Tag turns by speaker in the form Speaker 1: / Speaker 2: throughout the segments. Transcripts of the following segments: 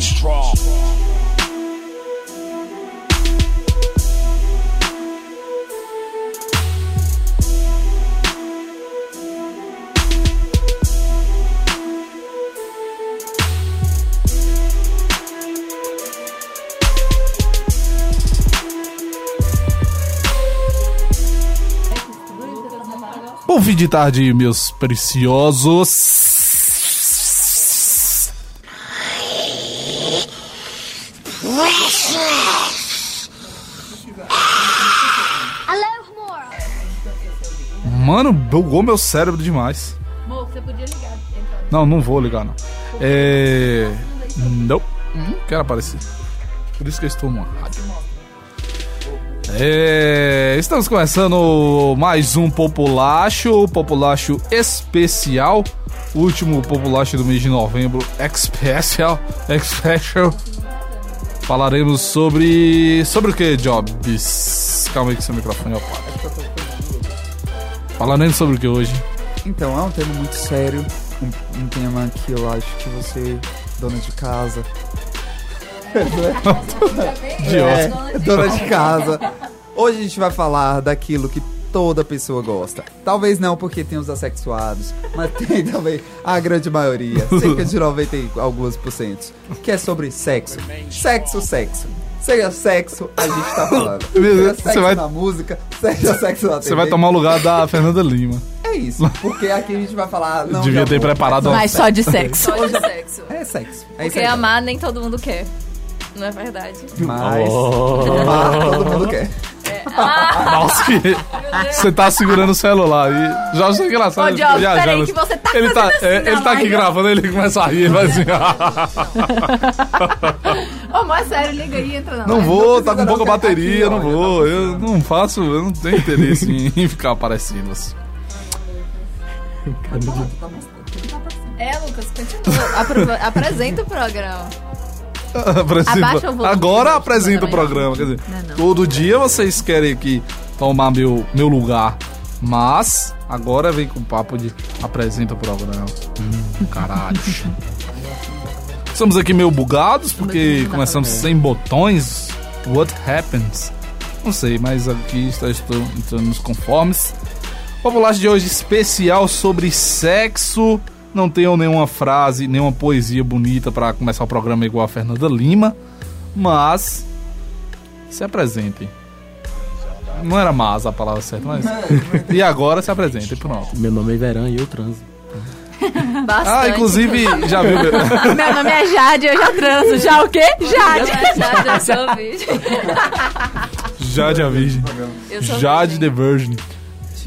Speaker 1: strong.
Speaker 2: Bom fim de tarde, meus preciosos.
Speaker 3: Hello, Mora.
Speaker 2: Mano, bugou meu cérebro demais.
Speaker 4: Amor, você podia ligar. Então,
Speaker 2: Não, não vou ligar, não. É. Não. Não quero aparecer. Por isso que eu estou numa rádio. É, estamos começando mais um Populacho, Populacho especial, último Populacho do mês de novembro, especial, especial. Falaremos sobre sobre o que, Jobs? Calma aí que seu microfone apaga. Falaremos sobre o que hoje?
Speaker 5: Então, é um tema muito sério, um, um tema que eu acho que você, dona de casa,
Speaker 2: Idiota.
Speaker 5: é, dona de casa. Hoje a gente vai falar daquilo que toda pessoa gosta. Talvez não porque tem os assexuados, mas tem também a grande maioria, cerca de 90 e alguns por cento, que é sobre sexo. Sexo, sexo. Seja sexo, a gente tá falando.
Speaker 2: Beleza,
Speaker 5: Seja
Speaker 2: você
Speaker 5: sexo
Speaker 2: vai-
Speaker 5: na música, seja sexo na TV.
Speaker 2: Você vai tomar o lugar da Fernanda Lima.
Speaker 5: É isso, porque aqui a gente vai falar... Não,
Speaker 2: Devia
Speaker 5: de
Speaker 2: ter
Speaker 5: amor,
Speaker 2: preparado uma
Speaker 6: Mas só de sexo.
Speaker 4: só de sexo.
Speaker 5: É sexo. É isso
Speaker 6: Porque
Speaker 5: aí.
Speaker 6: amar nem todo mundo quer. Não é verdade?
Speaker 5: Mas... mas
Speaker 2: Oh.
Speaker 5: todo mundo quer.
Speaker 2: Nossa, que... Você tá segurando o celular aí. Já achei engraçado.
Speaker 6: Ô,
Speaker 2: ele
Speaker 6: Diogo,
Speaker 2: viajando.
Speaker 6: peraí que você tá
Speaker 2: ele tá,
Speaker 6: fazendo assim
Speaker 2: é,
Speaker 6: na
Speaker 2: Ele tá aqui
Speaker 6: live.
Speaker 2: gravando, ele começa a rir, ele vai assim.
Speaker 4: Ô, amor, é sério, liga aí, entra na
Speaker 2: não
Speaker 4: live.
Speaker 2: vou, tá com
Speaker 5: não,
Speaker 2: pouca
Speaker 5: tá aqui,
Speaker 2: bateria,
Speaker 5: ó,
Speaker 2: não
Speaker 5: já tá
Speaker 2: vou. Eu não faço, eu não tenho interesse em- em ficar aparecendo assim.
Speaker 6: É, Lucas, continua. Aprova- apresenta o programa.
Speaker 2: Apresenta-
Speaker 6: Abaixa o volume.
Speaker 2: Agora apresenta o programa. Quer dizer,
Speaker 6: Não, não.
Speaker 2: todo dia vocês querem aqui tomar meu, meu lugar. Mas agora vem com o papo de apresenta o programa. Hum, caralho. Estamos aqui meio bugados porque começamos sem botões. What happens? Não sei, mas aqui está, estou entrando nos conformes. Populacho de hoje especial sobre sexo. Não tenho nenhuma frase, nenhuma poesia bonita pra começar o programa igual a Fernanda Lima, mas se apresentem. Não era mas a palavra certa, mas. E agora se apresentem, pronto.
Speaker 7: Meu nome é Veran e eu transo.
Speaker 6: Bastante.
Speaker 2: Ah, inclusive, já viu.
Speaker 6: Meu nome é Jade, eu já transo. Já o quê? Jade. Jade, eu sou virgem.
Speaker 2: Jade a Virgem.
Speaker 6: Eu sou
Speaker 2: Jade
Speaker 6: virgem.
Speaker 2: the Virgin.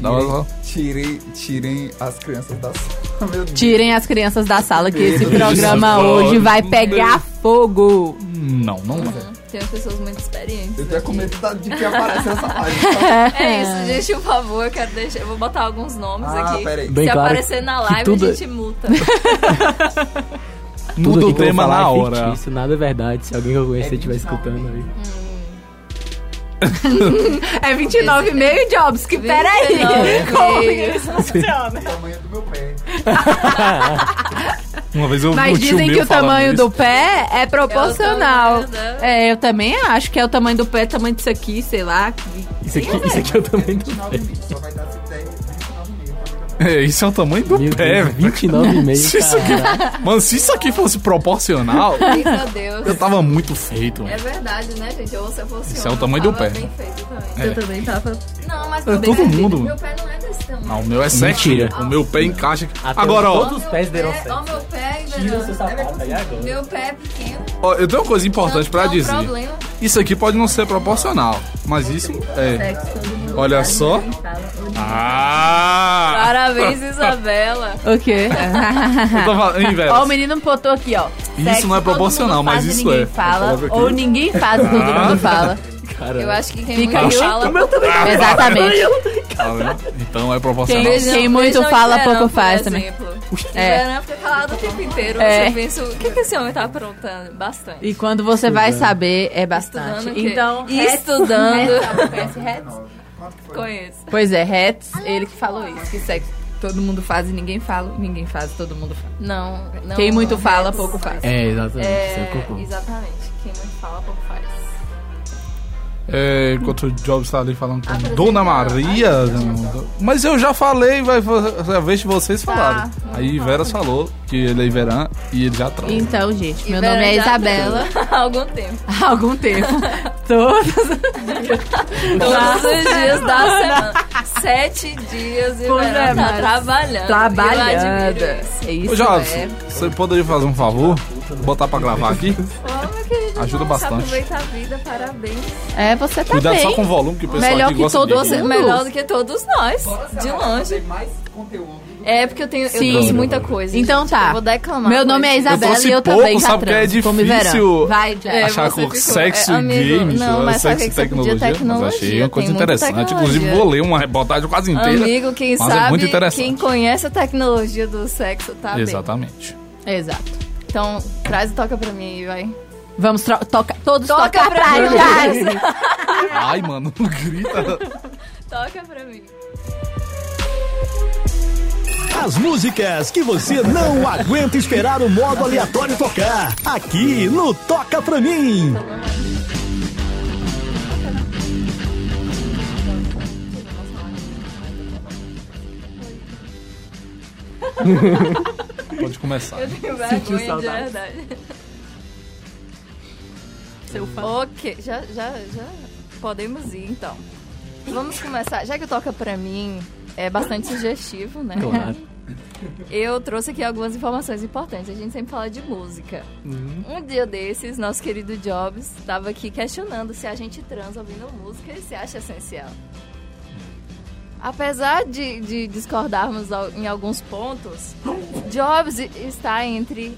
Speaker 2: Dá uma-
Speaker 5: Tirem, tirem as crianças da sala. Meu Deus.
Speaker 6: Tirem as crianças da sala que esse
Speaker 5: Meu Deus
Speaker 6: programa
Speaker 2: do céu.
Speaker 6: hoje vai pegar fogo.
Speaker 2: Não, não é.
Speaker 3: Tem umas pessoas muito experientes.
Speaker 5: Eu tô com medo da- de que apareça essa página.
Speaker 3: É isso, gente, por favor, eu quero deixar. Eu vou botar alguns nomes
Speaker 5: Ah,
Speaker 3: aqui.
Speaker 5: peraí.
Speaker 7: Bem
Speaker 3: Se
Speaker 7: claro
Speaker 3: aparecer na
Speaker 7: que
Speaker 3: live,
Speaker 7: tudo
Speaker 3: a
Speaker 7: é-
Speaker 3: gente multa.
Speaker 7: aqui
Speaker 2: Muda o
Speaker 7: que eu vou
Speaker 2: tema
Speaker 7: falar
Speaker 2: na
Speaker 7: é
Speaker 2: hora.
Speaker 7: Fictício, nada é verdade. Se alguém que eu
Speaker 3: É
Speaker 7: conhecer estiver escutando aí.
Speaker 6: É 29 meio jobs, que peraí.
Speaker 3: 29,5.
Speaker 6: Como que isso funciona?
Speaker 5: O tamanho do meu pé.
Speaker 2: Uma vez eu vi um
Speaker 6: Mas
Speaker 2: tio
Speaker 6: dizem
Speaker 2: meu
Speaker 6: que o
Speaker 2: falando
Speaker 6: tamanho
Speaker 2: isso.
Speaker 6: do pé é proporcional.
Speaker 3: É o tamanho, né?
Speaker 6: É, eu também acho que é o tamanho do pé, tamanho disso aqui, sei lá.
Speaker 7: Isso aqui, isso aqui eu também não
Speaker 5: 29 mil. Só vai dar 10, 29 mil.
Speaker 2: É, isso é o tamanho do
Speaker 7: Meu
Speaker 2: pé,
Speaker 7: Deus,
Speaker 2: velho.
Speaker 7: 29 e meio.
Speaker 2: Se isso aqui- Mano, se isso aqui fosse proporcional,
Speaker 3: Graças a Deus.
Speaker 2: eu tava muito feito,
Speaker 3: É
Speaker 2: velho.
Speaker 3: verdade, né, gente? Ou se eu fosse
Speaker 2: Esse é
Speaker 3: homem,
Speaker 2: o tamanho
Speaker 3: eu
Speaker 2: do
Speaker 3: tava
Speaker 2: pé.
Speaker 3: Bem feito também.
Speaker 2: É.
Speaker 6: também tava.
Speaker 3: Não, mas
Speaker 2: É
Speaker 3: meu
Speaker 2: todo
Speaker 3: pé-
Speaker 2: mundo.
Speaker 3: Meu pé não é desse tamanho.
Speaker 2: Não, o meu é sexy.
Speaker 7: Mentira.
Speaker 2: O meu pé encaixa. aqui.
Speaker 7: Até
Speaker 2: Agora, ó,
Speaker 7: todos os pés deram
Speaker 3: pé, É, ó,
Speaker 7: certo.
Speaker 3: meu pé,
Speaker 7: Tira o seu
Speaker 3: velho.
Speaker 7: sapato aí agora.
Speaker 3: Meu pé é pequeno.
Speaker 2: ó, eu tenho uma coisa importante
Speaker 3: tanto
Speaker 2: pra
Speaker 3: que é um
Speaker 2: dizer.
Speaker 3: problema.
Speaker 2: Isso aqui pode não ser proporcional, mas isso é. Olha só. Ah!
Speaker 3: Parabéns, Isabela.
Speaker 6: O quê?
Speaker 2: Eu tô falando, hein, velho?
Speaker 6: ó, o menino botou aqui, ó.
Speaker 2: É. Isso não é
Speaker 6: todo
Speaker 2: proporcional,
Speaker 6: mundo
Speaker 2: mas
Speaker 6: faz e
Speaker 2: isso
Speaker 6: ninguém
Speaker 2: é.
Speaker 6: Fala,
Speaker 2: Eu coloco aqui.
Speaker 6: ou ninguém faz e todo
Speaker 2: Ah,
Speaker 6: mundo fala.
Speaker 3: Eu acho que quem
Speaker 6: Fica
Speaker 3: muito
Speaker 6: aí.
Speaker 3: fala...
Speaker 6: o- Exatamente.
Speaker 2: Tá vendo? Então é proporcional.
Speaker 6: Quem-
Speaker 3: Beijão-
Speaker 6: muito
Speaker 3: beijão de
Speaker 6: fala,
Speaker 3: verão,
Speaker 6: pouco
Speaker 3: por
Speaker 6: faz também.
Speaker 3: é um exemplo.
Speaker 6: É.
Speaker 3: Verão fica calado o tempo inteiro.
Speaker 6: É.
Speaker 3: Você pensa, o que, que esse homem tá aprontando? Bastante.
Speaker 6: E quando você vai saber, é bastante.
Speaker 3: Estudando o quê?
Speaker 6: Então,
Speaker 3: E
Speaker 6: Hats-
Speaker 3: estudando.
Speaker 6: Hats, sabe, conhece Hats?
Speaker 3: Conheço.
Speaker 6: Pois é, Hats, ele que falou isso, que sexo.
Speaker 3: Todo mundo faz e ninguém fala. Ninguém faz, todo mundo fala. Não, não
Speaker 6: Quem muito fala,
Speaker 3: Rex.
Speaker 6: pouco faz.
Speaker 7: É, exatamente. Isso é
Speaker 3: É,
Speaker 7: cocô.
Speaker 3: exatamente. Quem muito fala, pouco faz.
Speaker 2: É, enquanto o Jobs está ali falando com
Speaker 3: Apresenta-
Speaker 2: Dona Maria. né?
Speaker 3: Ai,
Speaker 2: mas eu já falei, vai a vez que vocês
Speaker 3: Tá.
Speaker 2: falaram.
Speaker 3: não
Speaker 2: Aí
Speaker 3: fala.
Speaker 2: Veras falou que ele é Iverã e ele já traz.
Speaker 6: Então, gente, meu
Speaker 3: Vera
Speaker 6: nome é
Speaker 3: já
Speaker 6: Isabela.
Speaker 3: fez Há algum tempo.
Speaker 6: Há algum tempo. Todas
Speaker 3: Todos os dias da semana. Sete dias e
Speaker 6: Pois é,
Speaker 3: Vera tá
Speaker 6: mas-
Speaker 3: trabalhando. Eu
Speaker 6: trabalhando.
Speaker 3: admiro isso.
Speaker 6: É isso.
Speaker 2: Ô Jobs,
Speaker 6: é.
Speaker 2: você poderia fazer um favor? Botar pra gravar aqui?
Speaker 3: Ô, meu querido,
Speaker 2: Ajuda
Speaker 3: nossa,
Speaker 2: bastante.
Speaker 3: Aproveita a vida, parabéns.
Speaker 6: É, você tá
Speaker 2: Cuidado
Speaker 6: bem.
Speaker 2: só com o volume, que o pessoal
Speaker 6: Melhor
Speaker 2: aqui
Speaker 6: que
Speaker 2: gosta
Speaker 6: todo
Speaker 2: de...
Speaker 3: Você é melhor do que todos nós, de longe.
Speaker 5: mais conteúdo.
Speaker 3: É, porque eu tenho eu
Speaker 6: Sim.
Speaker 3: trouxe muita coisa.
Speaker 6: Então
Speaker 3: gente.
Speaker 6: tá.
Speaker 3: Eu vou declamar.
Speaker 6: Meu nome é
Speaker 3: coisas.
Speaker 6: Isabela
Speaker 2: trouxe
Speaker 6: e eu
Speaker 2: pouco,
Speaker 6: também já
Speaker 2: sabe, porque é
Speaker 6: transo, como
Speaker 2: difícil
Speaker 6: verão. Vai, já.
Speaker 3: É,
Speaker 2: achar
Speaker 3: você
Speaker 2: com
Speaker 3: ficou-
Speaker 2: sexo
Speaker 3: é,
Speaker 2: e
Speaker 3: amigo,
Speaker 2: games,
Speaker 3: não, mas sabe
Speaker 2: sexo e
Speaker 3: que você
Speaker 2: tecnologia.
Speaker 3: podia
Speaker 2: Mas achei
Speaker 3: tecnologia,
Speaker 2: uma coisa
Speaker 3: tem muita
Speaker 2: interessante.
Speaker 3: tecnologia.
Speaker 2: Inclusive, vou ler uma reportagem quase inteira.
Speaker 3: Amigo, quem
Speaker 2: mas é
Speaker 3: sabe,
Speaker 2: muito interessante.
Speaker 3: quem conhece a tecnologia do sexo, tá bem.
Speaker 2: Exatamente.
Speaker 6: Exato.
Speaker 3: Então, traz e toca pra mim aí, vai.
Speaker 6: Vamos tro- toca, todos
Speaker 3: Toca
Speaker 6: tocar
Speaker 3: pra mim.
Speaker 6: trás.
Speaker 2: Ai, mano, não grita.
Speaker 3: Toca pra mim.
Speaker 1: As músicas que você não aguenta esperar o modo aleatório tocar. Aqui no Toca Pra Mim.
Speaker 2: Pode começar.
Speaker 3: Tenho vergonha de
Speaker 7: saudades.
Speaker 3: verdade. Seu fã. Ok, já, já, já podemos ir então. Vamos começar. Já que toca pra mim, é bastante sugestivo, né?
Speaker 7: Claro.
Speaker 3: Eu trouxe aqui algumas informações importantes. A gente sempre fala de música. Um dia desses, nosso querido Jobs estava aqui questionando se a gente trans ouvindo música e se acha essencial. Apesar de, de discordarmos al- em alguns pontos, Jobs está entre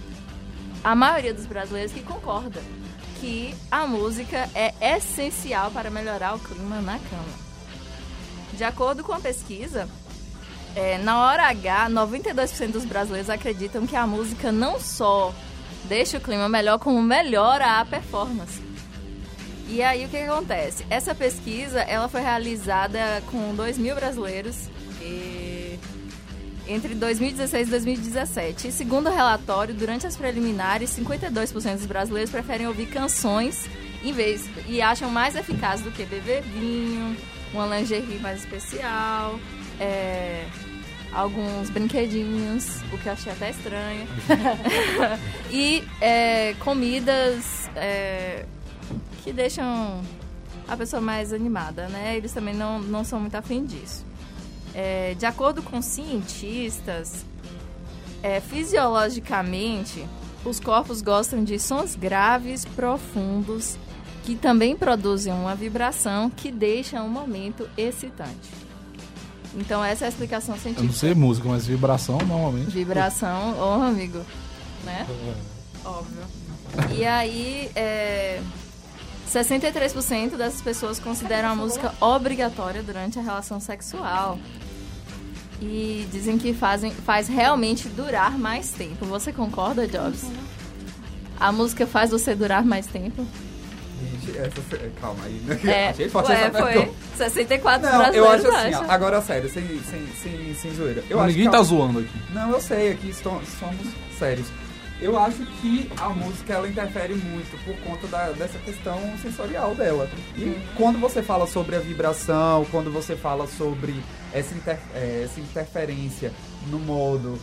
Speaker 3: a maioria dos brasileiros que concorda que a música é essencial para melhorar o clima na cama. De acordo com a pesquisa, é, na hora H, 92% dos brasileiros acreditam que a música não só deixa o clima melhor, como melhora a performance. E aí o que que acontece? Essa pesquisa ela foi realizada com 2 mil brasileiros e- entre 2016 e 2017. E Segundo o relatório, durante as preliminares, 52% dos brasileiros preferem ouvir canções em vez e acham mais eficaz do que beber vinho, uma lingerie mais especial, é, alguns brinquedinhos, o que eu achei até estranho. e é, comidas é, que deixam a pessoa mais animada, né? Eles também não, não são muito afim disso. É, de acordo com cientistas, é, fisiologicamente, os corpos gostam de sons graves, profundos, que também produzem uma vibração que deixa um momento excitante. Então, essa é a explicação
Speaker 2: Eu não
Speaker 3: científica.
Speaker 2: sei música, mas vibração normalmente.
Speaker 3: Vibração, ô amigo, né? Óbvio. E aí, é, 63% dessas pessoas consideram a música obrigatória durante a relação sexual. E dizem que fazem, faz realmente durar mais tempo. Você concorda, Jobs? A música faz você durar mais tempo?
Speaker 5: Gente, essa- Calma aí. Né? Achei
Speaker 3: É,
Speaker 5: forte
Speaker 3: ué,
Speaker 5: essa pergunta.
Speaker 3: foi 64
Speaker 5: Não, eu
Speaker 3: brasileiros
Speaker 5: acho assim, ó,
Speaker 3: acham.
Speaker 5: agora sério, sem, sem, sem, sem zoeira. Eu acho
Speaker 2: Ninguém
Speaker 5: que é
Speaker 2: tá
Speaker 5: a-
Speaker 2: zoando aqui.
Speaker 5: Não, eu sei, aqui estou- somos sérios. Eu acho que a música ela interfere muito por conta da- dessa questão sensorial dela. E quando você fala sobre a vibração, quando você fala sobre essa, inter- eh, essa interferência no modo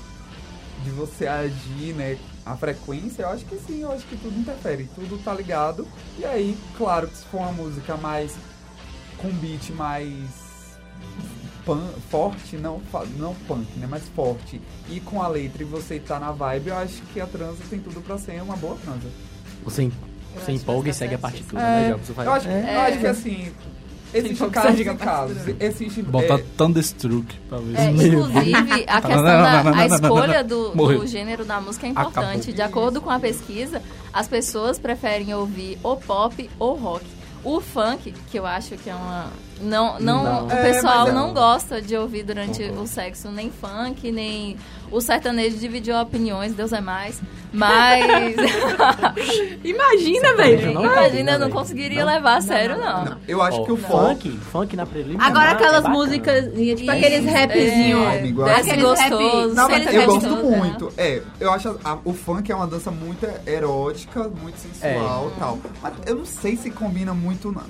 Speaker 5: de você agir, né? A frequência, eu acho que sim, eu acho que tudo interfere, tudo tá ligado. E aí, claro que se for uma música mais. com beat mais pan- forte, não, fa- não punk, né? Mas forte. E com a letra e você tá na vibe, eu acho que a transa tem tudo pra ser uma boa transa.
Speaker 7: Você, em-
Speaker 3: Eu
Speaker 7: você
Speaker 3: acho tá
Speaker 7: empolga e
Speaker 3: bastante
Speaker 7: segue a
Speaker 3: isso.
Speaker 7: partitura,
Speaker 3: É.
Speaker 7: né, Jobs? Você faz-
Speaker 5: Eu acho, eu acho que assim. Existem casos
Speaker 3: diga
Speaker 5: e casos. Existe.
Speaker 2: Botar
Speaker 5: é,
Speaker 2: Thunderstruck, talvez.
Speaker 3: É, inclusive, a questão
Speaker 2: Não, não, não,
Speaker 3: da
Speaker 2: não,
Speaker 3: a
Speaker 2: não, não,
Speaker 3: escolha do,
Speaker 2: Morreu.
Speaker 3: do gênero da música é
Speaker 2: Acabou.
Speaker 3: importante. De acordo com a pesquisa, as pessoas preferem ouvir ou pop ou rock. O funk, que eu acho que é uma Não, não,
Speaker 7: Não.
Speaker 3: O
Speaker 5: É,
Speaker 3: pessoal
Speaker 5: mas é-
Speaker 3: não gosta de ouvir durante o sexo nem funk, nem. O sertanejo dividiu opiniões, Deus é mais. Mas.
Speaker 6: Imagina,
Speaker 7: Eu
Speaker 6: velho.
Speaker 7: não
Speaker 3: Imagina, eu
Speaker 7: gosto,
Speaker 3: não
Speaker 7: né?
Speaker 3: conseguiria
Speaker 7: Não.
Speaker 3: levar a sério, não.
Speaker 5: Eu acho
Speaker 7: Ó,
Speaker 5: que o funk.
Speaker 7: funk, funk na preliminar.
Speaker 6: Agora
Speaker 7: é
Speaker 6: aquelas
Speaker 7: bacana. É
Speaker 6: músicas, tipo aqueles
Speaker 3: Isso,
Speaker 6: rapzinhos.
Speaker 3: é,
Speaker 5: Amigo,
Speaker 3: Desce
Speaker 4: aqueles
Speaker 3: gostoso,
Speaker 4: rap-
Speaker 5: assim. Não,
Speaker 3: senta
Speaker 5: mas eu gosto
Speaker 3: gostoso, né?
Speaker 5: muito. É, eu acho a- a- o funk é uma dança muito erótica, muito sensual e tal. Mas eu não sei se combina muito na.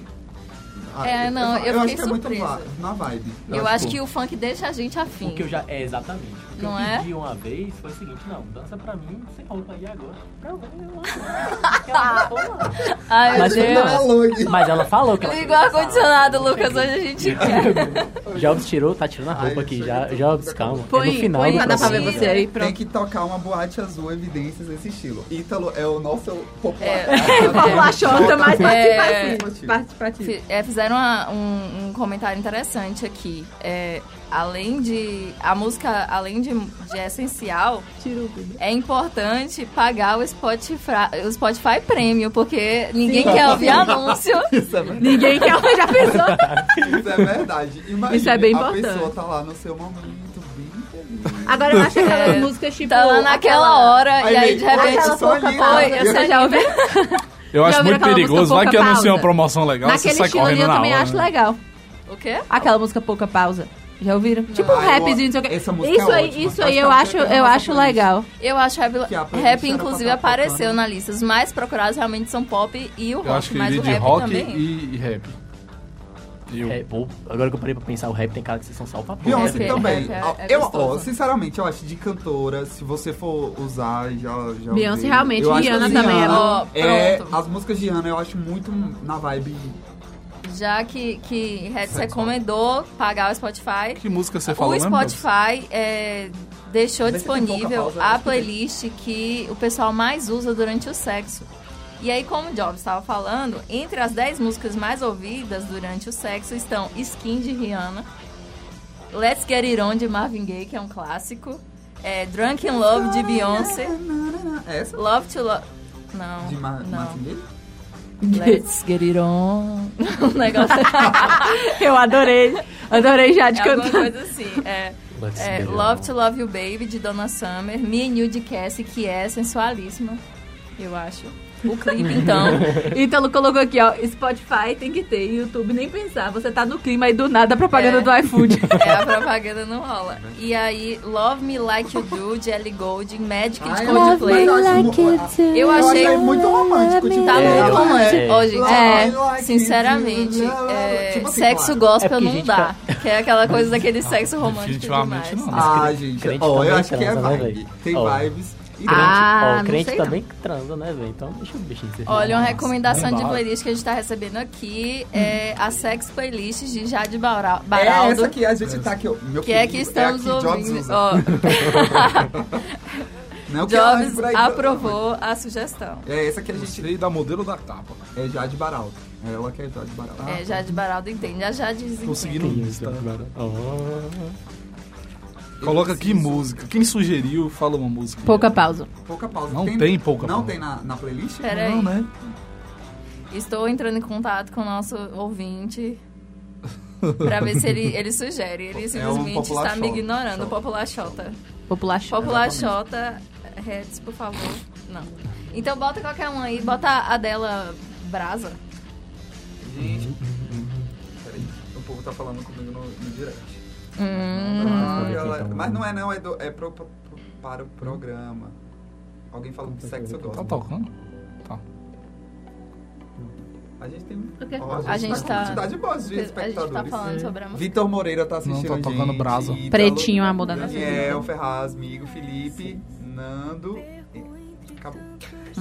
Speaker 5: Ah,
Speaker 3: É, não, eu
Speaker 5: acho
Speaker 3: fiquei
Speaker 5: que é muito
Speaker 3: surpresa.
Speaker 5: va- na vibe.
Speaker 3: Eu
Speaker 2: Tipo,
Speaker 3: acho que o funk deixa a gente afim.
Speaker 7: O que eu já. É, exatamente. O que
Speaker 3: Não
Speaker 7: eu
Speaker 3: é?
Speaker 7: pedi uma vez foi o seguinte: não, dança pra mim sem roupa. E agora? Pra mim, eu não quero dançar, não.
Speaker 3: Ai, meu
Speaker 7: Mas
Speaker 8: é,
Speaker 3: Deus.
Speaker 7: eu-
Speaker 5: Não, Lug.
Speaker 7: Mas ela falou que ela.
Speaker 3: Liga o ar-condicionado, Lucas, hoje a gente quer.
Speaker 7: Jobs tirou, tá tirando a
Speaker 5: Ai,
Speaker 7: roupa aqui
Speaker 5: isso
Speaker 7: já.
Speaker 5: aí eu tô-
Speaker 7: Jobs, calma. é no
Speaker 6: Põe,
Speaker 7: final
Speaker 6: põe
Speaker 7: do
Speaker 6: pra dar pra ver
Speaker 7: programa.
Speaker 6: você aí,
Speaker 5: Tem
Speaker 6: pronto.
Speaker 5: que tocar uma boate azul, evidências desse estilo. Ítalo é o nosso popular.
Speaker 6: Vamos lá, Xota, assim. mais
Speaker 3: É.
Speaker 6: participativo. Participativo.
Speaker 3: Fi- é, fizeram uma- um, um comentário interessante aqui. É, além de. A música, além de, de essencial, é importante pagar o Spotify, o Spotify Premium, porque ninguém quer ouvir anúncio.
Speaker 5: Isso é verdade.
Speaker 6: Ninguém quer, já pensou?
Speaker 5: Isso é verdade. Imagina,
Speaker 6: Isso é bem
Speaker 5: a
Speaker 6: importante.
Speaker 5: pessoa tá lá no seu momento, bem feliz.
Speaker 6: Agora eu acho aquelas
Speaker 3: É,
Speaker 6: músicas tipo.
Speaker 3: Tá lá naquela hora e aí de
Speaker 5: vem,
Speaker 3: repente.
Speaker 5: "Poxa, eu sou linda."
Speaker 3: Oi, eu
Speaker 5: E
Speaker 3: sou
Speaker 6: Você já ouviu?
Speaker 2: Eu
Speaker 6: Já
Speaker 2: acho
Speaker 6: ouviram
Speaker 2: muito
Speaker 6: aquela
Speaker 2: perigoso.
Speaker 6: música
Speaker 2: Vai que
Speaker 6: Pouca
Speaker 2: anuncia uma
Speaker 6: Pausa?
Speaker 2: promoção legal, você
Speaker 6: Naquele
Speaker 2: sai
Speaker 6: estilo ali
Speaker 2: correndo
Speaker 6: eu
Speaker 2: na
Speaker 6: também
Speaker 2: hora. né?
Speaker 6: acho legal.
Speaker 3: O quê?
Speaker 6: Aquela música Pouca Pausa. Já ouviram? tipo um
Speaker 5: Ah, eu-
Speaker 6: rapzinho, não sei o quê.
Speaker 5: essa música
Speaker 6: Isso
Speaker 5: é
Speaker 6: aí,
Speaker 5: ótima.
Speaker 6: isso
Speaker 5: Acho
Speaker 6: aí
Speaker 5: que
Speaker 6: eu
Speaker 5: é uma
Speaker 6: acho,
Speaker 5: música
Speaker 6: eu
Speaker 5: que
Speaker 6: acho
Speaker 5: eu gosto.
Speaker 6: legal.
Speaker 3: Eu acho rap,
Speaker 5: Que a playlist
Speaker 3: rap
Speaker 5: era pra
Speaker 3: inclusive,
Speaker 5: tá
Speaker 3: apareceu
Speaker 5: tocando.
Speaker 3: na lista. Os mais procurados realmente são pop e
Speaker 2: Eu
Speaker 3: o
Speaker 2: acho
Speaker 3: rock,
Speaker 2: que
Speaker 3: mas
Speaker 2: iria
Speaker 3: o
Speaker 2: de
Speaker 3: rap
Speaker 2: rock
Speaker 3: também.
Speaker 2: e, e rap. E o-
Speaker 7: É, pô, agora que eu parei pra pensar, o rap tem cara que vocês são salvadores.
Speaker 5: Beyoncé
Speaker 3: É, é,
Speaker 5: também.
Speaker 3: é, é
Speaker 5: Ó, eu, ó,
Speaker 3: gostoso.
Speaker 5: sinceramente, eu acho de cantora, se você for usar, já. já
Speaker 6: Beyoncé,
Speaker 5: ouvi.
Speaker 6: realmente,
Speaker 5: Eu acho
Speaker 6: Rihanna
Speaker 5: que
Speaker 6: também é
Speaker 5: Rihanna
Speaker 3: bom.
Speaker 5: é,
Speaker 3: Pronto.
Speaker 5: as músicas de Rihanna eu acho muito na vibe.
Speaker 3: Já que, que Red recomendou pagar o Spotify,
Speaker 2: Que música você falou
Speaker 3: o
Speaker 2: mesmo?
Speaker 3: Spotify é, deixou
Speaker 5: Mas você tem pouca
Speaker 3: disponível
Speaker 5: pausa, né?
Speaker 3: a
Speaker 5: acho que tem.
Speaker 3: playlist que o pessoal mais usa durante o sexo. E aí, como o Jobs estava falando, entre as 10 músicas mais ouvidas durante o sexo estão Skin de Rihanna, Let's Get It On de Marvin Gaye, que é um clássico, é, Drunk in Love de Beyoncé,
Speaker 5: É essa? é
Speaker 3: Love to Love. Não.
Speaker 5: De Ma
Speaker 3: não.
Speaker 5: Martin Gaye?
Speaker 3: Let's get it on. um negócio
Speaker 6: Eu adorei. Adorei já de
Speaker 3: é alguma
Speaker 6: cantar.
Speaker 3: coisa assim. É, é, Love to Love You Baby, de Donna Summer. Me and You, de Cassie, que é sensualíssima, eu acho. O clipe, então.
Speaker 6: Ítalo colocou aqui, ó. Spotify tem que ter, YouTube nem pensar. Você tá no clima aí do nada, a propaganda
Speaker 3: É.
Speaker 6: do iFood.
Speaker 3: é, a propaganda não rola. E aí, Love Me Like You Do, de Ellie Goulding, Magic, de
Speaker 5: eu acho-
Speaker 3: Coldplay.
Speaker 5: eu acho mu-
Speaker 3: Eu
Speaker 5: eu
Speaker 3: achei...
Speaker 5: achei muito romântico. Tipo,
Speaker 3: Tá
Speaker 7: É,
Speaker 3: muito
Speaker 7: eu
Speaker 3: romântico.
Speaker 7: achei.
Speaker 3: Ó, gente,
Speaker 6: É,
Speaker 5: like
Speaker 3: sinceramente,
Speaker 5: you, love-
Speaker 3: é,
Speaker 5: Tipo assim,
Speaker 3: sexo
Speaker 5: claro.
Speaker 7: É
Speaker 3: gospel
Speaker 7: porque,
Speaker 3: não
Speaker 7: gente, Ah,
Speaker 3: dá. Que é aquela coisa daquele sexo romântico
Speaker 2: Definitivamente
Speaker 3: demais.
Speaker 2: não.
Speaker 5: Ah,
Speaker 7: Mas
Speaker 5: gente,
Speaker 7: crente
Speaker 5: ó, eu
Speaker 7: também
Speaker 5: acho que é
Speaker 7: transa, né,
Speaker 5: vibe.
Speaker 7: velho?
Speaker 5: Tem
Speaker 7: Ó.
Speaker 5: vibes. E
Speaker 7: Crente,
Speaker 6: Ah,
Speaker 7: ó,
Speaker 6: não
Speaker 7: o crente
Speaker 6: sei
Speaker 7: também que transa, né, velho? Então deixa o bichinho ser.
Speaker 3: Olha, uma
Speaker 7: Nossa,
Speaker 3: recomendação
Speaker 2: não
Speaker 3: de
Speaker 2: dá.
Speaker 3: playlist que a gente tá recebendo aqui é a Sex Playlist de Jade Baura-
Speaker 5: É
Speaker 3: Baraldo.
Speaker 5: essa que a gente tá aqui. ó, Meu
Speaker 3: Que é
Speaker 5: querido,
Speaker 3: que estamos
Speaker 5: é a que Jobs
Speaker 3: ouvindo.
Speaker 5: usa.
Speaker 3: Ó,
Speaker 5: Não é o que ela
Speaker 3: Jobs
Speaker 5: por aí,
Speaker 3: aprovou a sugestão.
Speaker 5: É essa que a gente.
Speaker 2: Gostei da modelo da capa.
Speaker 5: É Jade Baraldo. É Ela que é Jade Baraldo.
Speaker 3: É, Jade Baraldo entende. A Jade
Speaker 2: Tô
Speaker 3: entende.
Speaker 2: seguindo o Insta.
Speaker 7: Oh.
Speaker 2: Coloca aqui música. Quem sugeriu, fala uma música.
Speaker 6: Pouca pausa.
Speaker 5: Pouca pausa.
Speaker 2: Não tem pouca
Speaker 5: Não
Speaker 2: pausa.
Speaker 5: tem na, na playlist?
Speaker 3: Peraí.
Speaker 2: Não, né?
Speaker 3: Estou entrando em contato com o nosso ouvinte pra ver se ele, ele sugere. Ele simplesmente
Speaker 5: É um popular
Speaker 3: está me
Speaker 5: shot.
Speaker 3: ignorando.
Speaker 5: Shot.
Speaker 3: Popular Xota.
Speaker 6: Popular show.
Speaker 3: Popular
Speaker 5: Exatamente.
Speaker 3: Xota, Reds, por favor. Não. Então bota qualquer um aí. Bota a dela Brasa.
Speaker 5: Gente. Peraí. O povo tá falando comigo no, no direct. Ah,
Speaker 7: Hum.
Speaker 5: galera, Mas não é, não. É, do- é pro- pro- pro- para o programa. Alguém falou que sexo eu
Speaker 2: Tá
Speaker 5: gosto.
Speaker 2: tocando?
Speaker 5: A gente tem.
Speaker 6: Ok.
Speaker 5: ó,
Speaker 3: A gente tá-
Speaker 5: Quantidade boa de
Speaker 3: A gente tá
Speaker 5: espectadores.
Speaker 3: falando sobre a música.
Speaker 5: Vitor Moreira tá assistindo.
Speaker 2: Não, tá tocando
Speaker 5: a gente,
Speaker 2: brasa.
Speaker 5: Ítalo,
Speaker 6: Pretinho, amor da nossa
Speaker 5: Daniel, Ferraz, Migo, Felipe, Nando. e- Acabou.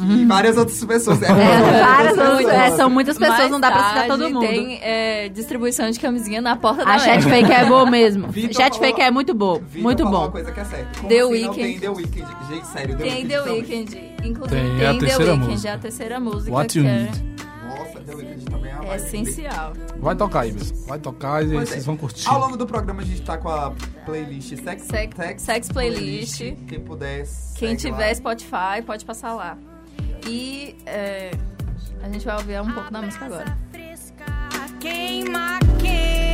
Speaker 5: E várias outras pessoas. É,
Speaker 6: Uhum. Várias,
Speaker 3: São
Speaker 6: são, é, são muitas pessoas,
Speaker 3: Mais
Speaker 6: não dá pra citar
Speaker 3: tarde
Speaker 6: todo mundo.
Speaker 3: Tem é, distribuição de camisinha na porta da
Speaker 6: A chat
Speaker 3: Apple.
Speaker 6: fake é boa mesmo.
Speaker 5: Vitor
Speaker 6: chat
Speaker 5: falou-
Speaker 6: fake é muito boa.
Speaker 5: Vitor
Speaker 6: muito
Speaker 5: falou Uma
Speaker 6: bom.
Speaker 5: coisa que é certa. Como
Speaker 3: The
Speaker 5: assim não
Speaker 3: Weeknd.
Speaker 5: tem The Weeknd. Gente, sério, The
Speaker 3: Tem
Speaker 5: Weeknd.
Speaker 3: The
Speaker 5: também.
Speaker 3: Weeknd. Inclusive
Speaker 2: Tem
Speaker 3: tem,
Speaker 2: a
Speaker 3: The
Speaker 2: terceira
Speaker 3: é Weeknd,
Speaker 2: música.
Speaker 3: a terceira música
Speaker 2: What
Speaker 3: que
Speaker 2: you
Speaker 3: é,
Speaker 2: need.
Speaker 5: Nossa, The Weeknd também é uma
Speaker 3: é
Speaker 5: vibe
Speaker 3: essencial.
Speaker 2: Vai tocar aí, Bessa. Vai tocar e
Speaker 5: Pois é.
Speaker 2: vocês vão curtir.
Speaker 5: Ao longo do programa a gente tá com a playlist Sex,
Speaker 3: Sex- Sex Playlist.
Speaker 5: Quem puder.
Speaker 3: Quem
Speaker 5: segue
Speaker 3: tiver
Speaker 5: lá.
Speaker 3: Spotify, pode passar lá. E é, a gente vai ouvir um pouco da música agora.
Speaker 9: Queima, queima.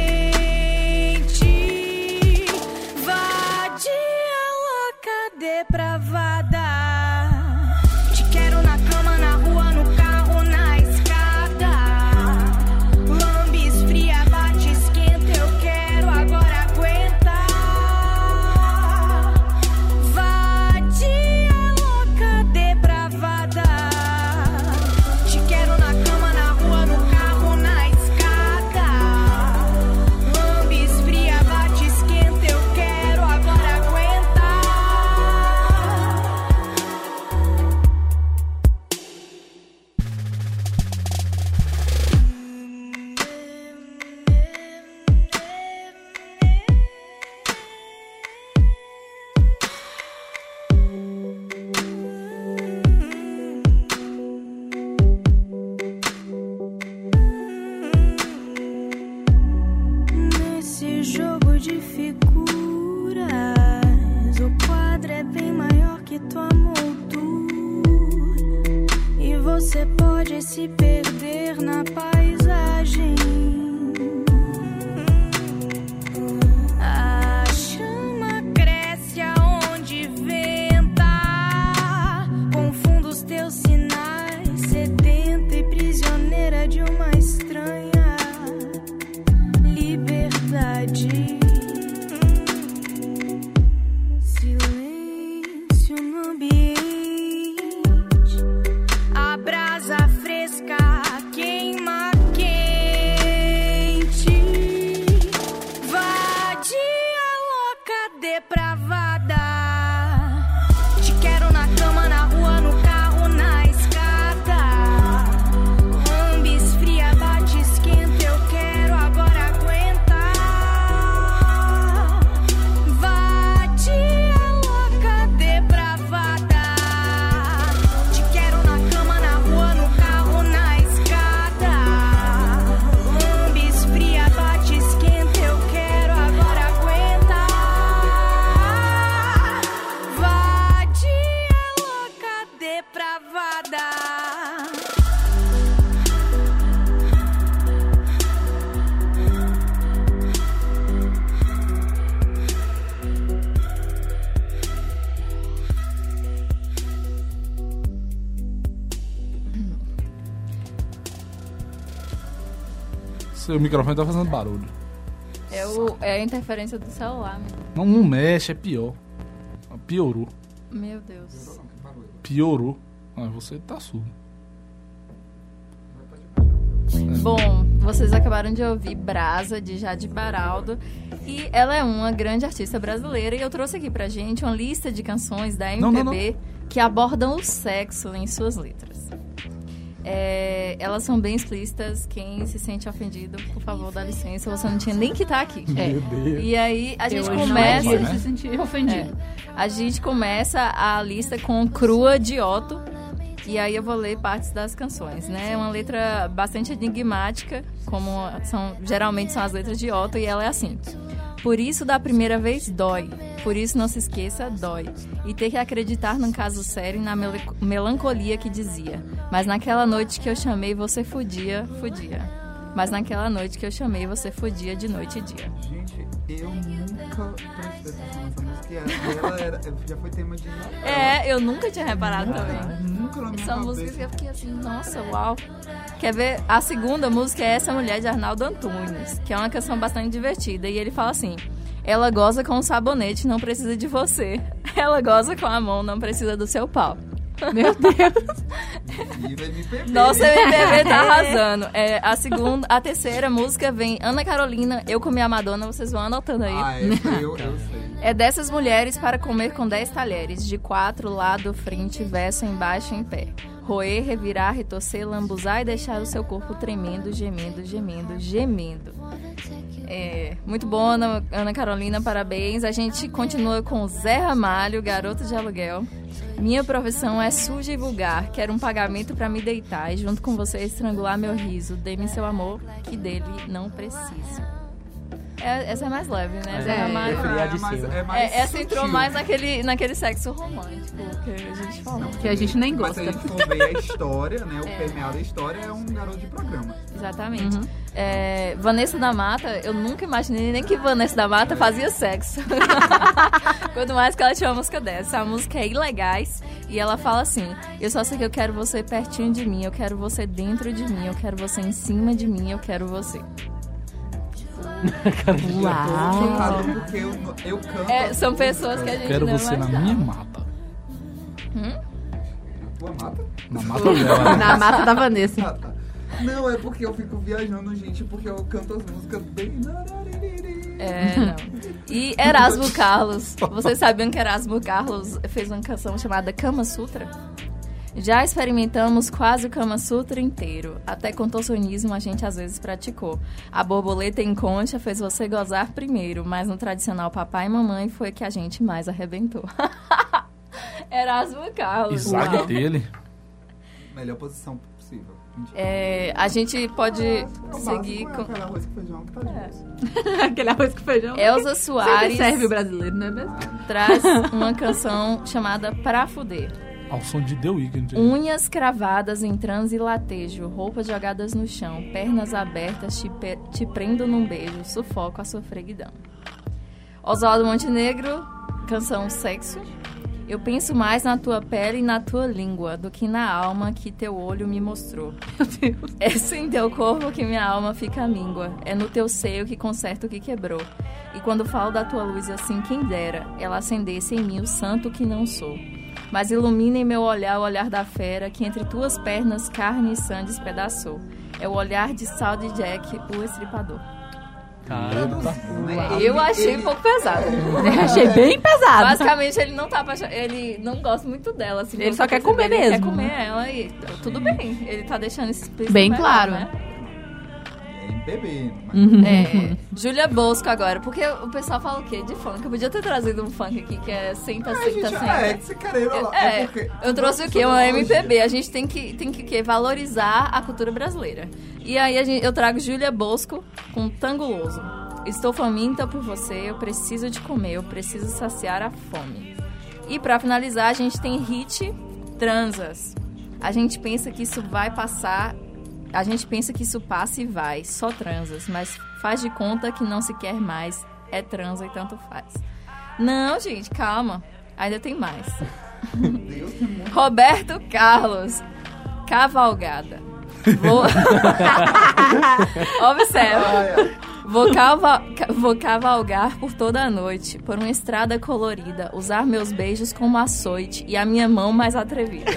Speaker 6: jogo de figuras. O quadro é bem maior que tua moldura. E você pode se perder na paisagem. A chama cresce aonde venta. Confundo os teus sinais, sedenta e prisioneira de uma estranha liberdade. Silêncio no ambiente. A brasa fresca queima quente. Vadia louca, depravada. Te quero na cama, na rua, no carro, na escada. Rambis fria, bate, esquenta. Eu quero agora aguentar. Vadia louca, depravada. Te quero na cama, na rua, no carro, na escada. Rambis fria, bate, esquenta. Eu quero agora aguentar. Vadia louca, depravada.
Speaker 2: Seu microfone tá fazendo barulho.
Speaker 3: É, o, é a interferência do celular, meu,
Speaker 2: Não, não mexe, é pior. Piorou.
Speaker 3: meu Deus.
Speaker 2: Piorou. Ah, você tá surdo.
Speaker 3: Bom, vocês acabaram de ouvir Brasa, de Jade Baraldo. E ela é uma grande artista brasileira. E eu trouxe aqui pra gente uma lista de canções da MPB
Speaker 2: Não, não,
Speaker 3: que abordam o sexo em suas letras. É, elas são bem explícitas. Quem se sente ofendido, por favor, dá licença. Você não tinha nem que estar aqui. É.
Speaker 2: É.
Speaker 3: E aí a gente
Speaker 6: é,
Speaker 3: começa.
Speaker 6: né?
Speaker 2: dia de
Speaker 10: se sentir ofendido.
Speaker 3: A gente começa a lista com Crua de Otto. E aí eu vou ler partes das canções, né? É uma letra bastante enigmática, como são, geralmente são as letras de Otto, e ela é assim. Por isso, da primeira vez, dói. Por isso, não se esqueça, dói. E ter que acreditar num caso sério e na mele- melancolia que dizia. Mas naquela noite que eu chamei, você fudia, fudia. Mas naquela noite que eu chamei, você fudia de noite e dia.
Speaker 5: Gente, eu nunca prestei atenção nessa música. e Ela era, já foi tema de Natal.
Speaker 3: É, eu nunca tinha reparado também.
Speaker 5: Nunca na minha
Speaker 3: São músicas
Speaker 5: cabeça.
Speaker 3: que eu fiquei assim, nossa, uau. Quer ver? A segunda música é Essa Mulher de Arnaldo Antunes, que é uma canção bastante divertida. E ele fala assim: Ela goza com o sabonete, não precisa de você. Ela goza com a mão, não precisa do seu pau.
Speaker 10: Meu Deus.
Speaker 5: Viva MPB.
Speaker 3: Nossa, a MPB tá arrasando. É, a segunda, a terceira música vem Ana Carolina, Eu Comi a Madonna, vocês vão anotando aí.
Speaker 5: Ah, eu, eu, eu sei.
Speaker 3: É dessas mulheres para comer com 10 talheres, de quatro, lado, frente, verso, embaixo e em pé. Roer, revirar, retorcer, lambuzar e deixar o seu corpo tremendo, gemendo, gemendo, gemendo. É, muito bom, Ana, Ana Carolina, parabéns. A gente continua com Zé Ramalho, garoto de aluguel. Minha profissão é suja e vulgar, quero um pagamento para me deitar e junto com você estrangular meu riso. Dê-me seu amor, que dele não preciso. É, essa é mais leve, né? Zé
Speaker 10: É.
Speaker 3: Ramalho.
Speaker 8: Preferi a de
Speaker 5: É mais,
Speaker 8: cima.
Speaker 5: é mais
Speaker 3: É, essa entrou
Speaker 5: sutil.
Speaker 3: mais naquele, naquele sexo romântico que a gente falou.
Speaker 10: Que a gente nem
Speaker 5: Mas
Speaker 10: gosta.
Speaker 5: se a gente for ver a história, né? O permeado da história é um garoto de programa.
Speaker 3: Exatamente. É, Vanessa da Mata, eu nunca imaginei nem que Vanessa da Mata fazia sexo. Quanto mais que ela tinha uma música dessa. A música é Ilegais e ela fala assim: Eu só sei que eu quero você pertinho de mim, eu quero você dentro de mim, eu quero você em cima de mim, eu quero você. Uau!
Speaker 5: Sabe porque eu, eu canto.
Speaker 3: É, são pessoas que a gente
Speaker 2: Quero
Speaker 3: não
Speaker 2: você na
Speaker 3: imaginava.
Speaker 2: minha mata.
Speaker 5: Tua mata?
Speaker 2: Na mata dela. né?
Speaker 10: Na mata da Vanessa.
Speaker 5: Ah, tá. Não, é porque eu fico viajando, gente, porque eu canto as músicas bem.
Speaker 3: É, não. E Erasmo Carlos. Vocês sabiam que Erasmo Carlos fez uma canção chamada Kama Sutra? Já experimentamos quase o Kama Sutra inteiro. Até contorcionismo a gente às vezes praticou. A borboleta em concha fez você gozar primeiro, mas no tradicional papai e mamãe foi que a gente mais arrebentou. Erasmo Carlos.
Speaker 2: Isaac
Speaker 3: uau.
Speaker 2: dele.
Speaker 5: Melhor posição possível. É
Speaker 3: É, a gente pode seguir com É.
Speaker 5: Aquela arroz com feijão que tá de
Speaker 6: Aquele arroz com feijão.
Speaker 3: Elza
Speaker 6: Sempre
Speaker 3: Soares
Speaker 6: serve o brasileiro, não é mesmo?
Speaker 3: traz uma canção chamada Pra Fuder.
Speaker 2: Ao som de The Weeknd.
Speaker 3: Unhas cravadas em transe e latejo, roupas jogadas no chão, pernas abertas te, pe- te prendo num beijo, sufoco a sua freguidão. Oswaldo Montenegro, canção Sexo. Eu penso mais na tua pele e na tua língua do que na alma que teu olho me mostrou.
Speaker 6: Meu Deus.
Speaker 3: É sem teu corpo que minha alma fica míngua. É no teu seio que conserto o que quebrou. E quando falo da tua luz assim, quem dera, ela acendesse em mim o santo que não sou. Mas ilumina em meu olhar o olhar da fera que entre tuas pernas carne e sangue despedaçou. É o olhar de Sal de Jack, o estripador.
Speaker 5: é
Speaker 3: Eu achei um pouco pesado.
Speaker 6: Achei bem pesado.
Speaker 3: Basicamente, ele não tá apaixonado. Ele não gosta muito dela. Assim,
Speaker 6: Ele
Speaker 3: pelo
Speaker 6: só
Speaker 3: que
Speaker 6: quer
Speaker 3: eu percebi.
Speaker 6: comer
Speaker 3: Ele
Speaker 6: mesmo,
Speaker 3: Quer comer
Speaker 6: né?
Speaker 3: ela e tudo bem. Ele tá deixando isso explícito
Speaker 6: Bem
Speaker 3: pra ela,
Speaker 6: claro.
Speaker 3: né?
Speaker 5: bebê. mas-
Speaker 3: É, Júlia Bosco agora, porque o pessoal fala o quê? De funk. Eu podia ter trazido um funk aqui que é senta,
Speaker 5: Ah,
Speaker 3: senta,
Speaker 5: gente,
Speaker 3: senta.
Speaker 5: ah, é que você careiro lá.
Speaker 3: É,
Speaker 5: É porque-
Speaker 3: eu trouxe o quê? Uma
Speaker 5: Sonologia.
Speaker 3: MPB. A gente tem que, tem que o quê? valorizar a cultura brasileira. E aí a gente- eu trago Júlia Bosco com Tanguloso. Estou faminta por você, eu preciso de comer, eu preciso saciar a fome. E pra finalizar, a gente tem Hit Transas. A gente pensa que isso vai passar, a gente pensa que isso passa e vai, só transas, mas faz de conta que não se quer mais, é transa e tanto faz. Não, gente, calma, ainda tem mais. Roberto Carlos, cavalgada. Vou... Observa. Vou, calva- ca- vou cavalgar por toda a noite, por uma estrada colorida, usar meus beijos como açoite e a minha mão mais atrevida.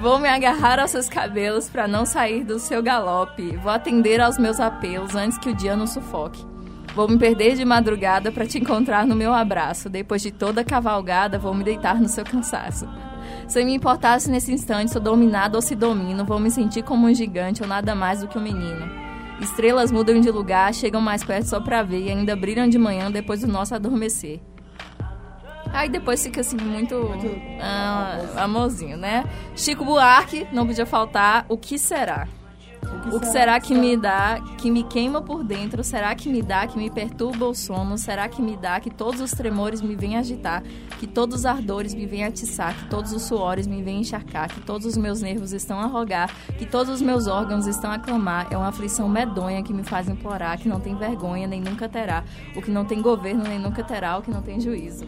Speaker 3: vou me agarrar aos seus cabelos para não sair do seu galope. Vou atender aos meus apelos antes que o dia nos sufoque. Vou me perder de madrugada para te encontrar no meu abraço. Depois de toda a cavalgada, vou me deitar no seu cansaço. Se me importasse nesse instante, sou dominado ou se domino, vou me sentir como um gigante ou nada mais do que um menino. Estrelas mudam de lugar, chegam mais perto só pra ver e ainda brilham de manhã depois do nosso adormecer. Aí depois fica assim muito, ah, amorzinho, né? Chico Buarque, não podia faltar, o que será? O que será que me dá, que me queima por dentro? Será que me dá, que me perturba o sono? Será que me dá, que todos os tremores me vêm agitar? Que todos os ardores me vêm atiçar? Que todos os suores me vêm encharcar? Que todos os meus nervos estão a rogar? Que todos os meus órgãos estão a clamar? É uma aflição medonha que me faz implorar, que não tem vergonha nem nunca terá. O que não tem governo nem nunca terá, o que não tem juízo.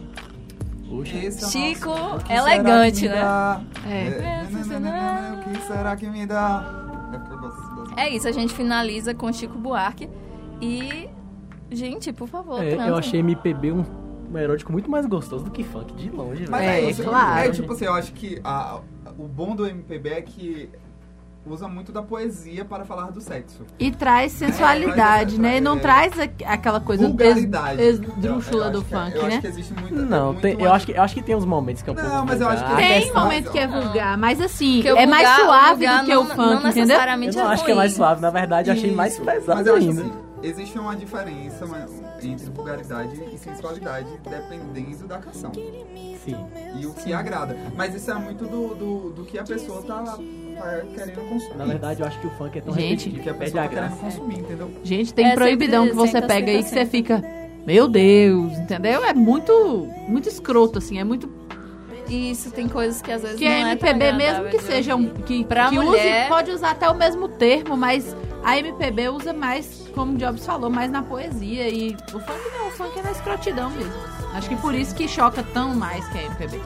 Speaker 5: Esse é
Speaker 6: Então,
Speaker 5: o
Speaker 3: Chico,
Speaker 5: nosso- O que
Speaker 3: elegante, né?
Speaker 5: será que me dá?
Speaker 6: É.
Speaker 5: É, nananana, O que será que me dá? É porque eu gosto desse
Speaker 3: É isso, a gente finaliza com Chico Buarque e. Gente, por favor,
Speaker 7: É, eu
Speaker 3: transem.
Speaker 7: achei MPB um, um erótico muito mais gostoso do que funk, de longe,
Speaker 5: Mas
Speaker 7: velho.
Speaker 5: aí,
Speaker 6: É,
Speaker 5: você-
Speaker 6: claro.
Speaker 5: É, tipo assim, eu acho que a- o bom do MPB é que usa muito da poesia para falar do sexo.
Speaker 6: E traz sensualidade,
Speaker 5: É,
Speaker 6: né? E não
Speaker 5: é.
Speaker 6: traz a- aquela coisa
Speaker 5: Vulgaridade.
Speaker 6: ex-
Speaker 5: Eu-
Speaker 6: esdrúxula
Speaker 5: eu
Speaker 6: um do
Speaker 5: acho que é-
Speaker 6: funk,
Speaker 5: eu
Speaker 6: né?
Speaker 5: Acho que existe muita,
Speaker 7: Não,
Speaker 5: muito
Speaker 7: tem- eu,
Speaker 5: mais-
Speaker 7: acho que, eu acho que tem uns momentos que é um
Speaker 5: Não,
Speaker 7: pouco
Speaker 5: mas eu acho que-
Speaker 7: vulgar.
Speaker 5: Tem
Speaker 6: Tem
Speaker 5: questão-
Speaker 6: momento que é vulgar, mas assim,
Speaker 3: Porque o
Speaker 6: é mais
Speaker 3: vulgar- o
Speaker 6: suave
Speaker 3: vulgar
Speaker 6: do que o
Speaker 3: não-
Speaker 6: funk,
Speaker 3: não
Speaker 6: entendeu?
Speaker 3: necessariamente
Speaker 7: Eu não acho que é
Speaker 3: ruim.
Speaker 7: mais suave, na verdade, eu achei mais
Speaker 5: Isso,
Speaker 7: pesado
Speaker 5: Mas eu acho
Speaker 7: ainda.
Speaker 5: assim, existe uma diferença mas, entre vulgaridade e sensualidade dependendo da canção.
Speaker 7: Sim.
Speaker 5: E o que agrada. Mas isso é muito do, do, do que a pessoa tá, tá querendo consumir.
Speaker 7: Na verdade, eu acho que o funk é tão
Speaker 6: Gente,
Speaker 5: do
Speaker 7: repetitivo
Speaker 5: que a
Speaker 7: que perde a
Speaker 5: pessoa tá querendo
Speaker 7: graça.
Speaker 5: consumir, entendeu?
Speaker 6: Gente, tem
Speaker 3: É,
Speaker 6: proibidão
Speaker 3: sempre assim.
Speaker 6: que você
Speaker 3: senta,
Speaker 6: pega aí que
Speaker 3: senta,
Speaker 6: você fica, meu Deus, entendeu? É muito, muito escroto, assim, é muito.
Speaker 3: Isso, tem coisas que às vezes
Speaker 6: Que
Speaker 3: não
Speaker 6: é
Speaker 3: tão
Speaker 6: MPB, mesmo
Speaker 3: agradável
Speaker 6: que
Speaker 3: de
Speaker 6: seja um. Que,
Speaker 3: Pra
Speaker 6: que
Speaker 3: mulher-
Speaker 6: use, pode usar até o mesmo termo, mas a MPB usa mais, como o Jobs falou, mais na poesia. E o funk não, o funk é na escrotidão mesmo. Acho que por isso que choca tão mais que a MPB.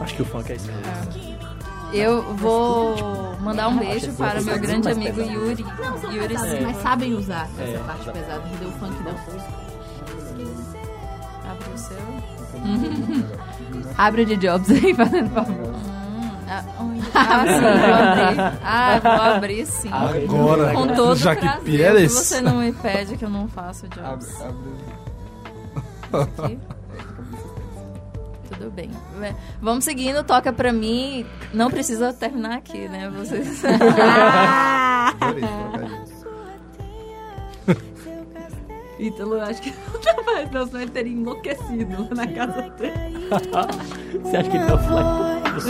Speaker 7: Acho que o funk é isso.
Speaker 3: ouvir. Eu vou
Speaker 2: tipo,
Speaker 3: mandar um beijo para
Speaker 2: tá
Speaker 3: meu grande
Speaker 7: mais
Speaker 3: amigo
Speaker 7: pesado.
Speaker 3: Yuri. Yuri
Speaker 6: Sabe,
Speaker 3: Silva.
Speaker 6: Mas sabem usar
Speaker 7: É,
Speaker 6: essa parte
Speaker 7: exato.
Speaker 6: pesada, entendeu? O funk não.
Speaker 3: Abre o seu.
Speaker 6: Abre o de Jobs aí, fazendo favor.
Speaker 3: Ah, ui. Ah, sim, vou abrir. Ah, vou abrir sim.
Speaker 2: Ah, Agora,
Speaker 3: Com todo
Speaker 2: já que é
Speaker 3: prazer.
Speaker 2: Pieres.
Speaker 3: Se você não me pede que eu não faço jobs.
Speaker 5: Abre, abre.
Speaker 3: aqui. Tudo bem. Vé- Vamos seguindo, toca pra mim. Não precisa terminar aqui, né? Vocês.
Speaker 5: Adorei esse trocadilho.
Speaker 6: Ítalo, eu acho que não tá mais, não, senão ele teria enlouquecido na casa dele.
Speaker 7: um Você acha que ele tá falando?
Speaker 6: É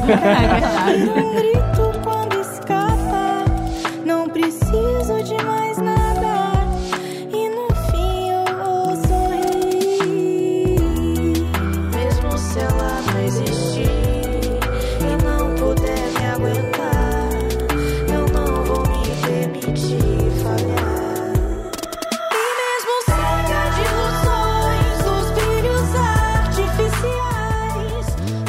Speaker 6: verdade.
Speaker 9: Um grito quando escapa
Speaker 6: lembro de mais nada. E no fim eu vou sorrir. Mesmo se ela não existir e não puder me aguentar, eu não vou me permitir falhar. E mesmo cega de ilusões, os brilhos artificiais,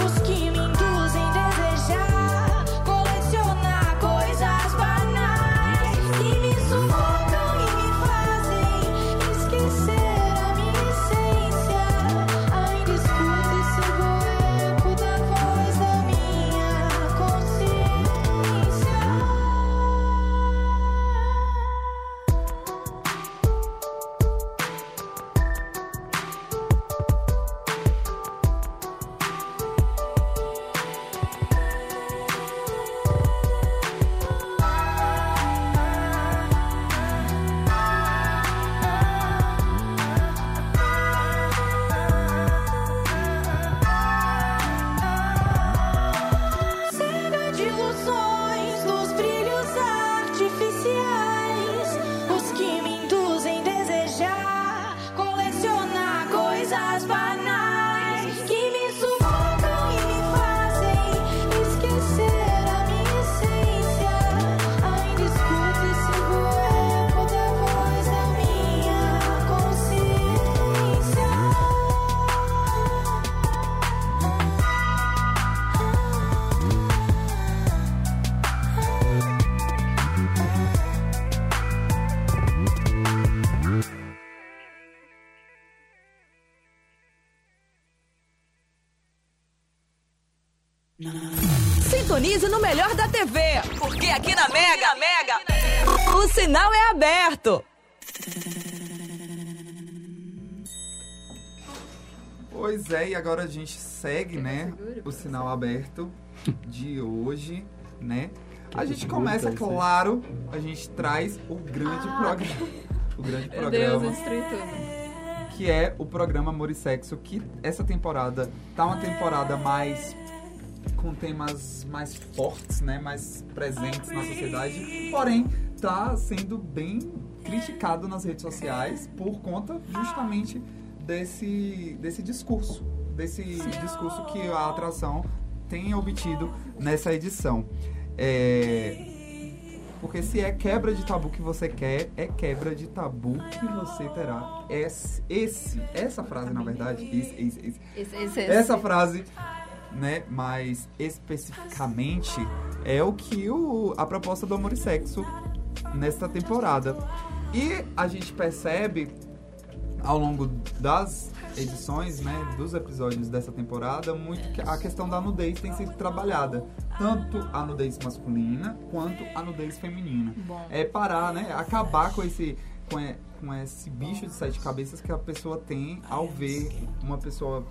Speaker 6: os que me induzem a desejar, colecionar coisas banais que me sufocam e me fazem esquecer a minha essência. Ainda escuto esse eco da voz da minha consciência. Cega de ilusões, dos brilhos artificiais, os que me induzem a desejar, colecionar coisas banais que me sufocam e me fazem esquecer a minha essência. Ainda escuto esse eco da voz da minha consciência.
Speaker 11: Sintonize no melhor da TV, porque aqui na Mega, Mega, o sinal é aberto.
Speaker 5: Pois é, e agora a gente segue, né? O sinal aberto de hoje, né? A gente começa, claro, a gente traz o grande programa. O grande
Speaker 3: Ah. Meu Deus, eu
Speaker 5: programa,
Speaker 3: destruí tudo.
Speaker 5: que é o programa Amor e Sexo, que essa temporada tá uma temporada mais com temas mais fortes, né? Mais presentes na sociedade. Porém, tá sendo bem criticado nas redes sociais por conta justamente desse, desse discurso. Desse discurso que a atração tem obtido nessa edição. É, Porque se é quebra de tabu que você quer, é quebra de tabu que você terá. Esse, esse essa frase, na verdade, esse, esse, esse,
Speaker 3: Esse, esse, esse.
Speaker 5: essa frase, né, mais especificamente, é o que o, a proposta do Amor e Sexo nesta temporada. E a gente percebe ao longo das edições, né, dos episódios dessa temporada, muito que a questão da nudez tem sido trabalhada, tanto a nudez masculina quanto a nudez feminina. É parar, né, acabar com esse com, e- com esse bicho de sete cabeças que a pessoa tem ao ver uma pessoa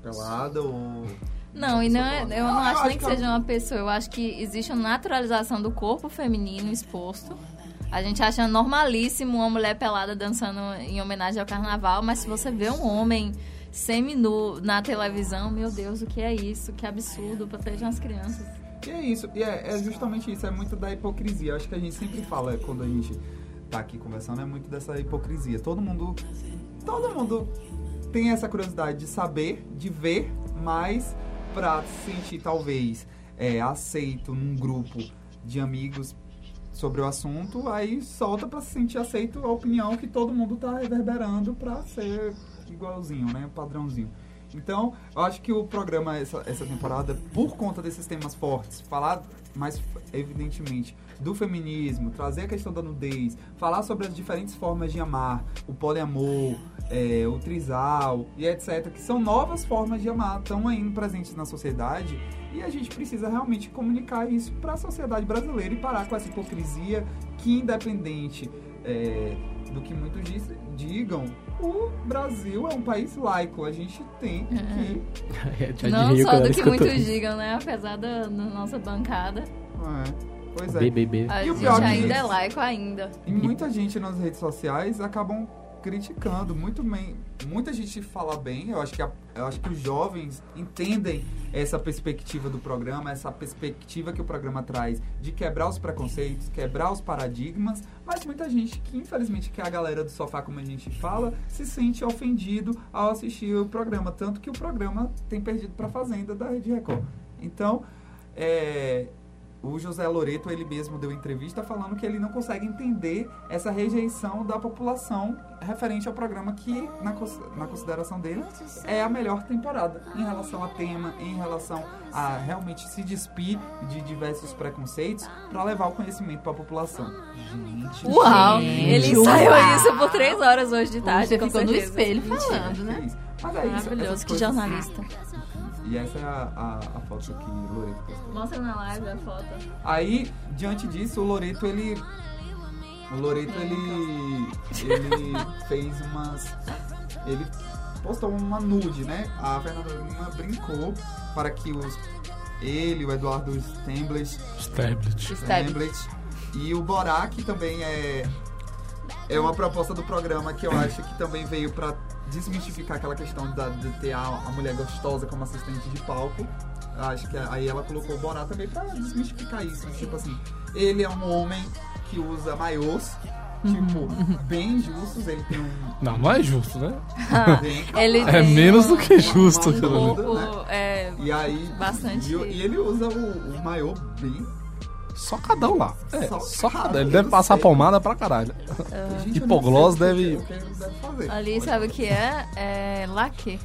Speaker 5: pelada ou
Speaker 3: Não, e não é- eu não
Speaker 5: Ah,
Speaker 3: acho
Speaker 5: acho
Speaker 3: nem que
Speaker 5: que ela-
Speaker 3: seja uma pessoa. Eu acho que existe uma naturalização do corpo feminino exposto. A gente acha normalíssimo uma mulher pelada dançando em homenagem ao carnaval, mas se você vê um homem seminu na televisão, meu Deus, o que é isso? Que absurdo, protejam as crianças.
Speaker 5: E é isso, e é, é justamente isso, é muito da hipocrisia. Acho que a gente sempre fala é, quando a gente tá aqui conversando, é muito dessa hipocrisia. Todo mundo. Todo mundo tem essa curiosidade de saber, de ver, mas pra se sentir talvez é, aceito num grupo de amigos sobre o assunto, aí solta pra se sentir aceito a opinião que todo mundo tá reverberando pra ser igualzinho, né? Padrãozinho. Então, eu acho que o programa, essa, essa temporada, por conta desses temas fortes, falar mais f- evidentemente do feminismo, trazer a questão da nudez, falar sobre as diferentes formas de amar, o poliamor, é, o trisal e etc., que são novas formas de amar, estão ainda presentes na sociedade e a gente precisa realmente comunicar isso para a sociedade brasileira e parar com essa hipocrisia que, independente é, do que muitos diz- digam, o Brasil é um país laico. A gente tem que.
Speaker 7: É,
Speaker 8: Tia de
Speaker 3: não
Speaker 8: Rio,
Speaker 3: só do
Speaker 8: quando ela
Speaker 3: que
Speaker 8: escutou
Speaker 3: muitos
Speaker 8: isso.
Speaker 3: digam, né? Apesar da, da nossa bancada,
Speaker 5: É, pois é.
Speaker 8: BBB.
Speaker 3: a
Speaker 5: E o
Speaker 3: gente
Speaker 5: pior que
Speaker 3: ainda
Speaker 5: isso-
Speaker 3: é laico ainda.
Speaker 5: E muita gente nas redes sociais acabam criticando muito bem. Muita gente fala bem, eu acho que, a- eu acho que os jovens entendem essa perspectiva do programa, essa perspectiva que o programa traz de quebrar os preconceitos, quebrar os paradigmas, mas muita gente que infelizmente que é a galera do sofá como a gente fala, se sente ofendido ao assistir o programa, tanto que o programa tem perdido para Fazenda da Rede Record. Então, é, o José Loreto, ele mesmo deu entrevista falando que ele não consegue entender essa rejeição da população referente ao programa que, na, cons- na consideração dele, é a melhor temporada em relação a tema, em relação a realmente se despir de diversos preconceitos para levar o conhecimento para a população. Gente,
Speaker 3: Uau!
Speaker 6: Gente,
Speaker 3: Ele é ensaiou isso por três horas hoje de tarde.
Speaker 6: Você
Speaker 3: com
Speaker 6: ficou no
Speaker 3: certeza. tá
Speaker 6: espelho
Speaker 5: gente,
Speaker 6: falando, né?
Speaker 5: que isso. Mas é isso, essas
Speaker 3: Maravilhoso, que
Speaker 5: coisas-
Speaker 3: jornalista.
Speaker 5: E essa é a, a, a foto que o Loreto postou.
Speaker 3: Mostra na live a foto.
Speaker 5: Aí, diante disso, o Loreto, ele. O Loreto, ele. Ele fez umas. Ele postou uma nude, né? A Fernanda Lima brincou para que os. Ele, o Eduardo Stemblitz,
Speaker 2: Stablet.
Speaker 3: Stab.
Speaker 5: Stemblitz Um e o Borá, que também é. É uma proposta do programa que eu acho que também veio para desmistificar aquela questão da, de ter a, a mulher gostosa como assistente de palco. Acho que aí ela colocou o Borá também pra desmistificar isso. Tipo assim, ele é um homem que usa maiôs, tipo, bem justos, ele tem um.
Speaker 2: Não, não é justo, né?
Speaker 5: bem-
Speaker 3: Ah, Ele
Speaker 2: É
Speaker 3: tem
Speaker 2: menos do que
Speaker 5: uma-
Speaker 2: justo
Speaker 3: um
Speaker 5: uma
Speaker 2: aquilo ali.
Speaker 5: bunda,
Speaker 3: o-
Speaker 5: né?
Speaker 3: é,
Speaker 5: E aí.
Speaker 3: Bastante.
Speaker 5: E, e ele usa o, o maiô bem.
Speaker 2: Socadão lá. É,
Speaker 5: Socadão,
Speaker 2: socadão. Ele
Speaker 5: eu
Speaker 3: um
Speaker 2: deve passar
Speaker 5: sei.
Speaker 2: pomada pra caralho.
Speaker 5: Gente, eu não
Speaker 2: Hipoglós
Speaker 5: sei o que-
Speaker 2: deve-
Speaker 5: o que ele deve fazer.
Speaker 3: Ah. ali
Speaker 5: Mas-
Speaker 3: sabe o que é? É laque.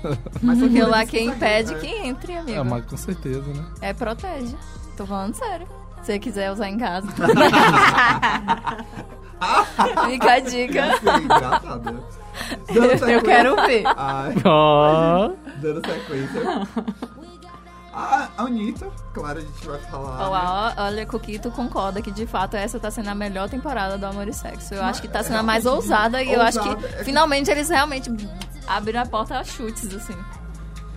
Speaker 5: Mas
Speaker 3: Porque o
Speaker 5: segura isso
Speaker 3: laque
Speaker 5: aí,
Speaker 3: impede
Speaker 5: né?
Speaker 3: que entre, amigo.
Speaker 2: É, mas com certeza, né?
Speaker 3: É, protege. Tô falando sério. Se você quiser usar em casa. Fica a dica.
Speaker 5: Sim, engraçado. né? Dando
Speaker 3: Eu
Speaker 5: sequência-
Speaker 3: quero ver.
Speaker 5: Ai, dando sequência. A Anitta, claro, a gente vai falar. né?
Speaker 3: Olá, ó, olha, Coquito concorda que de fato essa tá sendo a melhor temporada do Amor e Sexo. Eu acho que tá sendo a mais ousada e eu acho que
Speaker 5: Ousada.
Speaker 3: finalmente eles realmente abriram a porta a chutes, assim.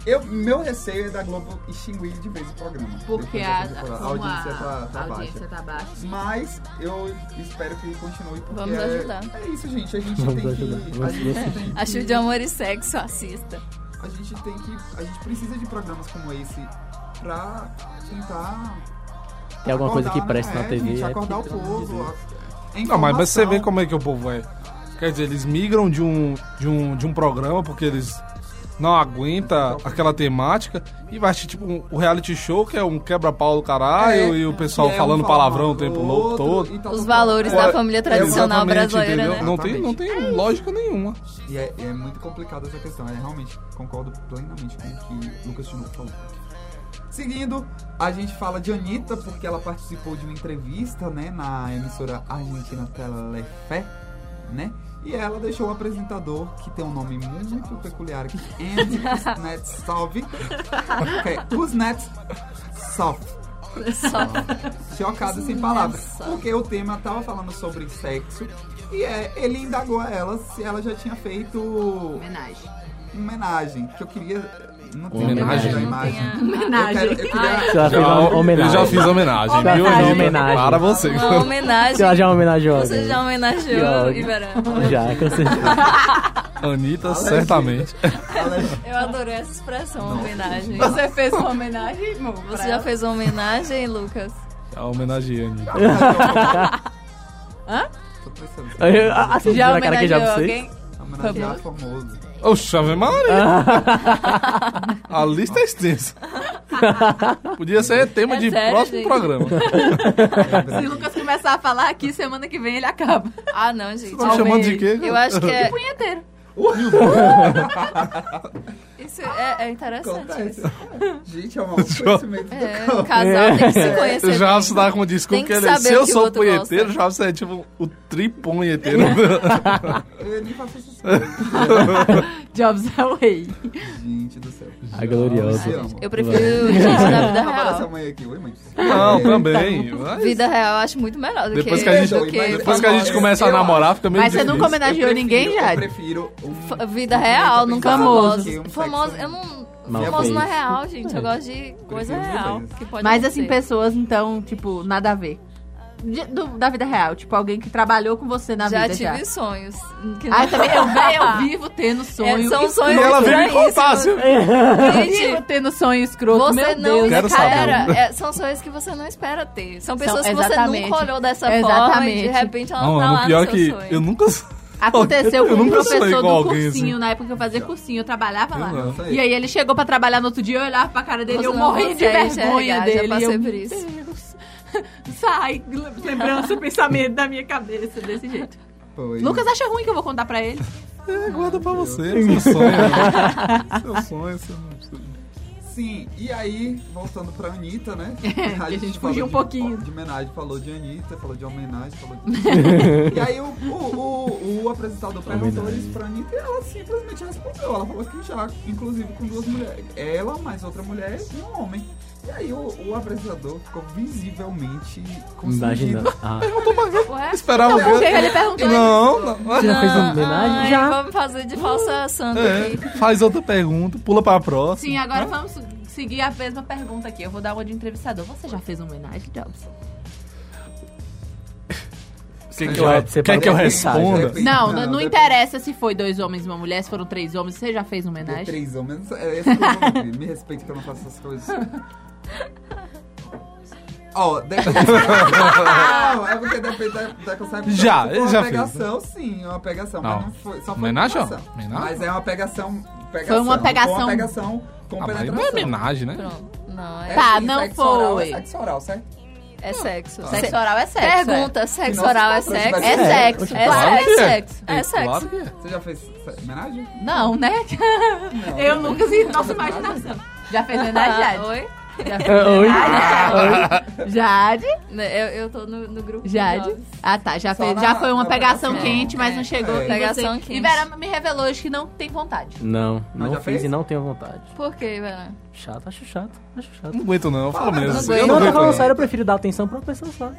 Speaker 5: Eu, meu receio é da Globo extinguir de vez o programa.
Speaker 6: Porque
Speaker 5: depois
Speaker 6: a,
Speaker 3: Ah,
Speaker 5: dessa temporada. a
Speaker 6: como
Speaker 5: audiência tá,
Speaker 6: a-
Speaker 5: tá
Speaker 6: a audiência
Speaker 5: baixa.
Speaker 6: tá baixa.
Speaker 5: Mas eu espero que continue porque
Speaker 3: Vamos
Speaker 5: é-
Speaker 3: ajudar.
Speaker 5: É, isso, gente. A gente
Speaker 2: Vamos
Speaker 5: tem que.
Speaker 2: ajudar,
Speaker 5: A
Speaker 2: vamos
Speaker 5: gente, tem que-
Speaker 3: Acho de Amor e Sexo, assista.
Speaker 5: a gente tem que. A gente precisa de programas como esse pra tentar.
Speaker 8: Tem alguma coisa que
Speaker 5: acordar,
Speaker 8: presta
Speaker 5: né?
Speaker 8: na TV.
Speaker 5: Gente,
Speaker 8: é
Speaker 5: acordar o
Speaker 8: porque tem que
Speaker 5: povo.
Speaker 8: dizer.
Speaker 5: a- é
Speaker 2: Não, mas, mas você vê
Speaker 5: informação.
Speaker 2: como é que o povo é. Quer dizer, eles migram de um, de um, de um programa porque eles não aguenta aquela temática e vai assistir tipo um, o reality show que é um quebra-pau do caralho
Speaker 5: É,
Speaker 2: e o pessoal
Speaker 5: E é um
Speaker 2: falando palavrão o
Speaker 5: do
Speaker 2: tempo louco todo.
Speaker 5: e tá
Speaker 3: Os
Speaker 5: todo-
Speaker 3: valores
Speaker 5: é,
Speaker 3: da família tradicional
Speaker 2: Exatamente,
Speaker 3: brasileira,
Speaker 2: entendeu?
Speaker 3: né?
Speaker 2: Não tem, não tem lógica nenhuma.
Speaker 5: E é, é muito complicada essa questão. Eu realmente concordo plenamente com o que o Lucas Tinoco falou. Seguindo, a gente fala de Anitta, porque ela participou de uma entrevista, né, na emissora argentina Telefé, né? E ela deixou o apresentador, que tem um nome muito peculiar aqui, Andy Kuznetsov. Ok, Kuznetsov
Speaker 3: Só
Speaker 5: chocado sem palavras. Porque o tema tava falando sobre sexo e é, ele indagou a ela se ela já tinha feito uma
Speaker 6: Homenagem.
Speaker 5: homenagem. Que eu queria. Não tem
Speaker 2: Homenagem?
Speaker 5: a imagem. Eu, quero, eu queria.
Speaker 8: Se ela fez uma
Speaker 2: eu
Speaker 8: homenagem.
Speaker 2: já fiz homenagem,
Speaker 8: Já
Speaker 2: viu?
Speaker 8: fez
Speaker 2: Anitta?
Speaker 8: homenagem.
Speaker 2: Para você.
Speaker 3: né? uma
Speaker 8: Se ela
Speaker 3: homenagem.
Speaker 8: já homenageou
Speaker 3: Você
Speaker 8: alguém.
Speaker 3: já
Speaker 8: Que
Speaker 3: homenageou
Speaker 8: ódio.
Speaker 3: Iberã.
Speaker 8: Já, com certeza.
Speaker 2: Anitta, certamente.
Speaker 5: Ale-
Speaker 3: Eu adorei essa expressão, homenagem.
Speaker 6: Você fez uma homenagem, amor?
Speaker 3: Você já fem- fez uma homenagem, Lucas?
Speaker 2: Já homenageei a Anitta.
Speaker 5: Tô pensando.
Speaker 8: Eu- a- Assim,
Speaker 6: Já
Speaker 8: já na cara que já
Speaker 6: homenageou
Speaker 8: pra vocês.
Speaker 6: alguém?
Speaker 5: Homenagear Tá famoso.
Speaker 2: Oxe, Ave Maria. A lista é extensa. Podia ser tema
Speaker 3: É
Speaker 2: de
Speaker 3: sério,
Speaker 2: próximo
Speaker 3: gente?
Speaker 2: programa. Tá
Speaker 6: Se o Lucas começar a falar aqui, semana que vem ele acaba.
Speaker 3: Ah, não, gente.
Speaker 2: Tá me chamando de quê?
Speaker 3: Eu acho que é,
Speaker 6: Punheteiro.
Speaker 3: isso é, é interessante.
Speaker 5: Acontece.
Speaker 3: isso.
Speaker 5: Gente, é um conhecimento do
Speaker 3: É,
Speaker 5: campo.
Speaker 3: o casal tem que se conhecer.
Speaker 2: O
Speaker 3: bem.
Speaker 2: Javes dá como desculpa
Speaker 3: Tem que
Speaker 2: que ele, é
Speaker 3: saber
Speaker 2: se
Speaker 3: o
Speaker 2: eu
Speaker 3: que o
Speaker 2: sou
Speaker 3: outro
Speaker 2: punheteiro, o
Speaker 3: gosta.
Speaker 2: Javes é tipo o tripunheteiro.
Speaker 5: Eu nem faço essas coisas.
Speaker 6: Jobs é o rei.
Speaker 5: Gente do céu.
Speaker 8: A gloriosa.
Speaker 5: Eu amo.
Speaker 3: Eu prefiro gente da vida
Speaker 5: Agora essa
Speaker 3: real.
Speaker 5: mãe aqui, oi mãe.
Speaker 2: Não,
Speaker 5: É,
Speaker 2: também. mas
Speaker 3: Vida real eu acho muito melhor do
Speaker 2: Depois que
Speaker 3: que,
Speaker 2: a gente-
Speaker 3: do que
Speaker 5: Mas
Speaker 2: Depois que a gente
Speaker 5: Eu
Speaker 2: começa a
Speaker 5: acho.
Speaker 2: namorar, fica meio
Speaker 6: Mas você
Speaker 2: difícil.
Speaker 6: nunca
Speaker 5: Eu
Speaker 6: homenageou
Speaker 5: prefiro-
Speaker 6: ninguém,
Speaker 5: Eu
Speaker 6: Jade?
Speaker 5: prefiro um
Speaker 3: F- vida real, nunca
Speaker 6: Famoso.
Speaker 3: famoso. Famoso,
Speaker 5: né?
Speaker 3: eu não.
Speaker 8: Mal
Speaker 3: famoso não é
Speaker 8: feito.
Speaker 3: real, gente. Eu gosto de coisa
Speaker 5: Prefiro
Speaker 3: real.
Speaker 5: vocês.
Speaker 3: Que pode
Speaker 6: Mas assim,
Speaker 3: acontecer.
Speaker 6: pessoas, então, tipo, nada a ver. de- do- da vida real? Tipo, alguém que trabalhou com você na
Speaker 3: já
Speaker 6: vida
Speaker 3: tive
Speaker 6: já.
Speaker 3: sonhos. que
Speaker 6: Ai,
Speaker 3: não-
Speaker 6: também eu, véi, eu vivo tendo sonho.
Speaker 3: É, são sonhos
Speaker 6: escroto.
Speaker 3: E ela veio me contar, estranhíssimos. viu?
Speaker 6: Eu vivo tendo sonho escroto,
Speaker 3: Você
Speaker 6: meu
Speaker 3: não
Speaker 6: Deus.
Speaker 2: Quero
Speaker 3: espera.
Speaker 2: saber.
Speaker 3: é, são sonhos que você não espera ter. São
Speaker 6: São-
Speaker 3: pessoas que você
Speaker 6: exatamente.
Speaker 3: nunca olhou dessa forma e
Speaker 6: Exatamente.
Speaker 3: de repente ela
Speaker 2: Não,
Speaker 3: tá
Speaker 2: mano,
Speaker 3: lá
Speaker 2: o pior
Speaker 3: no
Speaker 2: é
Speaker 3: seu
Speaker 2: que
Speaker 3: sonho.
Speaker 2: eu nunca.
Speaker 6: Aconteceu
Speaker 2: Eu
Speaker 6: com um
Speaker 2: nunca sonhei
Speaker 6: professor
Speaker 2: com
Speaker 6: do
Speaker 2: alguém, assim.
Speaker 6: cursinho, na época que eu fazia cursinho, eu trabalhava lá.
Speaker 2: Eu
Speaker 5: não.
Speaker 6: E aí ele chegou pra trabalhar no outro dia, eu olhava pra cara dele e
Speaker 3: Você
Speaker 6: eu
Speaker 3: não
Speaker 6: morri de
Speaker 3: consegue
Speaker 6: vergonha
Speaker 3: enxergar, já
Speaker 6: dele.
Speaker 3: passei
Speaker 6: eu,
Speaker 3: por isso.
Speaker 6: "Meu Deus, Sai, lembrança, pensamento da minha cabeça desse jeito.
Speaker 5: Pois.
Speaker 6: Lucas acha ruim que eu vou contar pra ele.
Speaker 2: É, guarda pra você, seu sonho. seu sonho, seu
Speaker 5: Sim, e aí, voltando pra Anitta, né?
Speaker 6: que É, a gente
Speaker 5: falou
Speaker 6: fugiu um
Speaker 5: de-
Speaker 6: pouquinho.
Speaker 5: De homenagem, falou de Anitta, falou de homenagem, falou de. e aí, o, o, o, o apresentador perguntou
Speaker 2: Homenagem.
Speaker 5: isso pra Anitta e ela simplesmente respondeu. Ela falou que já, inclusive com duas mulheres. Ela, mais outra mulher e um homem. E aí, o, o apresentador ficou visivelmente
Speaker 8: Imagina.
Speaker 5: constrangido.
Speaker 8: Ah,
Speaker 3: Ué?
Speaker 2: Esperava
Speaker 6: Então, por que
Speaker 2: alguém.
Speaker 6: ele perguntou
Speaker 2: Não, não.
Speaker 8: você já fez uma
Speaker 3: Ai,
Speaker 8: homenagem? Já.
Speaker 3: Vamos fazer de falsa santa
Speaker 2: É,
Speaker 3: aqui.
Speaker 2: faz outra pergunta, pula pra próxima.
Speaker 6: Sim, agora vamos seguir a mesma pergunta aqui. Eu vou dar uma de entrevistador. Você já fez uma homenagem, Jobs?
Speaker 2: Quem que,
Speaker 5: Você
Speaker 2: eu,
Speaker 8: vai-
Speaker 2: quer
Speaker 8: você
Speaker 2: que eu
Speaker 8: parece-
Speaker 2: responda?
Speaker 5: Sim. Não,
Speaker 6: Não, não,
Speaker 5: depois-
Speaker 6: interessa se foi dois homens e uma mulher, se foram três homens. Você já fez uma
Speaker 5: De
Speaker 6: homenagem?
Speaker 5: três homens. É, esse que eu vou ouvir. Me respeita que eu não faço essas coisas. Ó, depende. não, é porque depende da, da concepção.
Speaker 2: Já,
Speaker 5: Se for
Speaker 2: já
Speaker 5: Uma
Speaker 2: fiz.
Speaker 5: pegação, sim, uma pegação.
Speaker 2: Não.
Speaker 5: Mas não foi, só foi
Speaker 2: Homenagem,
Speaker 5: uma pegação.
Speaker 2: ó. Homenagem.
Speaker 5: Mas é uma pegação. pegação
Speaker 6: uma pegação.
Speaker 5: Uma pegação com
Speaker 2: Ah, mas não é
Speaker 5: penetração.
Speaker 2: homenagem, né?
Speaker 3: Pronto. Não,
Speaker 5: É
Speaker 3: é,
Speaker 6: Tá,
Speaker 5: sim,
Speaker 6: não
Speaker 5: sexo Oral, é
Speaker 6: foi.
Speaker 5: sexo oral, certo?
Speaker 3: é
Speaker 2: Tá.
Speaker 3: sexo.
Speaker 6: Sexo oral é sexo. é.
Speaker 3: Pergunta, sexo
Speaker 5: Nossa,
Speaker 3: oral é
Speaker 5: pra
Speaker 3: sexo?
Speaker 5: você vai-
Speaker 3: É
Speaker 8: É,
Speaker 3: sexo.
Speaker 8: é,
Speaker 3: É sexo. É
Speaker 2: claro
Speaker 3: sexo.
Speaker 2: que é.
Speaker 3: É sexo.
Speaker 2: Claro que é.
Speaker 5: Você já fez se- homenagem?
Speaker 3: é.
Speaker 6: Não, né? Eu nunca vi nossa imaginação. Já fez homenagem,
Speaker 3: Ah,
Speaker 6: Jade?
Speaker 3: Oi?
Speaker 6: Já fez
Speaker 8: Ah, Oi?
Speaker 6: homenagem? Jade?
Speaker 3: Né, Eu, eu tô no, no grupo. de
Speaker 6: Jade?
Speaker 3: jovens.
Speaker 6: Ah, tá. Já,
Speaker 5: Só
Speaker 6: fez,
Speaker 5: na-
Speaker 6: já foi uma
Speaker 5: na
Speaker 6: pegação
Speaker 5: pegação.
Speaker 6: quente, mas
Speaker 3: É,
Speaker 6: não chegou.
Speaker 5: é.
Speaker 6: em
Speaker 3: Pegação
Speaker 6: você. E
Speaker 3: quente.
Speaker 6: Vera me revelou hoje que não tem vontade.
Speaker 8: Não, não
Speaker 5: já
Speaker 8: fiz
Speaker 5: fez?
Speaker 8: e não tenho vontade.
Speaker 3: Por quê, velho?
Speaker 8: Chato, acho chato, acho chato.
Speaker 2: Não aguento, não. Fala mesmo. assim,
Speaker 3: não
Speaker 8: Eu
Speaker 2: eu
Speaker 8: não,
Speaker 2: não
Speaker 8: tô falando
Speaker 2: aguento.
Speaker 8: sério, eu prefiro dar atenção pra uma pessoa só.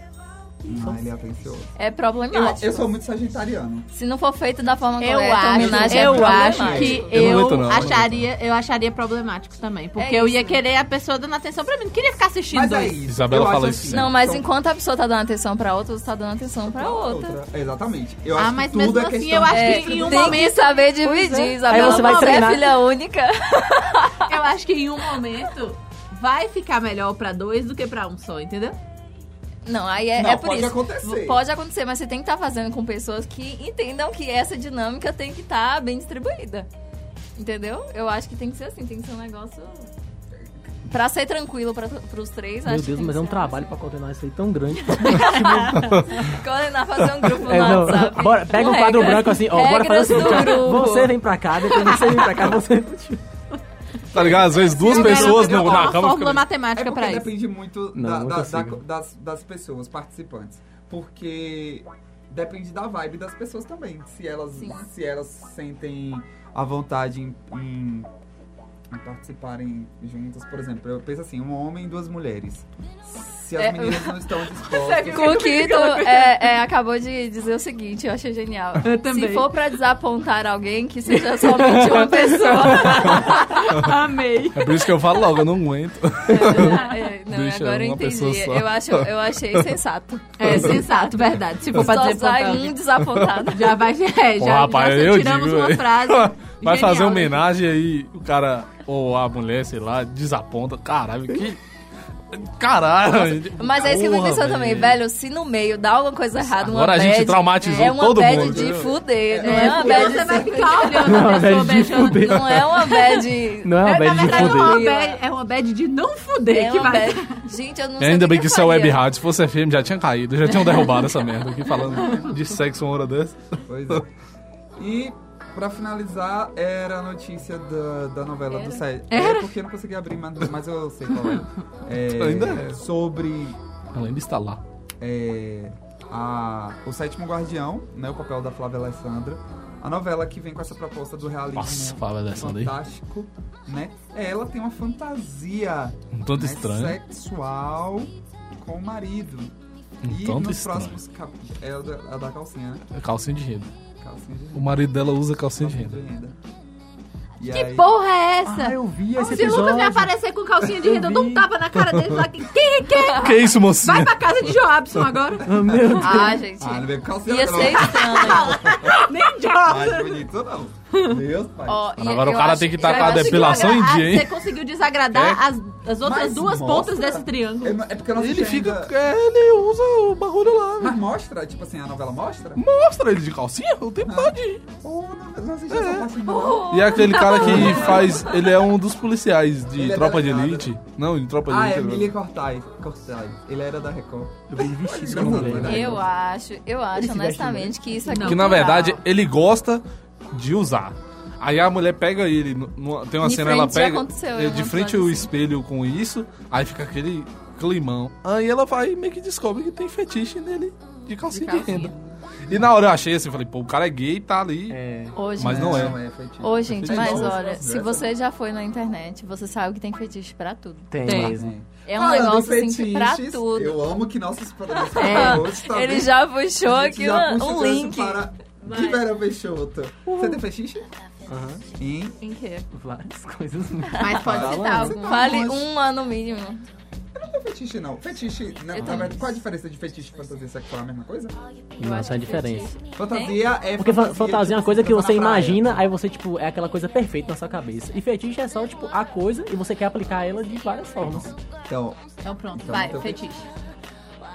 Speaker 5: Ah, ele é atencioso.
Speaker 3: É
Speaker 5: Eu,
Speaker 3: problemático.
Speaker 5: eu sou muito sagitariano.
Speaker 3: Se não for feito da forma
Speaker 6: Eu
Speaker 3: correta, a
Speaker 6: acho,
Speaker 3: homenagem é
Speaker 6: eu acho
Speaker 3: problemática.
Speaker 6: que
Speaker 2: Eu não
Speaker 6: eu,
Speaker 2: aguento, não, eu não
Speaker 6: acharia, eu acharia problemático também, porque
Speaker 3: É
Speaker 6: eu ia
Speaker 3: isso.
Speaker 6: querer a pessoa dando atenção pra mim, não queria ficar assistindo
Speaker 5: Mas é
Speaker 6: dois.
Speaker 5: isso.
Speaker 2: Isabela
Speaker 5: eu acho
Speaker 2: fala isso
Speaker 5: assim.
Speaker 2: sempre.
Speaker 3: Não, mas
Speaker 5: São-
Speaker 3: enquanto a pessoa tá dando atenção pra outra, você tá dando atenção pra outra.
Speaker 5: Exatamente. Eu
Speaker 6: Ah,
Speaker 5: acho
Speaker 6: mas
Speaker 5: que tudo
Speaker 6: mesmo
Speaker 5: é
Speaker 6: assim,
Speaker 5: questão
Speaker 6: eu acho
Speaker 5: de
Speaker 6: que em
Speaker 3: É,
Speaker 6: um
Speaker 5: distribuição.
Speaker 3: tem que
Speaker 6: momento-
Speaker 3: saber dividir, Isabela.
Speaker 8: Aí você vai
Speaker 3: Você é
Speaker 8: treinar.
Speaker 3: filha única.
Speaker 6: Eu acho que em um momento vai ficar melhor pra dois do que pra um só, entendeu?
Speaker 3: Não, aí é,
Speaker 5: Não,
Speaker 3: é por
Speaker 5: pode
Speaker 3: isso.
Speaker 5: acontecer.
Speaker 3: Pode acontecer, mas você tem que estar fazendo com pessoas que entendam que essa dinâmica tem que estar bem distribuída. Entendeu? Eu acho que tem que ser assim, tem que ser um negócio. Pra ser tranquilo pra, pros três,
Speaker 8: Meu
Speaker 3: acho que.
Speaker 8: Deus,
Speaker 3: tem
Speaker 8: mas
Speaker 3: que
Speaker 8: é um
Speaker 3: ser
Speaker 8: trabalho pra coordenar isso aí tão grande.
Speaker 3: assim. Coordenar, fazer um grupo no
Speaker 8: É, não.
Speaker 3: WhatsApp.
Speaker 8: Bora, pega
Speaker 3: com
Speaker 8: um quadro
Speaker 3: regras.
Speaker 8: branco assim, ó, bora fazer o
Speaker 3: Regras
Speaker 8: seguinte,
Speaker 3: do
Speaker 8: ó,
Speaker 3: grupo.
Speaker 8: você vem pra cá, depois você vem pra cá, você vem pro time.
Speaker 2: Tá ligado? Às vezes duas
Speaker 6: Eu quero
Speaker 2: pessoas
Speaker 6: uma
Speaker 2: no, na cama
Speaker 6: fórmula
Speaker 2: ficam...
Speaker 6: matemática
Speaker 5: É
Speaker 6: pra
Speaker 5: porque
Speaker 6: isso.
Speaker 5: depende muito
Speaker 8: Não,
Speaker 5: da-
Speaker 8: não
Speaker 5: da- da-
Speaker 8: consigo.
Speaker 5: das, das pessoas participantes. Porque depende da vibe das pessoas também. Se elas,
Speaker 3: Sim.
Speaker 5: se elas sentem a vontade em, em- em participarem juntas. Por exemplo, eu penso assim, um homem e duas mulheres. Se as
Speaker 3: É,
Speaker 5: meninas não estão
Speaker 3: O
Speaker 5: dispostas...
Speaker 3: Coquito é, é, acabou de dizer o seguinte, eu achei genial.
Speaker 6: Eu também.
Speaker 3: Se for pra desapontar alguém, que seja somente uma pessoa.
Speaker 6: Amei.
Speaker 2: É por isso que eu falo logo, eu não aguento.
Speaker 3: É, não,
Speaker 2: Deixa
Speaker 3: agora eu
Speaker 2: uma pessoa
Speaker 3: entendi.
Speaker 2: só.
Speaker 3: Eu, acho, eu achei sensato.
Speaker 6: É sensato, verdade. Se for pra
Speaker 3: Só
Speaker 6: dizer
Speaker 3: sai
Speaker 6: pra
Speaker 3: um desapontado.
Speaker 6: já vai, é, já,
Speaker 2: Ô, rapaz,
Speaker 6: já
Speaker 2: eu
Speaker 6: tiramos
Speaker 2: digo,
Speaker 6: uma
Speaker 2: velho.
Speaker 6: frase.
Speaker 2: Vai
Speaker 6: genial,
Speaker 2: fazer um
Speaker 6: né?
Speaker 2: homenagem aí, o cara, ou a mulher, sei lá, desaponta. Caralho, que. Caralho. gente.
Speaker 3: Mas é isso que eu
Speaker 2: Porra,
Speaker 3: pensou também, velho. Se no meio dá alguma coisa errada, uma
Speaker 2: Agora a gente
Speaker 3: bad,
Speaker 2: traumatizou
Speaker 3: é uma
Speaker 2: todo
Speaker 3: bad
Speaker 2: mundo,
Speaker 3: de
Speaker 2: entendeu?
Speaker 3: fuder, não
Speaker 6: É,
Speaker 3: é uma
Speaker 6: porque
Speaker 3: bad
Speaker 6: você vai ficar olhando
Speaker 8: Não,
Speaker 6: a pessoa
Speaker 8: velho, de
Speaker 6: beijando.
Speaker 8: fuder.
Speaker 3: Não é uma bad.
Speaker 8: Não é uma bad de
Speaker 6: É uma
Speaker 8: fuder.
Speaker 6: bad, é uma bad de não fuder
Speaker 3: É
Speaker 6: que
Speaker 3: uma
Speaker 6: vai
Speaker 3: bad. Gente, eu não sei.
Speaker 2: Ainda
Speaker 3: o
Speaker 2: bem que
Speaker 3: eu
Speaker 2: isso é web
Speaker 3: faria.
Speaker 2: rádio. Se fosse FM, já tinha caído, já tinham derrubado essa merda aqui falando de sexo uma hora dessa.
Speaker 5: Pois é. E pra finalizar, era a notícia da, da novela do site. É porque eu não consegui abrir, mas, mas eu sei qual é. É,
Speaker 2: Ainda é.
Speaker 5: Sobre
Speaker 2: Ela ainda está lá.
Speaker 5: é, a- o sétimo guardião, né? O papel da Flávia Alessandra. A novela que vem com essa proposta do realismo
Speaker 2: Nossa, Flávia Alessandra aí.
Speaker 5: fantástico, né? É, Ela tem uma fantasia
Speaker 2: Um tanto
Speaker 5: né,
Speaker 2: estranho.
Speaker 5: sexual com o marido.
Speaker 2: Um
Speaker 5: e
Speaker 2: tanto
Speaker 5: nos
Speaker 2: estranho.
Speaker 5: próximos capítulos. É a da, a da calcinha, né?
Speaker 2: É Calcinha de renda.
Speaker 5: Calcinha de
Speaker 2: O marido dela usa calcinha de
Speaker 5: Calcinha
Speaker 2: renda.
Speaker 5: de renda. E
Speaker 6: Que
Speaker 5: aí-
Speaker 6: porra é essa?
Speaker 8: Ah, eu vi esse
Speaker 6: Se o Lucas me
Speaker 8: episódio.
Speaker 6: aparecer com calcinha de renda, eu dou um tapa na cara dele lá. Quem, quem? quem?
Speaker 2: Que isso, mocinha?
Speaker 6: Vai pra casa de Joabson agora.
Speaker 8: Meu Deus.
Speaker 3: Ah, gente.
Speaker 5: Ah, não vem com calcinha,
Speaker 3: Ia
Speaker 5: não.
Speaker 3: ser estranho.
Speaker 6: Nem
Speaker 5: Mais
Speaker 6: Joabson.
Speaker 5: bonito, não. Deus, pai.
Speaker 3: Ó, e
Speaker 2: Agora o
Speaker 3: eu
Speaker 2: cara
Speaker 3: acho
Speaker 2: tem que
Speaker 3: que
Speaker 2: tá
Speaker 3: vai
Speaker 2: com a
Speaker 3: conseguir
Speaker 2: depilação em
Speaker 6: Agora,
Speaker 2: dia,
Speaker 6: Você
Speaker 2: hein?
Speaker 6: conseguiu desagradar
Speaker 2: É?
Speaker 6: as, as outras
Speaker 5: Mas
Speaker 6: duas
Speaker 5: mostra.
Speaker 6: pontas desse triângulo.
Speaker 5: Eu não- é porque eu não
Speaker 2: Ele
Speaker 5: assisti
Speaker 2: fica.
Speaker 5: ainda.
Speaker 2: É, ele usa o bagulho lá. velho.
Speaker 5: Mas mostra? Tipo assim, a novela mostra?
Speaker 2: Mostra ele de calcinha o tempo todo.
Speaker 5: Ou não, não assisti essa parte ainda, não.
Speaker 2: E é aquele cara que faz. Ele é um dos policiais de
Speaker 5: Ele é
Speaker 2: Tropa de
Speaker 5: delegado.
Speaker 2: Elite. Não, de Tropa de
Speaker 5: Ah, é
Speaker 2: Elite. um
Speaker 5: Emília Cortais. Cortais. Ele era da Record.
Speaker 8: Eu vi vestido
Speaker 5: Não, é
Speaker 8: como mulher.
Speaker 2: né?
Speaker 5: não, não.
Speaker 3: Eu acho, eu
Speaker 8: Ele
Speaker 3: acho
Speaker 8: se veste
Speaker 3: honestamente que isso é
Speaker 2: que na
Speaker 3: cultural.
Speaker 2: verdade ele gosta de usar. Aí a mulher pega ele, nu- nu- tem uma
Speaker 3: De
Speaker 2: cena
Speaker 3: frente
Speaker 2: ela
Speaker 3: já
Speaker 2: pega
Speaker 3: aconteceu,
Speaker 2: eh,
Speaker 3: eu
Speaker 2: de
Speaker 3: não
Speaker 2: frente
Speaker 3: tô
Speaker 2: o
Speaker 3: assim.
Speaker 2: espelho com isso, aí fica aquele climão. Aí ela vai e meio que descobre que tem fetiche nele de calcinha de,
Speaker 3: calcinha.
Speaker 2: renda. E na hora eu achei assim, falei, pô, o cara é gay, tá ali.
Speaker 8: É.
Speaker 3: Hoje,
Speaker 2: Mas não é.
Speaker 5: foi tipo-
Speaker 3: Ô, gente,
Speaker 2: É
Speaker 3: mas
Speaker 2: igual
Speaker 5: as
Speaker 3: olha,
Speaker 5: nossas
Speaker 3: se
Speaker 5: dessas.
Speaker 3: você já foi na internet, você sabe que tem fetiche pra tudo.
Speaker 8: Tem,
Speaker 6: Tem.
Speaker 8: mesmo.
Speaker 3: É
Speaker 2: Ah,
Speaker 3: um
Speaker 5: Falando em
Speaker 3: negócio assim que pra
Speaker 5: fetiches,
Speaker 3: tudo.
Speaker 5: Eu amo que nossos produtos tá
Speaker 3: É, ele já puxou aqui uma- um link.
Speaker 5: Para...
Speaker 3: Vai.
Speaker 5: Vera Peixoto. Você tem fetiche?
Speaker 8: Aham.
Speaker 5: Hein?
Speaker 3: Em quê?
Speaker 8: Várias coisas mesmo.
Speaker 6: Mas pode
Speaker 5: Fala,
Speaker 6: citar
Speaker 5: mano.
Speaker 6: algum.
Speaker 3: Vale
Speaker 5: Nossa.
Speaker 3: um ano mínimo.
Speaker 5: Não é fetiche, não. Fetiche, na, na verdade, qual a diferença de fetiche e fantasia sexual? É a mesma coisa?
Speaker 8: Não, são a diferença.
Speaker 5: Fantasia é
Speaker 8: Porque fa- fantasia é uma coisa que
Speaker 5: tipo, tá
Speaker 8: você
Speaker 5: na praia.
Speaker 8: imagina, aí você, tipo, é aquela coisa perfeita na sua cabeça. E fetiche é só, tipo, a coisa e você quer aplicar ela de várias formas.
Speaker 5: Então,
Speaker 6: Então pronto,
Speaker 5: Então,
Speaker 6: vai,
Speaker 5: então-
Speaker 6: fetiche.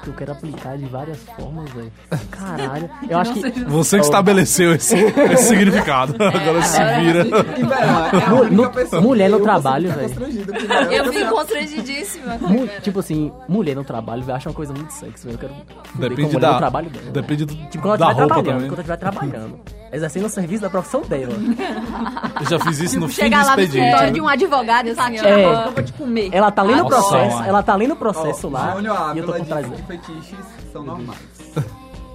Speaker 8: Eu quero aplicar de várias formas, velho. Caralho. Eu acho que.
Speaker 2: Você que
Speaker 8: Então,
Speaker 2: estabeleceu esse, esse significado.
Speaker 3: É,
Speaker 2: Agora se vira.
Speaker 5: e Vera é a
Speaker 8: Mu-
Speaker 5: única
Speaker 8: mu-
Speaker 5: pessoa
Speaker 8: mulher
Speaker 5: que
Speaker 8: no
Speaker 5: eu
Speaker 8: trabalho,
Speaker 5: consigo ficar constrangido, porque Vera é
Speaker 3: Eu
Speaker 5: uma
Speaker 3: vim
Speaker 5: pessoa-
Speaker 3: constrangidíssima.
Speaker 8: Mu-
Speaker 3: cara.
Speaker 8: tipo assim, mulher no trabalho, velho, acha uma coisa muito sexy, velho. Eu quero. fuder com
Speaker 2: Depende
Speaker 8: mulher
Speaker 2: da.
Speaker 8: no trabalho dela.
Speaker 2: Depende do,
Speaker 8: Tipo, quando
Speaker 2: da
Speaker 8: ela estiver
Speaker 2: roupa
Speaker 8: trabalhando,
Speaker 2: também.
Speaker 8: quando ela estiver trabalhando. Exercendo o serviço da profissão dela.
Speaker 2: Eu já fiz
Speaker 3: Tipo,
Speaker 2: isso no fim do
Speaker 6: Chegar lá no
Speaker 2: expediente.
Speaker 6: escritório
Speaker 2: né?
Speaker 6: de um advogado e falar,
Speaker 3: É.
Speaker 6: tira a boca, eu vou te comer.
Speaker 8: Ela tá lendo o
Speaker 2: Nossa,
Speaker 8: processo,
Speaker 2: mano.
Speaker 8: ela tá lendo o processo lá.
Speaker 5: tipo, Júnior
Speaker 8: e eu tô
Speaker 5: Ávila
Speaker 8: por trás
Speaker 5: disse
Speaker 8: dela.
Speaker 5: que fetiches são normais.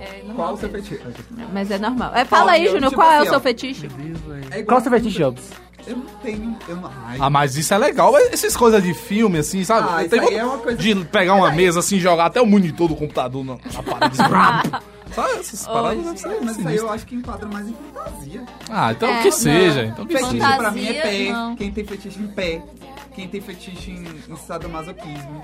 Speaker 3: É, não
Speaker 5: Qual o
Speaker 3: vou
Speaker 5: seu
Speaker 3: ver.
Speaker 5: fetiche?
Speaker 6: Mas é normal. É, fala aí,
Speaker 5: Tipo
Speaker 6: Júnior, qual é o
Speaker 5: assim, ó.
Speaker 6: seu fetiche?
Speaker 5: É igual-
Speaker 8: Qual o seu fetiche, Jobs?
Speaker 5: Eu não tenho... Eu não... Ai,
Speaker 2: Ah, mas isso é legal. mas Essas coisas de filme, assim, sabe?
Speaker 5: Ah,
Speaker 2: Eu
Speaker 5: isso
Speaker 2: tenho
Speaker 5: aí
Speaker 2: vontade
Speaker 5: é uma coisa-
Speaker 2: De pegar uma mesa, assim, jogar até o monitor do computador na, na parede. sabe? Essas paradas deve ser
Speaker 5: mas isso aí
Speaker 2: sinistro.
Speaker 5: eu acho que enquadra mais em fantasia.
Speaker 2: Ah, então
Speaker 3: É,
Speaker 2: que
Speaker 3: não.
Speaker 2: seja. Então que
Speaker 5: Fetiche
Speaker 2: seja.
Speaker 5: pra mim é pé.
Speaker 3: não.
Speaker 5: Quem tem fetiche em pé. Quem tem fetiche em, em sadomasoquismo.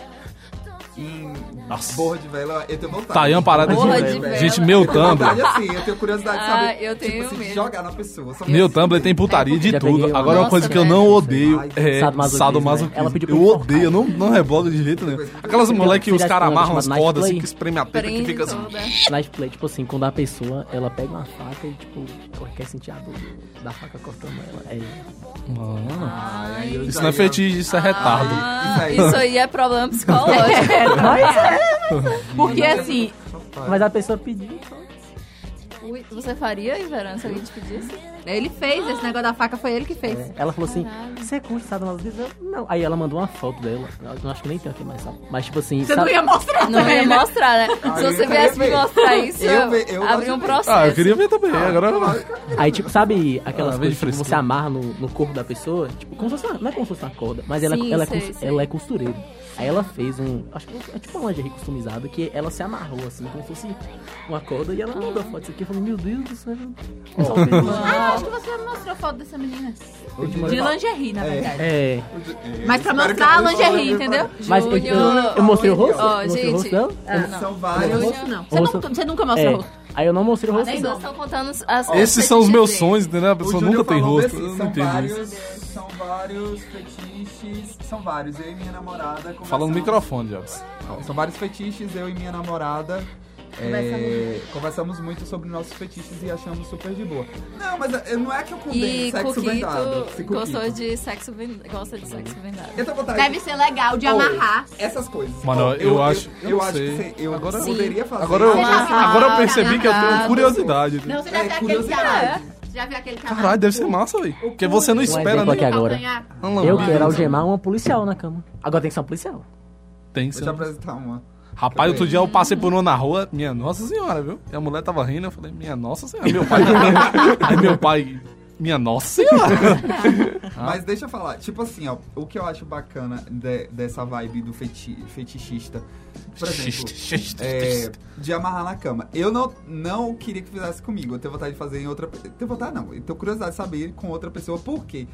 Speaker 5: Em
Speaker 2: Nossa.
Speaker 5: borra de vela, eu tenho vontade.
Speaker 2: Tayan parada de...
Speaker 3: Porra de
Speaker 2: Gente,
Speaker 3: vela.
Speaker 2: Gente, meu
Speaker 5: Eu tenho vontade
Speaker 2: Tumblr.
Speaker 5: assim, eu tenho curiosidade de
Speaker 3: Ah,
Speaker 5: saber.
Speaker 3: eu
Speaker 5: tipo
Speaker 3: tenho
Speaker 5: assim,
Speaker 3: mesmo.
Speaker 5: jogar na pessoa. só
Speaker 2: Meu
Speaker 5: que-
Speaker 2: Tumblr tem putaria de
Speaker 8: Já peguei
Speaker 2: tudo.
Speaker 8: uma.
Speaker 2: Agora, uma coisa
Speaker 3: Nossa,
Speaker 2: que eu
Speaker 3: velho.
Speaker 2: não odeio
Speaker 5: Ai,
Speaker 2: é
Speaker 8: sadomasoquismo,
Speaker 2: sadomasoquismo.
Speaker 8: né? Ela pediu pra
Speaker 2: Eu
Speaker 8: eu cortar.
Speaker 2: odeio, eu não, não rebolo de jeito nenhum. Aquelas moleques que
Speaker 8: filha
Speaker 2: os
Speaker 8: de
Speaker 2: caras
Speaker 8: fulano
Speaker 2: amarram as
Speaker 8: chamado
Speaker 2: cordas, assim,
Speaker 8: Nightplay.
Speaker 2: que espreme a teta, que
Speaker 3: Prende
Speaker 2: fica assim...
Speaker 3: toda.
Speaker 8: Light play, tipo assim, quando a pessoa ela pega uma faca e, tipo, ela quer sentir a dor da faca cortando ela. É.
Speaker 2: Mano,
Speaker 5: Ai, eu
Speaker 2: isso
Speaker 5: já
Speaker 2: não é
Speaker 5: ia-
Speaker 2: fetiche, isso é retardo.
Speaker 3: Ah, isso aí é problema psicológico.
Speaker 6: É. Porque assim,
Speaker 8: Mas a pessoa pediu. então.
Speaker 3: Ui, você faria, Iverão, se alguém te pedisse?
Speaker 6: ele fez, esse negócio da faca foi ele que fez.
Speaker 8: É. Ela falou assim: Você curte sadomasoquismo? Eu, Não. Aí ela mandou uma foto dela. Eu não acho que nem tem aqui mais, sabe? Mas, tipo assim.
Speaker 6: Você
Speaker 8: sabe-
Speaker 6: não ia mostrar
Speaker 3: Não ia
Speaker 6: também, né?
Speaker 3: mostrar, né? Se
Speaker 5: Ah, eu
Speaker 3: você
Speaker 5: queria
Speaker 3: viesse me
Speaker 5: ver.
Speaker 3: mostrar isso,
Speaker 5: Eu
Speaker 3: eu,
Speaker 5: ve- eu
Speaker 3: abri
Speaker 5: gosto
Speaker 3: um
Speaker 5: de-
Speaker 3: processo.
Speaker 2: Ah, eu queria ver também. Agora...
Speaker 8: Aí, tipo, sabe aquelas
Speaker 2: Ah, vem de
Speaker 8: coisas que
Speaker 2: frescura.
Speaker 8: você amarra no, no corpo da pessoa? Tipo, como se fosse uma, não é como se fosse uma corda, mas ela,
Speaker 3: Sim,
Speaker 8: é, ela, é,
Speaker 3: sei,
Speaker 8: cons-
Speaker 3: sei.
Speaker 8: ela é costureira. Aí ela fez um. Acho que é tipo uma lingerie customizada que ela se amarrou assim, como se fosse uma corda, e ela
Speaker 3: Ah.
Speaker 8: mandou a foto disso aqui. Eu falei, meu Deus do céu.
Speaker 6: Ah, acho que você me mostrou foto dessa menina. De lingerie, na verdade.
Speaker 8: É.
Speaker 6: Mas pra
Speaker 5: Espero que
Speaker 6: mostrar a
Speaker 5: alguém
Speaker 6: lingerie,
Speaker 5: olhe pra-
Speaker 6: entendeu?
Speaker 8: Mas eu, eu,
Speaker 3: Júnior,
Speaker 8: eu mostrei o rosto?
Speaker 3: Ó,
Speaker 8: Eu mostrei o rosto
Speaker 3: gente.
Speaker 8: dela?
Speaker 3: Ah, não.
Speaker 5: São
Speaker 6: Não,
Speaker 5: vários.
Speaker 6: rosto não. Você,
Speaker 8: Rosto-
Speaker 6: nunca, você nunca mostra o rosto.
Speaker 8: É. Aí eu não mostrei o
Speaker 3: As
Speaker 8: rosto.
Speaker 3: pessoas estão contando as
Speaker 2: Esses são os meus sonhos, entendeu? A
Speaker 5: O
Speaker 2: pessoa
Speaker 5: Júnior
Speaker 2: nunca tem
Speaker 5: falou
Speaker 2: rosto.
Speaker 5: assim,
Speaker 2: Eu não
Speaker 5: são
Speaker 2: entendo isso.
Speaker 5: vários, São vários fetiches. São vários. Eu e minha namorada. Conversamos.
Speaker 2: Fala no microfone, Jobs.
Speaker 5: São vários fetiches, eu e minha namorada. é, conversamos muito sobre nossos fetiches e achamos super de boa. Não, mas é, não é que eu condeno
Speaker 3: E
Speaker 5: sexo vendado.
Speaker 3: Coquito
Speaker 5: se
Speaker 3: gostou
Speaker 5: Coquito.
Speaker 3: de sexo vendado. Gosta de sexo vendado.
Speaker 5: Eu tô vontade
Speaker 6: Deve ser legal de
Speaker 5: Ou,
Speaker 6: amarrar.
Speaker 5: Essas coisas.
Speaker 2: Mano,
Speaker 5: Ó,
Speaker 2: eu acho-
Speaker 5: Eu,
Speaker 2: eu não
Speaker 5: acho
Speaker 2: sei.
Speaker 5: que você, eu
Speaker 2: Agora-
Speaker 5: poderia fazer.
Speaker 2: Agora eu,
Speaker 6: Você já viu
Speaker 2: agora eu
Speaker 6: a
Speaker 2: percebi que eu tenho
Speaker 3: caminhada?
Speaker 2: curiosidade.
Speaker 6: Não, você já
Speaker 5: É,
Speaker 6: viu aquele que
Speaker 5: curiosidade.
Speaker 6: amarra? Você Já viu aquele que amarra?
Speaker 2: Caralho, deve ser massa, velho. Porque você não espera,
Speaker 8: exemplo
Speaker 2: né?
Speaker 8: aqui agora.
Speaker 6: Calcanhar?
Speaker 2: Não,
Speaker 8: Eu
Speaker 2: não,
Speaker 8: quero
Speaker 2: não.
Speaker 8: algemar uma policial na cama. Agora tem que ser uma policial.
Speaker 2: Tem
Speaker 5: Vou te
Speaker 2: sim.
Speaker 5: apresentar uma.
Speaker 2: Rapaz, outro dia eu passei por uma na rua, minha nossa senhora, viu? E a mulher tava rindo, eu falei, minha nossa senhora. Meu pai tá Aí meu pai, minha nossa senhora. Ah.
Speaker 5: Mas deixa eu falar, tipo assim, ó, o que eu acho bacana de- dessa vibe do feti fetichista, por exemplo, é, de amarrar na cama. Eu não, não queria que fizesse comigo, eu tenho vontade de fazer em outra... pe- Tenho vontade não, eu tenho curiosidade de saber com outra pessoa, por quê?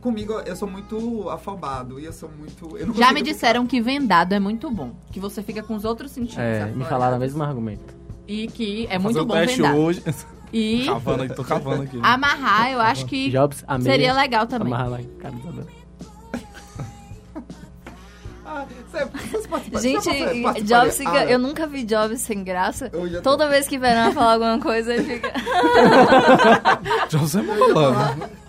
Speaker 5: Comigo, eu sou muito afobado e eu sou muito. Eu não
Speaker 6: Já
Speaker 5: consigo
Speaker 6: me
Speaker 5: ficar-
Speaker 6: disseram que vendado é muito bom. Que você fica com os outros sentidos.
Speaker 8: É, me
Speaker 6: aflorados.
Speaker 8: falaram o mesmo argumento.
Speaker 6: E que é
Speaker 2: Fazer
Speaker 6: muito
Speaker 2: o
Speaker 6: bom
Speaker 2: teste
Speaker 6: vendar.
Speaker 2: hoje.
Speaker 6: E Ah.
Speaker 2: Cavando aqui, tô cavando aqui.
Speaker 6: amarrar, eu acho que
Speaker 8: Jobs, amei.
Speaker 6: seria legal também.
Speaker 8: Amarra lá em casa dela.
Speaker 5: Ah, cê- vocês participam-
Speaker 3: Gente,
Speaker 5: vocês participam- participaram-
Speaker 3: Jobs fica.
Speaker 5: Ah,
Speaker 3: Eu nunca vi Jobs sem graça.
Speaker 5: Eu já tô-
Speaker 3: Toda vez que Verão vai falar alguma coisa, ele fica.
Speaker 2: Jobs é malandro.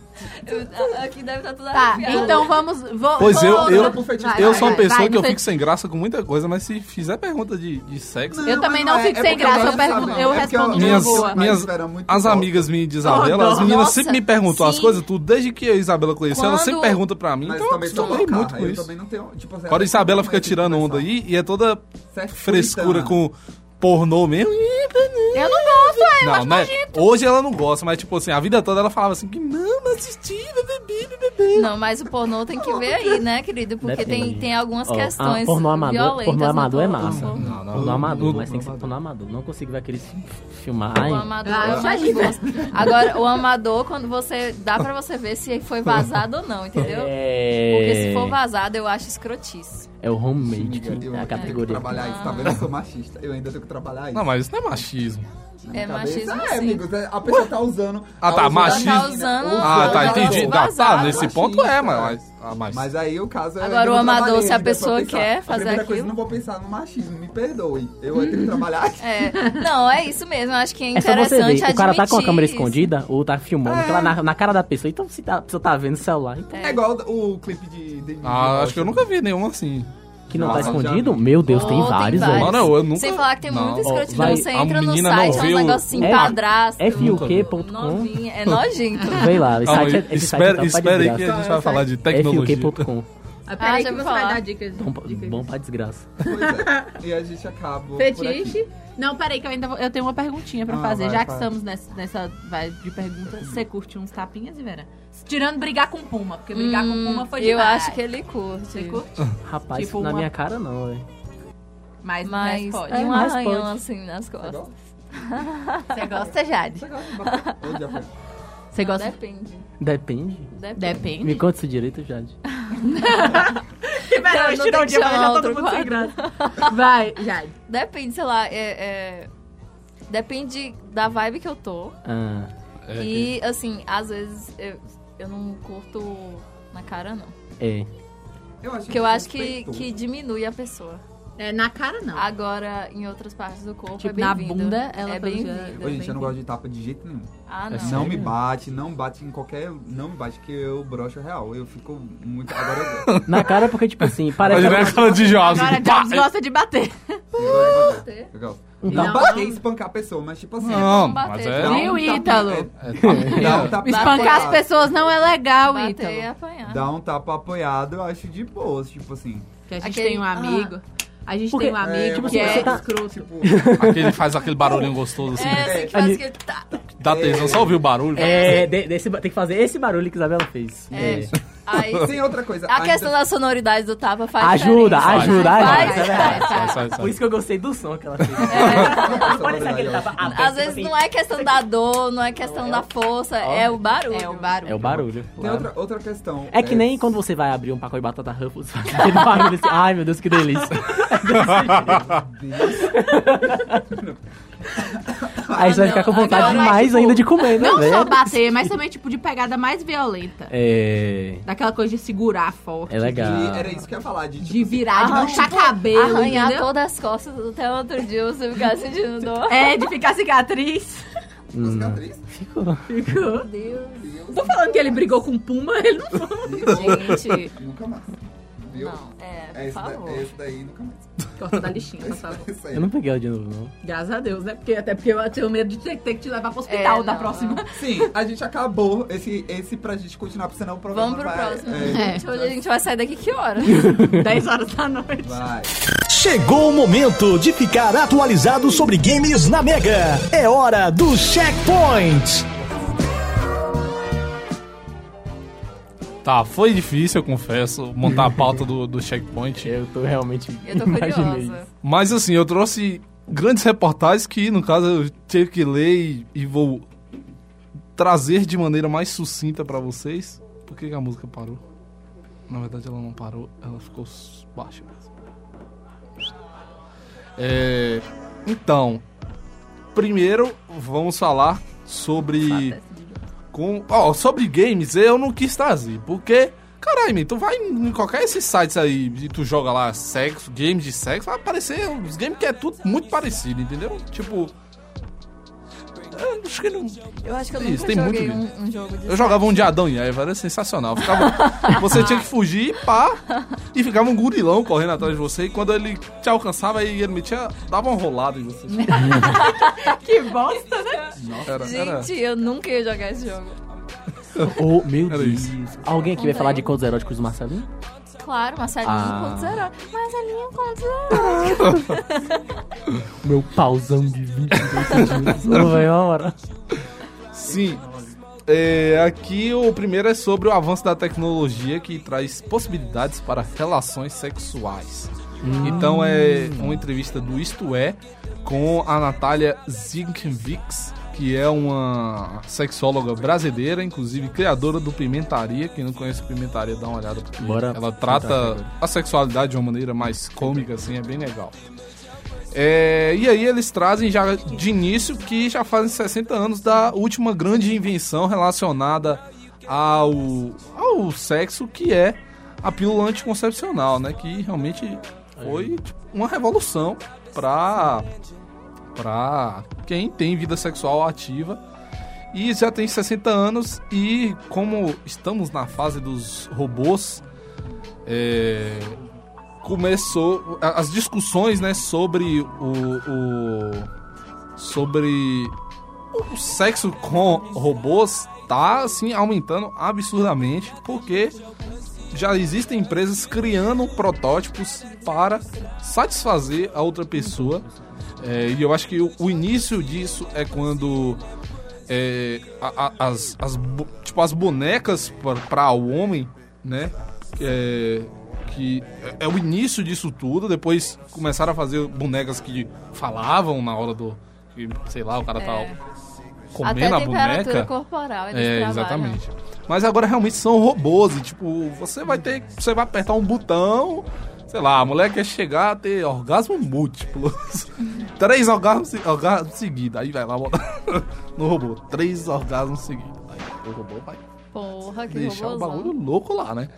Speaker 3: Eu- Aqui deve estar tudo
Speaker 6: Tá,
Speaker 3: arrepiado.
Speaker 6: então vamos. Vou,
Speaker 2: Pois
Speaker 6: vou-
Speaker 2: eu, eu,
Speaker 5: pro feitiço.
Speaker 6: Vai,
Speaker 2: eu
Speaker 6: vai,
Speaker 2: sou uma
Speaker 6: vai,
Speaker 2: pessoa
Speaker 6: vai,
Speaker 2: que eu
Speaker 6: não
Speaker 2: fico sem graça com muita coisa, mas se fizer pergunta de, de sexo,
Speaker 6: Eu também não fico
Speaker 5: é
Speaker 6: sem
Speaker 5: porque eu
Speaker 6: graça,
Speaker 5: gosto,
Speaker 6: eu pergunto-
Speaker 5: sabe?
Speaker 6: eu
Speaker 5: É porque
Speaker 6: respondo de
Speaker 2: Minhas-
Speaker 6: boa.
Speaker 2: minhas-
Speaker 5: Mas era muito
Speaker 2: As
Speaker 5: bom.
Speaker 2: amigas minhas de Isabela, as meninas
Speaker 3: Nossa,
Speaker 2: sempre me perguntam as
Speaker 3: sim.
Speaker 2: coisas, tudo. Desde que a Isabela conheceu, ela
Speaker 3: Quando-
Speaker 2: sempre pergunta pra mim.
Speaker 5: Mas
Speaker 2: então eu
Speaker 5: também sou
Speaker 2: acostumei
Speaker 5: louca,
Speaker 2: muito com
Speaker 5: eu
Speaker 2: isso.
Speaker 5: também não tenho. Tipo, assim,
Speaker 2: Agora a Isabela
Speaker 5: não
Speaker 2: fica
Speaker 5: tem
Speaker 2: tirando onda
Speaker 5: expressão.
Speaker 2: aí e é toda
Speaker 5: Você é
Speaker 2: frescura
Speaker 5: puritana.
Speaker 2: com pornô mesmo.
Speaker 6: Eu não gosto, é, eu
Speaker 2: Não,
Speaker 6: acho
Speaker 2: né?
Speaker 6: nojento.
Speaker 2: Hoje ela não gosta, mas tipo assim, a vida toda ela falava assim que não, não assisti, bebê, bebê.
Speaker 3: Não, mas o pornô tem que ver aí, né, querido? Porque tem,
Speaker 8: Depende.
Speaker 3: tem algumas
Speaker 8: Ó,
Speaker 3: questões.
Speaker 8: ah, pornô amador,
Speaker 3: violentas
Speaker 8: pornô
Speaker 3: no
Speaker 8: amador é
Speaker 3: pornô.
Speaker 8: massa.
Speaker 2: Não, não.
Speaker 8: Pornô amador,
Speaker 2: Não,
Speaker 8: mas tem que ser
Speaker 2: não.
Speaker 8: pornô amador. Não consigo ver aqueles filmar.
Speaker 3: O
Speaker 8: Ai,
Speaker 3: amador
Speaker 6: Ah,
Speaker 3: é
Speaker 6: eu
Speaker 3: mais de boa. Agora, o amador, quando você. Dá pra você ver se foi vazado ou não, entendeu?
Speaker 8: é...
Speaker 3: Porque se for vazado, eu acho escrotice.
Speaker 8: É o homemade
Speaker 5: Eu
Speaker 8: que é a
Speaker 5: ainda tenho que
Speaker 8: categoria.
Speaker 5: trabalhar isso, tá vendo? Eu sou machista. Eu ainda tenho que trabalhar isso.
Speaker 2: Não, mas isso não é machismo.
Speaker 3: É
Speaker 5: Cabeça-
Speaker 3: machismo
Speaker 5: É,
Speaker 3: sim.
Speaker 5: amigos, a pessoa tá usando.
Speaker 2: Ah, tá,
Speaker 5: ela usa
Speaker 2: machismo.
Speaker 5: a
Speaker 2: Ela
Speaker 3: tá usando-
Speaker 5: Ou
Speaker 2: Ah, tá,
Speaker 5: ela
Speaker 2: entendi.
Speaker 5: usa-
Speaker 2: Tá, tá,
Speaker 3: Vazado,
Speaker 2: nesse
Speaker 5: machista,
Speaker 2: ponto é, mas.
Speaker 5: cara.
Speaker 2: Ah, mas.
Speaker 5: Mas aí o caso é.
Speaker 3: Agora,
Speaker 5: eu
Speaker 3: o
Speaker 5: não
Speaker 3: amador,
Speaker 5: trabalhei,
Speaker 3: se a
Speaker 5: eu vou
Speaker 3: pessoa
Speaker 5: pensar.
Speaker 3: quer
Speaker 5: A
Speaker 3: fazer
Speaker 5: primeira coisa,
Speaker 3: aquilo.
Speaker 5: não vou pensar no machismo, me perdoe. Eu tenho que trabalhar aqui.
Speaker 3: É. Não, é isso mesmo. eu Acho que é
Speaker 8: É só
Speaker 3: interessante
Speaker 8: você ver, o cara tá
Speaker 3: admitir
Speaker 8: com a câmera
Speaker 3: isso.
Speaker 8: escondida ou tá filmando tá lá na, na cara da pessoa. Então se tá- a pessoa tá vendo o celular, então,
Speaker 5: É igual o clipe de Demi
Speaker 2: Ah,
Speaker 5: Lovato.
Speaker 2: acho que eu nunca vi nenhum assim.
Speaker 8: que não
Speaker 5: Nossa,
Speaker 8: tá
Speaker 5: já
Speaker 8: escondido,
Speaker 5: vi.
Speaker 8: meu Deus,
Speaker 3: Oh,
Speaker 8: tem
Speaker 3: tem
Speaker 8: vários,
Speaker 3: vários.
Speaker 8: velho.
Speaker 2: Mano, eu eu nunca.
Speaker 3: Sem falar que tem
Speaker 2: não.
Speaker 3: muita
Speaker 8: Ó,
Speaker 3: escrotidão.
Speaker 8: vai-
Speaker 3: você
Speaker 2: a
Speaker 3: entra no
Speaker 2: menina
Speaker 3: site,
Speaker 2: não
Speaker 3: é
Speaker 2: vê
Speaker 3: um
Speaker 2: o-
Speaker 3: negocinho
Speaker 8: É-
Speaker 3: padrasto.
Speaker 8: fuk.com.
Speaker 3: Novinha. É nojento.
Speaker 8: Vem lá, esse
Speaker 2: Calma
Speaker 8: site é
Speaker 2: aí,
Speaker 8: esse site é
Speaker 2: espera
Speaker 8: tão pra
Speaker 2: espera aí que é
Speaker 8: desgraça. É
Speaker 2: a gente vai falar de tecnologia.
Speaker 8: fuk.com.
Speaker 6: Ah,
Speaker 3: Ah,
Speaker 6: peraí
Speaker 3: já
Speaker 6: que
Speaker 3: vou
Speaker 6: você vai
Speaker 3: falar.
Speaker 6: dar dicas.
Speaker 8: Bom,
Speaker 6: dicas.
Speaker 8: bom pra desgraça.
Speaker 5: Pois é. E a gente acaba. por aqui.
Speaker 6: Fetiche. Não, peraí que eu ainda vou, eu tenho uma perguntinha pra
Speaker 5: Ah,
Speaker 6: fazer.
Speaker 5: vai,
Speaker 6: Já que
Speaker 5: faz.
Speaker 6: estamos nessa, nessa vibe de perguntas, você curte uns tapinhas, Vera? Tirando brigar com Puma, porque brigar com Puma foi
Speaker 3: Eu
Speaker 6: demais.
Speaker 3: acho que ele curte.
Speaker 6: Você curte?
Speaker 8: Rapaz,
Speaker 6: Tipo
Speaker 8: na
Speaker 6: uma-
Speaker 8: minha cara não, velho.
Speaker 6: Mas, mas, é
Speaker 3: Mas
Speaker 6: pode.
Speaker 3: tem um
Speaker 8: mas
Speaker 3: arranhão
Speaker 8: pode.
Speaker 3: assim nas
Speaker 5: Você
Speaker 3: costas.
Speaker 5: gosta?
Speaker 6: Você gosta, Jade?
Speaker 5: Você gosta de bater? Ou de apanhar?
Speaker 6: Você gosta?
Speaker 3: Depende.
Speaker 8: Depende.
Speaker 3: Depende.
Speaker 6: Depende.
Speaker 8: Me conta isso direito, Jade.
Speaker 3: Pera,
Speaker 5: um
Speaker 3: não tem que
Speaker 5: tá
Speaker 3: chamar outro quadro.
Speaker 6: Vai, Jade.
Speaker 3: Depende, sei lá, é, é- Depende da vibe que eu tô.
Speaker 8: Ah,
Speaker 2: É,
Speaker 3: e, assim, às vezes eu, eu não curto na cara, não.
Speaker 8: é.
Speaker 5: Eu acho
Speaker 3: Porque eu
Speaker 5: isso
Speaker 3: acho que,
Speaker 5: respeitoso.
Speaker 3: que diminui a pessoa.
Speaker 6: É, na cara não.
Speaker 3: Agora, em outras partes do corpo, é
Speaker 6: Tipo, na
Speaker 3: bem-vindo.
Speaker 6: bunda, ela
Speaker 3: é
Speaker 6: pelo
Speaker 3: bem-vindo.
Speaker 6: jeito-
Speaker 5: Ô, gente, eu não gosto de tapa de jeito nenhum.
Speaker 3: Ah,
Speaker 8: É
Speaker 3: não.
Speaker 5: Não
Speaker 8: Sério?
Speaker 5: me bate, não bate em qualquer. Não me bate, que eu broxo real. Eu fico muito. Agora eu gosto.
Speaker 8: Na cara porque, tipo assim, parece...
Speaker 2: Imagina a cara de Jobs.
Speaker 6: Agora
Speaker 2: pá!
Speaker 6: Jobs gosta de bater.
Speaker 5: Eu gosto. Eu gosto. Ah! Não,
Speaker 6: Não.
Speaker 5: bater e espancar a pessoa, mas tipo assim.
Speaker 2: Não,
Speaker 3: Vamos
Speaker 2: mas
Speaker 3: bater.
Speaker 2: é. tá,
Speaker 5: dá um
Speaker 6: Viu,
Speaker 5: tapinha-
Speaker 6: Ítalo?
Speaker 5: é,
Speaker 2: Não.
Speaker 5: Dá um tapa
Speaker 6: Espancar as
Speaker 5: apoiado.
Speaker 6: pessoas não é legal,
Speaker 3: Bater
Speaker 6: Ítalo.
Speaker 3: e apanhar.
Speaker 5: Dá um tapa apoiado, eu acho de boa, tipo assim.
Speaker 6: Que a gente
Speaker 3: Aquele-
Speaker 6: tem um amigo. A gente
Speaker 8: Porque-
Speaker 6: tem um amigo
Speaker 5: tipo
Speaker 6: que
Speaker 5: assim,
Speaker 6: é
Speaker 5: você tá-
Speaker 6: escroto.
Speaker 5: Tipo,
Speaker 2: Aquele faz aquele barulhinho gostoso assim.
Speaker 3: É, assim que
Speaker 8: Ali-
Speaker 3: faz que... Tá.
Speaker 2: Dá tesão, só ouvir o barulho.
Speaker 8: É, de- desse- tem que fazer esse barulho que Isabela fez.
Speaker 3: É.
Speaker 8: É.
Speaker 3: Aí,
Speaker 5: tem outra coisa.
Speaker 3: a questão
Speaker 5: ainda-
Speaker 3: da sonoridade do tapa faz
Speaker 8: Ajuda,
Speaker 3: diferença.
Speaker 8: ajuda,
Speaker 3: Faz,
Speaker 8: ajuda.
Speaker 3: faz, faz.
Speaker 2: Sai, sai,
Speaker 8: Por
Speaker 2: sai.
Speaker 8: isso que eu gostei do som que ela fez. Pode ser aquele tapa aberto,
Speaker 3: Às vezes
Speaker 8: assim.
Speaker 3: não é questão da dor, não é questão da força, é o barulho.
Speaker 6: É o barulho.
Speaker 8: É o barulho.
Speaker 5: Tem
Speaker 8: claro.
Speaker 5: outra, outra questão.
Speaker 8: É que nem quando você vai abrir um pacote de batata Ruffles, faz aquele barulho assim. Ai, meu Deus, que delícia. Aí você vai ficar com vontade
Speaker 6: Agora,
Speaker 8: demais
Speaker 6: tipo,
Speaker 8: ainda de comer, né,
Speaker 6: Não
Speaker 5: é?
Speaker 8: velho?
Speaker 6: só bater, mas também tipo de pegada mais violenta.
Speaker 8: É...
Speaker 6: Daquela coisa de segurar forte.
Speaker 8: É legal.
Speaker 5: E Tipo, era isso que eu ia falar, de,
Speaker 6: De
Speaker 5: tipo,
Speaker 6: virar, de puxar
Speaker 2: É
Speaker 6: cabelo.
Speaker 3: Arranhar
Speaker 6: entendeu?
Speaker 3: todas as costas até outro dia você ficar sentindo dor.
Speaker 6: É, de ficar cicatriz.
Speaker 5: assim, cicatriz.
Speaker 6: Ficou.
Speaker 3: Meu Deus.
Speaker 6: Tô falando que ele brigou com Puma, ele não foi.
Speaker 3: Gente,
Speaker 5: Nunca mais. Viu?
Speaker 3: não, é,
Speaker 5: É
Speaker 3: por
Speaker 5: esse, da,
Speaker 3: favor.
Speaker 5: é esse daí nunca mais.
Speaker 6: Corta da lixinha, por favor.
Speaker 5: Isso aí.
Speaker 8: Eu não peguei ela de novo, não.
Speaker 6: Graças a Deus, né? Porque, até porque eu tenho medo de ter, ter que te levar pro hospital
Speaker 3: É,
Speaker 6: da
Speaker 3: não,
Speaker 6: próxima.
Speaker 5: Sim, a gente acabou esse, esse pra gente continuar, porque senão o programa
Speaker 3: Vamos pro
Speaker 5: vai...
Speaker 3: próximo.
Speaker 5: É,
Speaker 3: Gente, Hoje a gente vai sair daqui que horas?
Speaker 6: 10 horas da noite.
Speaker 5: vai.
Speaker 1: Chegou o momento de ficar atualizado sobre games na Mega. É hora do Checkpoint.
Speaker 2: Tá, foi difícil, eu confesso, montar a pauta do, do checkpoint.
Speaker 8: Eu tô realmente.
Speaker 3: Eu tô
Speaker 8: imaginei
Speaker 3: curiosa.
Speaker 8: isso.
Speaker 2: Mas assim, eu trouxe grandes reportagens que, no caso, eu tive que ler e, e vou trazer de maneira mais sucinta pra vocês. Por que, que a música parou? Na verdade, ela não parou, ela ficou s- baixa mesmo. É, então, primeiro vamos falar sobre. Com, ó, sobre games, eu não quis trazer, porque. Caralho, man, tu vai em qualquer esses sites aí e tu joga lá sexo, games de sexo, vai aparecer uns games que é tudo muito parecido, entendeu? Tipo. eu Acho que não.
Speaker 3: Eu acho que eu
Speaker 2: Isso,
Speaker 3: nunca
Speaker 2: tem muito
Speaker 3: joguei
Speaker 2: vídeo.
Speaker 3: um, um jogo de
Speaker 2: Eu jogava um de Adão e Eva, era sensacional. Ficava- você tinha que fugir, pá, e ficava um gurilão correndo atrás de você. E quando ele te alcançava, aí ele metia, dava uma rolada em você.
Speaker 6: que bosta, né?
Speaker 2: Era, era...
Speaker 3: Gente, eu nunca ia jogar esse jogo.
Speaker 8: Oh, meu
Speaker 2: Era
Speaker 8: Deus.
Speaker 2: isso.
Speaker 8: Alguém aqui vai
Speaker 3: Não
Speaker 8: falar
Speaker 3: tem.
Speaker 8: de contos eróticos do Marcelinho?
Speaker 3: Claro, Marcelinho
Speaker 8: Ah.
Speaker 3: ah. 1.0. Marcelinho 1.0.
Speaker 8: Meu pauzão de 22 centímetros. Não vai uma hora.
Speaker 2: Sim. É, aqui o primeiro é sobre o avanço da tecnologia que traz possibilidades para relações sexuais. Então é uma entrevista do Isto É com a Natália Zinkiewicz, que é uma sexóloga brasileira, inclusive criadora do Pimentaria. Quem não conhece o Pimentaria, dá uma olhada. Porque
Speaker 8: Bora
Speaker 2: ela
Speaker 8: tentar
Speaker 2: trata
Speaker 8: agora.
Speaker 2: a sexualidade de uma maneira mais cômica, assim, é bem legal. É, e aí eles trazem já de início que já fazem 60 anos da última grande invenção relacionada ao, ao sexo, que é a pílula anticoncepcional, né? Que realmente foi tipo, uma revolução pra, pra quem tem vida sexual ativa. E já tem 60 anos e como estamos na fase dos robôs, é, começou a- as discussões, né, sobre o, o- sobre o sexo com robôs tá assim aumentando absurdamente, porque já existem empresas criando protótipos para satisfazer a outra pessoa. É, e eu acho que o, o início disso é quando é, a- a- as, as bo- tipo, as bonecas para o homem, né? É, que é, é o início disso tudo. Depois começaram a fazer bonecas que falavam na hora do. que, sei lá, o cara tá
Speaker 3: É. Até
Speaker 2: comendo
Speaker 3: a
Speaker 2: a
Speaker 3: temperatura
Speaker 2: boneca.
Speaker 3: corporal. Eles
Speaker 2: É,
Speaker 3: trabalham.
Speaker 2: exatamente. Mas agora realmente são robôs e tipo, você vai ter. Você vai apertar um botão. Sei lá, a mulher quer chegar a ter orgasmo múltiplo. Três orgasmos, se- orgasmos seguidos. Aí vai lá bota no robô. Três orgasmos seguidos. Aí o robô vai
Speaker 3: Porra, que
Speaker 2: deixar o
Speaker 3: robôzão.
Speaker 2: bagulho louco lá, né?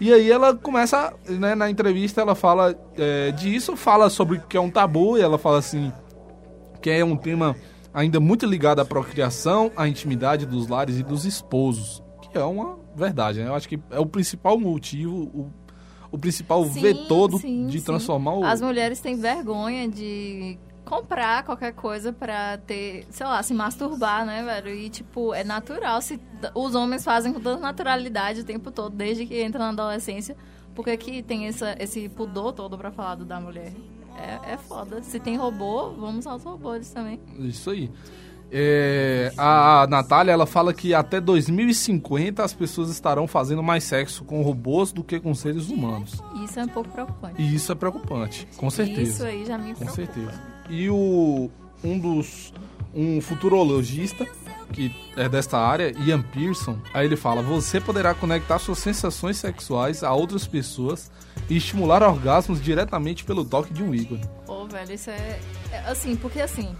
Speaker 2: E aí ela começa, né, na entrevista ela fala é, disso, fala sobre o que é um tabu, e ela fala assim, que é um tema ainda muito ligado à procriação, à intimidade dos lares e dos esposos, que é uma verdade, né? Eu acho que é o principal motivo, o, o principal
Speaker 3: Sim,
Speaker 2: vetor do-
Speaker 3: sim,
Speaker 2: de
Speaker 3: sim.
Speaker 2: transformar o...
Speaker 3: As mulheres têm vergonha de comprar qualquer coisa pra ter, sei lá, se masturbar, né, velho? E, tipo, é natural. Se os homens fazem com toda naturalidade o tempo todo, desde que entra na adolescência. Porque que tem essa, esse pudor todo pra falar do da mulher. É, é foda. Se tem robô, vamos aos robôs também.
Speaker 2: Isso aí. É, a Natália ela fala que até 2050 as pessoas estarão fazendo mais sexo com robôs do que com seres humanos.
Speaker 3: Isso é um pouco preocupante.
Speaker 2: E isso é preocupante, com
Speaker 3: Isso é
Speaker 2: certeza.
Speaker 3: aí já me
Speaker 2: Com
Speaker 3: preocupa.
Speaker 2: certeza. E o um dos um futurologista que é desta área, Ian Pearson, aí ele fala: "Você poderá conectar suas sensações sexuais a outras pessoas e estimular orgasmos diretamente pelo toque de um ícone".
Speaker 3: Pô, velho, isso é, é. Assim, porque assim.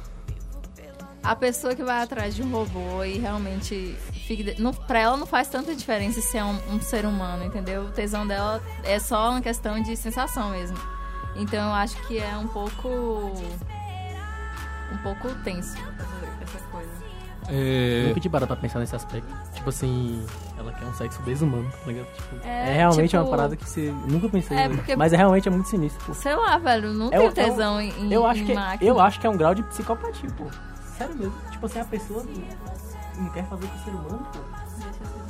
Speaker 3: A pessoa que vai atrás de um robô e realmente. Fica, de- não, pra ela não faz tanta diferença se é um, um ser humano, entendeu? O tesão dela é só uma questão de sensação mesmo. Então eu acho que é um pouco. Um pouco tenso essa coisa.
Speaker 8: Eu
Speaker 2: É,
Speaker 8: Nunca te parado pra pensar nesse aspecto. Tipo assim, ela quer um sexo desumano, tá ligado? Tipo,
Speaker 3: É,
Speaker 8: é, realmente
Speaker 3: tipo-
Speaker 8: uma parada que você nunca pensei.
Speaker 3: É, porque-
Speaker 8: Mas é realmente é muito sinistro, pô.
Speaker 3: Sei lá, velho, não
Speaker 8: É o-
Speaker 3: tem
Speaker 8: é o-
Speaker 3: tesão em,
Speaker 8: Eu
Speaker 3: em
Speaker 8: acho, que,
Speaker 3: Hum, máquina.
Speaker 8: eu acho que é um grau de psicopatia, pô. Sério mesmo. Tipo assim, a pessoa não não quer fazer com o ser humano, pô.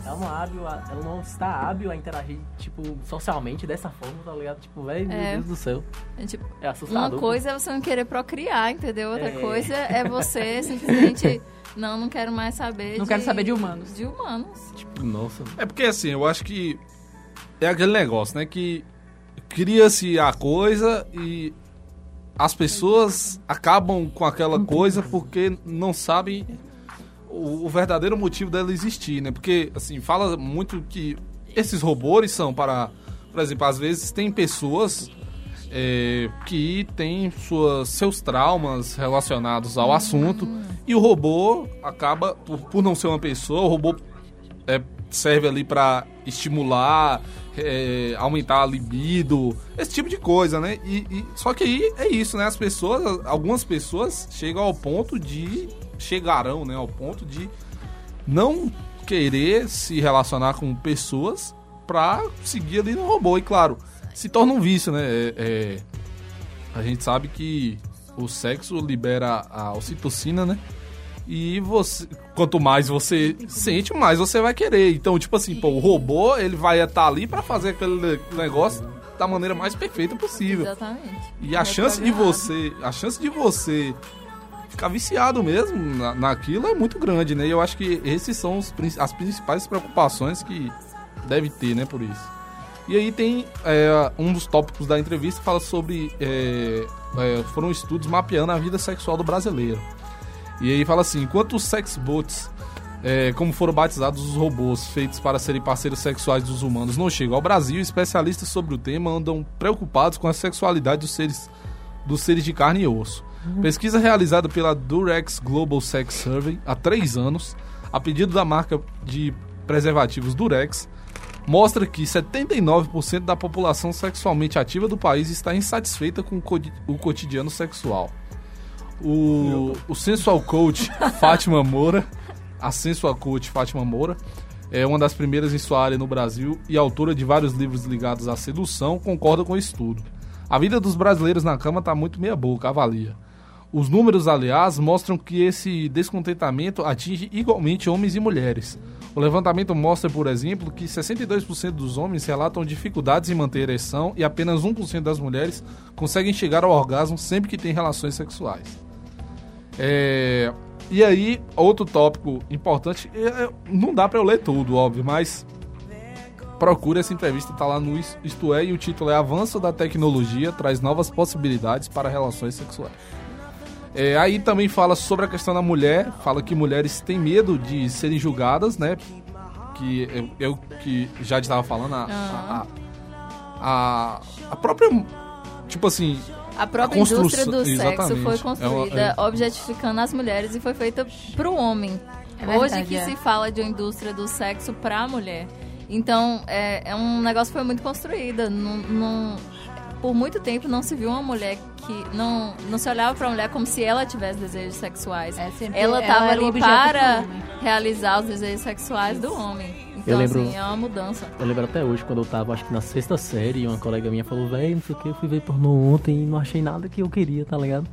Speaker 8: Ela não, hábil a- ela não está hábil a interagir, tipo, socialmente dessa forma, tá ligado? Tipo, velho, meu
Speaker 3: É.
Speaker 8: Deus do céu.
Speaker 3: É, tipo,
Speaker 8: É assustador.
Speaker 3: Uma coisa é você não querer procriar, entendeu? Outra
Speaker 8: É.
Speaker 3: coisa é você simplesmente. Não, não quero mais saber.
Speaker 6: Não quero saber de humanos.
Speaker 3: De humanos.
Speaker 8: Pô. Nossa.
Speaker 2: É porque assim, eu acho que é aquele negócio, né? Que cria-se a coisa e as pessoas acabam com aquela coisa porque não sabem o- o, o verdadeiro motivo dela existir, né? Porque, assim, fala muito que esses robôs são para... Por exemplo, às vezes tem pessoas é, que têm suas, seus traumas relacionados ao assunto e o robô acaba, por, por não ser uma pessoa, o robô é, serve ali para estimular, é, aumentar a libido, esse tipo de coisa, né? E, e- só que aí é isso, né? As pessoas, algumas pessoas chegam ao ponto de chegarão, né? Ao ponto de não querer se relacionar com pessoas pra seguir ali no robô. E claro, se torna um vício, né? É- é, a gente sabe que o sexo libera a ocitocina, né? E você, quanto mais você sente, mais você vai querer. Então, tipo assim, pô, o robô, ele vai estar ali pra fazer aquele negócio da maneira mais perfeita possível.
Speaker 3: Exatamente.
Speaker 2: E a chance de você, a chance de você ficar viciado mesmo na, naquilo é muito grande, né? E eu acho que esses são os prin- as principais preocupações que deve ter, né, por isso. E aí tem é, um dos tópicos da entrevista que fala sobre é, é, foram estudos mapeando a vida sexual do brasileiro. E aí fala assim, enquanto os sexbots, é, como foram batizados os robôs feitos para serem parceiros sexuais dos humanos, não chegam ao Brasil, especialistas sobre o tema andam preocupados com a sexualidade dos seres, dos seres de carne e osso. Pesquisa realizada pela Durex Global Sex Survey há três anos, a pedido da marca de preservativos Durex, mostra que 79% da população sexualmente ativa do país está insatisfeita com o codi- o cotidiano sexual. O, o sensual coach Fátima Moura, a sensual coach Fátima Moura, é uma das primeiras em sua área no Brasil e autora de vários livros ligados à sedução, concorda com o estudo. A vida dos brasileiros na cama está muito meia boca, avalia. Os números, aliás, mostram que esse descontentamento atinge igualmente homens e mulheres. O levantamento mostra, por exemplo, que 62% dos homens relatam dificuldades em manter a ereção e apenas 1% das mulheres conseguem chegar ao orgasmo sempre que têm relações sexuais. É, E aí, outro tópico importante, é, é, não dá pra eu ler tudo, óbvio, mas procura essa entrevista, tá lá no Is- Isto É, e o título é Avanço da Tecnologia traz novas possibilidades para relações sexuais. É, aí também fala sobre a questão da mulher, fala que mulheres têm medo de serem julgadas, né? Que eu, eu que já estava falando, a, a, a, a própria. Tipo assim.
Speaker 3: A própria
Speaker 2: construção-
Speaker 3: indústria do sexo
Speaker 2: exatamente.
Speaker 3: foi
Speaker 2: É
Speaker 3: construída
Speaker 2: uma- é-
Speaker 3: objetificando as mulheres e foi feita pro homem.
Speaker 6: É
Speaker 3: Hoje
Speaker 6: verdade,
Speaker 3: que
Speaker 6: é.
Speaker 3: se fala de uma indústria do sexo pra mulher. Então, é, é um negócio que foi muito construída. Não, não- por muito tempo não se viu uma mulher que... Não, não se olhava pra mulher como se ela tivesse desejos sexuais.
Speaker 6: É, sempre-
Speaker 3: ela é
Speaker 6: ela
Speaker 3: tava
Speaker 6: era o
Speaker 3: ali
Speaker 6: objeto
Speaker 3: para
Speaker 6: do homem.
Speaker 3: realizar os desejos sexuais do homem. Então,
Speaker 8: lembro-
Speaker 3: assim, é uma mudança.
Speaker 8: Eu lembro até hoje, quando eu tava, acho que na sexta série, uma colega minha falou, véi, não sei o que, eu fui ver pornô ontem e não achei nada que eu queria, tá ligado?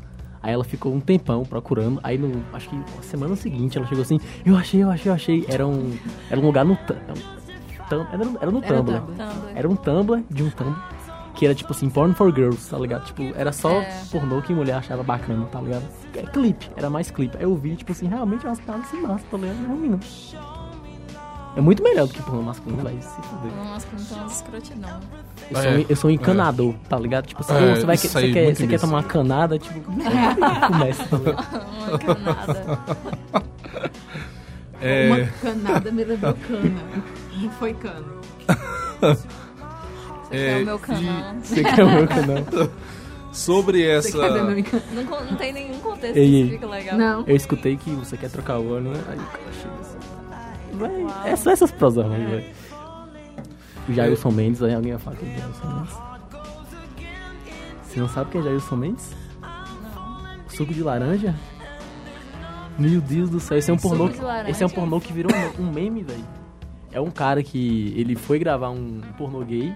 Speaker 8: Aí ela ficou um tempão procurando, aí no, acho que na semana seguinte ela chegou assim, eu achei, eu achei, eu achei. Era um, era um lugar no... tu- Tum, era, no- era no
Speaker 6: Era no
Speaker 8: Tumblr.
Speaker 6: Tumblr.
Speaker 8: Era um Tumblr de um Tumblr, que era tipo assim, porn for girls, tá ligado? Tipo, era só
Speaker 6: É.
Speaker 8: pornô que mulher achava bacana, tá ligado? É clipe, era mais clipe. Aí eu vi, tipo assim, realmente umas paradas assim massa, tá ligado? Não, não. É muito melhor do que pornô masculino, vai se fuder.
Speaker 3: Nossa, que então é uma escrotidão.
Speaker 8: Eu sou, um- eu sou um encanador, tá ligado? Tipo, assim,
Speaker 2: É,
Speaker 8: você, vai,
Speaker 2: isso
Speaker 8: que-
Speaker 2: aí,
Speaker 8: você, quer,
Speaker 2: muito
Speaker 8: você quer
Speaker 2: nisso.
Speaker 8: tomar uma canada, tipo, começa. tá ligado?
Speaker 3: Uma canada.
Speaker 2: É.
Speaker 6: Uma canada me lembrou cana. Não foi cana.
Speaker 2: é,
Speaker 3: quer É o meu canal?
Speaker 2: e-
Speaker 3: Você quer o meu canal?
Speaker 2: Sobre essa.
Speaker 3: Não, con- não tem nenhum contexto
Speaker 8: Ei,
Speaker 3: que
Speaker 8: ei.
Speaker 3: isso fica legal.
Speaker 8: Eu escutei que você quer trocar o ano, né? Aí eu achei isso. Véi, É só essas prosas ruins, velho. O Jailson Mendes, aí alguém vai falar que é o Jailson Mendes. Você não sabe quem é Jailson Mendes? Suco de laranja? Meu Deus do céu, esse é um
Speaker 12: Suco
Speaker 8: pornô.
Speaker 12: de laranja?
Speaker 8: Esse é um pornô que virou um, um meme, velho. É um cara que ele foi gravar um pornô gay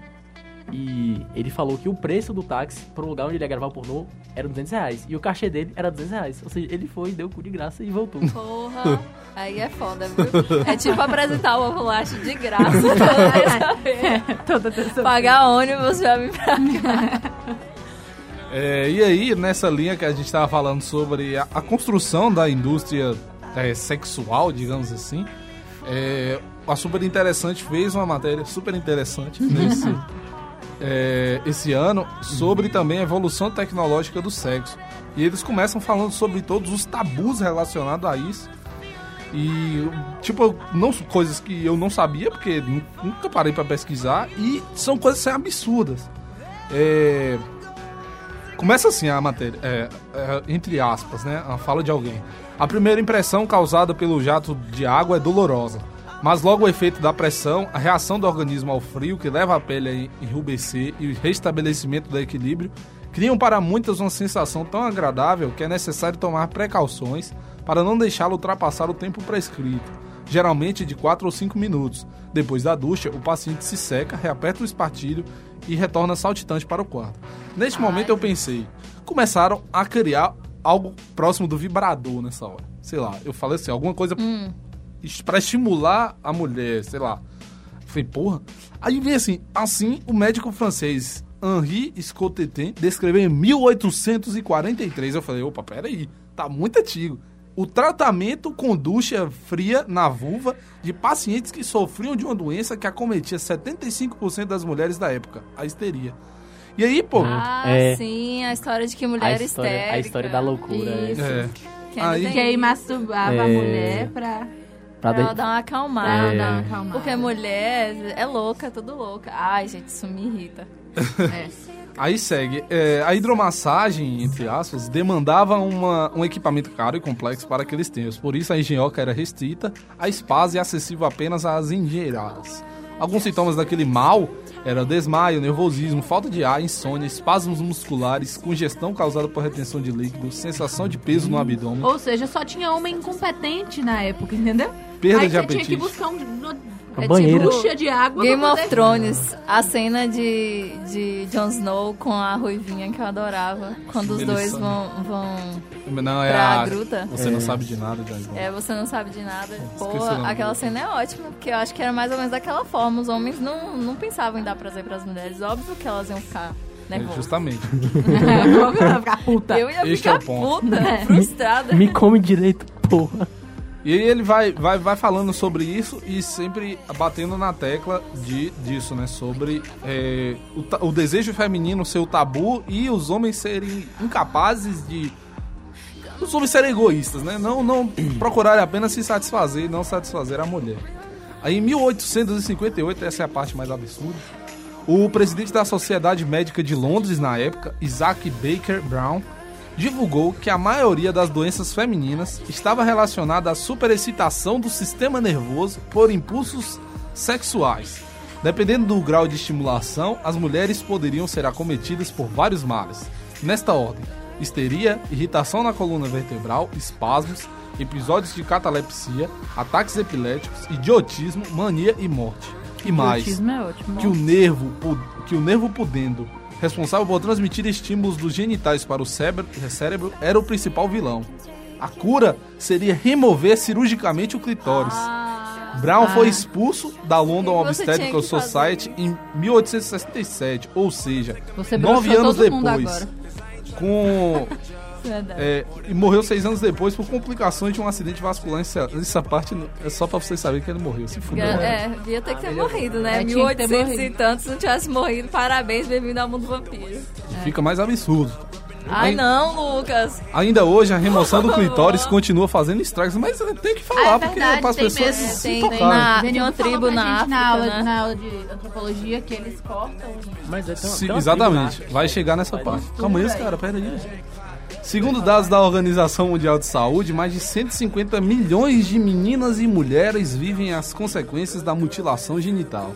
Speaker 8: e ele falou que o preço do táxi pro lugar onde ele ia gravar o pornô era 200 reais. E o cachê dele era 200 reais. Ou seja, ele foi, deu o cu de graça e voltou.
Speaker 3: Porra, aí é foda, viu? É tipo apresentar uma bolacha de graça toda terça-feira.
Speaker 6: toda terça
Speaker 3: Pagar ônibus já me pra cá.
Speaker 2: É, e aí, nessa linha que a gente estava falando sobre a, a construção da indústria é, sexual, digamos assim, é, a Super Interessante fez uma matéria super interessante nesse, é, esse ano sobre também a evolução tecnológica do sexo. E eles começam falando sobre todos os tabus relacionados a isso. E, tipo, eu não, coisas que eu não sabia, porque nu- nunca parei pra pesquisar, e são coisas assim, absurdas. É, Começa assim a matéria, é, é, entre aspas, né? A fala de alguém. A primeira impressão causada pelo jato de água é dolorosa, mas logo o efeito da pressão, a reação do organismo ao frio, que leva a pele a enrubescer e o restabelecimento do equilíbrio, criam para muitas uma sensação tão agradável que é necessário tomar precauções para não deixá-lo ultrapassar o tempo prescrito, geralmente de 4 ou 5 minutos. Depois da ducha, o paciente se seca, reaperta o espartilho e retorna saltitante para o quarto. Neste momento eu pensei, começaram a criar algo próximo do vibrador nessa hora. Sei lá, eu falei assim, alguma coisa es- pra estimular a mulher, sei lá. Falei, porra. Aí vem assim, assim o médico francês Henri Scotetin descreveu em 1843. Eu falei, opa, peraí, tá muito antigo. O tratamento com ducha fria na vulva de pacientes que sofriam de uma doença que acometia 75% das mulheres da época, a histeria. E aí, pô,
Speaker 3: Ah,
Speaker 2: É.
Speaker 3: sim, a história de que mulher
Speaker 2: A história- a
Speaker 3: histérica.
Speaker 2: história da loucura,
Speaker 8: né?
Speaker 2: é.
Speaker 3: Isso.
Speaker 2: É.
Speaker 3: Que
Speaker 2: Aí-
Speaker 6: Que aí masturbava a
Speaker 2: É.
Speaker 6: mulher pra...
Speaker 3: Pra,
Speaker 6: Pra
Speaker 3: ela
Speaker 6: de-
Speaker 3: dar uma acalmada.
Speaker 6: É. Dar uma acalmada.
Speaker 3: Porque mulher é louca, é tudo louca. Ai, gente, isso me irrita.
Speaker 6: É.
Speaker 2: Aí segue. É, a hidromassagem, entre aspas, demandava uma- um equipamento caro e complexo para aqueles tempos. Por isso a engenhoca era restrita a spas e acessível apenas às engenheiradas. Alguns sintomas daquele mal eram desmaio, nervosismo, falta de ar, insônia, espasmos musculares, congestão causada por retenção de líquido, sensação de peso no abdômen.
Speaker 6: Ou seja, só tinha homem incompetente na época, entendeu?
Speaker 2: Perda
Speaker 6: aí
Speaker 2: de
Speaker 6: você
Speaker 2: apetite.
Speaker 6: tinha que buscar um... no-
Speaker 2: Um
Speaker 6: é
Speaker 2: banheiro.
Speaker 6: tipo ducha de água pra
Speaker 3: Game of
Speaker 6: poder-
Speaker 3: Thrones, a cena de, de Jon Snow com a ruivinha que eu adorava. Quando os dois vão. vão
Speaker 2: Não, é
Speaker 3: pra
Speaker 2: a-
Speaker 3: gruta.
Speaker 2: Você não sabe de nada, Jair.
Speaker 3: É, você não sabe de nada. Pô,
Speaker 2: esqueci o nome
Speaker 3: aquela
Speaker 2: dele.
Speaker 3: cena é ótima, porque eu acho que era mais ou menos daquela forma. Os homens não, não pensavam em dar prazer pras mulheres. Óbvio que elas iam ficar
Speaker 2: É
Speaker 6: é
Speaker 3: nervosas.
Speaker 2: Justamente.
Speaker 3: Óbvio que ela ia ficar puta. Eu ia
Speaker 2: Este é
Speaker 3: ficar
Speaker 2: o ponto.
Speaker 3: puta, frustrada.
Speaker 8: Me come direito, porra.
Speaker 2: E aí ele vai, vai, vai falando sobre isso e sempre batendo na tecla de, disso, né? Sobre é, o, ta- o desejo feminino ser o tabu e os homens serem incapazes de. Os homens serem egoístas, né? Não, não procurarem apenas se satisfazer e não satisfazer a mulher. Aí em 1858, essa é a parte mais absurda, o presidente da Sociedade Médica de Londres na época, Isaac Baker Brown, divulgou que a maioria das doenças femininas estava relacionada à superexcitação do sistema nervoso por impulsos sexuais. Dependendo do grau de estimulação, as mulheres poderiam ser acometidas por vários males. Nesta ordem: histeria, irritação na coluna vertebral, espasmos, episódios de catalepsia, ataques epiléticos, idiotismo, mania e morte. E mais
Speaker 6: Idiotismo é ótimo.
Speaker 2: que o nervo pu- que o nervo pudendo, responsável por transmitir estímulos dos genitais para o cérebro, cérebro era o principal vilão. A cura seria remover cirurgicamente o clitóris.
Speaker 3: Ah,
Speaker 2: Brown foi expulso da London
Speaker 12: O que Ah, tá. você
Speaker 2: Obstetrical
Speaker 12: tinha que fazer?
Speaker 2: Society em 1867, ou seja,
Speaker 12: Você
Speaker 2: nove
Speaker 12: broxou
Speaker 2: anos
Speaker 12: todo mundo
Speaker 2: depois.
Speaker 12: agora.
Speaker 2: Com
Speaker 12: Verdade.
Speaker 2: é, e morreu seis anos depois por complicações de um acidente vascular. Essa, essa parte não- é só pra vocês saberem que ele morreu. Se fudeu.
Speaker 3: É, devia ter que ter morrido, né?
Speaker 6: É, tinha que ter
Speaker 3: 1800 e
Speaker 6: morrido.
Speaker 3: tantos, se não tivesse morrido, parabéns, bem-vindo ao mundo vampiro.
Speaker 2: Fica mais absurdo.
Speaker 3: Ai,
Speaker 2: Aí-
Speaker 3: não, Lucas.
Speaker 2: Ainda hoje, a remoção do clitóris continua fazendo estragos, mas tem que falar,
Speaker 6: Ah, é
Speaker 2: porque
Speaker 6: verdade,
Speaker 2: para as
Speaker 6: tem
Speaker 2: pessoas
Speaker 6: mesmo.
Speaker 2: se
Speaker 6: Tem, tem.
Speaker 2: tocarem.
Speaker 3: Ah,
Speaker 6: Venuto
Speaker 3: tem uma
Speaker 6: falou
Speaker 3: tribo
Speaker 6: pra
Speaker 3: na
Speaker 6: gente
Speaker 3: África,
Speaker 6: na aula,
Speaker 3: né?
Speaker 6: na aula de antropologia que eles cortam.
Speaker 8: Mas é tão,
Speaker 2: Sim, exatamente,
Speaker 5: né?
Speaker 2: vai chegar nessa parte. Calma aí, cara, pera aí. Segundo dados da Organização Mundial de Saúde, mais de 150 milhões de meninas e mulheres vivem as consequências da mutilação genital.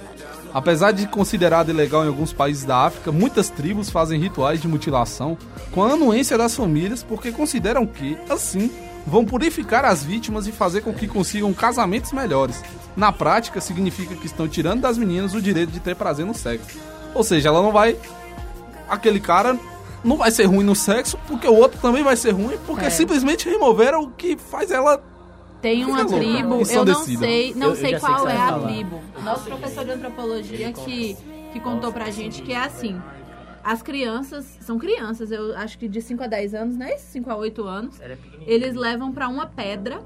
Speaker 2: Apesar de considerado ilegal em alguns países da África, muitas tribos fazem rituais de mutilação com a anuência das famílias porque consideram que, assim, vão purificar as vítimas e fazer com que consigam casamentos melhores. Na prática, significa que estão tirando das meninas o direito de ter prazer no sexo. Ou seja, ela não vai aquele cara não vai ser ruim no sexo, porque o outro também vai ser ruim, porque simplesmente removeram o que faz ela.
Speaker 6: Tem uma
Speaker 2: Fica louca.
Speaker 6: tribo, eu não
Speaker 2: Ensandecida.
Speaker 6: sei, não
Speaker 2: Eu- eu
Speaker 6: sei
Speaker 2: já sei
Speaker 6: qual
Speaker 2: que você
Speaker 6: é
Speaker 2: vai
Speaker 6: a
Speaker 2: falar.
Speaker 6: tribo. Nosso professor de antropologia que, que contou pra gente que é assim. As crianças, são crianças, eu acho que de 5 a 10 anos, né? 5 a 8 anos,
Speaker 2: é
Speaker 6: eles levam pra uma pedra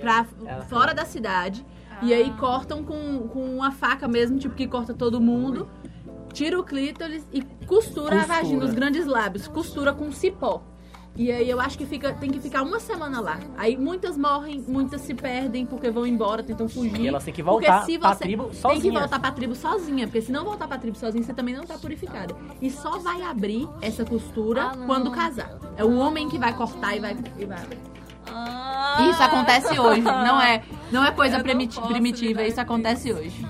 Speaker 6: pra fora da cidade e
Speaker 8: Ah.
Speaker 6: aí cortam com, com uma faca mesmo, tipo que corta todo mundo. Tira o clítoris e costura, a
Speaker 13: Costura.
Speaker 6: vagina, os grandes lábios, costura com cipó. E aí eu acho que fica, tem que ficar uma semana lá. Aí muitas morrem, muitas se perdem porque vão embora, tentam fugir.
Speaker 8: E elas têm que voltar
Speaker 6: porque se
Speaker 8: pra
Speaker 6: você-
Speaker 8: tribo
Speaker 6: Tem que
Speaker 8: sozinha.
Speaker 6: voltar pra tribo sozinha, porque se não voltar pra tribo sozinha, você também não tá purificada. E só vai abrir essa costura quando casar. É o homem que vai cortar e vai... e vai abrir. Isso acontece hoje, não é, não é coisa primiti- primitiva, isso acontece hoje.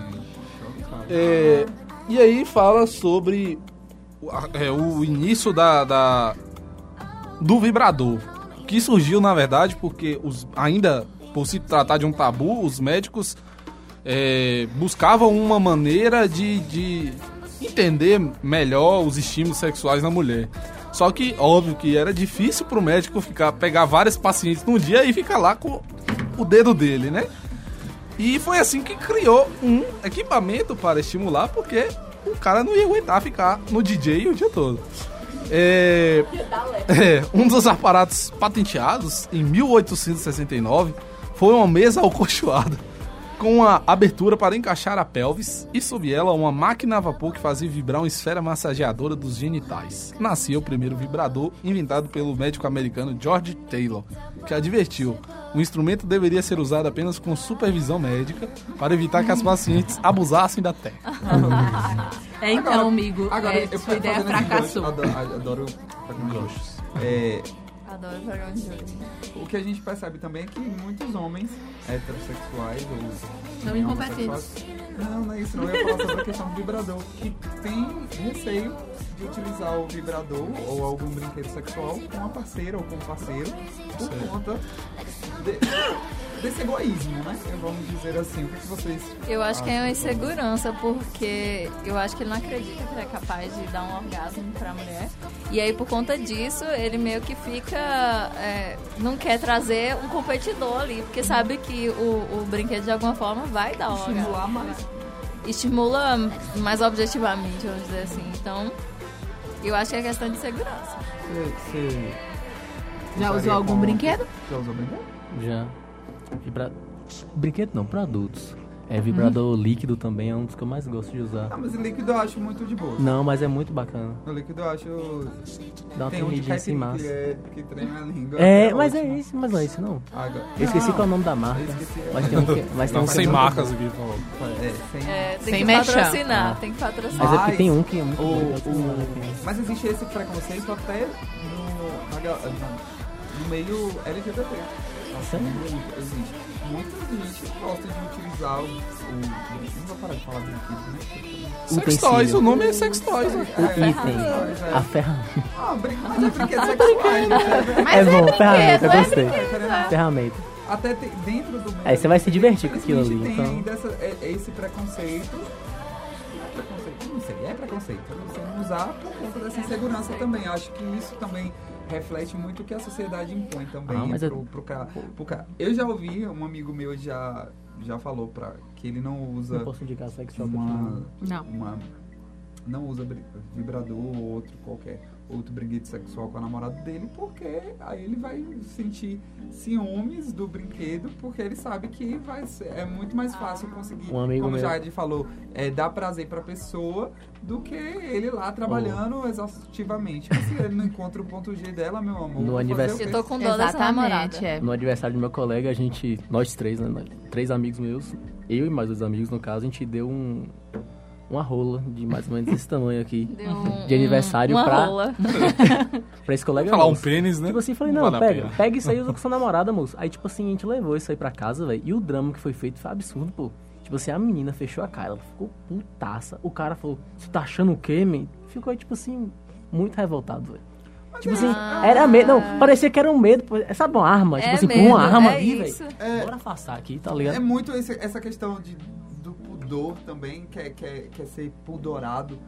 Speaker 2: É, e aí fala sobre o- a- é, o início da, da- do vibrador, que surgiu na verdade porque os- ainda por se tratar de um tabu, os médicos é, buscavam uma maneira de, de entender melhor os estímulos sexuais na mulher. Só que óbvio que era difícil pro médico ficar pegar vários pacientes num dia e ficar lá com o dedo dele, né? E foi assim que criou um equipamento para estimular, porque o cara não ia aguentar ficar no DJ o dia todo. É, é, um dos aparatos patenteados em 1869 foi uma mesa alcochoada com uma abertura para encaixar a pelvis e sob ela uma máquina a vapor que fazia vibrar uma esfera massageadora dos genitais. Nascia o primeiro vibrador inventado pelo médico americano George Taylor, que advertiu: o instrumento deveria ser usado apenas com supervisão médica para evitar que as pacientes abusassem da técnica.
Speaker 6: É então, amigo, é, sua ideia fracassou.
Speaker 5: Adoro, adoro programa de ganchos. É,
Speaker 3: Adoro programa de hoje.
Speaker 5: o que a gente percebe também é que muitos homens heterossexuais ou
Speaker 6: São
Speaker 5: também
Speaker 6: incompetentes.
Speaker 5: homossexuais- Não, não é isso. Não eu ia falar sobre a questão do vibrador, que tem receio de utilizar o vibrador ou algum brinquedo sexual com a parceira ou com o parceiro por conta de- desse egoísmo, né? Vamos dizer assim. O que que vocês
Speaker 3: Eu acho que é
Speaker 5: acham?
Speaker 3: uma insegurança, porque eu acho que ele não acredita que ele é capaz de dar um orgasmo pra mulher. E aí, por conta disso, ele meio que fica. é, não quer trazer um competidor ali, porque sabe que o, o brinquedo de alguma forma vai dar um
Speaker 5: Estimular
Speaker 3: orgasmo.
Speaker 5: mais.
Speaker 3: Estimula mais objetivamente, vamos dizer assim. Então, eu acho que é questão de segurança.
Speaker 5: é, Você
Speaker 6: Já usou algum brinquedo?
Speaker 5: Já usou brinquedo?
Speaker 8: Já. Vibra... Brinquedo não, produtos. É, vibrador líquido também é um dos que eu mais gosto de
Speaker 5: Ah,
Speaker 8: usar.
Speaker 5: mas líquido eu acho muito de boa.
Speaker 8: Não, mas é muito bacana.
Speaker 5: No líquido eu acho.
Speaker 8: Dá uma
Speaker 5: Tem um de
Speaker 8: tremidinha assim,
Speaker 5: caipirinha que,
Speaker 8: massa.
Speaker 5: é, que treme a língua.
Speaker 8: É,
Speaker 5: que
Speaker 8: mas é
Speaker 5: ótimo.
Speaker 8: esse, mas não é esse não.
Speaker 5: Agora-
Speaker 8: Eu esqueci
Speaker 5: Não,
Speaker 8: qual é o nome da marca.
Speaker 5: eu esqueci.
Speaker 8: Mas tem um que, mas tem um
Speaker 2: Não,
Speaker 8: que é
Speaker 2: sem
Speaker 8: muito
Speaker 2: marcas
Speaker 8: bom.
Speaker 2: aqui, por favor.
Speaker 5: É, sem...
Speaker 3: É, tem
Speaker 6: Sem
Speaker 3: que
Speaker 6: mexer.
Speaker 3: patrocinar,
Speaker 8: Ah.
Speaker 3: tem que patrocinar.
Speaker 8: Mas é porque tem um que é muito
Speaker 5: o-
Speaker 8: bom,
Speaker 5: o-
Speaker 8: não vale a pena.
Speaker 5: Mas existe esse preconceito até no, na gal- na- no meio LGBT. Nossa,
Speaker 8: Sério?
Speaker 5: muito, existe. Muita gente gosta de utilizar o. o- não vou parar de falar brinquedo, né?
Speaker 2: Sextoys, o nome é Sextoys. né?
Speaker 8: O
Speaker 5: É,
Speaker 8: item.
Speaker 5: é.
Speaker 8: A ferramenta.
Speaker 5: Ah, brin- mas é né? brinquedo sexual. gente.
Speaker 8: é bom, ferramenta, eu gostei. é.
Speaker 5: brinquedo.
Speaker 8: Ferramenta.
Speaker 5: Até tem- dentro do meio.
Speaker 8: Aí você vai se divertir com aquilo ali,
Speaker 5: Infelizmente, Tem
Speaker 8: então.
Speaker 5: ainda essa- é- é esse preconceito. É preconceito? Não sei, é preconceito. Você não usar por conta dessa insegurança também. Acho que isso também reflete muito o que a sociedade impõe também
Speaker 8: Ah, mas
Speaker 5: pro,
Speaker 8: eu-
Speaker 5: pro ca- pro ca- Eu já ouvi, um amigo meu já, já falou pra, que ele não
Speaker 8: Não
Speaker 5: usa
Speaker 8: posso indicar sex shop
Speaker 5: uma,
Speaker 8: aqui.
Speaker 6: Não.
Speaker 5: uma- Não usa bri- vibrador ou outro qualquer outro brinquedo sexual com a namorada dele, porque aí ele vai sentir ciúmes do brinquedo, porque ele sabe que vai ser- é muito mais fácil conseguir,
Speaker 8: Um amigo
Speaker 5: como o
Speaker 8: meu.
Speaker 5: Jade falou, é, dar prazer pra pessoa do que ele lá trabalhando exaustivamente. Mas se ele não encontra o ponto G dela, meu amor.
Speaker 8: No
Speaker 5: vou fazer
Speaker 8: aniversário-
Speaker 5: o
Speaker 3: Eu
Speaker 5: quê?
Speaker 3: tô com dó dessa namorada.
Speaker 6: Exatamente, é.
Speaker 8: No aniversário do meu colega, a gente, nós três, né? nós- Três amigos meus, eu e mais dois amigos, no caso, a gente deu um. Uma rola de mais ou menos desse tamanho aqui.
Speaker 3: Deu um-
Speaker 8: De aniversário
Speaker 3: uma
Speaker 8: pra-
Speaker 3: rola.
Speaker 8: Pra esse colega
Speaker 2: Falar um
Speaker 8: nosso.
Speaker 2: pênis, né?
Speaker 8: Tipo assim, eu falei,
Speaker 2: Não
Speaker 8: não,
Speaker 2: vale a
Speaker 8: pega,
Speaker 2: pena.
Speaker 8: pega isso aí e usa com sua namorada, moço. Aí, tipo assim, a gente levou isso aí pra casa, velho. E o drama que foi feito foi absurdo, pô. Tipo assim, a menina fechou a cara, ela ficou putaça. O cara falou, você tá achando o quê, man? Ficou, tipo assim, muito revoltado, velho.
Speaker 3: é
Speaker 8: Tipo assim, era medo. Não, parecia que era um medo. pô. É, Sabe uma arma? tipo
Speaker 3: É
Speaker 8: assim,
Speaker 3: medo,
Speaker 8: com uma arma
Speaker 3: é
Speaker 8: ali,
Speaker 3: isso.
Speaker 8: velho.
Speaker 5: É.
Speaker 8: Bora afastar aqui, tá
Speaker 5: É
Speaker 8: ligado?
Speaker 5: muito esse- essa questão de, do pudor também, que é, que, é, que é ser pudorado.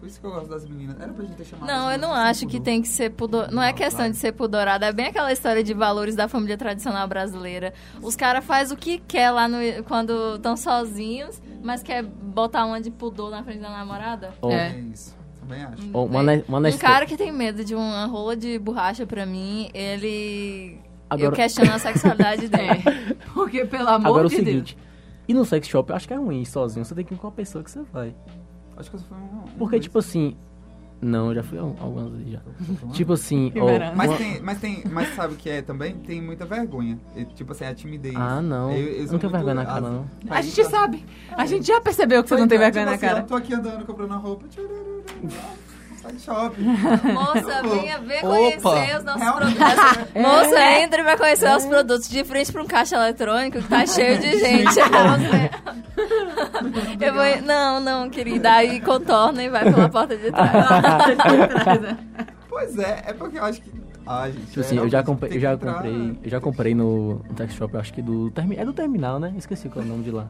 Speaker 5: Por isso que eu gosto das meninas. Era pra gente ter chamado.
Speaker 3: Não,
Speaker 5: as
Speaker 3: eu não
Speaker 5: meninas
Speaker 3: acho
Speaker 5: sem
Speaker 3: que
Speaker 5: pudor.
Speaker 3: tem que ser pudor. Não é questão de ser pudorada, é bem aquela história de valores da família tradicional brasileira. Os caras fazem o que quer lá no... quando estão sozinhos, mas quer botar uma de pudor na frente da namorada.
Speaker 8: Ó,
Speaker 5: É isso. Também acho.
Speaker 8: ó, uma ne- uma
Speaker 3: Um
Speaker 8: neste-
Speaker 3: cara que tem medo de uma rola de borracha pra mim, ele. Eu
Speaker 8: Agora-
Speaker 3: questiono a sexualidade dele.
Speaker 6: Porque, pelo amor
Speaker 8: Agora é o
Speaker 6: de
Speaker 8: seguinte. E no sex shop, eu acho que é ruim ir sozinho. Você tem que ir com a pessoa que você vai.
Speaker 3: Uhum.
Speaker 5: Acho que isso foi um. um
Speaker 8: Porque,
Speaker 5: dois.
Speaker 8: tipo assim, Não, já fui al- algumas vezes já. tipo assim, ó,
Speaker 5: Mas
Speaker 8: uma-
Speaker 5: tem, mas tem, mas sabe o que é também? Tem muita vergonha. E, tipo assim, a timidez.
Speaker 8: Ah, não.
Speaker 5: Eu, eu sou
Speaker 8: Não tem
Speaker 5: muito-
Speaker 8: vergonha na cara,
Speaker 5: as-
Speaker 8: não.
Speaker 5: Mas-
Speaker 6: A gente sabe. A gente já percebeu que você não tem
Speaker 5: Tipo
Speaker 6: vergonha na
Speaker 5: assim,
Speaker 6: cara.
Speaker 5: Eu tô aqui andando, comprando roupa. tchurururu, Sai de shopping.
Speaker 8: É.
Speaker 3: Moça, venha ver
Speaker 2: Opa.
Speaker 3: conhecer os nossos
Speaker 5: É um-
Speaker 3: produtos.
Speaker 6: É.
Speaker 3: Moça, entre e vai conhecer os produtos de frente pra um caixa eletrônico que tá cheio de gente. Eu vou, não, não, querida, aí contorna e vai pela porta de trás.
Speaker 5: Pois é, é porque eu acho que. Ah, gente.
Speaker 8: Tipo
Speaker 5: é,
Speaker 8: assim, eu já
Speaker 5: realmente
Speaker 8: comprei,
Speaker 5: tem
Speaker 8: eu já
Speaker 5: que entrar,
Speaker 8: comprei,
Speaker 5: né?
Speaker 8: eu já comprei no no sex shop, eu acho que do termi- é do terminal, né? Esqueci qual é o nome de lá.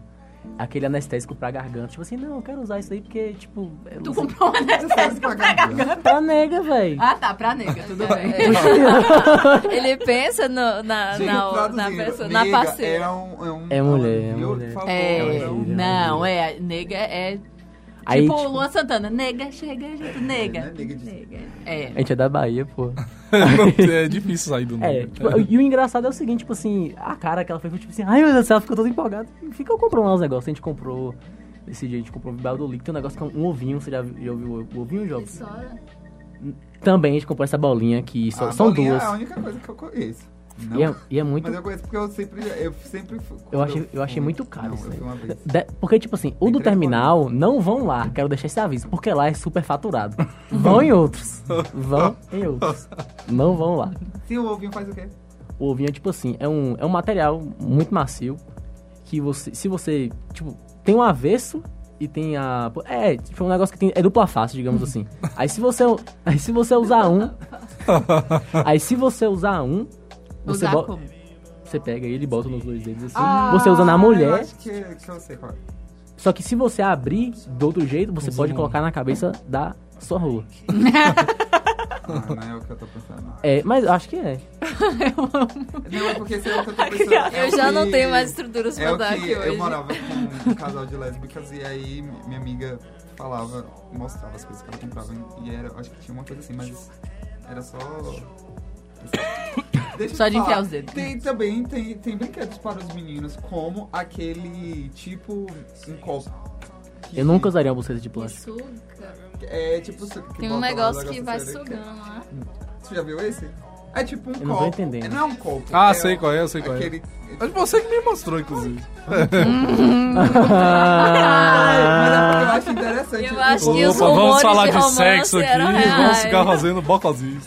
Speaker 8: Aquele anestésico pra garganta. Tipo assim, não, eu quero usar isso aí porque, tipo. é-
Speaker 6: Tu comprou um
Speaker 5: Sai de
Speaker 6: anestésico pra
Speaker 5: pagar.
Speaker 6: garganta.
Speaker 8: Pra nega, véi.
Speaker 6: Ah, tá, pra nega, tudo bem.
Speaker 3: Ele pensa no- na,
Speaker 5: É. Gente,
Speaker 3: na, na
Speaker 5: traduzindo,
Speaker 3: pessoa, na
Speaker 5: nega
Speaker 3: parceira.
Speaker 5: É, um, é, um,
Speaker 8: É mulher, é
Speaker 5: meu,
Speaker 8: mulher.
Speaker 5: por favor,
Speaker 6: É,
Speaker 5: é um-
Speaker 8: horrível,
Speaker 6: não, é, nega é.
Speaker 8: Aí,
Speaker 6: tipo,
Speaker 8: tipo-
Speaker 6: Luan Santana, nega, chega junto,
Speaker 5: né,
Speaker 6: nega.
Speaker 5: nega de-
Speaker 8: A
Speaker 6: É.
Speaker 8: gente é da Bahia, pô.
Speaker 2: Não, é difícil sair do
Speaker 8: É,
Speaker 5: Uhum.
Speaker 2: nome.
Speaker 8: tipo, e o engraçado é o seguinte, tipo assim, a cara que ela fez, foi tipo assim, ai meu Deus do céu, ela ficou toda empolgada. Fica comprando lá uns negócios, a gente comprou. Esse dia a gente comprou Baldolic, tem um negócio que é um ovinho, você já, viu- já ouviu o ovinho, Job? Também a gente comprou essa bolinha que só-
Speaker 5: A
Speaker 8: são
Speaker 5: bolinha
Speaker 8: duas.
Speaker 5: É a única coisa que eu conheço. Não,
Speaker 8: E é, e é muito.
Speaker 5: Mas eu conheço porque eu sempre. Eu sempre fui-
Speaker 8: Eu achei- eu achei
Speaker 5: fui-
Speaker 8: muito caro
Speaker 5: Não,
Speaker 8: isso
Speaker 5: eu
Speaker 8: aí.
Speaker 5: fui uma vez.
Speaker 8: De- Porque, tipo assim, o
Speaker 5: Tem
Speaker 8: do
Speaker 5: três
Speaker 8: terminal, não vão lá. Quero deixar esse aviso. Porque lá é super faturado. Vão em outros. Vão em outros. Não vão lá.
Speaker 5: Sim, o ovinho faz o quê?
Speaker 8: O ovinho é, tipo assim, é um, é um material muito macio. Que você, se você, tipo, tem um avesso e tem a... É, tipo, um negócio que tem... É dupla face, digamos assim. Aí se você, aí, se você usar um... Aí se você usar um... Você,
Speaker 6: Usar
Speaker 8: bo-
Speaker 6: como?
Speaker 8: você pega ele e bota nos dois dedos assim. você usa na
Speaker 5: Ah, Eu
Speaker 8: mulher...
Speaker 5: acho que, que eu sei qual é.
Speaker 8: Só que se você abrir do outro jeito, você
Speaker 2: Usa
Speaker 8: pode
Speaker 2: um-
Speaker 8: colocar na cabeça da sua rola.
Speaker 5: Ah, não é o que eu tô pensando. não.
Speaker 8: É, mas eu acho que é.
Speaker 5: Não, é porque esse é o que eu tô pensando. é o
Speaker 3: Eu já não
Speaker 5: que-
Speaker 3: tenho mais estruturas pra
Speaker 5: É o
Speaker 3: dar
Speaker 5: que
Speaker 3: aqui
Speaker 5: eu
Speaker 3: hoje.
Speaker 5: morava com um casal de lésbicas e aí mi- minha amiga falava, mostrava as coisas que ela comprava e era, acho que tinha uma coisa assim, mas era só... Deixa eu
Speaker 6: Só
Speaker 5: te
Speaker 6: de
Speaker 5: falar.
Speaker 6: enfiar os dedos.
Speaker 5: Tem também, tem, tem brinquedos para os meninos, como aquele tipo, um copo. que-
Speaker 8: Eu nunca usaria uma buceta de plástico.
Speaker 3: Suga.
Speaker 5: É tipo... su- que bota
Speaker 3: Tem
Speaker 5: lá
Speaker 3: um negócio que
Speaker 5: negócio
Speaker 3: vai
Speaker 5: sério.
Speaker 3: sugando né? lá.
Speaker 5: Você já viu esse? É tipo um
Speaker 8: Eu
Speaker 5: copo.
Speaker 8: não tô entendendo.
Speaker 5: É, Não é um copo.
Speaker 2: Ah,
Speaker 5: é
Speaker 2: sei
Speaker 5: um-
Speaker 2: qual é, eu sei qual é.
Speaker 5: aquele...
Speaker 2: Mas você que me mostrou, inclusive.
Speaker 5: Ah, mas é porque eu acho interessante.
Speaker 3: Eu acho que os
Speaker 2: Opa, vamos
Speaker 3: rumores
Speaker 2: falar
Speaker 3: de
Speaker 2: de,
Speaker 3: romance
Speaker 2: sexo aqui,
Speaker 3: eram
Speaker 2: vamos
Speaker 3: reais.
Speaker 2: ficar fazendo bocozinhos.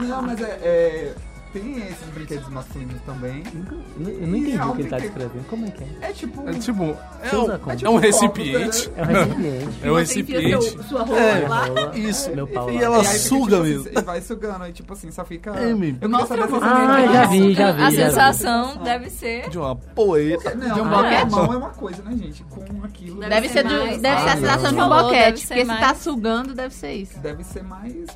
Speaker 5: Não, mas é, é, Tem esses brinquedos masculinos também.
Speaker 8: Nunca- Eu eu não entendi o que ele tá descrevendo. Como é que é?
Speaker 5: É tipo.
Speaker 2: É tipo,
Speaker 8: Você
Speaker 2: é
Speaker 8: usa
Speaker 2: um,
Speaker 8: como?
Speaker 2: é um recipiente.
Speaker 8: É um recipiente.
Speaker 2: É um
Speaker 6: Você enfia seu-
Speaker 2: recipiente.
Speaker 6: sua rola lá.
Speaker 8: Rola,
Speaker 2: Isso.
Speaker 8: Meu pau
Speaker 2: E
Speaker 8: lá.
Speaker 2: ela
Speaker 5: um e aí fica,
Speaker 2: suga
Speaker 5: tipo,
Speaker 2: mesmo.
Speaker 5: assim, e vai sugando, aí tipo assim, só fica.
Speaker 2: É, me-
Speaker 5: eu queria saber se
Speaker 8: Ah, já vi, já vi.
Speaker 3: A
Speaker 8: já vi.
Speaker 3: sensação deve ser.
Speaker 2: De uma poeta.
Speaker 5: Não,
Speaker 6: De um
Speaker 5: a
Speaker 6: boquete?
Speaker 5: mão é uma coisa, né, gente? Com aquilo.
Speaker 3: Deve
Speaker 6: Deve ser, do,
Speaker 3: mais-
Speaker 6: deve ser a
Speaker 5: Ah,
Speaker 6: sensação de um
Speaker 3: falou, deve
Speaker 6: boquete,
Speaker 3: ser
Speaker 6: porque se tá
Speaker 3: mais.
Speaker 6: sugando, deve ser isso.
Speaker 5: Deve ser mais.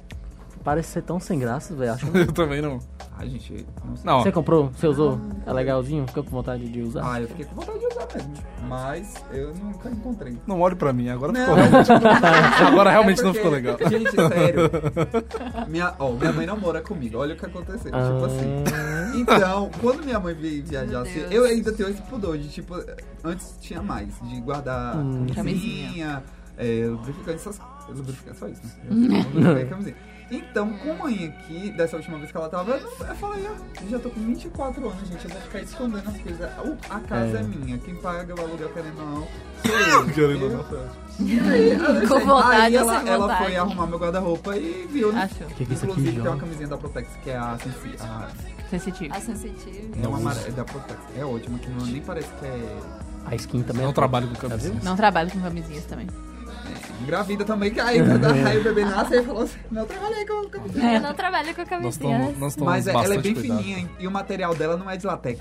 Speaker 8: Parece ser tão sem graça, velho. Acho-
Speaker 2: Eu também não.
Speaker 5: Ah, gente. Não sei.
Speaker 2: Não,
Speaker 8: Você comprou? Você usou? É legalzinho? Ficou com vontade de usar?
Speaker 5: Ah, eu fiquei com vontade de usar mesmo. Mas eu nunca encontrei.
Speaker 2: não olhe pra mim, agora ficou
Speaker 5: Não,
Speaker 2: ruim. Agora
Speaker 5: É
Speaker 2: realmente não
Speaker 5: porque-
Speaker 2: ficou legal.
Speaker 5: Gente, sério. Minha, ó, minha mãe não mora comigo. Olha o que aconteceu.
Speaker 8: Ah,
Speaker 5: Tipo assim. Então, quando minha mãe veio viajar, assim, eu ainda tenho esse pudor de, tipo, antes tinha mais, de guardar camisinha, é, lubrificante, essas Lubrificante, só isso, né? Eu lubrificante e camisinha. Então, com a mãe aqui, dessa última vez que ela tava, eu, não- eu falei, "Ah, eu já tô com 24 anos, gente, eu vou ficar escondendo as coisas. O- A casa é,
Speaker 8: É.
Speaker 5: minha, quem paga o aluguel querendo ou não, sou eu.
Speaker 2: Querendo ou não.
Speaker 5: Eu- Aí, eu
Speaker 3: Com
Speaker 5: sei.
Speaker 3: vontade
Speaker 5: Aí
Speaker 3: ou
Speaker 5: ela,
Speaker 3: sem
Speaker 5: ela
Speaker 3: vontade?
Speaker 5: foi arrumar meu guarda-roupa e viu. né?
Speaker 6: Achou.
Speaker 8: Que que é isso aqui,
Speaker 5: Inclusive tem
Speaker 8: João?
Speaker 5: uma camisinha da Protex que é a Sensi. a-
Speaker 6: Sensitivo.
Speaker 3: A sensitiva.
Speaker 5: é uma amare- é da Protex. É ótima, que não, nem parece que é.
Speaker 8: A skin também.
Speaker 2: Não
Speaker 8: é-
Speaker 2: um trabalho com
Speaker 8: Tá vendo?
Speaker 2: camisinha.
Speaker 6: Não trabalho com camisinhas também.
Speaker 5: Engravida também, que aí quando
Speaker 2: É.
Speaker 5: aí o bebê nasce ele falou assim: não eu trabalhei com camisinha.
Speaker 3: Eu não trabalho com
Speaker 2: Nós
Speaker 3: camisinha.
Speaker 2: estamos nós tomamos
Speaker 5: Mas é- ela é
Speaker 2: É. bastante
Speaker 5: bem
Speaker 2: cuidado.
Speaker 5: fininha hein? e o material dela não é de latex.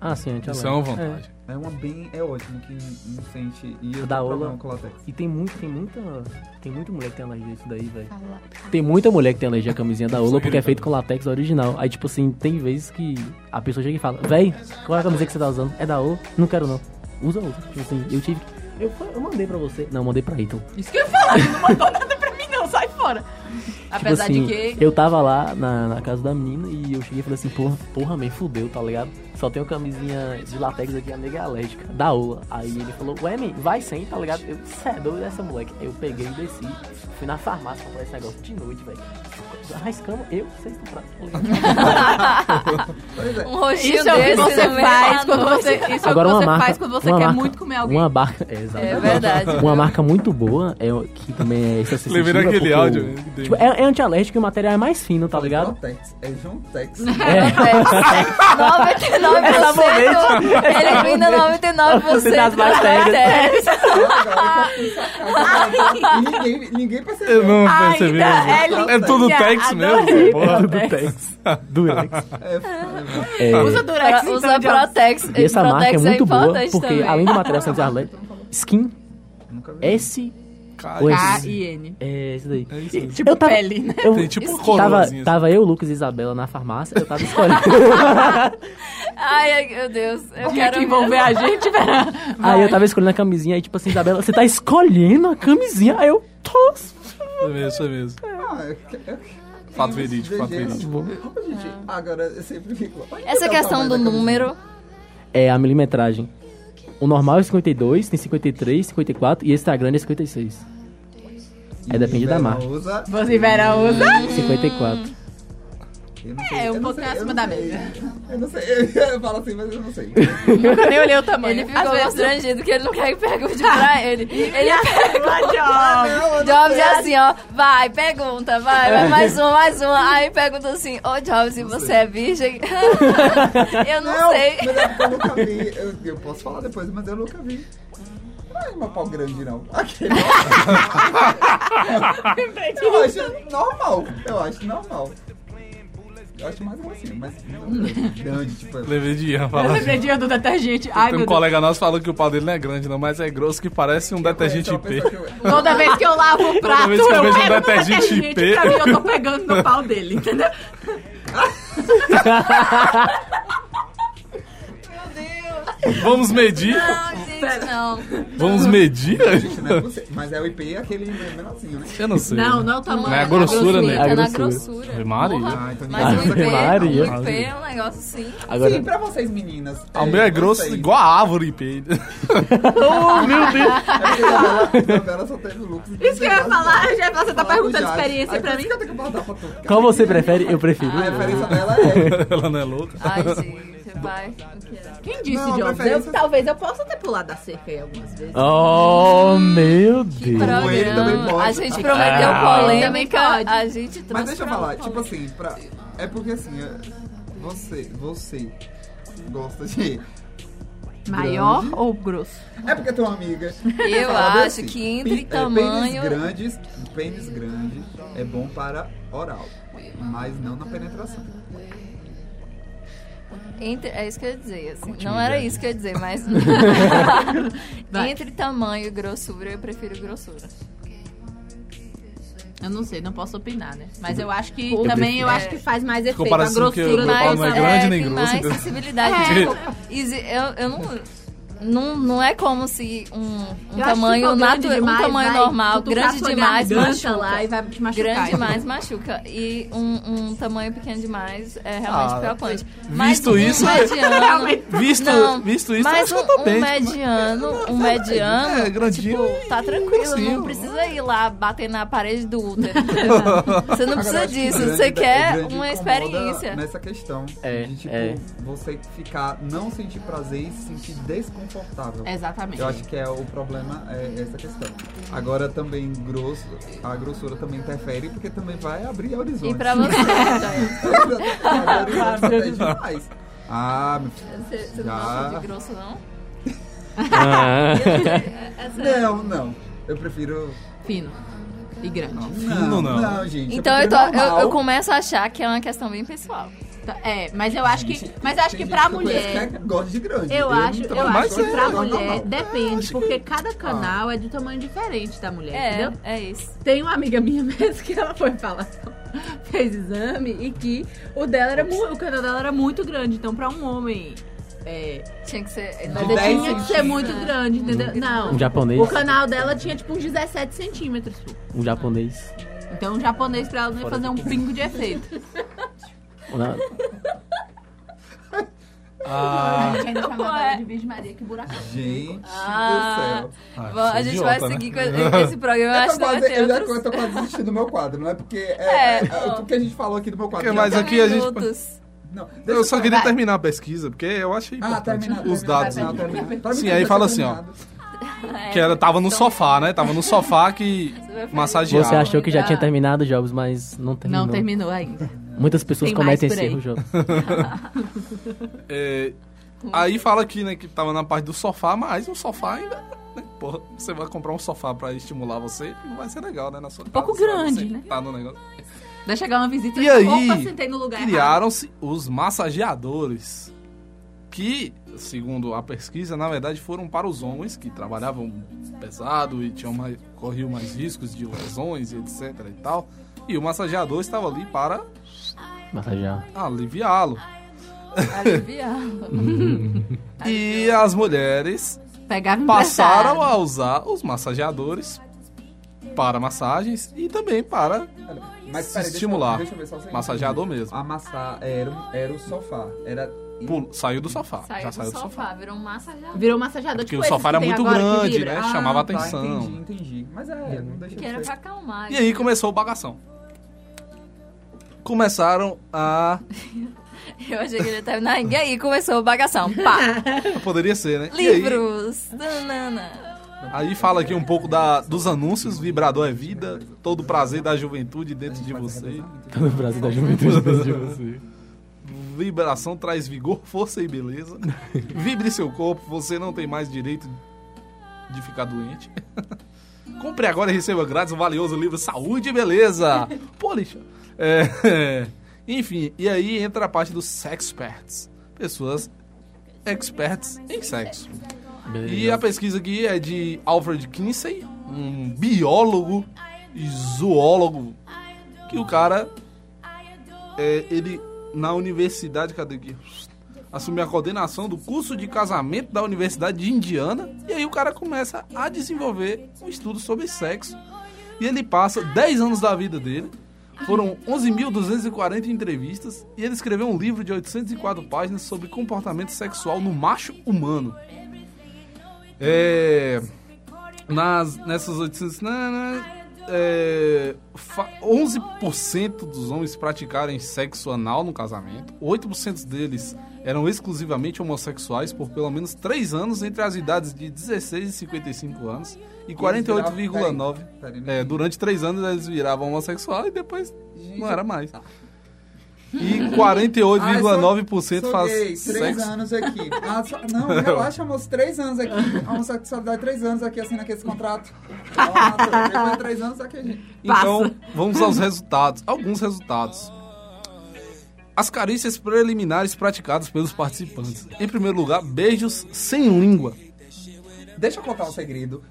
Speaker 8: Ah, sim, anti
Speaker 2: Isso é uma vantagem.
Speaker 5: É uma bem. É ótimo que não sente. E eu
Speaker 8: É Da
Speaker 5: tenho
Speaker 8: Ola.
Speaker 5: problema com latex.
Speaker 8: E tem muito, tem muita. Tem muita mulher que tem alergia a isso daí, velho. Tem muita mulher que tem alergia à camisinha da Ola porque é feito com latex original. Aí, tipo assim, tem vezes que a pessoa chega e fala, véi, qual é a camiseta que você tá usando? É da Ola? Não quero não. Usa outra. Tipo assim, eu tive que. Eu, fa- eu mandei pra você. Não, mandei pra Ethan.
Speaker 6: Isso que eu ia falar, não mandou nada pra mim não, sai fora.
Speaker 3: Apesar
Speaker 8: tipo assim,
Speaker 3: de que.
Speaker 8: Eu tava lá na, na casa da menina e eu cheguei e falei assim, porra, porra, man, fudeu, tá ligado? Só tenho camisinha de latex aqui, a nega é alérgica, da aula. Aí ele falou, ué, man, vai sem, tá ligado? Eu, cê é doido essa moleque. Aí eu peguei e desci, fui na farmácia comprar esse negócio de noite, velho. Arriscamos, eu, vocês compraram. tá ligado?
Speaker 3: Um roxinho
Speaker 6: Isso é o que
Speaker 3: desse
Speaker 6: você
Speaker 3: também
Speaker 6: faz
Speaker 3: à
Speaker 6: quando
Speaker 3: noite.
Speaker 6: você, isso é o que
Speaker 8: Agora uma
Speaker 6: você
Speaker 8: marca,
Speaker 6: faz quando você
Speaker 8: uma
Speaker 6: quer
Speaker 8: marca-
Speaker 6: muito comer alguém.
Speaker 8: Uma marca, é, exatamente.
Speaker 3: É verdade, viu?
Speaker 8: Uma marca muito boa é o- que também é essa
Speaker 2: Lembrei daquele áudio, né, que tem.
Speaker 8: Tipo, é, é antialérgico e o material é mais fino, tá ligado?
Speaker 5: Jontex. É Jontex.
Speaker 8: É
Speaker 3: 99%.
Speaker 8: sabonete. É
Speaker 3: Ele
Speaker 8: sabonete.
Speaker 3: vinda 99% das
Speaker 8: Das bactérias.
Speaker 3: bactérias.
Speaker 5: ninguém, ninguém percebeu.
Speaker 2: Eu não
Speaker 3: Ai,
Speaker 2: percebi.
Speaker 3: da- é
Speaker 2: mesmo.
Speaker 3: linda,
Speaker 2: é tudo Tex
Speaker 3: adorei.
Speaker 2: mesmo? é Porra.
Speaker 8: Do Tex. Durex.
Speaker 5: É,
Speaker 8: É,
Speaker 6: Usa Durex, então,
Speaker 3: Usa
Speaker 6: Diogo.
Speaker 3: Protex.
Speaker 8: E essa marca é
Speaker 3: Protex
Speaker 8: muito boa,
Speaker 3: importante
Speaker 8: porque
Speaker 3: também.
Speaker 8: além do material ser antialérgico, skin S...
Speaker 2: Cara,
Speaker 8: Ou
Speaker 6: K
Speaker 8: esse-
Speaker 6: e N.
Speaker 8: É, esse daí.
Speaker 2: É isso aí.
Speaker 8: Tipo eu tava,
Speaker 6: pele, né?
Speaker 8: Eu,
Speaker 2: Tem tipo uma
Speaker 8: tava,
Speaker 2: coroazinha.
Speaker 8: tava eu, Lucas e Isabela na farmácia, eu tava escolhendo.
Speaker 3: Ai, ai, meu Deus. Eu
Speaker 6: Quer
Speaker 3: quero
Speaker 6: que envolver a gente, pera.
Speaker 8: aí eu tava escolhendo a camisinha, aí tipo assim, Isabela, você tá escolhendo a camisinha? Aí eu, tô...
Speaker 2: Foi mesmo, foi mesmo.
Speaker 5: Ah, eu- eu-
Speaker 2: Fato verídico, fato
Speaker 5: Gente,
Speaker 2: verídico.
Speaker 5: gente, agora eu sempre fico. Olha
Speaker 3: Essa é
Speaker 5: o
Speaker 3: questão
Speaker 5: tamanho
Speaker 3: do
Speaker 5: da camisa.
Speaker 3: número.
Speaker 8: É a milimetragem. O normal é 52, tem 53, 54 e esse tá grande é 56. É, depende da
Speaker 5: Vera
Speaker 8: marca. Hum.
Speaker 5: Usa,
Speaker 6: Você Vera usa.
Speaker 8: 54.
Speaker 5: eu não sei,
Speaker 6: É, um
Speaker 5: eu não
Speaker 6: pouco
Speaker 5: sei, eu
Speaker 6: acima
Speaker 5: não
Speaker 6: da
Speaker 5: sei.
Speaker 6: média.
Speaker 5: Eu não sei, eu falo assim, mas eu não sei.
Speaker 6: Nunca nem olhei o tamanho.
Speaker 3: Ele ficou
Speaker 6: Às vezes eu-
Speaker 3: constrangido que ele não quer que pergunte pra ele. Ele
Speaker 6: Jobs.
Speaker 3: Jobs é assim, ó. Vai, pergunta, vai, vai,
Speaker 8: É.
Speaker 3: mais uma, mais uma. Aí pergunta assim, ô Jobs, e você é virgem? eu não, sei.
Speaker 5: Mas é porque eu nunca vi. Eu, eu posso falar depois, mas eu nunca vi. Não é uma pau grande, não. Aquele. eu acho normal. Eu acho normal. Eu acho mais grossinho, mas não é grande, tipo.
Speaker 2: Lembrei de Ian
Speaker 6: Eu
Speaker 2: falar.
Speaker 6: lembrei de do detergente.
Speaker 2: Tem
Speaker 6: Ai,
Speaker 2: um
Speaker 6: meu Deus.
Speaker 2: colega nosso falou que o pau dele não é grande, não, mas é grosso que parece um detergente
Speaker 5: Essa é uma
Speaker 2: IP.
Speaker 5: pessoa que eu-
Speaker 6: Toda vez que eu lavo o prato,
Speaker 2: vez que eu
Speaker 6: eu
Speaker 2: vejo um
Speaker 6: pego no
Speaker 2: detergente
Speaker 6: detergente.
Speaker 2: IP.
Speaker 6: Pra mim, eu tô pegando no pau dele, entendeu?
Speaker 2: Vamos medir?
Speaker 3: Não, gente, não.
Speaker 2: Vamos medir?
Speaker 5: Gente, não é você- Mas é o IP aquele menorzinho, né?
Speaker 2: Eu não sei.
Speaker 6: Não, não é o
Speaker 3: Ah,
Speaker 6: tamanho.
Speaker 2: Não é a
Speaker 6: é a
Speaker 2: grossura, né?
Speaker 3: Tá na
Speaker 8: A grossura.
Speaker 3: grossura.
Speaker 2: Ave Maria.
Speaker 3: Porra,
Speaker 5: Ah, então
Speaker 3: Mas o
Speaker 5: ninguém-
Speaker 3: IP,
Speaker 8: Maria.
Speaker 3: o IP é um negócio assim.
Speaker 8: Agora,
Speaker 5: Sim, pra vocês meninas.
Speaker 2: Ah, O meu é grosso
Speaker 5: vocês.
Speaker 2: igual a árvore IP.
Speaker 5: É porque Isabela- Isabela só teve lucro.
Speaker 6: Isso que eu ia falar, já você tá perguntando
Speaker 5: Aí
Speaker 6: experiência pra
Speaker 5: por
Speaker 6: mim.
Speaker 5: isso que eu tenho que botar pra tu.
Speaker 8: qual você prefere? Eu prefiro.
Speaker 2: Ah,
Speaker 5: A
Speaker 3: Uhum.
Speaker 5: referência dela é.
Speaker 2: Ela não é louca.
Speaker 3: Ai, gente, vai. O que é?
Speaker 6: Quem disse,
Speaker 5: Não,
Speaker 6: Jobs?
Speaker 5: preferência-
Speaker 6: Eu- talvez eu possa ter pulado a cerca aí algumas vezes.
Speaker 3: Ah,
Speaker 8: Oh, meu Deus.
Speaker 3: Programa.
Speaker 5: ele também pode.
Speaker 3: A gente prometeu polêmica,
Speaker 6: Também pode.
Speaker 3: a gente trouxe
Speaker 5: Mas deixa eu
Speaker 3: pra-
Speaker 5: falar, tipo assim, pra... é porque assim, é- você, você gosta de.
Speaker 6: Maior ou grosso?
Speaker 5: É porque é tua amiga.
Speaker 3: Eu
Speaker 5: Fala
Speaker 3: acho
Speaker 5: assim,
Speaker 3: que entre
Speaker 5: pi- é,
Speaker 3: tamanho.
Speaker 5: Pênis grandes, pênis grande é bom para oral, mas não na penetração.
Speaker 3: Entre, é isso que eu ia dizer, assim. não era isso que eu ia dizer, mas.
Speaker 6: Vai.
Speaker 3: entre tamanho e grossura, eu prefiro grossura.
Speaker 6: Eu não sei, não posso opinar, né? Mas eu acho que
Speaker 3: Eu
Speaker 6: também
Speaker 3: prefiro-
Speaker 6: eu
Speaker 3: É.
Speaker 6: acho que faz mais efeito a
Speaker 2: Comparação que
Speaker 6: grossura
Speaker 2: eu-
Speaker 6: da
Speaker 2: pau não é
Speaker 6: coisa.
Speaker 2: grande nem
Speaker 3: tem
Speaker 2: grosso,
Speaker 3: mais
Speaker 2: entendeu?
Speaker 3: sensibilidade.
Speaker 6: É.
Speaker 3: Tipo, Izzy, eu, eu não. Não, não é como se um, um
Speaker 6: Eu acho que se
Speaker 3: tamanho
Speaker 6: for grande
Speaker 3: natural, um
Speaker 6: demais,
Speaker 3: tamanho
Speaker 6: vai
Speaker 3: normal,
Speaker 6: cutucar
Speaker 3: grande
Speaker 6: sua
Speaker 3: demais,
Speaker 6: garganta
Speaker 3: machuca.
Speaker 6: lá e vai te machucar.
Speaker 3: grande demais machuca. E um, um tamanho pequeno demais é realmente
Speaker 2: Ah,
Speaker 3: preocupante.
Speaker 2: visto
Speaker 3: um
Speaker 2: isso- é
Speaker 3: mediano.
Speaker 2: Visto,
Speaker 3: Não,
Speaker 2: visto isso,
Speaker 3: mas
Speaker 2: acho
Speaker 3: um,
Speaker 2: que eu tô
Speaker 3: um
Speaker 2: bem.
Speaker 3: mediano, um mediano,
Speaker 2: É, grandinho.
Speaker 3: tipo, tá tranquilo,
Speaker 2: consigo.
Speaker 3: não precisa ir lá bater na parede do útero. entendeu? Você não
Speaker 5: Agora,
Speaker 3: precisa
Speaker 5: acho que
Speaker 3: disso,
Speaker 5: grande
Speaker 3: você
Speaker 5: da-
Speaker 2: é
Speaker 3: quer
Speaker 5: grande
Speaker 3: uma
Speaker 5: incomoda
Speaker 3: experiência.
Speaker 5: Nessa questão.
Speaker 8: É,
Speaker 5: de, tipo,
Speaker 8: é.
Speaker 5: você ficar, não sentir prazer e se sentir desconfortável.
Speaker 6: Exatamente.
Speaker 5: Eu acho que é o problema é essa questão. Agora também grosso, a grossura também interfere porque também vai abrir horizonte.
Speaker 3: E pra você, Jair,
Speaker 5: demais. Ah, meu filho.
Speaker 3: você, você
Speaker 5: Já.
Speaker 3: não gosta de grosso, não?
Speaker 2: é
Speaker 6: Ah. é
Speaker 5: não, não. Eu prefiro.
Speaker 6: Fino e grande.
Speaker 5: Não,
Speaker 2: Fino, não.
Speaker 5: não, gente.
Speaker 3: Então eu,
Speaker 5: prefiro
Speaker 3: tô-
Speaker 2: é
Speaker 3: eu,
Speaker 5: normal.
Speaker 3: eu começo a achar que é uma questão bem pessoal.
Speaker 6: Tá, É, mas eu acho que, mas eu acho
Speaker 5: Tem
Speaker 6: que pra
Speaker 5: gente eu conheço
Speaker 6: mulher
Speaker 5: que é- gosta de grande.
Speaker 6: eu acho,
Speaker 5: não tô-
Speaker 6: eu
Speaker 5: mas
Speaker 6: acho que pra
Speaker 5: eu gosto
Speaker 6: mulher
Speaker 5: normal. Ah.
Speaker 6: depende, porque cada canal é de tamanho diferente da mulher,
Speaker 3: É,
Speaker 6: entendeu?
Speaker 3: é isso.
Speaker 6: Tem uma amiga minha mesmo que ela foi falar, fez exame e que o dela era mu- o canal dela era muito grande, então pra um homem é,
Speaker 3: Tinha que ser.
Speaker 5: De dez
Speaker 6: tinha que ser muito grande, entendeu? Não.
Speaker 8: Um japonês.
Speaker 6: O canal dela tinha tipo uns 17 centímetros, pô.
Speaker 8: Um japonês.
Speaker 6: Então o japonês pra ela não ia
Speaker 8: Fora
Speaker 6: fazer
Speaker 8: do
Speaker 6: um
Speaker 8: que-
Speaker 6: pingo de efeito.
Speaker 8: Não,
Speaker 2: Ah,
Speaker 6: A gente ainda chamava ela de Virgem Maria, que buracão.
Speaker 5: Gente
Speaker 3: Ah,
Speaker 5: do céu.
Speaker 2: Ah,
Speaker 3: Bom, a
Speaker 2: sou
Speaker 3: gente
Speaker 2: idiota,
Speaker 3: vai seguir
Speaker 2: né? é,
Speaker 3: com esse programa,
Speaker 5: Eu
Speaker 3: acho
Speaker 5: tô
Speaker 3: que vai
Speaker 5: quase,
Speaker 3: ter
Speaker 5: eu já
Speaker 3: outros
Speaker 5: eu tô quase desistindo do meu quadro, não é porque
Speaker 3: É,
Speaker 5: é, é,
Speaker 3: ó.
Speaker 5: o que a gente falou aqui do meu quadro.
Speaker 2: Porque mais aqui a gente-
Speaker 3: minutos.
Speaker 5: Não, deixa
Speaker 2: Eu só queria
Speaker 5: falar.
Speaker 2: terminar a pesquisa, porque eu achei
Speaker 5: Ah,
Speaker 3: tá.
Speaker 2: importante
Speaker 5: terminar.
Speaker 2: os
Speaker 5: terminar,
Speaker 2: dados
Speaker 5: terminar,
Speaker 2: aqui.
Speaker 5: terminar. Pra mim
Speaker 2: Sim,
Speaker 5: tá
Speaker 2: aí
Speaker 5: tudo
Speaker 2: fala assim, ó.
Speaker 5: terminado.
Speaker 2: Que ela tava no sofá, né? Tava no sofá que
Speaker 3: Então vai fazer-
Speaker 2: massageava.
Speaker 3: Você
Speaker 8: Você
Speaker 3: achou
Speaker 8: achou que já
Speaker 3: Tá. tinha
Speaker 8: tinha terminado Jobs, mas não terminou.
Speaker 6: Não terminou ainda.
Speaker 8: Muitas pessoas
Speaker 6: Tem mais
Speaker 8: cometem
Speaker 6: cometem
Speaker 8: esse
Speaker 6: por esse aí. erro,
Speaker 8: erro, Jobs.
Speaker 2: É, aí fala aqui, né, que tava na parte do sofá, mas o sofá ainda. né, Porra, você vai comprar um sofá pra estimular você, não vai ser legal, né? Na sua um
Speaker 6: pouco grande, né?
Speaker 2: Tá no negócio.
Speaker 6: Vai chegar uma visita
Speaker 2: E aí,
Speaker 6: opa, sentei no lugar errado.
Speaker 2: Criaram-se os massageadores, que, segundo a pesquisa, na verdade foram para os homens que trabalhavam pesado e tinham mais, corriam mais riscos de lesões e etc e tal. E o massageador estava ali para
Speaker 8: Massagear.
Speaker 2: aliviá-lo.
Speaker 3: Aliviar.
Speaker 2: E as mulheres
Speaker 6: Pegava
Speaker 2: passaram
Speaker 6: emprestado.
Speaker 2: a usar os massageadores para massagens e também para
Speaker 5: Mas
Speaker 2: Se
Speaker 5: peraí, deixa eu-
Speaker 2: estimular.
Speaker 5: Deixa eu ver só o seguinte.
Speaker 2: massageador mesmo.
Speaker 5: Amassar era, um- era o sofá. Era. tá,
Speaker 2: Pul- saiu do sofá,
Speaker 3: Saiu
Speaker 2: já
Speaker 3: do
Speaker 2: saiu
Speaker 3: sofá,
Speaker 2: do sofá.
Speaker 3: virou um massageador.
Speaker 6: Virou massageador
Speaker 2: É Porque
Speaker 6: tipo
Speaker 2: o sofá era
Speaker 6: esses que tem
Speaker 2: muito
Speaker 6: agora que
Speaker 2: grande,
Speaker 6: vibra.
Speaker 2: né?
Speaker 5: Ah,
Speaker 2: Chamava
Speaker 5: tá,
Speaker 2: atenção.
Speaker 5: Entendi, entendi. Mas é, não deixa
Speaker 3: Que era
Speaker 5: de ser.
Speaker 3: pra acalmar.
Speaker 2: E aí começou o bagação. Começaram a.
Speaker 3: Eu achei que ele ia terminar. E aí começou o bagação. Pá!
Speaker 2: Poderia ser, né? E aí-
Speaker 3: Livros! Nanana.
Speaker 2: Aí fala aqui um pouco da, dos anúncios. Vibrador é vida, todo o prazer da juventude dentro de você.
Speaker 8: Todo o Brasil da juventude dentro de você.
Speaker 2: Vibração traz vigor, força e beleza. Vibre seu corpo, você não tem mais direito de ficar doente. Compre agora e receba grátis o valioso livro Saúde e Beleza. Pô, lixa. É, Enfim, e aí entra a parte dos sexperts. Pessoas experts em sexo. E a pesquisa aqui é de Alfred Kinsey, um biólogo e zoólogo. Que o cara, é, ele na universidade, cadê aqui? Assumiu a coordenação do curso de casamento da Universidade de Indiana. E aí o cara começa a desenvolver um estudo sobre sexo. E ele passa 10 anos da vida dele. Foram 11.240 entrevistas. E ele escreveu um livro de 804 páginas sobre comportamento sexual no macho humano. É, nas, nessas 800. né, né, é, fa- 11% dos homens praticarem sexo anal no casamento, 8% deles eram exclusivamente homossexuais por pelo menos 3 anos entre as idades de 16 e 55 anos, e 48,9%
Speaker 5: Peraí, não
Speaker 2: é, durante 3 anos eles viravam homossexual e depois não era mais.
Speaker 6: Tá.
Speaker 2: E 48,9%
Speaker 5: Ah, Sou
Speaker 2: faz
Speaker 5: gay, é três
Speaker 2: sexo.
Speaker 5: anos aqui. Ah, só- não, relaxa, moço, três anos aqui. Homossexualidade, é três anos aqui, assim, assina aqui esse contrato. Nossa, depois de três anos aqui, gente.
Speaker 2: Então, vamos aos resultados. Alguns resultados. As carícias preliminares praticadas pelos participantes. Em primeiro lugar, beijos sem língua.
Speaker 5: Deixa eu contar um segredo.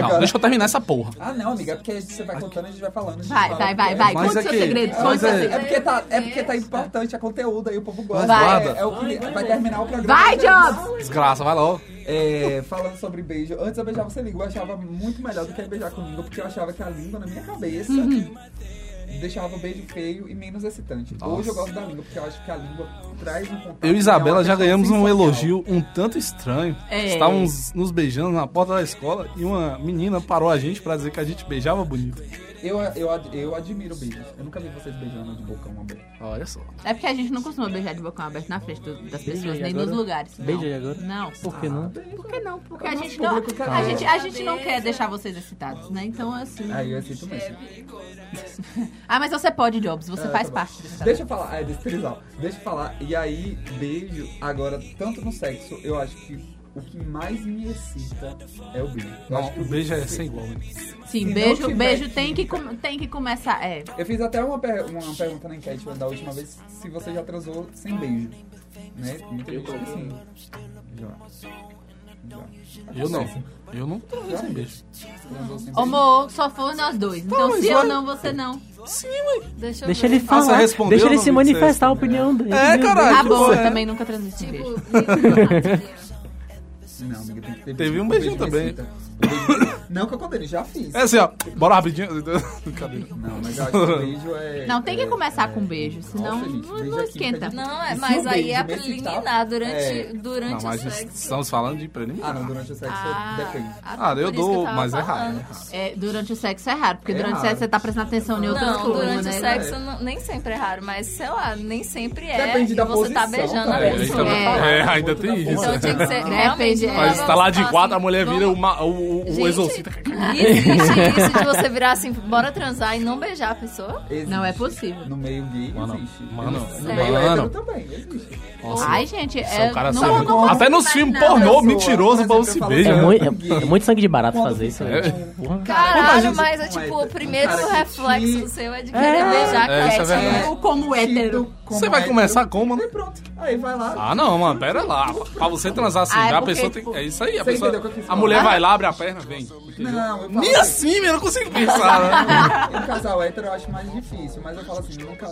Speaker 2: Não, deixa eu terminar essa porra.
Speaker 5: Ah, não, amiga, é porque você vai contando e a gente vai falando. a gente
Speaker 6: Vai,
Speaker 5: fala.
Speaker 6: vai, vai, vai.
Speaker 2: Mas
Speaker 6: Conta
Speaker 2: é
Speaker 6: o seu
Speaker 2: que-
Speaker 6: segredo.
Speaker 5: É,
Speaker 2: Mas
Speaker 6: Conta o seu
Speaker 2: é-
Speaker 5: é
Speaker 6: segredo.
Speaker 5: porque, tá, é porque tá importante, é conteúdo aí, o povo gosta.
Speaker 2: Mas guarda.
Speaker 5: É, é o que vai terminar o programa.
Speaker 6: Vai, Jobs!
Speaker 2: Desgraça, vai lá. ó.
Speaker 5: É, falando sobre beijo, antes eu beijava sem língua, eu achava muito melhor do que beijar com língua, porque eu achava que a língua na minha cabeça deixava o beijo feio e menos excitante. Hoje eu gosto da língua, porque eu acho que a língua traz um contato.
Speaker 2: Eu e
Speaker 5: é
Speaker 2: Isabela
Speaker 5: uma
Speaker 2: já
Speaker 5: questão
Speaker 2: ganhamos um
Speaker 5: sensorial.
Speaker 2: elogio um tanto estranho.
Speaker 6: É.
Speaker 2: Estávamos nos beijando na porta da escola e uma menina parou a gente pra dizer que a gente beijava bonito.
Speaker 5: Eu, eu, ad- eu admiro beijos. Eu nunca vi vocês beijando de boca um uma boca.
Speaker 2: Olha só.
Speaker 6: É porque a gente não costuma beijar de bocão aberto na frente do- das pessoas,
Speaker 8: aí
Speaker 6: nem
Speaker 8: agora.
Speaker 6: nos lugares. Não.
Speaker 8: Beija aí agora.
Speaker 6: Não.
Speaker 8: Por que não?
Speaker 6: Por que não? Porque a gente não,
Speaker 5: Nosso público
Speaker 6: a
Speaker 5: quer-
Speaker 6: gente, a gente não quer deixar vocês excitados, né? Então, assim...
Speaker 5: Aí eu aceito mesmo.
Speaker 6: Ah, mas você pode, Jobs. Você faz parte desse
Speaker 5: Deixa eu falar, é desse trisal. Deixa eu falar. E aí, beijo, agora, tanto no sexo, eu acho que o que mais me excita é o beijo. Eu acho
Speaker 2: Não,
Speaker 5: que
Speaker 2: o beijo é sem igual. né?
Speaker 6: Sim,
Speaker 5: Se
Speaker 6: beijo,
Speaker 5: não tiver-
Speaker 6: beijo tem que, com- tem que começar. É.
Speaker 5: Eu fiz até uma, per- uma pergunta na enquete da última vez se você já transou sem beijo. Né? Muita gente falou assim. Já.
Speaker 2: Eu não. Eu não transei sem beijo.
Speaker 5: Transou sem beijo.
Speaker 6: Amor, só for nós dois. Então,
Speaker 2: mas
Speaker 6: se eu
Speaker 2: olha-
Speaker 6: não, você não.
Speaker 3: Deixa eu
Speaker 8: Deixa
Speaker 3: ver.
Speaker 8: ele
Speaker 2: você
Speaker 8: falar.
Speaker 2: respondeu
Speaker 8: Deixa ele
Speaker 2: no
Speaker 8: se
Speaker 2: vídeo,
Speaker 8: manifestar a
Speaker 2: você
Speaker 8: opinião dele.
Speaker 2: É, caralho.
Speaker 6: Tá
Speaker 2: que
Speaker 6: bom,
Speaker 2: porra
Speaker 6: eu
Speaker 2: é?
Speaker 6: também nunca transmiti
Speaker 3: Tipo,
Speaker 6: beijo.
Speaker 3: livro,
Speaker 5: Não, amiga, tem que ter
Speaker 2: Teve um
Speaker 5: beijo
Speaker 2: beijinho também.
Speaker 5: me excita. O beijo- Não que eu condene, já fiz.
Speaker 2: É assim, ó. Bora rapidinho. Cadê?
Speaker 5: Não, mas eu acho que o beijo é.
Speaker 6: Não, tem que começar com beijo, senão
Speaker 5: Nossa, gente,
Speaker 6: não,
Speaker 5: beijo
Speaker 6: não
Speaker 5: aqui,
Speaker 6: esquenta.
Speaker 5: beijo
Speaker 3: Não, é,
Speaker 5: Isso
Speaker 3: mas
Speaker 5: não
Speaker 3: aí
Speaker 5: beija,
Speaker 3: é
Speaker 5: beija e
Speaker 3: preliminar,
Speaker 5: tal.
Speaker 3: durante,
Speaker 5: É.
Speaker 2: Não,
Speaker 3: durante o
Speaker 2: mas
Speaker 3: sexo.
Speaker 2: estamos falando de preliminar.
Speaker 5: Ah, não, durante o sexo
Speaker 3: Ah,
Speaker 5: depende.
Speaker 3: ah,
Speaker 2: Cara, eu
Speaker 3: por isso que
Speaker 2: dou,
Speaker 3: tava
Speaker 2: mas é raro.
Speaker 3: falando.
Speaker 2: é raro.
Speaker 6: É, durante o sexo é raro, porque
Speaker 5: É
Speaker 6: durante o
Speaker 5: raro.
Speaker 6: sexo você tá prestando atenção
Speaker 2: é
Speaker 6: em outras
Speaker 3: Não,
Speaker 6: coisas,
Speaker 3: durante
Speaker 6: né?
Speaker 3: o sexo não- nem sempre é raro, mas sei lá, nem sempre é.
Speaker 5: Depende
Speaker 3: e
Speaker 5: da
Speaker 3: você tá
Speaker 5: posição,
Speaker 3: beijando a
Speaker 5: cara.
Speaker 2: É,
Speaker 3: pessoa.
Speaker 2: então, é, ainda tem isso.
Speaker 3: Então tinha que ser.
Speaker 6: Depende,
Speaker 3: realmente,
Speaker 6: é.
Speaker 3: ela
Speaker 2: Mas tá lá de
Speaker 3: fala
Speaker 2: quatro, a
Speaker 3: assim,
Speaker 2: mulher vira
Speaker 3: vamos-
Speaker 2: uma, o, o, o
Speaker 3: Gente,
Speaker 2: exorcista.
Speaker 3: Existe isso de você virar assim, bora transar e não beijar a pessoa?
Speaker 5: Existe.
Speaker 6: Não é possível.
Speaker 5: No meio gay
Speaker 2: Mano,
Speaker 5: existe.
Speaker 2: mano,
Speaker 5: no meio
Speaker 2: mano.
Speaker 5: hétero também existe.
Speaker 2: Nossa,
Speaker 6: Ai, gente, é.
Speaker 2: o cara
Speaker 6: não,
Speaker 2: sabe.
Speaker 6: não,
Speaker 2: Até nos filmes pornô, mentiroso, o povo se beija.
Speaker 8: É,
Speaker 2: né?
Speaker 8: muito, é- é muito sangue de barato
Speaker 5: Quando
Speaker 8: fazer isso.
Speaker 5: você-
Speaker 8: né? Porra.
Speaker 5: Quanta
Speaker 3: Caralho,
Speaker 5: gente
Speaker 3: mas é
Speaker 5: não
Speaker 3: tipo,
Speaker 5: entra.
Speaker 3: o primeiro
Speaker 5: Cara, que
Speaker 3: reflexo
Speaker 5: te-
Speaker 3: seu é de querer beijar
Speaker 2: É,
Speaker 3: a
Speaker 2: isso é
Speaker 3: Cat.
Speaker 2: verdade.
Speaker 6: Ou como hétero.
Speaker 2: Você vai começar como, né?
Speaker 5: E pronto. Aí vai lá.
Speaker 2: Ah, não, mano, pera lá. Pra você transar assim,
Speaker 6: Ah, é
Speaker 2: já a
Speaker 6: porque,
Speaker 2: pessoa tem.
Speaker 6: tipo,
Speaker 2: É isso aí, a
Speaker 5: você
Speaker 2: pessoa.
Speaker 5: entendeu o que eu quis
Speaker 2: A
Speaker 5: falar?
Speaker 2: mulher vai lá, abre a perna, vem.
Speaker 5: Não, eu falo.
Speaker 2: Nem assim, meu, eu não consigo pensar. né?
Speaker 5: Em Um casal hétero eu acho mais difícil, mas eu falo assim, nunca.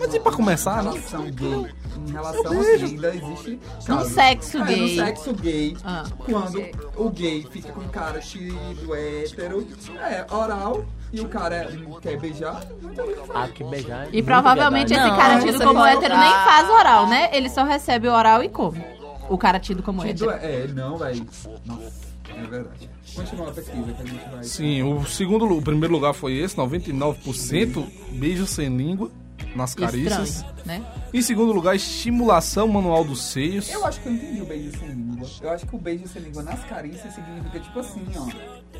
Speaker 2: Mas e pra começar,
Speaker 5: Em
Speaker 2: né?
Speaker 5: relação gay, em relação assim, ainda existe. caso.
Speaker 6: sexo
Speaker 5: É,
Speaker 6: gay.
Speaker 5: No sexo gay,
Speaker 6: Ah.
Speaker 5: quando o gay fica com o cara xerido, hétero, é oral, e o cara quer beijar, então
Speaker 8: Ah, que beijar. é
Speaker 6: E
Speaker 8: muito
Speaker 6: provavelmente
Speaker 8: verdade.
Speaker 6: esse
Speaker 3: Não,
Speaker 6: cara
Speaker 3: você
Speaker 6: tido como
Speaker 3: pode-
Speaker 6: hétero nem faz oral, né? Ele só recebe o oral e come. O cara tido como
Speaker 5: Tido
Speaker 6: hétero.
Speaker 5: é, é, não, velho. É verdade. Continua a pesquisa que a gente vai.
Speaker 2: Sim, o segundo lu- o primeiro lugar foi esse, 99%. Beijo sem língua nas carícias.
Speaker 6: Estranho, né?
Speaker 2: Em segundo lugar, estimulação manual dos seios.
Speaker 5: Eu acho que eu entendi o beijo sem língua. Eu acho que o beijo sem língua nas carícias significa tipo assim, ó.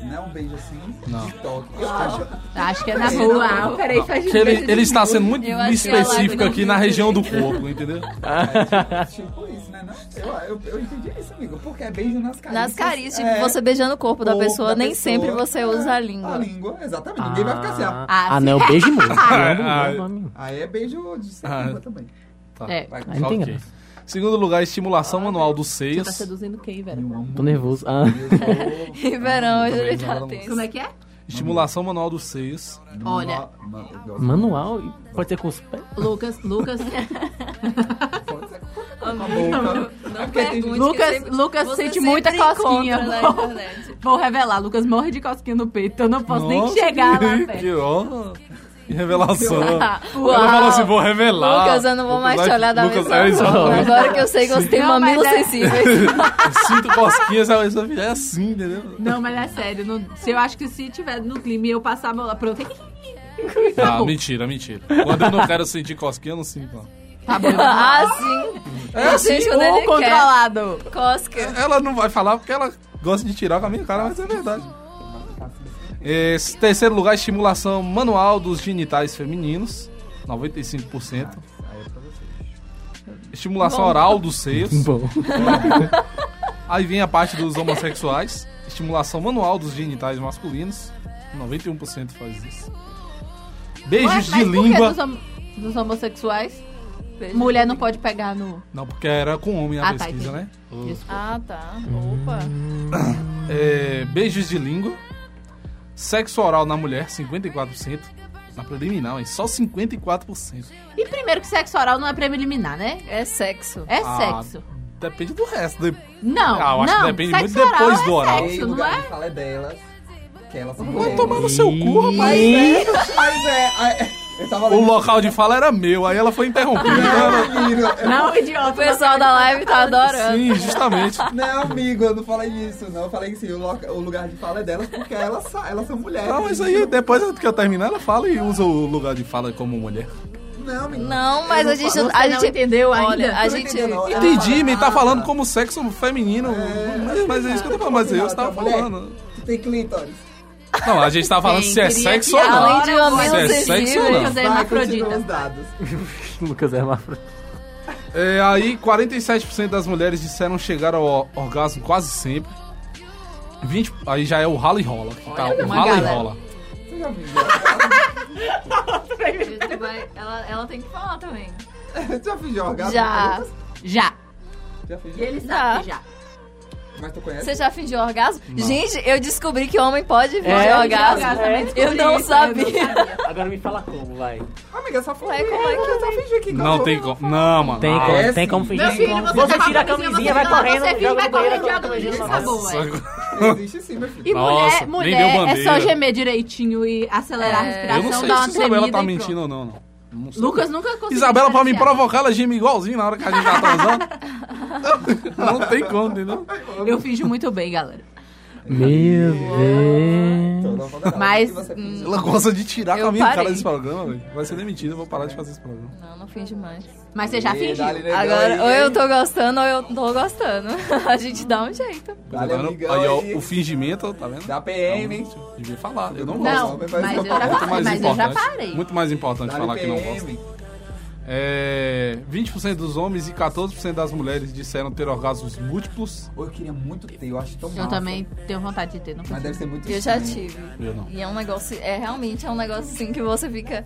Speaker 5: Não é um beijo assim
Speaker 2: Não.
Speaker 5: de toque. Eu acho.
Speaker 6: Acho que é na rua. Ah, o cara aí faz de
Speaker 2: Ele,
Speaker 6: beijo de
Speaker 2: ele está sendo muito
Speaker 3: Eu achei a
Speaker 2: específico
Speaker 3: lágrima
Speaker 2: aqui na região do corpo, entendeu?
Speaker 5: Tipo isso, né? Não? Eu, eu, eu entendi isso, amigo. Porque é beijo nas carícias.
Speaker 3: Nas carícias, tipo,
Speaker 5: é,
Speaker 3: você beijando o corpo da
Speaker 5: corpo
Speaker 3: pessoa, nem
Speaker 5: pessoa,
Speaker 3: sempre você
Speaker 5: é,
Speaker 3: usa a
Speaker 5: A
Speaker 3: língua.
Speaker 5: língua, exatamente. Ninguém vai ficar assim, ó.
Speaker 6: Ah,
Speaker 8: Ah, não, eu beijo muito.
Speaker 2: Ah,
Speaker 8: Eu amo, eu amo.
Speaker 5: Aí é beijo de sem
Speaker 2: Ah.
Speaker 5: língua também.
Speaker 2: Tá.
Speaker 6: É.
Speaker 5: Vai,
Speaker 8: Aí não tem
Speaker 2: Ok.
Speaker 8: graça.
Speaker 2: Segundo lugar, estimulação manual dos
Speaker 6: Você
Speaker 2: seios.
Speaker 6: tá seduzindo quem, velho?
Speaker 8: Tô nervoso. Ah.
Speaker 3: E verão, hoje
Speaker 2: também
Speaker 3: ele
Speaker 2: não
Speaker 3: tá
Speaker 2: era um-
Speaker 3: tenso.
Speaker 6: Como é que é?
Speaker 2: Estimulação manual dos seios.
Speaker 6: Olha,
Speaker 8: Manual? e Pode ser com os pés?
Speaker 6: Lucas, Lucas,
Speaker 3: Não pergunte. que
Speaker 6: Lucas-
Speaker 3: sempre-
Speaker 6: Lucas
Speaker 3: você
Speaker 6: sente muita
Speaker 3: sempre
Speaker 6: cosquinha.
Speaker 3: encontra na internet.
Speaker 6: vou revelar, Lucas morre de cosquinha no peito, eu não posso nem
Speaker 2: Nossa,
Speaker 6: chegar lá
Speaker 2: que-
Speaker 6: velho.
Speaker 2: Que, ó, que revelação.
Speaker 6: Uau.
Speaker 2: Ela falou assim, vou revelar.
Speaker 3: Lucas, eu não vou
Speaker 2: Lucas
Speaker 3: mais
Speaker 2: vai-
Speaker 3: te olhar da
Speaker 2: Lucas,
Speaker 3: mesma
Speaker 2: é,
Speaker 3: forma.
Speaker 2: exatamente.
Speaker 3: Agora que eu sei que você tem
Speaker 6: Não, mas
Speaker 3: mamilos
Speaker 6: é-
Speaker 3: sensíveis.
Speaker 2: Eu sinto cosquinhas, ela só fica- é assim, entendeu?
Speaker 6: Não, mas é sério, não- se eu acho que se tiver no clima e eu passar a mão lá, pronto.
Speaker 2: Ah, mentira, mentira. Quando eu não quero sentir cosquinha, eu não sinto. não.
Speaker 6: Tá bom.
Speaker 3: Ah, sim. É assim, quando
Speaker 6: Ou
Speaker 3: ele quer.
Speaker 6: controlado.
Speaker 3: Cosca.
Speaker 2: Ela não vai falar porque ela gosta de tirar com a minha cara, mas é verdade. É, terceiro lugar, estimulação manual dos genitais femininos. 95%. Estimulação oral dos seios.
Speaker 8: Bom.
Speaker 2: Aí vem a parte dos homossexuais. Estimulação manual dos genitais masculinos. 91% faz isso.
Speaker 6: Ué,
Speaker 2: Beijos
Speaker 6: mas
Speaker 2: de
Speaker 6: por que
Speaker 2: língua.
Speaker 6: Dos, hom- dos homossexuais,
Speaker 3: Beijo.
Speaker 6: mulher não pode pegar no.
Speaker 2: Não, porque era com homem a
Speaker 6: Ah, tá,
Speaker 2: pesquisa, né?
Speaker 6: Desculpa.
Speaker 3: Ah, tá. Opa.
Speaker 2: É, beijos de língua. Sexo oral na mulher, 54%. Na preliminar, hein? Só 54%.
Speaker 6: E primeiro que sexo oral não é preliminar, né?
Speaker 3: É sexo.
Speaker 6: É
Speaker 2: Ah,
Speaker 6: sexo.
Speaker 2: Depende do resto. De-
Speaker 6: Não,
Speaker 2: Ah, eu acho que
Speaker 6: não.
Speaker 2: depende
Speaker 6: sexo
Speaker 2: muito depois do
Speaker 6: oral é
Speaker 2: oral.
Speaker 5: Aí
Speaker 6: Sexo,
Speaker 5: o
Speaker 6: não
Speaker 5: lugar
Speaker 6: é?
Speaker 5: que fala é delas, que elas são
Speaker 2: Vai
Speaker 5: mulheres.
Speaker 2: tomar no seu cu, rapaz. né?
Speaker 5: Mas é, é, eu tava
Speaker 2: O
Speaker 5: lendo- né,
Speaker 2: local de fala era meu, aí ela foi interrompida. Então
Speaker 5: Amigo,
Speaker 6: Não,
Speaker 3: O
Speaker 6: idiota.
Speaker 3: pessoal da live tá
Speaker 2: ela-
Speaker 3: adorando.
Speaker 2: Sim, justamente.
Speaker 5: Não, amigo, eu não falei isso, não. Eu falei que sim, o, loca- o lugar de fala é delas porque elas, sa- elas são mulheres.
Speaker 2: Não, mas aí depois que eu terminar, ela fala e usa o lugar de fala como mulher.
Speaker 5: Não, menino.
Speaker 3: Não, mas a gente.
Speaker 6: Você
Speaker 3: a
Speaker 6: não
Speaker 3: gente
Speaker 6: entendeu
Speaker 3: Olha,
Speaker 6: ainda?
Speaker 3: a
Speaker 5: Não
Speaker 3: gente.
Speaker 5: entendeu, não. Ela
Speaker 2: Entendi,
Speaker 5: fala,
Speaker 2: me tá
Speaker 5: ah,
Speaker 2: falando como sexo feminino. mas, mas é isso que eu tô falando, mas eu estava
Speaker 5: Mulher,
Speaker 2: falando.
Speaker 5: Tu tem clítoris.
Speaker 2: Não, a gente tava falando
Speaker 6: Quem
Speaker 2: se é
Speaker 6: queria
Speaker 2: sexo
Speaker 6: que
Speaker 2: ou não.
Speaker 3: Além de
Speaker 6: Agora
Speaker 3: homem
Speaker 2: você é
Speaker 3: não
Speaker 2: sexy ou
Speaker 3: sensível,
Speaker 2: não?
Speaker 6: Lucas é
Speaker 5: Vai, continua
Speaker 6: hermafrodita.
Speaker 5: os dados.
Speaker 8: Lucas é hermafrodita.
Speaker 2: É, aí 47% das mulheres disseram chegar ao orgasmo quase sempre. 20, aí já é o rala e rola. que Tá, o
Speaker 3: uma
Speaker 2: rala e
Speaker 3: galera.
Speaker 2: rola.
Speaker 5: Você já viu?
Speaker 3: Tu vai- ela, ela tem que falar também.
Speaker 5: Tu já fingiu um orgasmo?
Speaker 3: Já.
Speaker 6: Já.
Speaker 5: Já fingiu?
Speaker 6: Ele
Speaker 3: sabe
Speaker 6: já.
Speaker 5: Mas tu conhece?
Speaker 3: Você já fingiu orgasmo? Gente, eu descobri que homem pode fingir
Speaker 8: É,
Speaker 3: orgasmo.
Speaker 6: orgasmo, também
Speaker 3: Eu
Speaker 6: descobri
Speaker 3: né? não
Speaker 6: isso, né? eu não
Speaker 3: sabia.
Speaker 8: Agora me fala como, vai.
Speaker 5: Amiga, só fingir.
Speaker 3: Ué, como é que-
Speaker 5: Só fingir que
Speaker 2: Não
Speaker 6: é?
Speaker 2: tem como. Não, mano.
Speaker 8: Tem,
Speaker 2: Ah,
Speaker 8: como,
Speaker 5: é
Speaker 8: tem
Speaker 5: sim.
Speaker 8: como fingir.
Speaker 6: Meu filho, você
Speaker 8: você
Speaker 6: tá
Speaker 8: tira a
Speaker 6: com a camisinha,
Speaker 8: camisinha,
Speaker 6: você
Speaker 8: vai
Speaker 6: tá-
Speaker 8: correndo,
Speaker 6: você finge,
Speaker 8: joga
Speaker 6: vai
Speaker 8: no banheiro,
Speaker 6: correndo,
Speaker 8: joga no
Speaker 6: joga no
Speaker 8: banheiro.
Speaker 6: banheiro, acabou,
Speaker 8: Nossa.
Speaker 6: ué.
Speaker 5: Existe sim, meu filho.
Speaker 6: E
Speaker 2: Nossa, nem deu
Speaker 6: mulher, mulher é
Speaker 2: bandeira.
Speaker 6: só gemer direitinho e acelerar
Speaker 2: Eu
Speaker 6: a
Speaker 2: não
Speaker 6: respiração,
Speaker 2: sei
Speaker 6: dar
Speaker 2: se
Speaker 6: uma
Speaker 2: Isabela
Speaker 6: tremida
Speaker 2: tá
Speaker 6: e
Speaker 2: mentindo ou não, não. Não sei.
Speaker 6: Lucas nunca conseguiu
Speaker 2: Isabela, pra me
Speaker 6: diferenciar.
Speaker 2: provocar, ela gime igualzinho na hora que a gente tá transando. não tem como, entendeu?
Speaker 6: pronto. Eu finjo muito bem, galera.
Speaker 2: Meu
Speaker 6: Mas... hum,
Speaker 2: Ela gosta de tirar com a
Speaker 6: Eu
Speaker 2: minha cara
Speaker 6: parei.
Speaker 2: desse programa, velho. Vai ser demitida, eu vou parar de fazer esse programa.
Speaker 3: Não, não finge mais.
Speaker 6: Mas você já fingiu.
Speaker 3: Agora, ou eu tô gostando ou eu não tô gostando. A gente dá um jeito.
Speaker 2: Tá vendo?
Speaker 5: amigão,
Speaker 2: aí, ó,
Speaker 5: aí.
Speaker 2: o fingimento, tá vendo?
Speaker 5: Da PM, hein?
Speaker 2: Devia falar, eu não gosto.
Speaker 6: Não,
Speaker 5: mas
Speaker 6: mas eu já,
Speaker 2: Muito mais
Speaker 6: mas eu já
Speaker 2: importante.
Speaker 6: parei.
Speaker 2: Muito mais importante
Speaker 5: Dá-lhe
Speaker 2: falar que não
Speaker 5: PM.
Speaker 2: gosta. É, 20% dos homens e 14% das mulheres disseram ter orgasmos múltiplos.
Speaker 5: Ou eu queria muito ter, eu acho tão
Speaker 6: Eu
Speaker 5: massa.
Speaker 6: também tenho vontade de ter, não
Speaker 5: Mas
Speaker 6: consigo.
Speaker 5: deve ser muito
Speaker 3: Eu já
Speaker 5: estranho.
Speaker 3: tive.
Speaker 2: Eu não.
Speaker 3: E é um negócio, é realmente é um negócio assim que você fica.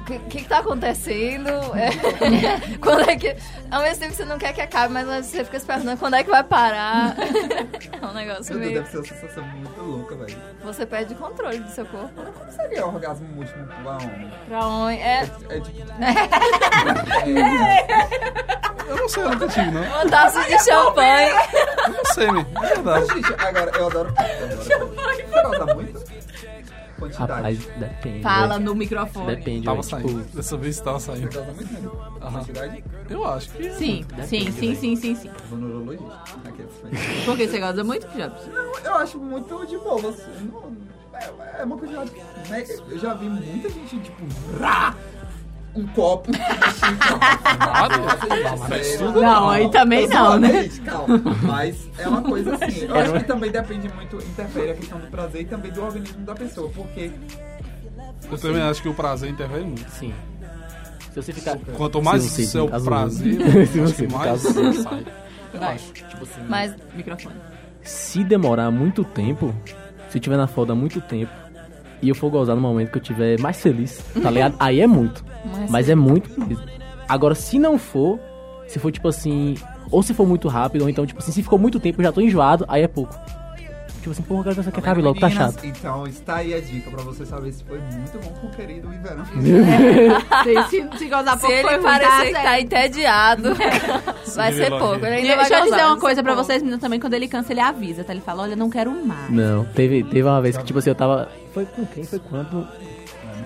Speaker 3: O que, que, que tá acontecendo? É, quando é que. Ao mesmo tempo você não quer que acabe, mas você fica se perguntando quando é que vai parar. É um negócio
Speaker 5: Meu Deus,
Speaker 3: meio.
Speaker 5: deve ser uma sensação muito louca, velho.
Speaker 3: Você perde o controle do seu corpo. né?
Speaker 5: Como seria um orgasmo múltiplo pra homem?
Speaker 3: Pra onde. É.
Speaker 5: É tipo... é,
Speaker 2: Eu não sei, eu nunca tive, não.
Speaker 3: Uma taça um de champanhe.
Speaker 2: Eu não sei, né? É verdade.
Speaker 5: Gente, agora, eu adoro... Eu adoro. Você gosta muito? Quantidade.
Speaker 8: Rapaz, depende.
Speaker 6: Fala
Speaker 8: né?
Speaker 6: no microfone.
Speaker 8: Depende,
Speaker 2: Tava
Speaker 8: né?
Speaker 2: saindo. Dessa vez tava
Speaker 5: Você
Speaker 2: saindo.
Speaker 5: gosta muito, né? Quantidade?
Speaker 2: Eu acho que.
Speaker 6: Sim, sim, sim, sim, sim, sim.
Speaker 5: Vou no urologista. Aqueles-
Speaker 6: Porque você gosta muito, Jobs.
Speaker 5: Eu acho muito de boa. assim, não- é, é uma quantidade. né, Eu já vi muita gente, tipo, rá, um copo.
Speaker 2: Claro. Mas é isso tudo
Speaker 6: Não, aí também não, né?
Speaker 5: Exatamente, Calma. Mas é uma coisa assim. Eu acho que também depende muito, interfere a questão do prazer e também do organismo da pessoa. Porque
Speaker 2: Eu também acho que o prazer interfere muito.
Speaker 8: Sim. Se você ficar.
Speaker 2: Quanto mais
Speaker 8: Se você
Speaker 2: o seu
Speaker 8: ficar
Speaker 2: prazer, né?
Speaker 8: zoando. Se
Speaker 2: acho
Speaker 8: você
Speaker 2: que
Speaker 8: ficar
Speaker 2: mais
Speaker 8: zoando.
Speaker 2: sai. Eu
Speaker 6: Vai.
Speaker 2: acho.
Speaker 8: Tipo assim.
Speaker 3: Mas
Speaker 6: Microfone.
Speaker 8: Se demorar muito tempo, se eu tiver na foda muito tempo, e eu for gozar no momento que eu tiver mais feliz, tá ligado? Aí é muito.
Speaker 3: Mas-
Speaker 8: Mas é muito mesmo. Agora, se não for, se for tipo assim. Ou se for muito rápido, ou então, tipo assim, se ficou muito tempo, eu já tô enjoado, aí é pouco. Tipo assim, porra, eu quero que você quer acabe logo, tá
Speaker 5: Meninas,
Speaker 8: chato.
Speaker 5: Então está aí a dica pra você saber se foi muito bom com o querido em verão.
Speaker 6: Se, se, se gozar
Speaker 3: Se
Speaker 6: pouco, foi
Speaker 3: ele
Speaker 6: ruim,
Speaker 3: parecer que
Speaker 6: tá
Speaker 3: tá entediado, vai
Speaker 2: Ele
Speaker 3: ser
Speaker 2: vai
Speaker 3: pouco.
Speaker 2: ver.
Speaker 3: Ele ainda vai
Speaker 6: Deixa eu
Speaker 3: gozar, Tá
Speaker 6: dizer uma
Speaker 3: vai
Speaker 6: coisa
Speaker 3: ser
Speaker 6: pra
Speaker 3: pouco.
Speaker 6: vocês, menino, também. Quando ele cansa, ele avisa, tá? Ele fala, olha, não quero mais.
Speaker 8: Não, teve, teve uma vez que, tipo assim, eu tava. Foi com quem? Foi quando?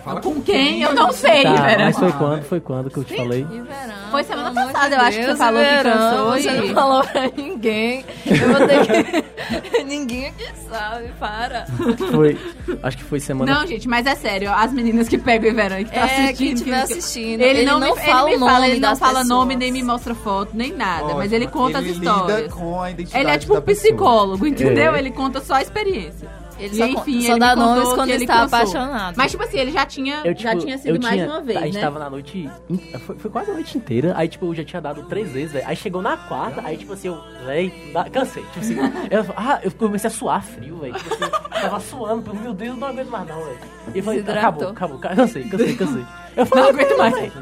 Speaker 5: Fala
Speaker 6: Com quem? Eu não sei,
Speaker 8: Tá,
Speaker 6: Vera.
Speaker 8: mas foi quando? Foi quando que eu te falei?
Speaker 3: E verão,
Speaker 6: Foi semana
Speaker 3: pelo amor
Speaker 6: passada, eu acho que você
Speaker 3: Deus,
Speaker 6: falou que
Speaker 3: verão,
Speaker 6: cansou
Speaker 3: Você
Speaker 6: e-
Speaker 3: não falou pra ninguém. Eu vou ter que... ninguém aqui sabe, para.
Speaker 8: Foi. Acho que foi semana.
Speaker 6: Não, gente, mas é sério. ó, As meninas que pegam o Verão e que tá
Speaker 3: é,
Speaker 6: assistindo.
Speaker 3: quem estiver
Speaker 6: que-
Speaker 3: assistindo.
Speaker 6: Ele, não, me,
Speaker 3: ele
Speaker 6: fala ele me fala, ele não
Speaker 3: das
Speaker 6: fala nome,
Speaker 3: pessoas.
Speaker 6: nem me mostra foto, nem nada. mas ele
Speaker 5: Ótimo,
Speaker 6: conta as
Speaker 5: ele Lida
Speaker 6: histórias.
Speaker 5: com a identidade
Speaker 6: Ele é tipo
Speaker 5: da
Speaker 6: um
Speaker 5: pessoa.
Speaker 6: psicólogo, entendeu?
Speaker 8: É.
Speaker 6: Ele conta só a experiência.
Speaker 3: Ele
Speaker 6: E,
Speaker 3: só,
Speaker 6: enfim,
Speaker 3: só
Speaker 6: ele
Speaker 3: dá
Speaker 6: me contou
Speaker 3: nomes
Speaker 6: que
Speaker 3: quando
Speaker 6: ele
Speaker 3: está
Speaker 6: cansou.
Speaker 3: apaixonado.
Speaker 6: Mas, tipo assim, ele já tinha,
Speaker 8: Eu, tipo,
Speaker 6: já tinha sido
Speaker 8: eu
Speaker 6: mais
Speaker 8: tinha-
Speaker 6: uma vez,
Speaker 8: A gente
Speaker 6: né?
Speaker 8: tava na noite. in- Foi, foi quase a noite inteira. Aí, tipo, eu já tinha dado três vezes, velho. Aí chegou na quarta, aí, tipo assim, eu. Véi, dá- cansei. Tipo assim, eu, ah, eu comecei a suar frio, velho. Tipo assim, eu tava suando, pelo meu Deus, não aguento mais não, velho. E eu falei,
Speaker 3: Desidratou.
Speaker 8: acabou, acabou, ca- cansei, cansei, cansei. Eu falei, não aguento mais, velho.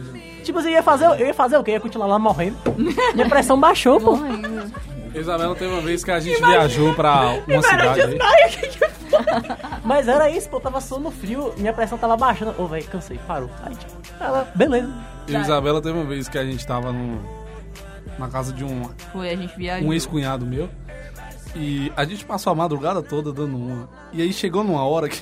Speaker 8: Tipo assim, eu ia fazer, eu ia fazer o quê? Eu ia continuar lá morrendo. Minha pressão baixou, pô.
Speaker 3: Morrendo.
Speaker 2: Isabela teve uma vez que a gente viajou pra uma cidade aí.
Speaker 8: Mas era isso, pô, eu tava suando frio, minha pressão tava baixando. Ô, velho, cansei, parou. Aí, tipo, ela, beleza.
Speaker 2: Eu e Isabela teve uma vez que a gente tava no, na casa de um,
Speaker 6: Foi, a gente viajou.
Speaker 2: um ex-cunhado meu. E a gente passou a madrugada toda dando uma. E aí chegou numa hora que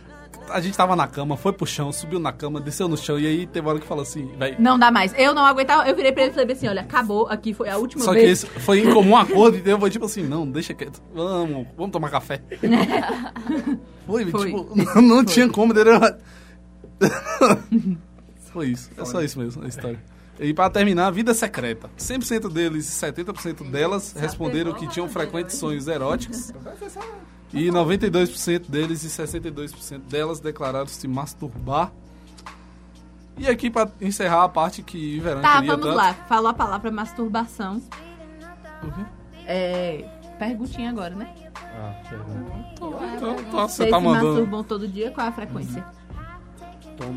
Speaker 2: a gente tava na cama, foi pro chão, subiu na cama, desceu no chão. E aí teve uma hora que falou assim, véi.
Speaker 6: Não dá mais. Eu não aguentava. Eu virei pra ele e falei assim: olha, acabou aqui, foi a última
Speaker 2: Só que
Speaker 6: vez.
Speaker 2: esse foi em comum acordo, entendeu? Foi tipo assim, não, deixa quieto, vamos, vamos tomar café. Foi,
Speaker 6: Foi.
Speaker 2: tipo, não, não tinha como, entendeu? foi isso, é só isso mesmo, a história. E pra terminar, vida secreta. 100% deles e 70% delas responderam que tinham
Speaker 6: né?
Speaker 2: frequentes sonhos eróticos.
Speaker 6: é
Speaker 2: E 92% deles e 62% delas declararam se masturbar. E aqui, pra encerrar a parte que Verão
Speaker 6: Tá,
Speaker 2: queria
Speaker 6: vamos
Speaker 2: tanto.
Speaker 6: lá. Falou a palavra masturbação.
Speaker 2: O quê?
Speaker 6: É. Perguntinha agora, né?
Speaker 2: Então, tá, você
Speaker 6: Vocês
Speaker 2: tá
Speaker 6: se
Speaker 2: mandando.
Speaker 6: masturbam todo dia? Qual é a frequência?
Speaker 5: Ô,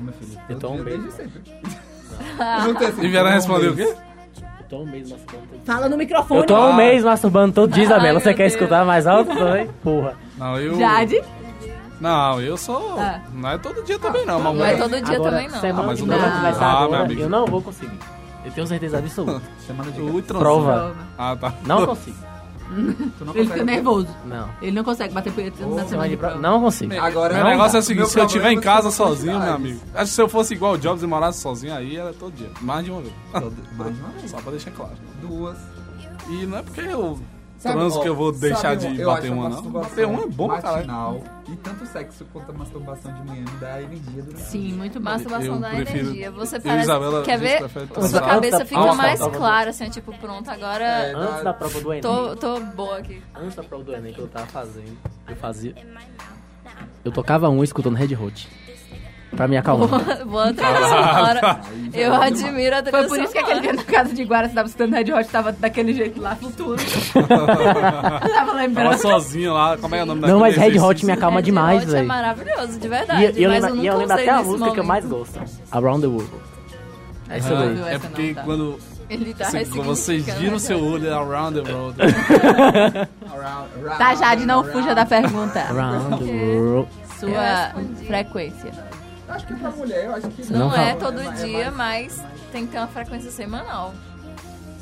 Speaker 5: meu filho,
Speaker 8: Eu
Speaker 5: todo
Speaker 8: tô
Speaker 2: Então,
Speaker 8: um
Speaker 5: dia,
Speaker 8: beijo.
Speaker 5: desde sempre. Eu não tenho
Speaker 2: E
Speaker 5: certeza,
Speaker 2: Verão
Speaker 5: não,
Speaker 2: respondeu o
Speaker 5: mas-
Speaker 2: quê?
Speaker 8: Eu tô um mês masturbando.
Speaker 6: Fala no microfone.
Speaker 8: Eu tô há um mês masturbando todo dia,
Speaker 3: Ai,
Speaker 8: Isabela.
Speaker 3: meu
Speaker 8: Você quer
Speaker 3: Deus.
Speaker 8: escutar mais alto também? Porra.
Speaker 2: Não, eu.
Speaker 6: Jade?
Speaker 2: Não, eu sou.
Speaker 6: Ah.
Speaker 2: Não é todo dia também, não,
Speaker 3: Não é
Speaker 2: mamãe.
Speaker 3: todo dia
Speaker 8: Agora,
Speaker 3: também, não.
Speaker 8: Semana
Speaker 2: Ah, mas
Speaker 8: que
Speaker 2: um
Speaker 8: nós
Speaker 6: dia-
Speaker 8: vamos começar
Speaker 2: Ah, meu
Speaker 8: agora,
Speaker 2: amigo.
Speaker 8: eu não vou conseguir. Eu tenho certeza absoluta.
Speaker 5: Semana de
Speaker 2: Ui, trancinho.
Speaker 8: Prova.
Speaker 2: Ah, tá.
Speaker 8: Não consigo.
Speaker 5: Tu não
Speaker 6: Ele
Speaker 5: consegue-
Speaker 6: fica nervoso.
Speaker 8: Não.
Speaker 6: Ele não consegue bater punheta na semana de prova.
Speaker 8: Não consigo.
Speaker 5: Agora,
Speaker 2: Meu
Speaker 5: não
Speaker 2: negócio
Speaker 5: dá.
Speaker 2: é o seguinte,
Speaker 5: Meu
Speaker 2: se eu estiver em
Speaker 5: problema é
Speaker 2: casa
Speaker 5: você não
Speaker 2: sozinho, meu
Speaker 5: faz.
Speaker 2: amigo. Acho que se eu fosse igual o Jobs e morasse sozinho aí, era todo dia. Mais de uma vez.
Speaker 5: Mais de uma vez.
Speaker 2: Só pra deixar claro.
Speaker 5: Duas.
Speaker 2: E não é porque eu
Speaker 5: Sabe,
Speaker 2: transo
Speaker 5: ó,
Speaker 2: que eu vou deixar
Speaker 5: sabe,
Speaker 2: de
Speaker 5: eu
Speaker 2: bater
Speaker 5: acho a
Speaker 2: uma, não.
Speaker 5: masturbação
Speaker 2: Bater uma é bom pra caralho.
Speaker 5: matinal, E tanto sexo quanto a masturbação de manhã me dá energia durante o
Speaker 6: Sim,
Speaker 5: dia.
Speaker 6: muito bom.
Speaker 3: Masturbação
Speaker 2: Eu
Speaker 3: da
Speaker 2: prefiro-
Speaker 3: energia. Você
Speaker 2: eu e
Speaker 3: parece.
Speaker 2: Isabela, a
Speaker 3: quer
Speaker 2: gente
Speaker 3: ver?
Speaker 2: prefere
Speaker 3: A sua
Speaker 8: transar.
Speaker 3: cabeça
Speaker 8: Antes da-
Speaker 3: fica
Speaker 8: antes da
Speaker 3: mais
Speaker 8: prova.
Speaker 3: clara, assim, tipo, pronto,
Speaker 2: É.
Speaker 3: agora
Speaker 8: Antes da prova do Enem.
Speaker 3: tô, tô boa aqui.
Speaker 8: Antes da prova do Enem que eu tava fazendo, eu fazia. Eu tocava um escutando Red Hot. Pra me acalmar.
Speaker 3: Boa
Speaker 2: Ah,
Speaker 3: trilha sonora. assim,
Speaker 2: tá.
Speaker 3: Eu admiro a trilha
Speaker 6: Foi por isso que aquele
Speaker 3: sonora.
Speaker 6: dia na casa de Guara, você tava escutando Red Hot, tava daquele jeito lá, flutuando. tava
Speaker 2: Tava
Speaker 6: lembrando.
Speaker 2: sozinho lá, como é o nome
Speaker 8: Não, mas
Speaker 2: daquele
Speaker 8: Red Hot
Speaker 2: exercício?
Speaker 8: me acalma
Speaker 3: Red
Speaker 8: demais,
Speaker 3: Hot É
Speaker 8: velho.
Speaker 3: maravilhoso, de verdade.
Speaker 8: E eu- e eu,
Speaker 3: mas
Speaker 8: lembro,
Speaker 3: eu
Speaker 8: e
Speaker 3: nunca
Speaker 8: eu lembro
Speaker 3: usei
Speaker 8: até a
Speaker 3: nesse
Speaker 8: música que eu
Speaker 3: momento.
Speaker 8: mais gosto. Around the World. Essa
Speaker 2: Ah,
Speaker 8: daí.
Speaker 2: É porque quando
Speaker 3: Ele tá
Speaker 2: você, quando você
Speaker 3: ressignificando,
Speaker 2: gira o
Speaker 3: né?
Speaker 2: seu olho é around the world.
Speaker 6: Tá, Jade, não fuja da pergunta.
Speaker 8: Around the World.
Speaker 3: Eu
Speaker 6: Sua
Speaker 3: respondi.
Speaker 6: frequência.
Speaker 5: Eu Acho que pra mulher, eu acho que
Speaker 3: Não,
Speaker 8: Não
Speaker 3: é
Speaker 8: fala.
Speaker 3: todo dia, mas tem que ter uma frequência semanal.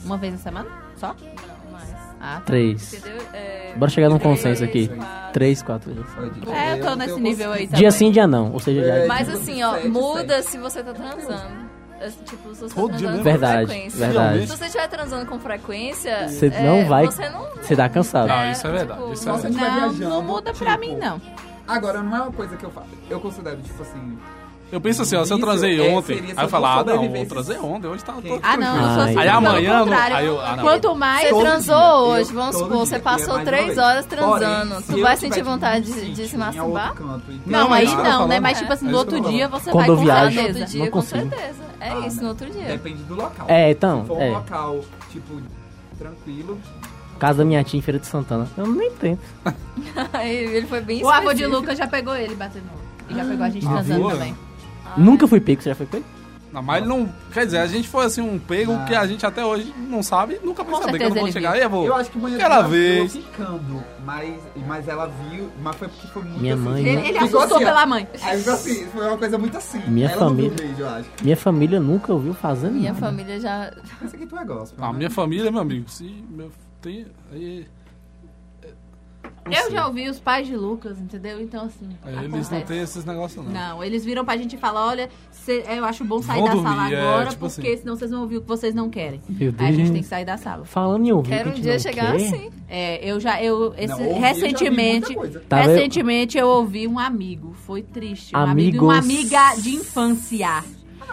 Speaker 6: Uma vez na semana? Só?
Speaker 3: Não, mas.
Speaker 6: Ah, tá.
Speaker 8: Três.
Speaker 3: Entendeu? É,
Speaker 8: Bora chegar num
Speaker 3: três,
Speaker 8: consenso aqui.
Speaker 3: quatro.
Speaker 8: Três, quatro vezes.
Speaker 6: É, eu tô nesse nível aí também.
Speaker 8: Dia sim, dia não. Ou seja,
Speaker 5: É,
Speaker 8: já.
Speaker 3: Mas
Speaker 5: Tipo,
Speaker 3: assim, ó,
Speaker 5: sete,
Speaker 3: muda se você tá transando. Assim, Tipo, se você tá
Speaker 2: Todo dia
Speaker 3: transando com
Speaker 2: mesmo?
Speaker 8: Verdade,
Speaker 3: frequência.
Speaker 8: verdade.
Speaker 3: Se você estiver transando com frequência,
Speaker 8: Você
Speaker 3: é,
Speaker 8: não vai-
Speaker 3: Você não. tipo,
Speaker 8: Você dá cansado.
Speaker 2: Não, isso é verdade, isso é
Speaker 3: você-
Speaker 5: Você vai
Speaker 6: Não,
Speaker 5: viajando,
Speaker 6: não muda pra
Speaker 5: tipo,
Speaker 6: mim, não.
Speaker 5: Agora, não é uma coisa que eu faço. Eu considero, tipo assim.
Speaker 2: Eu penso assim, ó, se eu
Speaker 5: Isso
Speaker 2: transei
Speaker 5: é-
Speaker 2: ontem,
Speaker 5: seria
Speaker 2: aí eu
Speaker 5: só
Speaker 2: falo, ah, não,
Speaker 5: sobrevivência.
Speaker 2: vou trazer ontem, hoje tá todo...
Speaker 6: Ah, não, eu sou
Speaker 8: Ai.
Speaker 6: assim.
Speaker 8: Aí
Speaker 6: pelo
Speaker 2: amanhã,
Speaker 6: contrário.
Speaker 2: aí eu- ah, não.
Speaker 6: Quanto mais.
Speaker 3: Você
Speaker 5: Todo
Speaker 3: transou
Speaker 5: dia, eu-
Speaker 3: hoje, vamos
Speaker 5: todo
Speaker 3: supor,
Speaker 5: dia,
Speaker 3: você
Speaker 5: eu ia
Speaker 3: passou
Speaker 5: mais
Speaker 3: três
Speaker 5: uma vez.
Speaker 3: horas
Speaker 5: Porém,
Speaker 3: transando.
Speaker 5: se
Speaker 3: tu
Speaker 5: eu
Speaker 3: vai
Speaker 5: tiver
Speaker 3: sentir
Speaker 5: que
Speaker 3: vontade de,
Speaker 5: sentir
Speaker 3: de se
Speaker 5: em outro
Speaker 3: masturbar?
Speaker 5: canto e-
Speaker 6: Não,
Speaker 2: mas
Speaker 6: aí
Speaker 2: isso que eu tô
Speaker 6: não, né?
Speaker 2: falando.
Speaker 6: Mas, tipo assim,
Speaker 5: É
Speaker 6: no
Speaker 5: isso que eu
Speaker 6: outro
Speaker 5: tô
Speaker 6: dia
Speaker 5: falando.
Speaker 6: você
Speaker 8: Quando
Speaker 6: vai
Speaker 8: eu
Speaker 6: com
Speaker 8: viajo,
Speaker 6: certeza.
Speaker 3: Todo dia,
Speaker 8: não
Speaker 3: com
Speaker 8: consigo.
Speaker 3: certeza. É
Speaker 5: Ah,
Speaker 3: isso,
Speaker 5: né?
Speaker 3: no outro dia.
Speaker 5: Depende do local.
Speaker 8: É,
Speaker 5: Se
Speaker 8: então.
Speaker 5: for um
Speaker 8: É.
Speaker 5: local, tipo, tranquilo.
Speaker 8: Casa da minha tia em Feira de Santana. Eu nem tento.
Speaker 3: Aí ele foi bem
Speaker 6: O avô de
Speaker 3: específico.
Speaker 6: Lucas já pegou ele batendo. E já pegou a gente
Speaker 2: Ah,
Speaker 6: transando
Speaker 2: boa.
Speaker 6: também.
Speaker 3: Ah, é.
Speaker 8: Nunca fui pego, você já foi pego?
Speaker 2: Não, mas ele não... Quer dizer, a gente foi assim, um pego
Speaker 5: Ah.
Speaker 2: que a gente até hoje não sabe, nunca vai
Speaker 6: Com
Speaker 2: saber, que eu não
Speaker 6: certeza
Speaker 2: vou
Speaker 6: ele
Speaker 2: chegar.
Speaker 6: viu.
Speaker 2: Aí eu vou...
Speaker 5: Eu acho que manhã
Speaker 2: Aquela
Speaker 5: ela
Speaker 2: vez.
Speaker 5: ficou ficando, mas, mas ela viu, mas foi porque foi muito
Speaker 8: Minha
Speaker 5: assim.
Speaker 8: mãe,
Speaker 6: Ele,
Speaker 8: né?
Speaker 6: ele
Speaker 5: Ficou
Speaker 6: assustou
Speaker 5: assim, ó.
Speaker 6: pela mãe.
Speaker 5: Aí ficou assim, foi uma coisa muito assim.
Speaker 8: Minha
Speaker 5: ela não viu
Speaker 8: família-
Speaker 5: o vídeo, eu acho.
Speaker 8: Minha família nunca ouviu fazendo
Speaker 3: Minha
Speaker 8: nada.
Speaker 3: família já.
Speaker 5: Pensa que tu é gospel,
Speaker 2: A Ah,
Speaker 5: né?
Speaker 2: minha família, meu amigo, se... Meu, tem... Aí...
Speaker 6: Eu já ouvi os pais de Lucas, entendeu? Então, assim.
Speaker 2: aí Eles não
Speaker 6: acontece.
Speaker 2: têm esses negócios, não.
Speaker 6: Não, eles viram pra gente e falar, olha, cê- é, eu acho bom sair
Speaker 2: Vão
Speaker 6: da sala
Speaker 2: dormir, é,
Speaker 6: agora,
Speaker 2: tipo
Speaker 6: porque
Speaker 2: assim.
Speaker 6: senão vocês vão ouvir o que vocês não querem.
Speaker 8: Meu Deus.
Speaker 6: Aí a gente tem que sair da sala.
Speaker 8: Falando em ouvir.
Speaker 3: Quero
Speaker 8: que a
Speaker 3: um
Speaker 8: gente
Speaker 3: dia
Speaker 8: não
Speaker 3: chegar
Speaker 8: quer,
Speaker 3: assim.
Speaker 6: É, eu já, eu, esse-
Speaker 5: Não, ouvi, eu já vi
Speaker 6: recentemente,
Speaker 5: muita coisa.
Speaker 8: Tava eu-
Speaker 6: recentemente eu ouvi um amigo, foi triste, um amigo e uma
Speaker 8: Amigos.
Speaker 6: amiga de infância.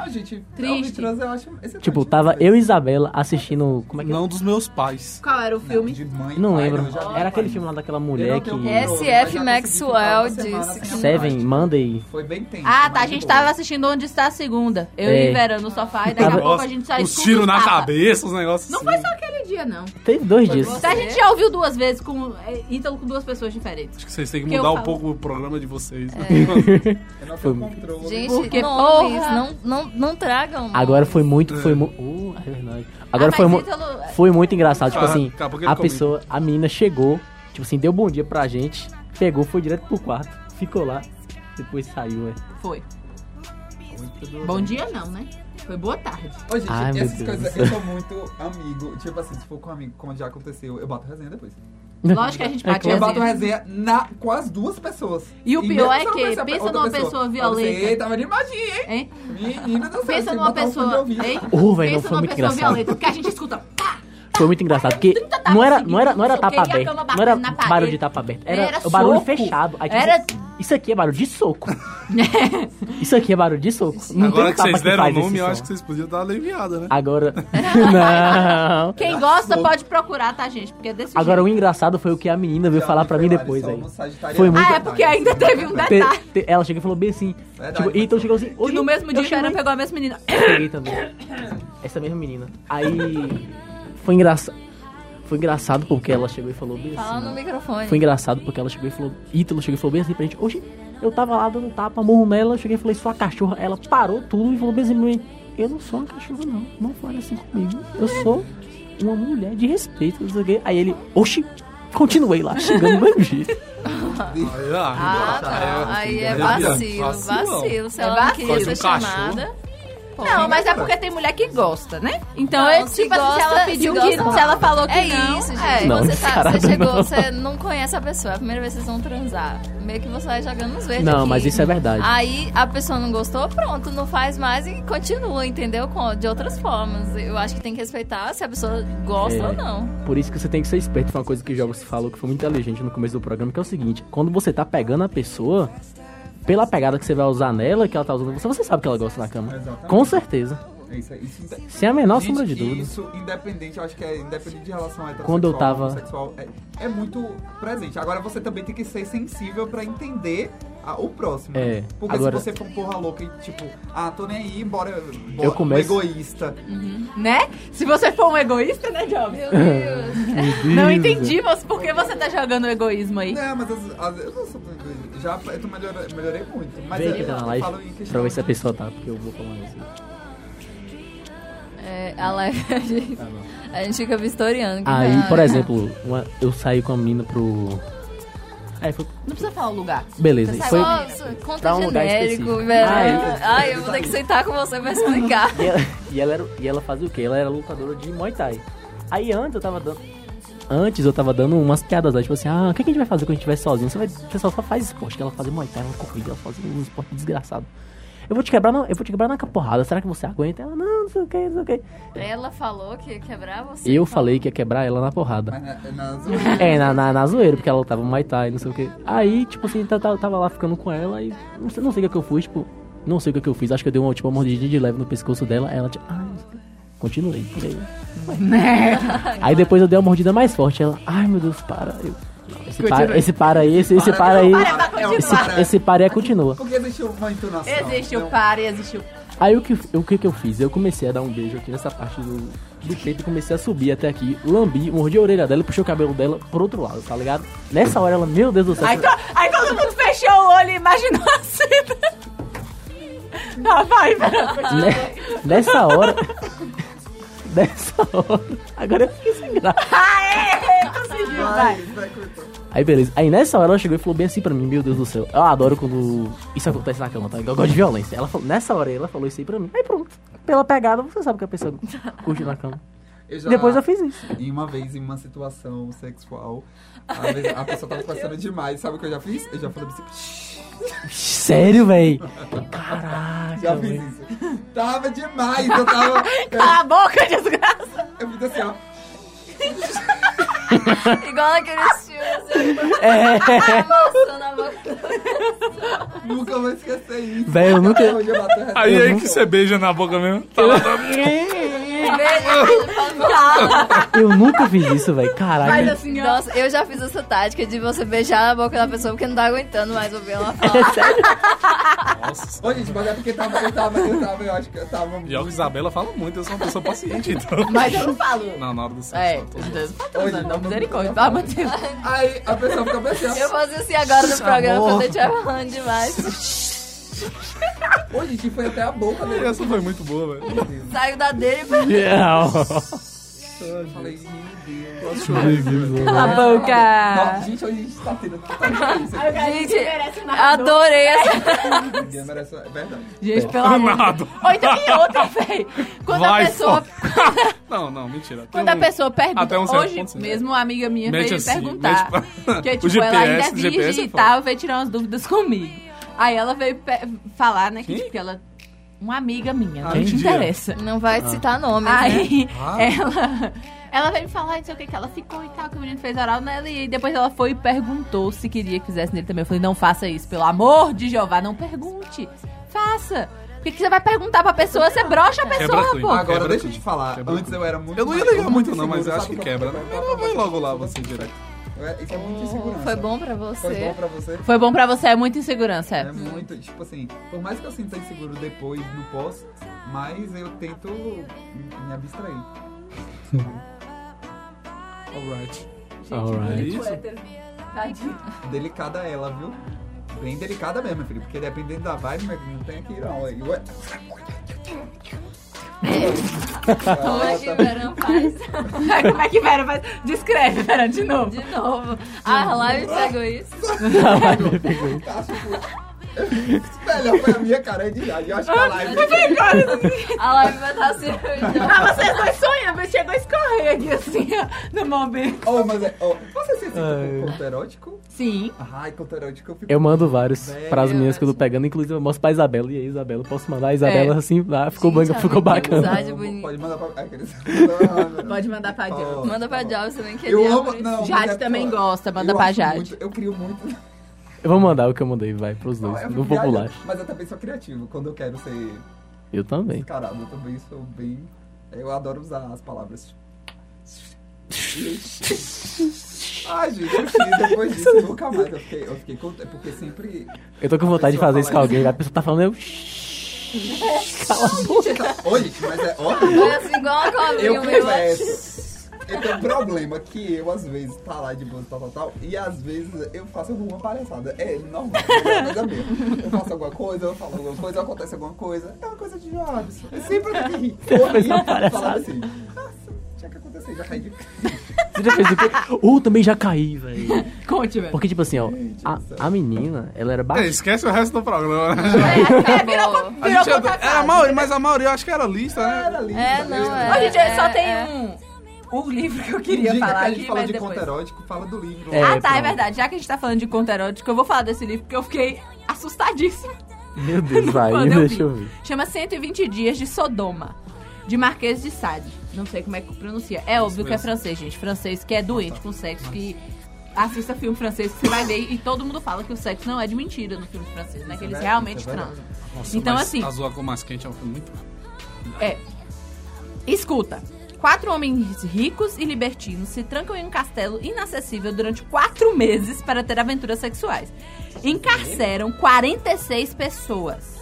Speaker 5: Ah, gente,
Speaker 6: Triste.
Speaker 5: trans, eu acho excitante.
Speaker 8: Tipo, tava eu e Isabela assistindo. Como é que é?
Speaker 2: Não dos meus pais.
Speaker 6: Qual era o filme?
Speaker 5: De mãe,
Speaker 8: Não
Speaker 5: pai,
Speaker 8: lembro.
Speaker 5: eu já vi
Speaker 8: Era
Speaker 5: pai.
Speaker 8: aquele filme lá daquela mulher que.
Speaker 5: um
Speaker 3: SF Maxwell disse que-
Speaker 8: Seven, Monday.
Speaker 5: assim, Foi bem tenso.
Speaker 6: Ah,
Speaker 5: mas
Speaker 6: tá, a
Speaker 5: de
Speaker 6: gente
Speaker 5: boa.
Speaker 6: tava assistindo Onde Está a Segunda. Eu
Speaker 8: É.
Speaker 6: e Vera no sofá e daqui a
Speaker 8: Tava-
Speaker 6: pouco a gente saiu
Speaker 2: Os tiros na cabeça, os negócios
Speaker 6: Não
Speaker 2: assim.
Speaker 6: foi só aquele dia, não.
Speaker 8: Teve dois dias.
Speaker 6: Então a gente já ouviu duas vezes com é, Ítalo com duas pessoas diferentes.
Speaker 2: Acho que vocês têm que
Speaker 6: Que eu
Speaker 2: mudar um
Speaker 6: falo. É.
Speaker 2: pouco o programa de vocês. né?
Speaker 5: Eu não
Speaker 8: Foi-
Speaker 5: tenho controle.
Speaker 3: Gente,
Speaker 6: Porque,
Speaker 3: nomes,
Speaker 6: porra.
Speaker 3: não, não, não tragam. nomes.
Speaker 8: Agora foi muito. Foi mu... uh, é verdade. Agora
Speaker 6: Ah,
Speaker 8: foi,
Speaker 6: mas
Speaker 8: mu...
Speaker 6: Ítalo, é,
Speaker 8: foi muito engraçado. Tipo
Speaker 2: Ah,
Speaker 8: assim,
Speaker 2: daqui a pouco ele
Speaker 8: a
Speaker 2: comenta.
Speaker 8: pessoa, a menina chegou, tipo assim, deu bom dia pra gente, pegou, foi direto pro quarto, ficou lá, depois saiu, é.
Speaker 6: Foi.
Speaker 5: Muito doido.
Speaker 6: Bom dia não, né? Foi boa tarde.
Speaker 5: Ô, gente,
Speaker 8: Ai, meu
Speaker 5: essas
Speaker 8: Deus.
Speaker 5: coisas, eu sou muito amigo. Tipo assim, se for com um amigo, como já aconteceu, eu bato resenha depois.
Speaker 6: Lógico que a gente assim, bate
Speaker 5: É Eu bato
Speaker 6: resenha.
Speaker 5: resenha na, com as duas pessoas.
Speaker 6: E o pior
Speaker 5: mesmo
Speaker 6: é
Speaker 5: se eu não
Speaker 6: que
Speaker 5: conhecer a pe-
Speaker 6: pensa
Speaker 5: outra assim,
Speaker 6: numa pessoa violenta.
Speaker 5: Você tava animadinha, hein?
Speaker 6: Hein?
Speaker 5: Menina do céu,
Speaker 6: Pensa
Speaker 5: você
Speaker 6: numa
Speaker 5: botar um fone de
Speaker 6: pessoa,
Speaker 5: ouvido.
Speaker 6: hein?
Speaker 8: Uh, velho, não,
Speaker 6: Pensa
Speaker 8: foi
Speaker 6: numa
Speaker 8: muito
Speaker 6: pessoa
Speaker 8: engraçado.
Speaker 6: violenta, porque a gente escuta pá,
Speaker 8: Foi muito engraçado, porque
Speaker 6: tapas
Speaker 8: não era,
Speaker 6: seguidos,
Speaker 8: não era, não era
Speaker 6: não sei o
Speaker 8: tapa
Speaker 6: quê, e a
Speaker 8: aberta,
Speaker 6: cama
Speaker 8: não era
Speaker 6: batendo na
Speaker 8: barulho
Speaker 6: parede.
Speaker 8: de tapa aberta,
Speaker 6: Era
Speaker 8: era, o barulho
Speaker 6: soco.
Speaker 8: fechado. Aí, tipo,
Speaker 6: Era-
Speaker 8: Isso aqui é barulho de soco. isso aqui é barulho de soco. Não
Speaker 2: Agora
Speaker 8: tem
Speaker 2: que vocês
Speaker 8: tapa
Speaker 2: deram o
Speaker 8: faz esse
Speaker 2: nome, eu
Speaker 8: som.
Speaker 2: acho que vocês podiam dar uma aliviada, né?
Speaker 8: Agora. não.
Speaker 6: Quem gosta pode procurar, tá, gente? Porque é desse
Speaker 8: Agora o
Speaker 6: jeito.
Speaker 8: engraçado foi o que a menina veio falar pra mim depois
Speaker 5: Só um
Speaker 8: aí.
Speaker 5: no Sagitário.
Speaker 8: Foi muito-
Speaker 6: Ah, é porque ainda teve um
Speaker 8: Te-
Speaker 6: detalhe.
Speaker 8: te- ela chegou e falou bem assim.
Speaker 5: Verdade,
Speaker 8: tipo,
Speaker 5: mas foi.
Speaker 8: então chegou assim.
Speaker 6: E no mesmo dia,
Speaker 8: eu
Speaker 6: o Xará
Speaker 8: cheguei,
Speaker 6: pegou a mesma menina.
Speaker 8: peguei também. Essa mesma menina. Aí. Foi engraçado. Foi engraçado porque ela chegou e falou bem
Speaker 3: Fala
Speaker 8: assim.
Speaker 3: no
Speaker 8: né?
Speaker 3: microfone.
Speaker 8: Foi engraçado porque ela chegou e falou. Ítalo chegou e falou bem assim pra gente. Hoje eu tava lá dando tapa, morro nela. Eu cheguei e falei, sua cachorra. Ela parou tudo e falou bem assim pra mim. Eu não sou uma cachorra, não. Não fale assim comigo. Eu sou uma mulher de respeito. Não sei o quê. Aí ele, oxi, continuei lá, chegando do mesmo jeito.
Speaker 2: Aí, ó,
Speaker 3: Ah, não. Aí é
Speaker 2: Vacilo.
Speaker 3: vacilo, vacilo. Se
Speaker 6: É
Speaker 3: ela não queria
Speaker 2: vacilo.
Speaker 3: ser
Speaker 2: Faz um cachorro.
Speaker 3: chamada.
Speaker 6: Não, mas é porque tem mulher que gosta, né? Então
Speaker 3: Não,
Speaker 6: é
Speaker 3: se
Speaker 6: tipo assim, se
Speaker 3: gosta-
Speaker 6: ela pediu
Speaker 3: se
Speaker 6: que.
Speaker 3: gosta,
Speaker 6: Se ela falou que
Speaker 3: É
Speaker 6: não.
Speaker 3: isso, gente.
Speaker 6: é.
Speaker 8: Não,
Speaker 3: você, sabe,
Speaker 8: descarado
Speaker 3: você chegou,
Speaker 8: não.
Speaker 3: você não conhece a pessoa. É a primeira vez que vocês vão transar. Meio que você vai jogando nos verdes.
Speaker 8: Não,
Speaker 3: aqui.
Speaker 8: mas isso é verdade.
Speaker 3: Aí a pessoa não gostou, pronto, não faz mais e continua, entendeu? Com- De outras formas. Eu acho que tem que respeitar se a pessoa gosta
Speaker 8: É.
Speaker 3: ou não.
Speaker 8: Por isso que você tem que ser esperto. Foi uma coisa que o Jogos falou que foi muito inteligente no começo do programa, que é o seguinte: quando você tá pegando a pessoa, pela pegada que você vai usar nela, que ela tá usando em você, você sabe que ela gosta na cama. Com certeza.
Speaker 5: É isso, aí, isso, inde-
Speaker 8: Sem a menor
Speaker 5: Gente,
Speaker 8: sombra de
Speaker 5: e
Speaker 8: dúvida.
Speaker 5: Isso, independente, eu acho que é independente de relação heterossexual,
Speaker 8: Quando eu tava-
Speaker 5: homossexual, é, é muito presente. Agora você também tem que ser sensível pra entender a- o próximo. né?
Speaker 8: É,
Speaker 5: Porque
Speaker 8: agora-
Speaker 5: se você for porra louca e tipo, ah, tô nem aí, bora, bora
Speaker 8: Eu começo-
Speaker 5: egoísta.
Speaker 6: Né? Se você for um egoísta, né, Jobs?
Speaker 3: Meu Deus.
Speaker 6: Não entendi você, por que você tá jogando o egoísmo aí.
Speaker 5: Não, mas as, as, eu não sou tão egoísta. Já eu tô melhor, melhorei muito. Mas
Speaker 8: Vem
Speaker 5: eu,
Speaker 8: aqui
Speaker 5: eu
Speaker 8: tá na
Speaker 5: falo em
Speaker 8: live
Speaker 5: questão-
Speaker 8: pra ver se a pessoa tá, porque eu vou falar isso.
Speaker 3: É, a live a gente, a gente fica vistoriando. que
Speaker 8: Aí,
Speaker 3: tá-
Speaker 8: por exemplo, uma- eu saí com a menina pro. Aí foi.
Speaker 6: Não precisa falar o lugar.
Speaker 8: Beleza, e
Speaker 3: Sai
Speaker 8: foi.
Speaker 3: só- só conta
Speaker 8: pra um lugar
Speaker 3: genérico,
Speaker 8: específico.
Speaker 3: velho.
Speaker 8: Ah,
Speaker 3: Ai,
Speaker 8: é.
Speaker 3: eu vou ter que sentar com você pra explicar.
Speaker 8: E ela, e ela, era, e ela fazia o quê? Ela era lutadora de Muay Thai. Aí antes eu tava dando. Antes eu tava dando umas piadas lá, tipo assim, ah, o que que a gente vai fazer quando a gente estiver sozinho? Você vai, o pessoal só faz esporte, que ela fazia Muay Thai, ela corrida, ela fazia um esporte desgraçado. Eu vou te quebrar, na, eu vou te quebrar na caporrada, será que você aguenta? Ela, não, não sei o que, não sei o que.
Speaker 3: Ela falou que ia quebrar você.
Speaker 8: Eu falei que ia quebrar ela na porrada.
Speaker 5: Mas na- na-
Speaker 8: É, na, na, na zoeira, porque ela lutava Muay Thai, não sei o que. Aí, tipo assim, tá- tá- tava, lá ficando com ela e não sei, não sei o que que eu fui, tipo, não sei o que que eu fiz. Acho que eu dei uma, tipo, uma mordidinha de leve no pescoço dela, ela, tipo, ai, não sei o quê. continuei. por aí.
Speaker 6: Né?
Speaker 8: aí depois eu dei uma mordida mais forte, ela, ai meu Deus, para. Eu, não, esse, para esse para aí, esse, esse para aí.
Speaker 5: é um
Speaker 8: Esse,
Speaker 5: para.
Speaker 8: esse para aí continua.
Speaker 5: Porque existe uma entonação. né?
Speaker 6: Existe o
Speaker 5: Não,
Speaker 6: pare, existe o.
Speaker 8: Aí o que, o que que eu fiz? Eu comecei a dar um beijo aqui nessa parte do, do peito, comecei a subir até aqui, lambi, mordi a orelha dela e puxei o cabelo dela pro outro lado, tá ligado? Nessa hora ela, meu Deus do céu.
Speaker 6: Aí, to- aí todo mundo fechou o olho e imaginou a cena. Tá, vai, vai.
Speaker 8: Ne- nessa hora. nessa hora. Agora eu fiquei sem graça.
Speaker 6: Aê, conseguiu, vai.
Speaker 8: Aí beleza. Aí nessa hora ela chegou e falou bem assim pra mim, meu Deus do céu. Eu adoro quando isso acontece na cama, tá? Eu gosto de violência. Ela falou, nessa hora aí ela falou isso aí pra mim. Aí pronto. Pela pegada, você sabe que a pessoa curte na cama.
Speaker 5: eu já-
Speaker 8: Depois eu fiz isso.
Speaker 5: E uma vez em uma situação sexual, a, vez- a pessoa tava conversando demais. Sabe o que eu já fiz? Eu já falei assim, "Shh",
Speaker 8: Sério, véi? Caraca,
Speaker 5: já fiz
Speaker 8: véi.
Speaker 5: isso. Tava demais, eu tava.
Speaker 6: Cala a boca, desgraça.
Speaker 5: Eu, eu fiz assim, ó.
Speaker 3: Igual aqueles tios. É. Amassando a boca.
Speaker 5: Nunca vou esquecer isso.
Speaker 8: Véi, eu nunca. é
Speaker 5: Onde eu bater
Speaker 2: Aí
Speaker 8: Eu
Speaker 2: aí
Speaker 8: nunca-
Speaker 2: que você beija na boca mesmo. Tá lá, tá-
Speaker 3: É.
Speaker 8: Eu nunca fiz isso, véi.
Speaker 6: Faz
Speaker 8: Caraca.
Speaker 6: assim, ó.
Speaker 3: Nossa, eu já fiz essa tática de você beijar a boca da pessoa porque não tá aguentando mais ouvir ela falar.
Speaker 8: É sério?
Speaker 2: Nossa.
Speaker 5: Ô, gente, mas é porque tava, eu tava, eu tava, eu acho que eu tava.
Speaker 2: E é o que
Speaker 5: Muito...
Speaker 2: Isabela fala muito, eu sou uma pessoa paciente, então.
Speaker 6: Mas eu não falo.
Speaker 2: Não, na hora do sexo.
Speaker 6: É,
Speaker 2: eu tô-
Speaker 6: Deus,
Speaker 5: Hoje
Speaker 6: não,
Speaker 5: não,
Speaker 6: misericórdia.
Speaker 5: não.
Speaker 6: Pelo amor de Deus.
Speaker 5: Aí a pessoa fica pensando.
Speaker 3: Eu fazia assim agora no programa quando eu estiver falando demais.
Speaker 5: Ô, gente, foi até a boca dele.
Speaker 2: Essa foi muito boa, velho.
Speaker 3: Saio da dele e
Speaker 5: Eu falei, meu Deus, quase chorei.
Speaker 6: Cala a boca.
Speaker 5: Não, gente, hoje a gente tá tendo tanta coisa.
Speaker 3: Gente,
Speaker 6: merece
Speaker 3: adorei essa.
Speaker 5: Ninguém merece- É verdade.
Speaker 6: Gente, pelo amor de
Speaker 2: Nada.
Speaker 6: Deus. Ou então, e outra, véi. Quando
Speaker 2: Vai,
Speaker 6: a pessoa,
Speaker 2: Não, não, mentira. Tem
Speaker 6: quando a
Speaker 2: um-
Speaker 6: pessoa pergunta...
Speaker 2: até um certo
Speaker 6: hoje
Speaker 2: ponto, sim.
Speaker 6: mesmo uma amiga minha
Speaker 2: Mete
Speaker 6: veio
Speaker 2: assim,
Speaker 6: perguntar.
Speaker 2: mete pra-
Speaker 6: Que,
Speaker 2: o
Speaker 6: tipo, ela ainda é
Speaker 2: GPS, GPS
Speaker 6: virgem
Speaker 2: é
Speaker 6: e
Speaker 2: foda.
Speaker 6: tal, veio tirar umas dúvidas comigo. Aí ela veio pe- falar, né, que,
Speaker 2: Quem?
Speaker 6: tipo, que ela... Uma amiga minha,
Speaker 2: Ah,
Speaker 6: não te
Speaker 2: entendi.
Speaker 6: interessa.
Speaker 3: Não vai citar nome. Né?
Speaker 6: Aí
Speaker 2: Ah.
Speaker 6: ela, ela veio me falar, não sei o que, que ela ficou e tal, que o menino fez oral nela. E depois ela foi e perguntou se queria que fizesse nele também. Eu falei, não faça isso, pelo amor de Jeová, não pergunte. Faça. Por que que você vai perguntar pra pessoa? Você brocha a
Speaker 2: Quebra
Speaker 6: pessoa,
Speaker 2: tudo.
Speaker 6: pô.
Speaker 5: Agora,
Speaker 2: Quebra
Speaker 5: deixa eu
Speaker 2: tudo.
Speaker 5: te falar.
Speaker 2: Quebra
Speaker 5: Antes eu era muito.
Speaker 2: Eu não ia
Speaker 5: mais-
Speaker 2: ligar muito, não,
Speaker 5: inseguro,
Speaker 2: mas eu acho
Speaker 5: sabe é
Speaker 2: que
Speaker 5: o eu-
Speaker 2: quebra, né? Vai- Vai logo lá você direto.
Speaker 5: É, Isso é muito insegurança.
Speaker 3: Foi bom pra
Speaker 5: Foi
Speaker 3: você.
Speaker 5: bom pra você?
Speaker 6: Foi bom pra você, é muita insegurança.
Speaker 5: É
Speaker 6: É.
Speaker 5: muito, tipo assim, por mais que eu sinta inseguro depois, no pós, mas eu tento me me abstrair.
Speaker 2: Alright. É
Speaker 8: Alright.
Speaker 2: isso?
Speaker 5: Delicada ela, viu? Bem delicada mesmo, filho, porque dependendo da vibe, mas não tem aqui não. Aí, ué.
Speaker 3: Como é que Verão faz?
Speaker 6: Como é que Vera faz? Descreve, Vera, de novo.
Speaker 3: Ah, De novo. A live pegou isso.
Speaker 5: Cássio, pô. Melhor foi tá a minha cara é de idade. Eu acho que a live.
Speaker 3: A live vai estar assim.
Speaker 6: Ah, vocês dois sonhando, chegou a escorrer aqui assim, ó, no momento.
Speaker 5: Oh, mas é. Oh, você se excita com conto erótico?
Speaker 6: Sim.
Speaker 5: Ai, conto erótico eu fico.
Speaker 7: Eu mando vários
Speaker 5: Velho,
Speaker 7: pras meninas
Speaker 5: assim.
Speaker 7: que eu tô pegando, inclusive eu mostro pra Isabela e a Isabela. eu Posso mandar a Isabela
Speaker 3: É.
Speaker 7: assim, lá, ficou,
Speaker 3: Gente,
Speaker 7: banga-
Speaker 3: a
Speaker 7: ficou
Speaker 3: minha
Speaker 7: bacana.
Speaker 3: amizade
Speaker 5: Não,
Speaker 3: bonita.
Speaker 5: Pode mandar pra. É, Aqueles...
Speaker 6: Pode mandar pra Jade.
Speaker 3: Manda pra Jobs também, que
Speaker 5: Eu
Speaker 3: ele
Speaker 5: amo.
Speaker 3: ama-
Speaker 5: Não, mas
Speaker 6: Jade
Speaker 5: é
Speaker 6: também
Speaker 5: pior.
Speaker 6: gosta, manda
Speaker 5: Eu
Speaker 6: pra
Speaker 5: acho
Speaker 6: Jade.
Speaker 5: muito- eu crio muito.
Speaker 7: Eu vou mandar o que eu mandei, vai, pros
Speaker 5: Não, é
Speaker 7: dois,
Speaker 5: eu
Speaker 7: no
Speaker 5: viajo,
Speaker 7: popular.
Speaker 5: Mas eu também sou criativo. Quando eu quero ser
Speaker 7: Eu também.
Speaker 5: descarado, eu também sou bem. Eu adoro usar as palavras. Ai, gente, eu fiz depois disso, nunca mais. Eu fiquei, eu fiquei contente, porque sempre.
Speaker 7: Eu tô com vontade de
Speaker 5: pessoa
Speaker 7: fazer isso com
Speaker 5: fala isso.
Speaker 7: alguém, a pessoa tá falando, eu...
Speaker 5: Ô, gente, mas é óbvio.
Speaker 3: Olha assim, igual a cobrinha,
Speaker 5: Eu
Speaker 3: o
Speaker 6: um
Speaker 3: meu.
Speaker 5: confesso. Eu tenho um problema que eu, às vezes, tá lá de boa, tal, tal, tal, e às vezes eu faço alguma palhaçada. É normal, é uma coisa mesmo. Eu faço alguma coisa, eu falo alguma coisa, acontece alguma coisa. É uma coisa de jovens. Eu sempre tenho que rir. Eu ri, falando assim. Nossa, já que aconteceu, já caí de...
Speaker 7: Você já fez o quê? Ou também já caí, velho.
Speaker 6: Conte, velho.
Speaker 7: Porque, tipo assim, ó, a, a menina, ela era
Speaker 2: É,
Speaker 7: baixa.
Speaker 2: esquece o resto do programa, né?
Speaker 3: É, Acabou.
Speaker 2: A gente já- era a maioria, mas a maioria eu acho que era lista, né?
Speaker 5: Era lindo.
Speaker 3: É, não, é.
Speaker 6: Ô, gente, eu só
Speaker 3: é,
Speaker 6: tem
Speaker 3: é.
Speaker 6: um. O livro que eu
Speaker 5: Queria
Speaker 6: queria falar
Speaker 5: que a gente
Speaker 6: aqui,
Speaker 5: fala
Speaker 6: mas
Speaker 5: de então.
Speaker 6: depois.
Speaker 5: conto erótico, fala do livro.
Speaker 7: É,
Speaker 6: ah, tá, é
Speaker 7: pronto.
Speaker 6: verdade. Já que a gente tá falando de conto erótico, eu vou falar desse livro porque eu fiquei assustadíssima.
Speaker 7: Meu Deus, vai,
Speaker 6: Quando eu vi.
Speaker 7: deixa eu ver.
Speaker 6: Chama 120 Dias de Sodoma, de Marquês de Sade. Não sei como é que pronuncia. É óbvio que é francês, gente. Francês que é doente com sexo, que assista filme francês que você vai ver e todo mundo fala que o sexo não é de mentira no filme francês, né? Que eles
Speaker 5: verdade,
Speaker 6: realmente
Speaker 5: isso é verdade.
Speaker 6: transam.
Speaker 2: Nossa,
Speaker 6: Então,
Speaker 2: mas
Speaker 6: assim-
Speaker 2: A zoa com mais quente é um filme muito.
Speaker 6: É. Escuta. Quatro homens ricos e libertinos se trancam em um castelo inacessível durante quatro meses para ter aventuras sexuais. Encarceram 46 pessoas.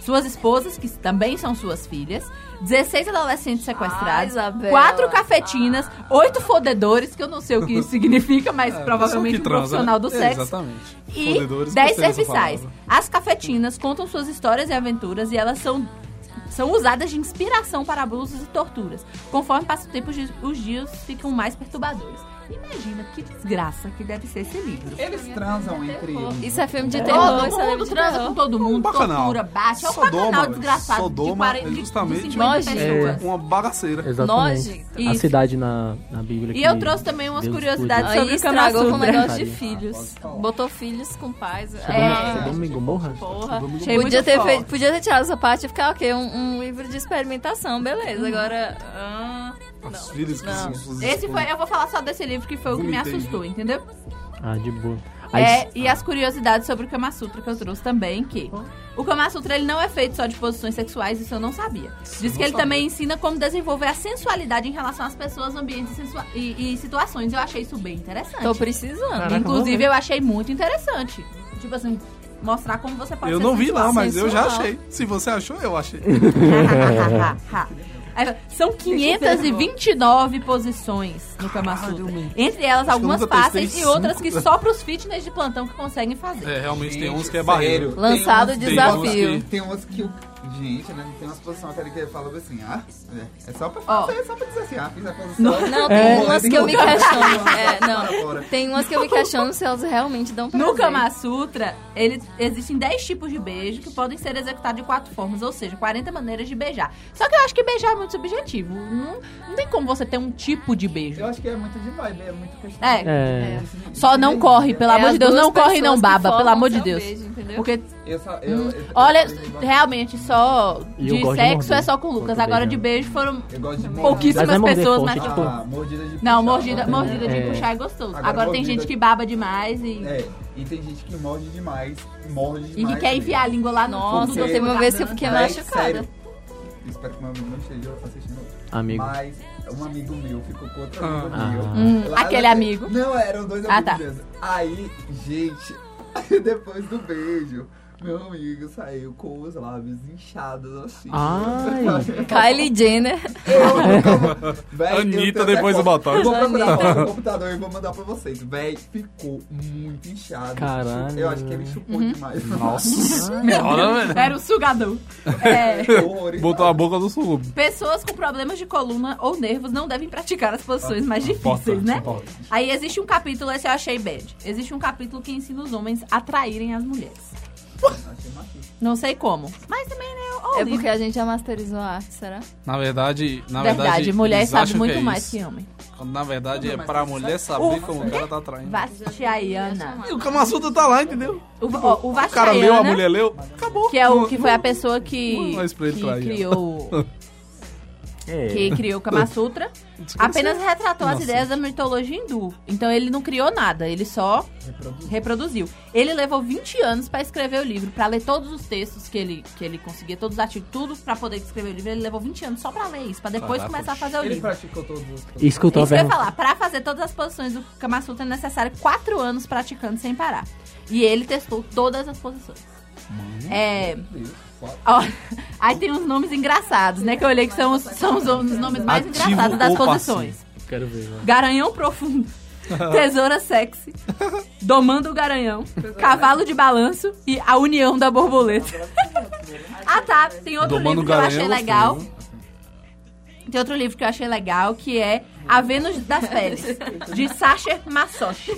Speaker 6: Suas esposas, que também são suas filhas, 16 adolescentes
Speaker 3: Ah,
Speaker 6: sequestrados,
Speaker 3: Isabela.
Speaker 6: quatro cafetinas, oito fodedores, que eu não sei o que isso significa, mas provavelmente um
Speaker 2: Pessoa É, que transa, né?
Speaker 6: profissional do
Speaker 2: É,
Speaker 6: sexo
Speaker 2: Exatamente.
Speaker 6: e
Speaker 2: Fodedores,
Speaker 6: 10
Speaker 2: gostei dessa
Speaker 6: serviçais.
Speaker 2: palavra.
Speaker 6: As cafetinas contam suas histórias e aventuras e elas são, são usadas de inspiração para abusos e torturas. Conforme passa o tempo, os dias- os dias ficam mais perturbadores. Imagina que desgraça que deve ser esse livro.
Speaker 5: Eles transam entre eles.
Speaker 3: Isso é filme de terror, isso
Speaker 6: Todo
Speaker 3: é
Speaker 6: mundo
Speaker 3: filme de
Speaker 6: transa com
Speaker 3: terror.
Speaker 6: todo
Speaker 2: Um
Speaker 6: mundo,
Speaker 2: bacanal.
Speaker 6: tortura, bate. É um
Speaker 2: Sodoma,
Speaker 6: bacanal
Speaker 2: velho.
Speaker 6: desnascado de,
Speaker 2: Sodoma
Speaker 6: 40,
Speaker 2: é
Speaker 6: de
Speaker 2: justamente
Speaker 6: 50
Speaker 3: nojento.
Speaker 6: pessoas.
Speaker 2: É Uma bagaceira.
Speaker 7: Exatamente.
Speaker 3: Nojento.
Speaker 7: A
Speaker 6: Isso.
Speaker 7: cidade na, na Bíblia.
Speaker 6: E
Speaker 7: que
Speaker 6: eu trouxe também umas
Speaker 7: Deus
Speaker 6: curiosidades
Speaker 7: cuida.
Speaker 3: Aí
Speaker 6: sobre o Kama
Speaker 3: estragou com o
Speaker 6: Sutra.
Speaker 3: negócio de
Speaker 7: Faria.
Speaker 3: filhos.
Speaker 5: Ah, pode falar.
Speaker 3: Botou filhos com pais.
Speaker 7: Sodoma-
Speaker 3: É,
Speaker 7: Sodoma e Gomorra?
Speaker 6: Tipo,
Speaker 3: porra.
Speaker 6: Achei muito
Speaker 3: Podia ter,
Speaker 6: foda.
Speaker 3: feito, podia ter tirado essa parte e ficar, ok, um, um livro de experimentação, beleza. Agora. ah,
Speaker 2: Os filhos que
Speaker 3: não.
Speaker 2: são suas
Speaker 6: Esse
Speaker 2: esposas.
Speaker 6: foi, eu vou falar só desse livro que foi o que me
Speaker 2: Vomitei.
Speaker 6: assustou, entendeu?
Speaker 7: Ah, de boa. Aí,
Speaker 6: É, e as curiosidades sobre o Kama Sutra que eu trouxe também, que o Kama Sutra ele não é feito só de posições sexuais, isso eu não sabia. Diz que ele também ensina como desenvolver a sensualidade em relação às pessoas, ambientes sensua- e, e situações. Eu achei isso bem interessante.
Speaker 3: Tô precisando.
Speaker 7: Caraca,
Speaker 6: Inclusive, eu achei muito interessante. Tipo assim, mostrar como você pode
Speaker 2: Eu
Speaker 6: ser
Speaker 2: não vi
Speaker 6: sensual.
Speaker 2: lá, mas eu já
Speaker 3: sensual.
Speaker 2: achei. Se você achou, eu achei.
Speaker 6: Aí fala, É, São 529 posições no Kama Sutra. Entre elas, algumas
Speaker 2: nunca testei
Speaker 6: fáceis e outras
Speaker 2: cinco.
Speaker 6: que só pros fitness de plantão que conseguem fazer.
Speaker 2: É, realmente tem uns que é
Speaker 5: Sério,
Speaker 2: barreiro.
Speaker 5: tem
Speaker 3: Lançado
Speaker 5: umas-
Speaker 3: desafio.
Speaker 5: tem umas que- Tem umas que. o- Gente, né? Tem umas posições até que eu falo assim, ah, é, é só pra fazer, é só pra dizer assim, ah, fiz a posição.
Speaker 3: Não, tem
Speaker 5: É.
Speaker 3: umas que eu me
Speaker 5: Tem umas-
Speaker 3: questiono. É, não.
Speaker 5: Agora.
Speaker 3: Tem umas que eu me questiono se elas realmente dão prazer.
Speaker 6: No Kama Sutra, ele, existem 10 tipos de beijo que podem ser executados de quatro formas, ou seja, 40 maneiras de beijar. Só que eu acho que beijar é muito subjetivo. Não, não tem como você ter um tipo de beijo.
Speaker 5: Eu acho que é muito de vibe, é muito questão.
Speaker 6: É.
Speaker 7: É.
Speaker 6: Só não corre, pelo
Speaker 3: É
Speaker 6: amor
Speaker 3: as
Speaker 6: de Deus,
Speaker 3: duas
Speaker 6: não corre e não
Speaker 3: pessoas que
Speaker 6: baba, pelo
Speaker 3: formam
Speaker 6: amor de
Speaker 3: seu
Speaker 6: Deus.
Speaker 3: beijo, entendeu?
Speaker 6: Porque,
Speaker 5: Eu só, eu, eu-
Speaker 6: Hum. olha,
Speaker 5: eu-
Speaker 6: realmente, só
Speaker 7: E
Speaker 6: de
Speaker 7: eu gosto de
Speaker 6: sexo é
Speaker 7: morder
Speaker 6: só com o Lucas.
Speaker 7: enquanto
Speaker 6: Agora
Speaker 7: beija.
Speaker 6: de beijo foram
Speaker 5: eu gosto de morder.
Speaker 7: Mas
Speaker 6: pouquíssimas
Speaker 7: não é
Speaker 6: pessoas,
Speaker 7: morder
Speaker 6: mas
Speaker 7: forte,
Speaker 6: tipo.
Speaker 5: Ah, mordida de puxar, né?
Speaker 6: Não, mordida, mordida de
Speaker 7: É.
Speaker 6: puxar é gostoso.
Speaker 5: Agora,
Speaker 6: Agora, tem
Speaker 5: mordida
Speaker 6: gente
Speaker 5: de-
Speaker 6: que baba demais e,
Speaker 5: É, e tem gente que morde demais, morde
Speaker 6: e
Speaker 5: demais.
Speaker 6: que quer
Speaker 5: mesmo.
Speaker 6: enfiar a língua lá no
Speaker 3: Nossa,
Speaker 6: fundo.
Speaker 5: Porque-
Speaker 3: teve uma vez que eu fiquei
Speaker 5: Véi,
Speaker 3: machucada.
Speaker 5: sério. Espero que meu amigo não esteja assistindo.
Speaker 7: Amigo.
Speaker 5: Mas um amigo meu ficou com outro amigo
Speaker 7: Ah.
Speaker 5: meu.
Speaker 6: Hum,
Speaker 5: Lá
Speaker 6: aquele
Speaker 5: na-
Speaker 6: amigo.
Speaker 5: Não, eram dois
Speaker 6: Ah,
Speaker 5: amigos
Speaker 6: tá.
Speaker 5: meus. Aí, gente, depois do beijo, meu amigo saiu com os lábios inchados assim.
Speaker 7: Ai.
Speaker 3: Kylie Jenner. é
Speaker 5: um- Véi, eu
Speaker 2: Anitta
Speaker 5: tenho
Speaker 2: depois do
Speaker 5: até foto. Eu vou
Speaker 3: Botox.
Speaker 5: procurar a foto no computador e vou mandar pra vocês. Véi, ficou muito inchado.
Speaker 7: Caralho.
Speaker 5: Eu acho que ele chupou
Speaker 6: Uhum.
Speaker 5: demais.
Speaker 2: Nossa. Olha, velho.
Speaker 6: Era o sugador. É.
Speaker 5: Horrores.
Speaker 2: Botou a boca no sul.
Speaker 6: Pessoas com problemas de coluna ou nervos não devem praticar as posições mais difíceis, né? Aí existe um capítulo, esse eu achei bad. Existe um capítulo que ensina os homens a traírem as mulheres. Não sei como. Mas também, né? eu-
Speaker 3: É porque a gente já masterizou a arte, será?
Speaker 2: Na verdade, na
Speaker 6: verdade,
Speaker 2: verdade,
Speaker 6: mulher
Speaker 2: eles
Speaker 6: sabe
Speaker 2: acham
Speaker 6: muito
Speaker 2: é
Speaker 6: mais
Speaker 2: isso.
Speaker 6: que homem.
Speaker 2: Quando, Na verdade, é pra mulher saber
Speaker 6: né?
Speaker 2: como o cara tá traindo.
Speaker 6: Vastiaiana.
Speaker 2: E o Kama Sutra tá lá, entendeu?
Speaker 6: O, ó, o
Speaker 2: O cara leu, a
Speaker 6: Vastiaiana,
Speaker 2: mulher leu. Acabou.
Speaker 6: né? que é o
Speaker 2: Não-
Speaker 6: que foi a pessoa que,
Speaker 2: não é mais pra ele
Speaker 6: que
Speaker 2: trair ela.
Speaker 6: criou
Speaker 8: É.
Speaker 6: que criou o Kama Sutra, apenas retratou as
Speaker 2: Nossa.
Speaker 6: ideias da mitologia hindu. Então ele não criou nada, ele só reproduziu. Ele levou 20 anos pra escrever o livro, pra ler todos os textos que ele, que ele conseguia, todos os artigos, tudo pra poder escrever o livro. Ele levou 20 anos só pra ler isso, pra depois
Speaker 2: Caraca.
Speaker 6: começar a fazer o
Speaker 5: Ele
Speaker 6: livro.
Speaker 5: praticou todos os...
Speaker 8: Escuta uma
Speaker 6: Isso que eu ia
Speaker 8: pergunta.
Speaker 6: falar, pra fazer todas as posições do Kama Sutra é necessário 4 anos praticando sem parar. E ele testou todas as posições.
Speaker 2: Hum,
Speaker 6: É. Ó, aí tem uns nomes engraçados, né? Que eu olhei que são os, são os, os nomes mais
Speaker 2: Ativo
Speaker 6: engraçados das
Speaker 2: ou passivo?
Speaker 6: posições.
Speaker 8: Quero ver. né?
Speaker 6: Garanhão profundo. Tesoura sexy. Domando o garanhão. Cavalo de balanço e a união da borboleta. ah tá, tem outro
Speaker 2: Domando
Speaker 6: livro que eu achei
Speaker 2: Garanhão,
Speaker 6: legal.
Speaker 2: foi, né?
Speaker 6: Tem outro livro que eu achei legal que é A Vênus das Peles, de Sacher Massoch.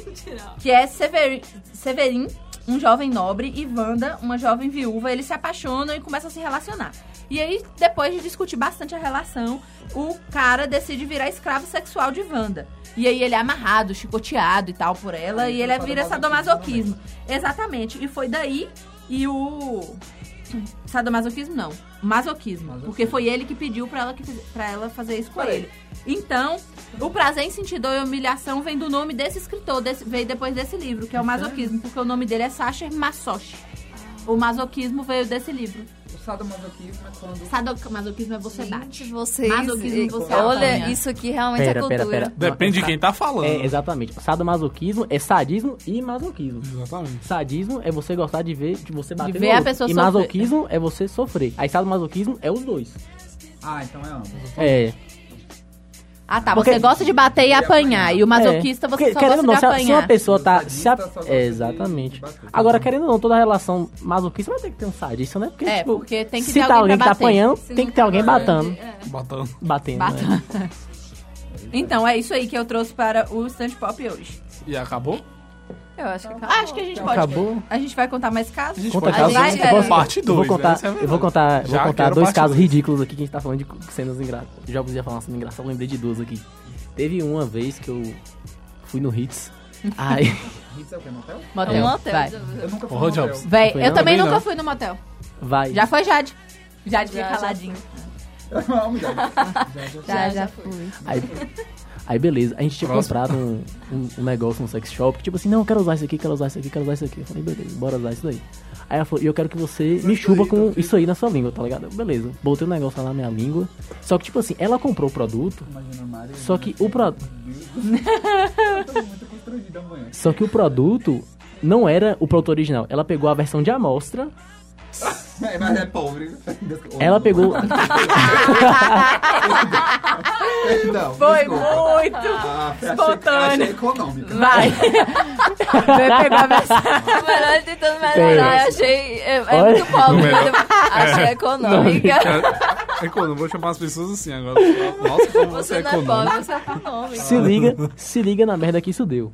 Speaker 6: Que é Severin, Severin, um jovem nobre, e Wanda, uma jovem viúva. Eles se apaixonam e começam a se relacionar. E aí, depois de discutir bastante a relação, o cara decide virar escravo sexual de Wanda. E aí ele é amarrado, chicoteado e tal por ela, e ele é vira sadomasoquismo. Exatamente. E foi daí e o sadomasoquismo não, masoquismo, porque foi ele que pediu pra ela que para ela fazer isso com ele. Então, o prazer em sentir dor e humilhação vem do nome desse escritor, desse- veio depois desse livro, que é o masoquismo, porque o nome dele é Sacher Masoch. O masoquismo veio desse livro.
Speaker 5: O sadomasoquismo é quando...
Speaker 6: Sadomasoquismo é você bate.
Speaker 3: Gente, vocês.
Speaker 6: Masoquismo você
Speaker 3: Olha,
Speaker 6: apanha.
Speaker 3: isso aqui realmente é
Speaker 8: Pera,
Speaker 3: cultura.
Speaker 8: pera, pera.
Speaker 2: Depende de quem tá falando.
Speaker 8: É, exatamente. Sadomasoquismo é sadismo e masoquismo.
Speaker 2: Exatamente.
Speaker 8: Sadismo é você gostar de ver, de você bater no
Speaker 6: ver a
Speaker 8: outro.
Speaker 6: pessoa
Speaker 8: E
Speaker 6: sofrer.
Speaker 8: masoquismo é você sofrer. Aí sadomasoquismo é os dois.
Speaker 5: Ah, então é ambos.
Speaker 8: É.
Speaker 6: Ah, tá,
Speaker 8: Porque-
Speaker 6: você gosta de bater e apanhar, e o masoquista
Speaker 8: É.
Speaker 6: você
Speaker 8: Porque,
Speaker 6: só
Speaker 8: querendo ou
Speaker 6: gosta
Speaker 8: não,
Speaker 6: de
Speaker 8: se a- se uma
Speaker 6: apanhar.
Speaker 8: pessoa tá.
Speaker 5: O
Speaker 8: Se
Speaker 5: sadista
Speaker 8: a,
Speaker 5: só gosta
Speaker 8: é,
Speaker 5: de-
Speaker 8: exatamente.
Speaker 5: de bater.
Speaker 8: Agora, querendo ou não, toda relação masoquista vai ter que ter um sadista, né? Porque,
Speaker 6: É,
Speaker 8: tipo,
Speaker 6: porque tem que
Speaker 8: se
Speaker 6: ter
Speaker 8: tá
Speaker 6: alguém
Speaker 8: alguém
Speaker 6: pra
Speaker 8: que tá
Speaker 6: bater.
Speaker 8: apanhando, tem que ter alguém batando.
Speaker 2: Botando.
Speaker 8: Batendo. né?
Speaker 6: é, Batendo. Então, é isso aí que eu trouxe para o Stand Pop hoje. Então,
Speaker 2: E acabou?
Speaker 3: Eu acho que acabou.
Speaker 6: Acho que a gente pode.
Speaker 8: Então, Acabou.
Speaker 6: A gente vai contar mais casos.
Speaker 8: Conta
Speaker 2: pode
Speaker 8: casos.
Speaker 2: fazer
Speaker 6: Vai,
Speaker 8: Eu
Speaker 6: é.
Speaker 8: posso-
Speaker 2: Parte
Speaker 8: eu vou
Speaker 2: dois,
Speaker 8: contar,
Speaker 2: essa é a
Speaker 8: eu vou
Speaker 2: verdade.
Speaker 8: contar, eu
Speaker 2: Já
Speaker 8: vou contar
Speaker 2: quero
Speaker 8: dois
Speaker 2: parte
Speaker 8: casos
Speaker 2: dois.
Speaker 8: ridículos aqui que a gente tá falando de cenas engraçadas. Já ia falar uma cena engraçada, eu lembrei de duas aqui. Teve uma vez que eu fui no Hits. Aí.
Speaker 5: Hits é o quê? Motel?
Speaker 3: É um hotel.
Speaker 6: vai.
Speaker 5: Eu nunca fui
Speaker 2: Ô,
Speaker 5: no
Speaker 2: Jobs.
Speaker 5: motel.
Speaker 6: Véi,
Speaker 8: Foi
Speaker 6: eu
Speaker 8: não?
Speaker 6: também
Speaker 2: Também
Speaker 6: nunca
Speaker 2: não.
Speaker 6: fui no motel.
Speaker 8: Vai.
Speaker 6: Já foi Jade. Jade
Speaker 3: Já,
Speaker 6: fica
Speaker 3: já
Speaker 6: caladinho.
Speaker 5: Vamos, Jobs.
Speaker 3: Já, já fui.
Speaker 8: Aí, aí beleza, a gente tinha
Speaker 2: Próximo.
Speaker 8: comprado um, um, um negócio no sex shop, que tipo assim, não, eu quero usar isso aqui, quero usar isso aqui, quero usar isso aqui. Eu falei, beleza, bora usar isso daí. Aí ela falou, e eu quero que você me chupa com isso aí na sua língua, tá ligado? Eu, Beleza, botei o negócio lá na minha língua. Só que tipo assim, ela comprou o produto,
Speaker 5: Imagina o Mário.
Speaker 8: só que o produto.
Speaker 5: Eu tô muito constrangido amanhã.
Speaker 8: Só que o produto não era o produto original. Ela pegou a versão de amostra.
Speaker 5: É, mas é pobre.
Speaker 8: Ela pegou.
Speaker 5: Não,
Speaker 6: Foi
Speaker 5: desculpa.
Speaker 6: muito.
Speaker 5: Ah, achei-
Speaker 6: espontâneo.
Speaker 5: Achei econômica.
Speaker 6: Vai. Vai pegar a versão.
Speaker 3: O melhor ele tentando melhorar, eu achei. É, é muito pobre.
Speaker 2: melhor.
Speaker 3: eu Achei econômica.
Speaker 2: É, é quando? Vou chamar as pessoas assim agora. Nossa, como você,
Speaker 3: Você
Speaker 2: é
Speaker 3: não é
Speaker 2: econômico.
Speaker 3: pobre, você é econômica.
Speaker 8: se liga, se liga na merda que isso deu.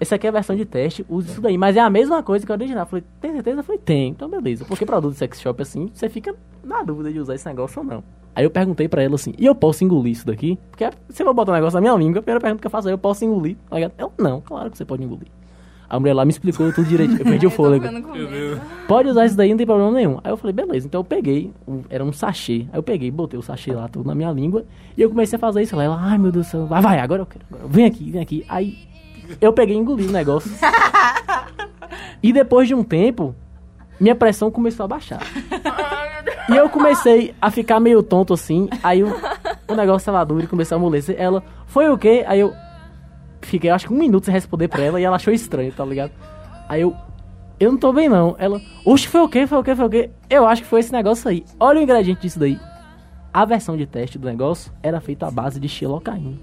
Speaker 8: Essa aqui é a versão de teste, usa isso daí. Mas é a mesma coisa que a original. Falei, tem certeza? Falei, tem. Então, beleza. Porque produto de sex shop, assim, você fica na dúvida de usar esse negócio ou não. Aí eu perguntei pra ela assim, e eu posso engolir isso daqui? Porque se eu vou botar um negócio na minha língua, a primeira pergunta que eu faço é, eu posso engolir? Tá ligado? Eu, não, claro que você pode engolir. A mulher lá me explicou tudo direitinho. Eu perdi o
Speaker 3: Eu tô
Speaker 8: fôlego.
Speaker 3: ficando com
Speaker 2: Meu
Speaker 3: medo.
Speaker 2: Deus.
Speaker 8: Pode usar isso daí, não tem problema nenhum. Aí eu falei, beleza. Então eu peguei, um- era um sachê. Aí eu peguei, botei o sachê lá tudo na minha língua. E eu comecei a fazer isso. lá. Ela, ai meu Deus do céu, vai, vai, agora eu quero. agora eu- Vem aqui, vem aqui. Aí eu peguei e engoli o negócio. e depois de um tempo, minha pressão começou a baixar. e eu comecei a ficar meio tonto assim. Aí o, o negócio tava duro e começou a amolecer. Ela, foi o quê? Aí eu fiquei, acho que um minuto sem responder pra ela. E ela achou estranho, tá ligado? Aí eu, eu não tô bem não. Ela, oxe, foi o quê? Foi o quê? Foi o quê? Eu acho que foi esse negócio aí. Olha o ingrediente disso daí. A versão de teste do negócio era feita à base de xilocaína.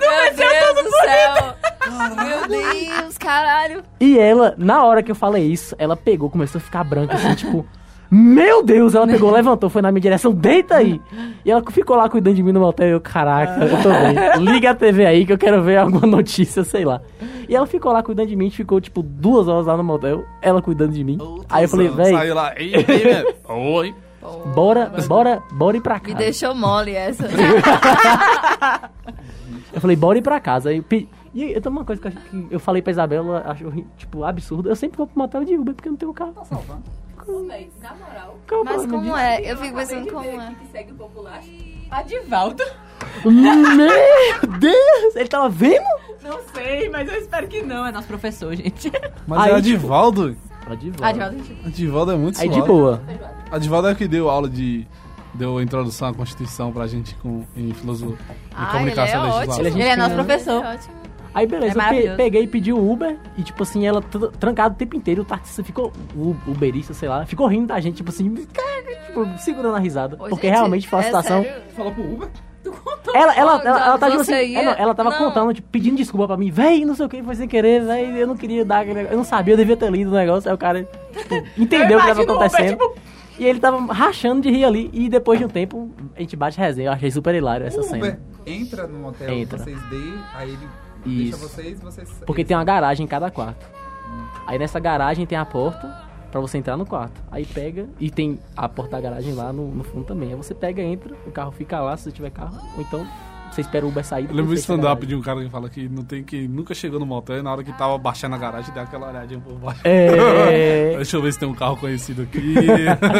Speaker 3: Meu
Speaker 6: é
Speaker 3: Deus do céu. Meu Deus, caralho.
Speaker 8: E ela, na hora que eu falei isso, ela pegou, começou a ficar branca, assim, tipo... Meu Deus, ela pegou, levantou, foi na minha direção, deita aí. E ela ficou lá cuidando de mim no motel. E eu, caraca, eu tô bem. Liga a TV aí que eu quero ver alguma notícia, sei lá. E ela ficou lá cuidando de mim, a gente ficou tipo duas horas lá no motel, ela cuidando de mim. aí eu falei, véi.
Speaker 2: Saiu lá. "Ei, ei, velho. Oi.
Speaker 8: Bora, bora, bora ir pra
Speaker 3: Me
Speaker 8: casa.
Speaker 3: deixou mole essa.
Speaker 8: Eu falei, bora ir pra casa. Aí, eu pe- e aí, eu tenho uma coisa que eu, acho que eu falei pra Isabela, acho, ri- tipo, absurdo. Eu sempre vou pro motel de Uber porque eu não tenho carro.
Speaker 6: Na moral,
Speaker 8: Qual o
Speaker 3: Mas
Speaker 8: problema
Speaker 3: como
Speaker 8: disso?
Speaker 3: é? Eu fico pensando como é.
Speaker 6: que segue o popular. Adivaldo.
Speaker 8: Meu Deus! Ele tava vendo?
Speaker 6: Não sei, mas eu espero que não. É nosso professor, gente.
Speaker 2: Mas
Speaker 8: Aí,
Speaker 2: é
Speaker 8: tipo-
Speaker 2: Adivaldo?
Speaker 8: Adivaldo.
Speaker 6: Adivaldo, gente.
Speaker 2: Adivaldo é muito
Speaker 8: Aí tipo, de
Speaker 2: suave.
Speaker 8: boa.
Speaker 2: Adivaldo é o que deu aula de. Deu a introdução à Constituição pra gente com, em filosofia. Em
Speaker 3: Ah, ele é
Speaker 2: comunicação
Speaker 3: ótimo.
Speaker 2: legislativa.
Speaker 6: Ele é nosso professor.
Speaker 3: Ele é ótimo.
Speaker 8: Aí beleza,
Speaker 6: É
Speaker 8: eu pe
Speaker 6: maravilhoso.
Speaker 8: peguei e pedi o Uber e tipo assim, ela tr- trancada o tempo inteiro, o taxista ficou, o Uberista, sei lá, ficou rindo da gente, tipo assim, cara, tipo, segurando a risada.
Speaker 3: Ô,
Speaker 8: porque
Speaker 3: gente,
Speaker 8: realmente foi uma
Speaker 3: é
Speaker 8: situação.
Speaker 3: sério?
Speaker 8: Ela, ela,
Speaker 3: Ô,
Speaker 8: ela, ela
Speaker 3: Jorge,
Speaker 8: tá tipo assim,
Speaker 3: você
Speaker 8: é, não,
Speaker 3: ia-
Speaker 8: ela tava
Speaker 3: Não.
Speaker 8: contando, tipo, pedindo desculpa pra mim, véi, não sei o que, foi sem querer, véi, eu não queria dar aquele negócio, eu não sabia, eu devia ter lido o negócio, aí o cara tipo, entendeu o que tava
Speaker 6: imagino o Uber,
Speaker 8: acontecendo.
Speaker 3: tipo,
Speaker 8: E ele tava rachando de rir ali, e depois de um tempo, a gente bate resenha, eu achei super hilário essa
Speaker 5: O Uber
Speaker 8: cena.
Speaker 5: entra no hotel,
Speaker 8: Entra.
Speaker 5: vocês dê, aí ele deixa
Speaker 8: Isso.
Speaker 5: vocês, vocês...
Speaker 8: Porque tem uma garagem em cada quarto. Aí nessa garagem tem a porta pra você entrar no quarto. Aí pega e tem a porta da garagem lá no, no fundo também. Aí você pega, entra, o carro fica lá se você tiver carro. Ou então você espera o Uber sair.
Speaker 2: Eu
Speaker 8: depois
Speaker 2: lembro do
Speaker 8: fecha a
Speaker 2: stand-up
Speaker 8: garagem.
Speaker 2: de um cara que fala que, não tem, que nunca chegou no motel e na hora que tava baixando na garagem deu aquela olhadinha por baixo.
Speaker 8: É.
Speaker 2: Deixa eu ver se tem um carro conhecido aqui.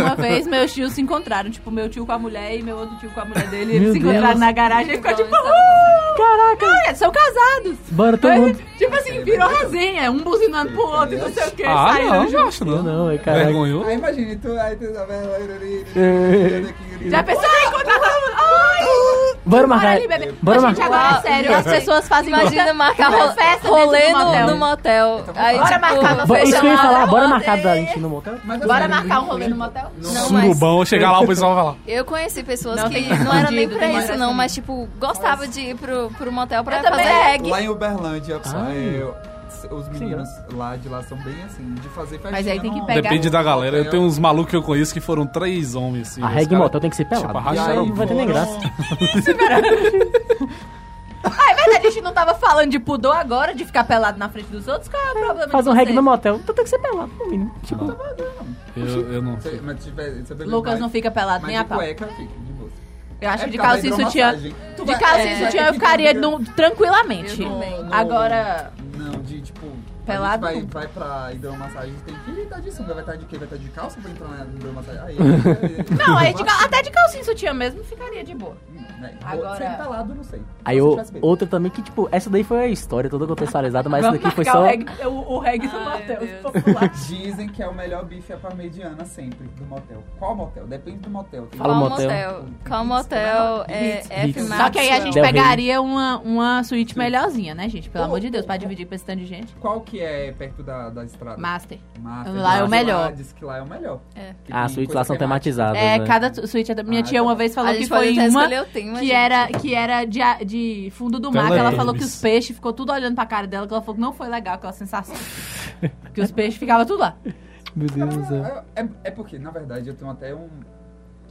Speaker 6: Uma vez meus tios se encontraram, tipo, meu tio com a mulher e meu outro tio com a mulher dele.
Speaker 8: Meu
Speaker 6: Eles se
Speaker 8: Deus.
Speaker 6: encontraram na garagem e ficou tipo,
Speaker 3: Então,
Speaker 6: "Uh,
Speaker 8: Caraca!
Speaker 6: olha, são casados.
Speaker 8: Bora todo
Speaker 6: Mas,
Speaker 8: mundo.
Speaker 6: tipo assim, virou resenha, um buzinando pro outro e não sei o que,
Speaker 2: ah,
Speaker 6: saíram
Speaker 2: não,
Speaker 6: juntos.
Speaker 2: não acho
Speaker 8: Eu
Speaker 2: não.
Speaker 8: não, é caraca.
Speaker 2: Vergonhoso.
Speaker 5: Aí imagina, tu... Aí tu...
Speaker 8: É.
Speaker 6: Já pensou em encontrar todo mundo? Ai,
Speaker 8: Bora
Speaker 6: bora
Speaker 8: marcar.
Speaker 6: ali, bebê.
Speaker 8: Bora
Speaker 6: Mas, gente,
Speaker 8: marcar.
Speaker 6: agora é
Speaker 3: Uau,
Speaker 6: sério, as pessoas fazem
Speaker 3: Imagina marcar
Speaker 6: uma
Speaker 3: ro
Speaker 6: festa dentro
Speaker 3: rolê
Speaker 6: do motel.
Speaker 3: no, no
Speaker 2: Então
Speaker 3: motel. Aí,
Speaker 6: Bora
Speaker 3: tipo,
Speaker 6: marcar no
Speaker 8: Bora-
Speaker 3: fechar
Speaker 8: Isso que eu ia
Speaker 3: uma
Speaker 8: falar,
Speaker 3: hora,
Speaker 8: bora
Speaker 3: uma
Speaker 8: marcar da
Speaker 3: vez.
Speaker 8: gente no motel?
Speaker 5: assim,
Speaker 6: Bora marcar um rolê no motel?
Speaker 3: Não, mas
Speaker 2: Surubão, chegar lá o pessoal vai falar.
Speaker 3: eu conheci pessoas
Speaker 6: Não,
Speaker 3: que
Speaker 6: tem que
Speaker 3: não era nem
Speaker 6: escondido,
Speaker 3: pra
Speaker 6: tem
Speaker 3: isso,
Speaker 6: hora
Speaker 3: não,
Speaker 6: assim.
Speaker 3: mas tipo, gostava de ir pro, pro motel pra
Speaker 6: Eu
Speaker 3: fazer
Speaker 6: também.
Speaker 3: reggae.
Speaker 5: Lá em Uberlândia,
Speaker 8: Ah.
Speaker 5: eu- os meninos lá de lá são bem assim, de fazer festinha.
Speaker 6: Mas aí tem que
Speaker 5: no-
Speaker 6: pegar-
Speaker 2: Depende da galera. Eu tenho um uns malucos que eu conheço que foram três homens. Assim,
Speaker 8: A
Speaker 2: os
Speaker 8: regra em
Speaker 2: cara-
Speaker 8: motel tem que ser pelado.
Speaker 2: Tipo,
Speaker 5: E aí,
Speaker 2: arrastaram
Speaker 8: Não vai ter nem
Speaker 5: foram-
Speaker 3: É.
Speaker 8: graça.
Speaker 6: Ai, mas a gente não tava falando de pudor agora, de ficar pelado na frente dos outros? Qual é o problema
Speaker 8: Faz
Speaker 6: de
Speaker 8: um
Speaker 6: vocês?
Speaker 8: reggae no motel. Então tem que ser pelado, no mínimo. Tipo,
Speaker 2: Eu, eu não sei.
Speaker 5: Você- Mas tiver, você beber
Speaker 6: Lucas
Speaker 5: mais-
Speaker 6: não fica pelado
Speaker 5: mas
Speaker 6: nem a
Speaker 5: de
Speaker 6: pau.
Speaker 5: cueca fica, de boa.
Speaker 6: Eu acho
Speaker 5: É
Speaker 6: que de
Speaker 5: porque ela
Speaker 6: calcinha e
Speaker 5: entrou
Speaker 6: sutiã.
Speaker 5: massagem. Tu
Speaker 6: De
Speaker 5: vai-
Speaker 6: calcinha
Speaker 5: é,
Speaker 6: e sutiã
Speaker 5: vai
Speaker 6: eu
Speaker 5: ter que
Speaker 6: ficaria
Speaker 5: ficar-
Speaker 6: no- tranquilamente.
Speaker 3: Eu também.
Speaker 6: Agora,
Speaker 5: Não, de tipo. a
Speaker 6: Pelado
Speaker 5: gente
Speaker 6: nunca.
Speaker 5: Vai, vai pra hidromassagem, tem que estar de sunga. Vai estar de quê? Vai estar de calça pra entrar na hidromassagem? Aí. né?
Speaker 6: não, aí de cal- até de calcinha e sutiã mesmo ficaria de boa.
Speaker 5: Agora.
Speaker 6: Agora-
Speaker 5: Sem Né, pelado, não sei.
Speaker 8: aí
Speaker 5: Se
Speaker 8: eu,
Speaker 5: tivesse bebê.
Speaker 8: outra também que, tipo, essa daí foi a história toda contextualizada, mas essa
Speaker 6: Vamos
Speaker 8: daqui foi
Speaker 6: marcar
Speaker 8: só.
Speaker 6: o reggae, o, o reggae do motel. popular.
Speaker 5: Dizem que é o melhor bife é pra mediana sempre, do motel. Qual motel? Depende do motel. Tem
Speaker 8: Fala
Speaker 3: Qual
Speaker 8: motel.
Speaker 3: motel? Qual motel é F
Speaker 8: Hits.
Speaker 3: Max?
Speaker 6: Só que aí a gente
Speaker 8: Del Rey.
Speaker 6: pegaria uma, uma suíte melhorzinha, né, gente? Pelo amor de Deus, pra dividir com esse tanto de gente.
Speaker 5: Qual que é perto da, da estrada?
Speaker 6: Master.
Speaker 5: Master,
Speaker 6: Lá é o
Speaker 5: Master,
Speaker 6: melhor.
Speaker 5: lá Diz que lá é o melhor.
Speaker 3: É.
Speaker 5: Que tem
Speaker 8: Ah, as suítes
Speaker 5: coisa
Speaker 8: lá são
Speaker 5: temática.
Speaker 8: tematizadas.
Speaker 6: É,
Speaker 8: né?
Speaker 6: cada su- suíte é da minha
Speaker 5: Ah,
Speaker 6: tia
Speaker 5: tá
Speaker 6: uma
Speaker 5: bom.
Speaker 6: vez falou
Speaker 3: A
Speaker 6: que
Speaker 3: gente
Speaker 6: foi
Speaker 3: pode
Speaker 6: em
Speaker 3: até
Speaker 6: uma
Speaker 3: escolher o tema,
Speaker 6: que
Speaker 3: gente.
Speaker 6: era, que era de, a- de fundo do mar, que ela
Speaker 2: Teletubbies.
Speaker 6: falou que os peixes ficou tudo olhando pra cara dela, que ela falou que não foi legal aquela sensação. que os peixes ficavam tudo lá.
Speaker 8: Meu Deus do céu.
Speaker 5: Ah, É, é porque, na verdade, eu tenho até um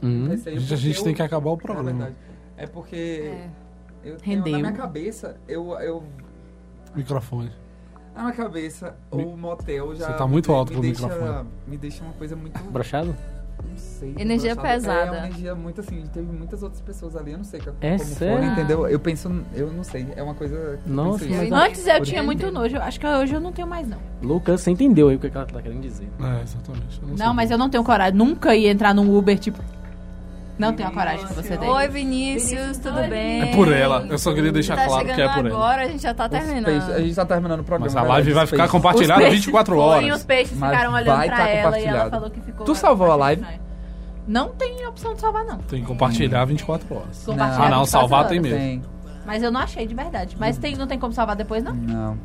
Speaker 8: Hum.
Speaker 5: receio.
Speaker 2: Gente, a gente
Speaker 5: porque
Speaker 2: tem
Speaker 5: eu-
Speaker 2: que acabar o
Speaker 5: Na
Speaker 2: programa.
Speaker 5: verdade, É porque. Eu tenho,
Speaker 6: Rendeu.
Speaker 5: na minha cabeça, eu, eu.
Speaker 2: Microfone.
Speaker 5: Na minha cabeça, o motel já.
Speaker 2: Você tá muito
Speaker 5: me-
Speaker 2: alto
Speaker 5: me
Speaker 2: pro
Speaker 5: deixa-
Speaker 2: microfone.
Speaker 5: Me deixa uma coisa muito.
Speaker 8: Brochado?
Speaker 5: Não sei.
Speaker 3: Energia
Speaker 5: broxada.
Speaker 3: pesada.
Speaker 5: É uma energia muito assim. Teve muitas outras pessoas ali, eu não sei.
Speaker 8: É
Speaker 5: como
Speaker 8: sério?
Speaker 5: Foram, entendeu? Eu penso. Eu não sei. É uma coisa. que eu
Speaker 8: Nossa,
Speaker 5: penso isso.
Speaker 8: mas-
Speaker 6: Antes eu
Speaker 5: Por
Speaker 6: tinha
Speaker 5: quê?
Speaker 6: muito nojo, eu acho que hoje eu não tenho mais não.
Speaker 8: Lucas, você entendeu aí o que ela tá querendo dizer.
Speaker 2: É, exatamente. Eu não,
Speaker 6: Não, mas eu não tenho coragem, nunca ia entrar num Uber, tipo... Não tenho a coragem de você
Speaker 3: Oi,
Speaker 6: daí.
Speaker 3: Vinícius, tudo bem?
Speaker 2: É por ela. Eu só queria deixar
Speaker 3: tá
Speaker 2: claro que
Speaker 3: chegando
Speaker 2: é por ela.
Speaker 3: agora, a gente já tá
Speaker 5: Os peixes- a
Speaker 3: terminando.
Speaker 5: gente tá terminando o programa.
Speaker 2: Mas a
Speaker 5: verdade,
Speaker 2: live
Speaker 5: os
Speaker 2: vai ficar
Speaker 5: peixes.
Speaker 2: compartilhada
Speaker 6: peixes
Speaker 2: 24
Speaker 6: Foi, e os
Speaker 2: horas.
Speaker 6: peixes
Speaker 5: Mas
Speaker 6: ficaram olhando
Speaker 5: vai
Speaker 6: pra
Speaker 5: tá
Speaker 6: ela e ela
Speaker 5: compartilhado.
Speaker 6: falou que ficou...
Speaker 5: Tu salvou a live?
Speaker 6: Não tem opção de salvar, não.
Speaker 2: Tem que compartilhar 24 horas.
Speaker 6: Compartilhar
Speaker 2: Ah, não,
Speaker 6: 24
Speaker 2: salvar
Speaker 6: horas.
Speaker 2: tem mesmo.
Speaker 5: Tem.
Speaker 6: Mas eu não achei de verdade. Mas tem, não tem como salvar depois, não?
Speaker 5: Não.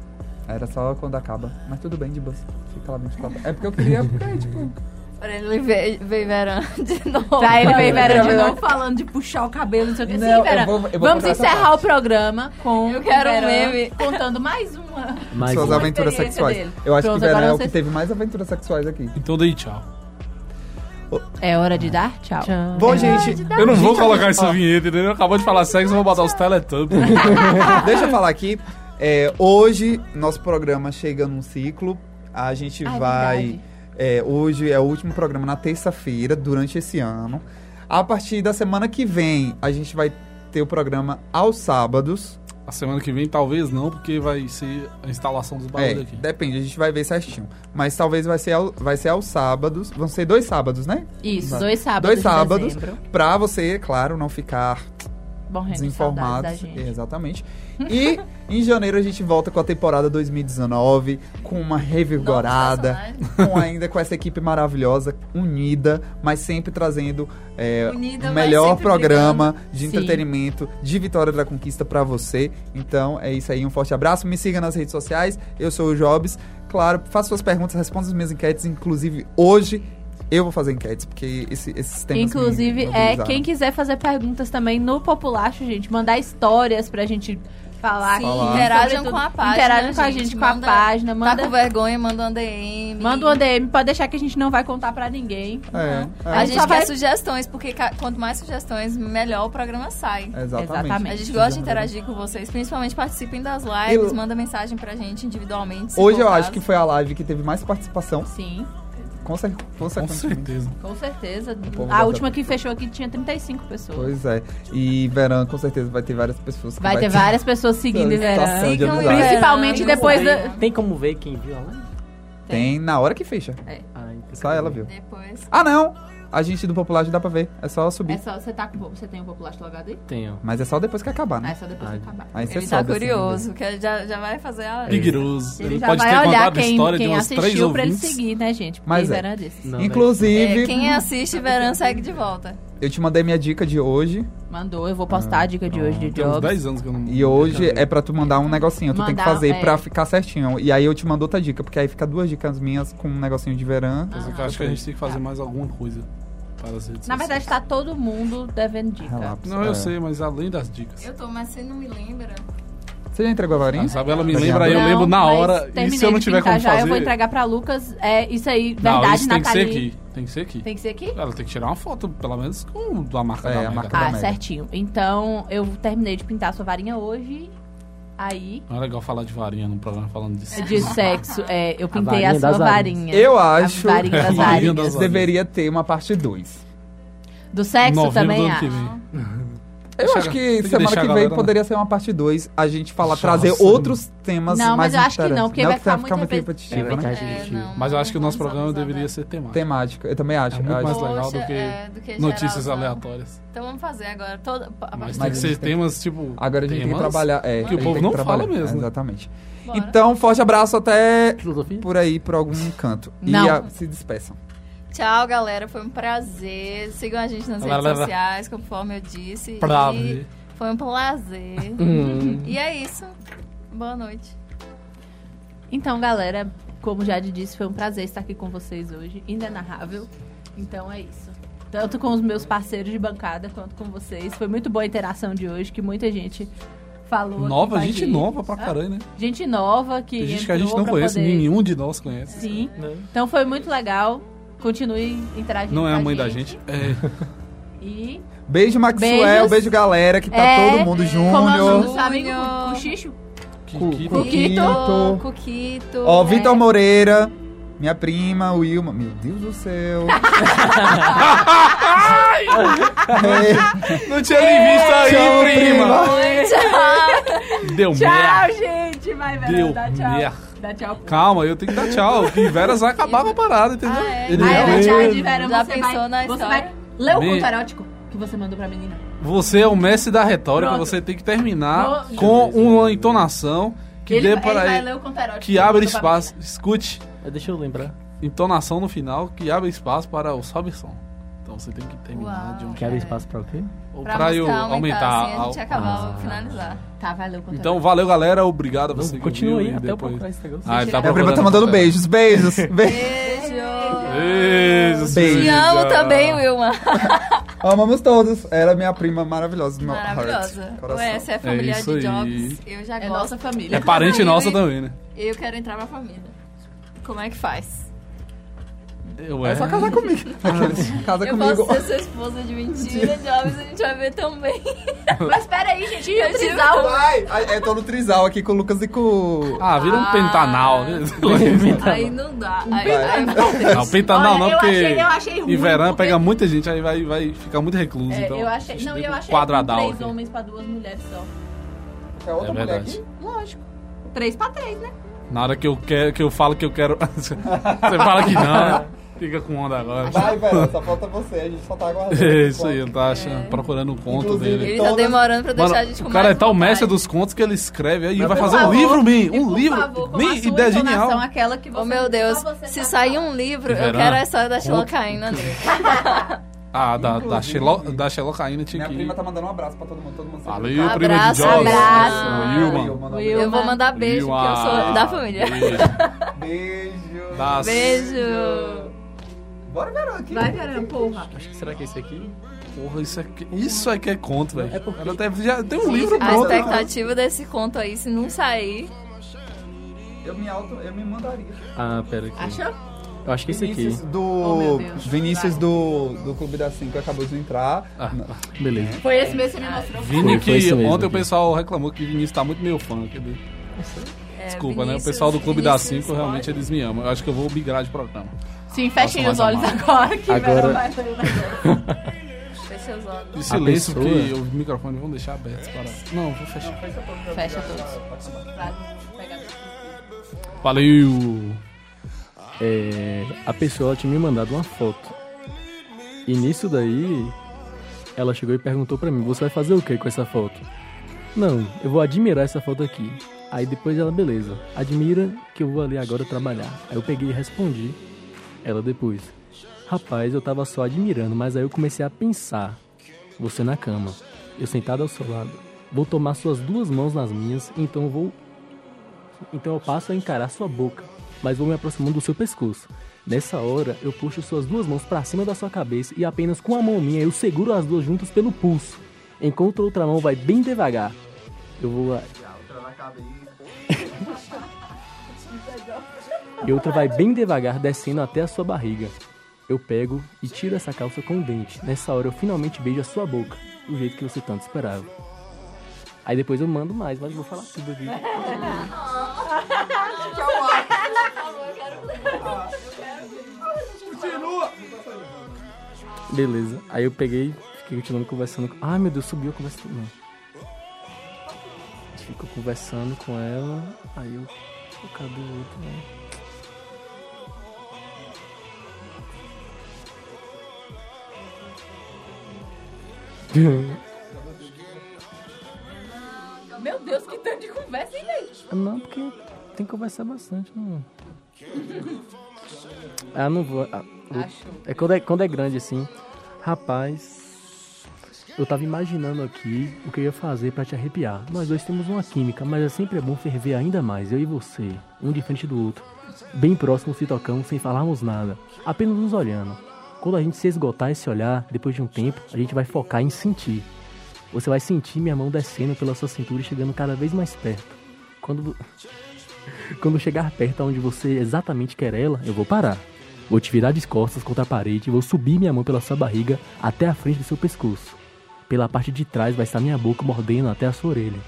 Speaker 5: Era só quando acaba. Mas tudo bem, de boa. Fica lá 24 É porque eu queria. porque, tipo.
Speaker 3: Pra ele ver, ver verão de novo.
Speaker 6: Pra ele ver Vera de
Speaker 5: Não.
Speaker 6: novo falando de puxar o cabelo, não sei o que.
Speaker 5: Não,
Speaker 6: Sim, Vera.
Speaker 5: eu vou- eu vou
Speaker 6: Vamos
Speaker 5: contar essa
Speaker 6: encerrar o
Speaker 5: parte.
Speaker 6: programa com
Speaker 3: Eu quero um
Speaker 6: o Verão
Speaker 3: meme.
Speaker 6: contando mais uma.
Speaker 8: Mas
Speaker 5: suas
Speaker 8: o-
Speaker 5: aventuras
Speaker 6: experiência
Speaker 5: sexuais.
Speaker 6: dele.
Speaker 5: Eu acho
Speaker 6: Pronto,
Speaker 5: que o Verão
Speaker 6: agora
Speaker 5: é o que
Speaker 6: vocês-
Speaker 5: teve mais aventuras sexuais aqui.
Speaker 2: Então dei tchau.
Speaker 6: É hora de dar tchau.
Speaker 5: Bom, gente,
Speaker 2: Eu não vou colocar essa vinheta, entendeu? Acabou de falar sexo, eu vou botar os Teletubbies.
Speaker 5: deixa eu falar aqui. É, hoje, nosso programa chega num ciclo. A gente
Speaker 6: Ah, é
Speaker 5: vai.
Speaker 6: verdade.
Speaker 5: é, hoje é o último programa na terça-feira, durante esse ano. A partir da semana que vem, a gente vai ter o programa aos sábados.
Speaker 2: A semana que vem, talvez não, porque vai ser a instalação dos
Speaker 5: É,
Speaker 2: barulhos aqui.
Speaker 5: depende, a gente vai ver certinho. Mas talvez vai ser, ao- vai ser aos sábados. Vão ser dois sábados, né?
Speaker 6: Isso,
Speaker 5: Vai.
Speaker 6: dois sábados.
Speaker 5: Dois sábados.
Speaker 6: De dezembro.
Speaker 5: Pra você, claro, não ficar
Speaker 6: Bom, Renan,
Speaker 5: desinformados.
Speaker 6: saudades da gente.
Speaker 5: Exatamente. E em janeiro a gente volta com a temporada 2019, com uma revigorada,
Speaker 3: Novos personagens.
Speaker 6: né?
Speaker 5: com ainda com essa equipe maravilhosa, unida, mas sempre trazendo é,
Speaker 3: Unida,
Speaker 5: o
Speaker 3: mas
Speaker 5: melhor
Speaker 3: sempre
Speaker 5: programa de
Speaker 6: Sim.
Speaker 5: entretenimento de Vitória da Conquista pra você. Então é isso aí, um forte abraço. Me siga nas redes sociais, eu sou o Jobs. Claro, faça suas perguntas, responda as minhas enquetes, inclusive hoje. Eu vou fazer enquetes, porque esse, esses temas me
Speaker 6: Inclusive, é,
Speaker 5: mobilizaram.
Speaker 6: quem quiser fazer perguntas também no Populacho, gente, mandar histórias pra gente falar.
Speaker 3: Sim,
Speaker 6: aqui,
Speaker 5: Falar.
Speaker 3: interajam
Speaker 6: sobretudo,
Speaker 3: com a página.
Speaker 6: Interajam com a gente, com a
Speaker 3: manda-
Speaker 6: página.
Speaker 3: Tá
Speaker 6: Manda,
Speaker 3: com vergonha, manda um DM.
Speaker 6: manda um DM, pode deixar que a gente não vai contar pra ninguém.
Speaker 5: É, é.
Speaker 3: A gente
Speaker 6: Só
Speaker 3: quer
Speaker 6: vai-
Speaker 3: sugestões, porque ca- quanto mais sugestões, melhor o programa sai.
Speaker 5: Exatamente.
Speaker 6: Exatamente.
Speaker 3: A gente gosta de interagir com vocês, principalmente participem das lives,
Speaker 5: Eu-
Speaker 3: manda mensagem pra gente individualmente. se
Speaker 5: Hoje
Speaker 3: for
Speaker 5: eu
Speaker 3: o
Speaker 5: acho que
Speaker 3: caso.
Speaker 5: foi a live que teve mais participação,
Speaker 6: Sim,
Speaker 5: conse
Speaker 2: Com
Speaker 5: consequentemente.
Speaker 2: certeza.
Speaker 6: com certeza.
Speaker 5: povo
Speaker 6: A
Speaker 5: já
Speaker 6: última que fechou aqui tinha 35 pessoas.
Speaker 5: Pois é. E Verão, com certeza, vai ter Tá várias pessoas que
Speaker 6: Vai ter várias pessoas seguindo o
Speaker 5: Solicitação
Speaker 2: um
Speaker 6: verão.
Speaker 5: de
Speaker 3: Sigam o
Speaker 5: amizade.
Speaker 3: Verão. né?
Speaker 6: Principalmente
Speaker 3: Sigam o
Speaker 6: depois
Speaker 3: Verão.
Speaker 6: da.
Speaker 7: Tem como ver quem viu lá?
Speaker 5: Tem na hora que fecha.
Speaker 7: Ah, então
Speaker 5: Só ela viu.
Speaker 3: Depois.
Speaker 5: Ah, não! A gente do Popular já dá pra ver. É só subir.
Speaker 6: É só, você, tá com, você tem o Populacho logado aí?
Speaker 7: Tenho.
Speaker 5: Mas é só depois que acabar,
Speaker 6: Ah, é
Speaker 5: né?
Speaker 6: só depois
Speaker 7: Ah,
Speaker 6: que acabar.
Speaker 5: Aí você
Speaker 3: Ele tá
Speaker 5: sobe, assim,
Speaker 3: curioso, que já, já vai fazer a.
Speaker 2: Piguroso.
Speaker 6: Ele
Speaker 2: É Ele
Speaker 6: já
Speaker 2: pode ter
Speaker 6: vai olhar
Speaker 2: contado a
Speaker 6: quem,
Speaker 2: história de
Speaker 6: quem
Speaker 2: uns três
Speaker 6: assistiu pra ele
Speaker 2: ouvintes.
Speaker 6: seguir, né, gente? Porque
Speaker 5: Mas é.
Speaker 6: Vera disse.
Speaker 8: né?
Speaker 7: Não,
Speaker 5: Inclusive,
Speaker 3: É, quem assiste verão segue de volta.
Speaker 5: eu te mandei minha dica de hoje.
Speaker 6: Mandou, eu vou postar a dica de
Speaker 5: Ah,
Speaker 6: hoje de
Speaker 2: Tem uns
Speaker 6: Jobs.
Speaker 2: 10 anos que eu não...
Speaker 5: E hoje é pra tu mandar um negocinho. Tu tem que
Speaker 6: Mandar,
Speaker 5: fazer
Speaker 6: é.
Speaker 5: pra ficar certinho. E aí eu te mando outra dica, porque aí fica duas dicas minhas com um negocinho de verão.
Speaker 6: Ah.
Speaker 2: Mas eu acho que a gente tem que fazer mais alguma coisa para as redes
Speaker 6: Na
Speaker 2: sociais.
Speaker 6: verdade, tá todo mundo devendo dica.
Speaker 5: Relapso.
Speaker 2: Não,
Speaker 5: É.
Speaker 2: eu sei, mas além das dicas.
Speaker 3: Eu tô, mas você não me lembra.
Speaker 5: Você já entregou a varinha?
Speaker 2: A Isabela me
Speaker 5: Tá
Speaker 2: lembra, aí eu
Speaker 6: Não,
Speaker 2: lembro na
Speaker 6: mas
Speaker 2: hora. E
Speaker 6: terminei
Speaker 2: se eu não
Speaker 6: de
Speaker 2: tiver
Speaker 6: pintar
Speaker 2: como
Speaker 6: já,
Speaker 2: fazer...
Speaker 6: Eu vou entregar pra Lucas. É isso aí,
Speaker 2: Não,
Speaker 6: verdade,
Speaker 2: isso tem que ser
Speaker 6: Nathalie.
Speaker 2: aqui. Tem que ser aqui.
Speaker 6: Tem que ser aqui?
Speaker 2: Ela tem que tirar uma foto, pelo menos, com a marca
Speaker 5: É,
Speaker 2: da
Speaker 5: a
Speaker 2: merda.
Speaker 5: marca da-
Speaker 6: Ah,
Speaker 5: Mega.
Speaker 6: certinho. Então, eu terminei de pintar sua varinha hoje. Aí,
Speaker 2: Não é legal falar de varinha num programa falando disso.
Speaker 6: de sexo, é, eu pintei a,
Speaker 7: varinha
Speaker 6: sua
Speaker 7: das varinhas.
Speaker 6: varinha.
Speaker 5: Eu acho
Speaker 6: A varinha das
Speaker 5: que
Speaker 2: varinhas.
Speaker 5: isso deveria ter uma parte 2.
Speaker 6: Do sexo
Speaker 2: Novembro do
Speaker 6: também, ah.
Speaker 2: ano que
Speaker 6: acho.
Speaker 2: vem.
Speaker 5: Eu
Speaker 2: Deixa-
Speaker 5: acho
Speaker 2: tem
Speaker 5: que
Speaker 2: que
Speaker 5: semana
Speaker 2: deixar
Speaker 5: que
Speaker 2: a
Speaker 5: vem
Speaker 2: galera, né?
Speaker 5: poderia ser uma parte 2, a gente fala,
Speaker 2: Nossa,
Speaker 5: trazer
Speaker 2: mano.
Speaker 5: outros temas
Speaker 6: Não,
Speaker 5: mais
Speaker 6: mas eu acho que
Speaker 5: interessantes.
Speaker 6: não, porque vai ficar muito
Speaker 7: É,
Speaker 5: repetitivo,
Speaker 7: vai
Speaker 5: né?
Speaker 7: ter
Speaker 3: É,
Speaker 7: gente.
Speaker 3: não,
Speaker 2: Mas eu acho que o nosso
Speaker 3: não
Speaker 2: programa
Speaker 3: vamos
Speaker 2: deveria
Speaker 3: usar,
Speaker 2: ser temático.
Speaker 5: Temático, eu também acho.
Speaker 2: É muito
Speaker 5: Eu
Speaker 2: mais
Speaker 5: acho-
Speaker 3: Poxa,
Speaker 2: legal do que
Speaker 3: é, do que
Speaker 2: Notícias
Speaker 6: né?
Speaker 3: geralzão.
Speaker 2: aleatórias.
Speaker 3: Então vamos fazer agora. Toda, a
Speaker 2: Mas tem
Speaker 3: partir
Speaker 5: Mas
Speaker 2: que
Speaker 5: a
Speaker 2: ser
Speaker 5: gente tem-
Speaker 2: temas, tipo...
Speaker 5: Agora a gente tem que
Speaker 2: temas?
Speaker 5: trabalhar. É,
Speaker 2: o
Speaker 5: a gente
Speaker 2: povo
Speaker 5: tem
Speaker 2: não
Speaker 5: que
Speaker 2: fala
Speaker 5: trabalhar.
Speaker 2: mesmo, né?
Speaker 5: Exatamente.
Speaker 3: Bora.
Speaker 5: Então, forte abraço até
Speaker 7: Filosofia?
Speaker 5: por aí, por algum canto.
Speaker 6: Não.
Speaker 5: E a- se despeçam.
Speaker 3: Tchau, galera. Foi um prazer. Sigam a gente nas redes
Speaker 2: Galera.
Speaker 3: sociais, conforme eu disse.
Speaker 2: Prazer.
Speaker 3: E foi um prazer. e é isso. Boa noite.
Speaker 6: Então, galera, como já te disse, foi um prazer estar aqui com vocês hoje. Inenarrável. Então é isso. Tanto com os meus parceiros de bancada quanto com vocês. Foi muito boa a interação de hoje, que muita gente falou. aqui com
Speaker 2: Nova,
Speaker 6: a Ah,
Speaker 2: gente nova pra caralho, né?
Speaker 6: Gente nova que.
Speaker 2: Tem gente que
Speaker 6: entrou
Speaker 2: a gente não
Speaker 6: pra
Speaker 2: conhece,
Speaker 6: poder...
Speaker 2: nenhum de nós conhece.
Speaker 6: Sim. Então foi muito legal. Continue interagindo.
Speaker 2: Não é
Speaker 6: com
Speaker 2: a mãe da gente. É,
Speaker 6: E
Speaker 5: Beijo, Maxwell.
Speaker 6: Beijos.
Speaker 5: Beijo, galera, que tá
Speaker 6: É,
Speaker 5: todo mundo
Speaker 6: como é o nome
Speaker 5: júnior.
Speaker 6: do seu amigo?
Speaker 3: Júnior.
Speaker 6: Cochicho?
Speaker 2: que,
Speaker 5: Cu-
Speaker 2: que-
Speaker 5: cu- Cuquito.
Speaker 3: Cuquito.
Speaker 5: Ó, Vitor
Speaker 3: É.
Speaker 5: Moreira, minha prima, o Wilma. Meu Deus do céu.
Speaker 2: Não tinha nem visto aí,
Speaker 5: Tchau,
Speaker 2: prima. Deu merda.
Speaker 6: Tchau, gente. Vai,
Speaker 2: Deu
Speaker 6: Vera. Dá tchau.
Speaker 2: merda.
Speaker 6: Dá tchau.
Speaker 2: Calma, eu tenho que dar tchau. Que Veras vai acabar com a parada, entendeu?
Speaker 3: Ah, é.
Speaker 2: Ele
Speaker 6: Ah, é
Speaker 2: vai-
Speaker 6: verdade, Vera.
Speaker 3: Já
Speaker 6: você
Speaker 3: pensou
Speaker 6: vai,
Speaker 3: na
Speaker 6: você
Speaker 3: história?
Speaker 6: vai ler o
Speaker 2: Me-
Speaker 6: conto erótico que você mandou pra menina.
Speaker 2: Você é o mestre da retórica,
Speaker 6: Pronto.
Speaker 2: você tem que terminar
Speaker 6: Pronto.
Speaker 2: com uma entonação que
Speaker 6: ele
Speaker 2: dê
Speaker 6: ele
Speaker 2: para
Speaker 6: vai
Speaker 2: ele,
Speaker 6: ler o conto erótico.
Speaker 2: que abre
Speaker 6: mandou pra menina.
Speaker 2: espaço. Escute,
Speaker 7: Deixa eu lembrar.
Speaker 2: entonação no final que abre espaço para o sobe som. Então você tem que terminar
Speaker 3: Uau.
Speaker 2: de um
Speaker 7: Que abre espaço pra o quê?
Speaker 2: ou
Speaker 3: Pra,
Speaker 2: pra eu
Speaker 3: música
Speaker 2: aumentar.
Speaker 3: Assim, a gente
Speaker 2: ao-
Speaker 3: acabar, finalizar.
Speaker 6: Tá, vai ler o conto
Speaker 2: Então valeu galera, obrigado a você. que
Speaker 7: Continua aí
Speaker 2: viu e
Speaker 7: até eu
Speaker 2: depois.
Speaker 7: procurar esse negócio.
Speaker 2: Ah, ele tá
Speaker 5: Minha prima
Speaker 2: procurando
Speaker 5: tá mandando
Speaker 2: papel.
Speaker 5: beijos. Beijos. Beijos.
Speaker 3: Beijo.
Speaker 2: Beijos.
Speaker 5: Beijo.
Speaker 3: Te amo também, Wilma.
Speaker 5: Amamos todos. Ela é minha prima maravilhosa do meu heart,
Speaker 3: Maravilhosa.
Speaker 5: coração.
Speaker 3: Ué, você é familiar
Speaker 2: isso
Speaker 3: de
Speaker 2: aí.
Speaker 3: Jobs. Eu já
Speaker 6: É
Speaker 3: gosto.
Speaker 6: nossa família.
Speaker 2: É parente nossa também, né?
Speaker 3: Eu quero entrar pra família. Como é que faz?
Speaker 2: Eu
Speaker 5: É só casar comigo. Aqueles, casa
Speaker 3: Eu
Speaker 5: comigo.
Speaker 3: posso ser sua esposa de mentira, Jobs, a gente vai ver também.
Speaker 4: Mas peraí, gente.
Speaker 3: Tinha
Speaker 4: eu tive-
Speaker 5: Vai! Ai, Eu tô no trisal aqui com o Lucas e com.
Speaker 2: Ah, vira um
Speaker 3: Ah.
Speaker 2: pentanal.
Speaker 3: Aí não dá. Aí,
Speaker 5: Vai.
Speaker 3: aí-
Speaker 2: Não, pentanal
Speaker 4: Olha,
Speaker 2: não,
Speaker 4: eu
Speaker 2: porque.
Speaker 4: achei- eu achei ruim,
Speaker 2: E verão
Speaker 4: porque-
Speaker 2: pega muita gente, aí vai, vai ficar muito recluso.
Speaker 6: É,
Speaker 2: então,
Speaker 6: eu achei. Não, eu achei
Speaker 2: Quadradal.
Speaker 6: três
Speaker 2: aqui.
Speaker 6: homens pra duas mulheres só.
Speaker 5: É outra
Speaker 2: É
Speaker 5: mulher
Speaker 2: verdade.
Speaker 5: aqui?
Speaker 6: Lógico. Três pra três, né?
Speaker 2: Na hora que eu, quero, que eu falo que eu quero. Você fala que não. Fica com onda agora.
Speaker 5: Vai, velho, só falta você, a gente só tá aguardando.
Speaker 2: É isso aí, ele tá achando, procurando um conto
Speaker 5: Inclusive,
Speaker 2: dele.
Speaker 3: Ele tá
Speaker 5: Todas-
Speaker 3: demorando pra deixar
Speaker 2: Mano,
Speaker 3: a gente com
Speaker 2: o cara é
Speaker 3: mais
Speaker 2: tal
Speaker 3: vontade.
Speaker 2: mestre dos contos que ele escreve aí e
Speaker 5: Mas
Speaker 2: vai
Speaker 5: por
Speaker 2: fazer um
Speaker 6: favor,
Speaker 2: livro, Min.
Speaker 6: e
Speaker 2: Um
Speaker 6: por
Speaker 2: livro.
Speaker 6: favor, com a
Speaker 2: Min,
Speaker 6: sua
Speaker 2: ideia é
Speaker 6: entonação,
Speaker 2: genial.
Speaker 6: Aquela que você,
Speaker 3: Oh, meu Deus,
Speaker 6: só você tá
Speaker 3: se
Speaker 6: sabe
Speaker 3: sair
Speaker 6: falar.
Speaker 3: um livro, eu
Speaker 2: Verão,
Speaker 3: quero a história da
Speaker 2: conto-
Speaker 3: Xilocaína dele.
Speaker 2: Ah, da, da,
Speaker 5: Inclusive.
Speaker 2: Xelo, da Xelocaína tinha
Speaker 5: Minha
Speaker 2: que
Speaker 5: prima
Speaker 2: ir.
Speaker 5: tá mandando um abraço pra todo mundo, todo mundo
Speaker 2: Valeu,
Speaker 5: sempre- tá-
Speaker 2: prima de
Speaker 3: Abraço,
Speaker 2: Joyce.
Speaker 3: abraço.
Speaker 2: Wilma.
Speaker 5: Wilma, não,
Speaker 6: Wilma.
Speaker 3: Eu vou mandar beijo, porque eu
Speaker 2: Ah,
Speaker 3: sou da família.
Speaker 5: Beijo.
Speaker 2: Das-
Speaker 3: Beijo.
Speaker 5: Bora, Verão, aqui.
Speaker 6: Vai, caramba, porra.
Speaker 8: Acho que será que é esse aqui?
Speaker 2: Porra, isso é, que- isso é que é conto, velho.
Speaker 8: É porque-
Speaker 2: Ela até já tem um livro
Speaker 3: A
Speaker 2: pronto.
Speaker 3: expectativa desse conto aí, se não sair,
Speaker 5: Eu me auto, eu me mandaria.
Speaker 8: Ah, pera aqui.
Speaker 6: Achou?
Speaker 8: Eu acho que é esse aqui.
Speaker 5: Vinícius do.
Speaker 6: Oh, meu Deus.
Speaker 5: Vinícius do, do Clube das 5 acabou de entrar.
Speaker 2: Ah,
Speaker 8: Beleza.
Speaker 6: Foi esse mesmo que você me mostrou.
Speaker 2: Vini,
Speaker 8: Foi- foi
Speaker 2: que
Speaker 8: isso mesmo,
Speaker 2: ontem o
Speaker 8: Vini.
Speaker 2: pessoal reclamou que o Vinícius tá muito meio fã. quer dizer.
Speaker 3: é,
Speaker 2: Desculpa, né?
Speaker 3: Vinícius-
Speaker 2: O pessoal do Clube das
Speaker 3: Vinícius
Speaker 2: 5 realmente eles me amam. Eu acho que eu vou migrar de programa.
Speaker 6: Sim, fechem
Speaker 2: Nossa,
Speaker 6: os olhos
Speaker 2: mas
Speaker 6: agora que
Speaker 8: Agora-
Speaker 6: Verão vai sair.
Speaker 3: pode- Fecha os olhos.
Speaker 2: E silêncio,
Speaker 8: pessoa-
Speaker 2: que o microfone vão deixar aberto. Para... Não, vou fechar.
Speaker 6: Fecha todos. Pra pegar tudo.
Speaker 2: Valeu!
Speaker 8: É, a pessoa ela tinha me mandado uma foto. E nisso daí, ela chegou e perguntou pra mim: Você vai fazer o que com essa foto? Não, eu vou admirar essa foto aqui. Aí depois ela, beleza, admira que eu vou ali agora trabalhar. Aí eu peguei e respondi ela depois: Rapaz, eu tava só admirando, mas aí eu comecei a pensar. Você na cama, eu sentado ao seu lado. Vou tomar suas duas mãos nas minhas, então eu vou então eu passo a encarar sua boca, mas vou me aproximando do seu pescoço. Nessa hora, eu puxo suas duas mãos para cima da sua cabeça e apenas com a mão minha eu seguro as duas juntas pelo pulso. Enquanto a outra mão vai bem devagar. Eu vou. a- E outra vai bem devagar, descendo até a sua barriga. Eu pego e tiro essa calça com o dente. Nessa hora eu finalmente beijo a sua boca, do jeito que você tanto esperava. Aí depois eu mando mais, mas eu vou falar tudo aqui. Beleza. Aí eu peguei, fiquei continuando conversando. com- Ai, meu Deus, subiu a conversa. Não. Fico conversando com ela. Aí eu. Pô, Cadê o outro, né?
Speaker 6: Meu Deus, que tanto de conversa, hein, velho?
Speaker 8: Não, porque tem que conversar bastante, não. Ah, não vou. ah, eu- é, quando é quando é grande assim. Rapaz, eu tava imaginando aqui o que eu ia fazer pra te arrepiar. Nós dois temos uma química, mas é sempre bom ferver ainda mais, eu e você, um de frente do outro. Bem próximos se tocamos sem falarmos nada, apenas nos olhando. Quando a gente se esgotar esse olhar, depois de um tempo, a gente vai focar em sentir. Você vai sentir minha mão descendo pela sua cintura e chegando cada vez mais perto. Quando, vo- quando chegar perto aonde você exatamente quer ela, eu vou parar. Vou te virar de costas contra a parede, vou subir minha mão pela sua barriga até a frente do seu pescoço. Pela parte de trás vai estar minha boca mordendo até a sua orelha.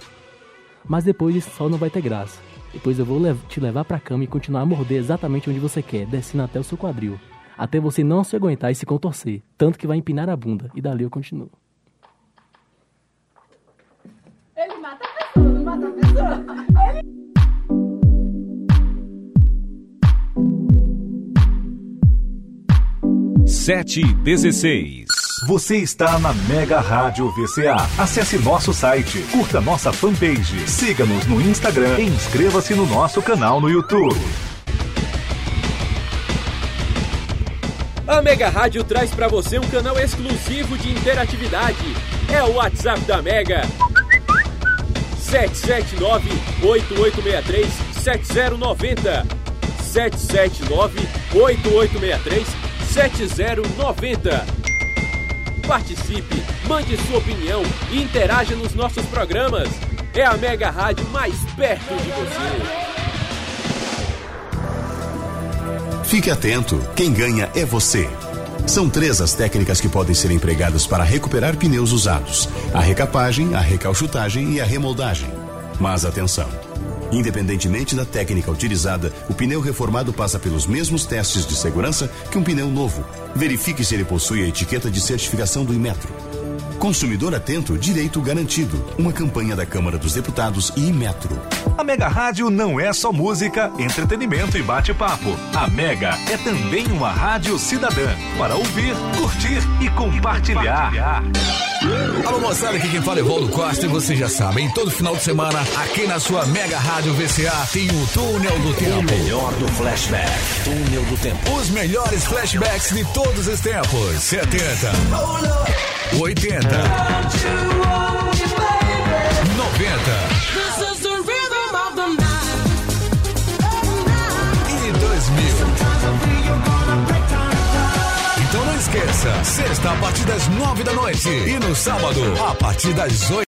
Speaker 8: Mas depois isso só não vai ter graça. Depois eu vou lev- te levar pra cama e continuar a morder exatamente onde você quer, descendo até o seu quadril. Até você não se aguentar e se contorcer, tanto que vai empinar a bunda. E dali eu continuo.
Speaker 6: Ele mata a pessoa, não mata a pessoa.
Speaker 12: sete e 16. Você está na Mega Rádio VCA. Acesse nosso site, curta nossa fanpage, siga-nos no Instagram e inscreva-se no nosso canal no YouTube.
Speaker 13: A Mega Rádio traz para você um canal exclusivo de interatividade. É o WhatsApp da Mega. 779-8863-7090. 779-8863-7090. Participe, mande sua opinião e interaja nos nossos programas. É a Mega Rádio mais perto de você.
Speaker 14: Fique atento, quem ganha é você. São três as técnicas que podem ser empregadas para recuperar pneus usados: a recapagem, a recalchutagem e a remoldagem. Mas atenção! Independentemente da técnica utilizada, o pneu reformado passa pelos mesmos testes de segurança que um pneu novo. Verifique se ele possui a etiqueta de certificação do Imetro. Consumidor atento, direito garantido. Uma campanha da Câmara dos Deputados e Imetro.
Speaker 12: A Mega Rádio não é só música, entretenimento e bate-papo. A Mega é também uma rádio cidadã para ouvir, curtir e compartilhar.
Speaker 15: Alô moçada, aqui quem fala é Valdo Costa e vocês já sabem, todo final de semana, aqui na sua Mega Rádio VCA tem o Túnel do Tempo. O melhor do flashback, Túnel do Tempo. Os melhores flashbacks de todos os tempos, 70, 80, 90 e 2000. Então não esqueça, sexta a partir das nove da noite e no sábado a partir das oito.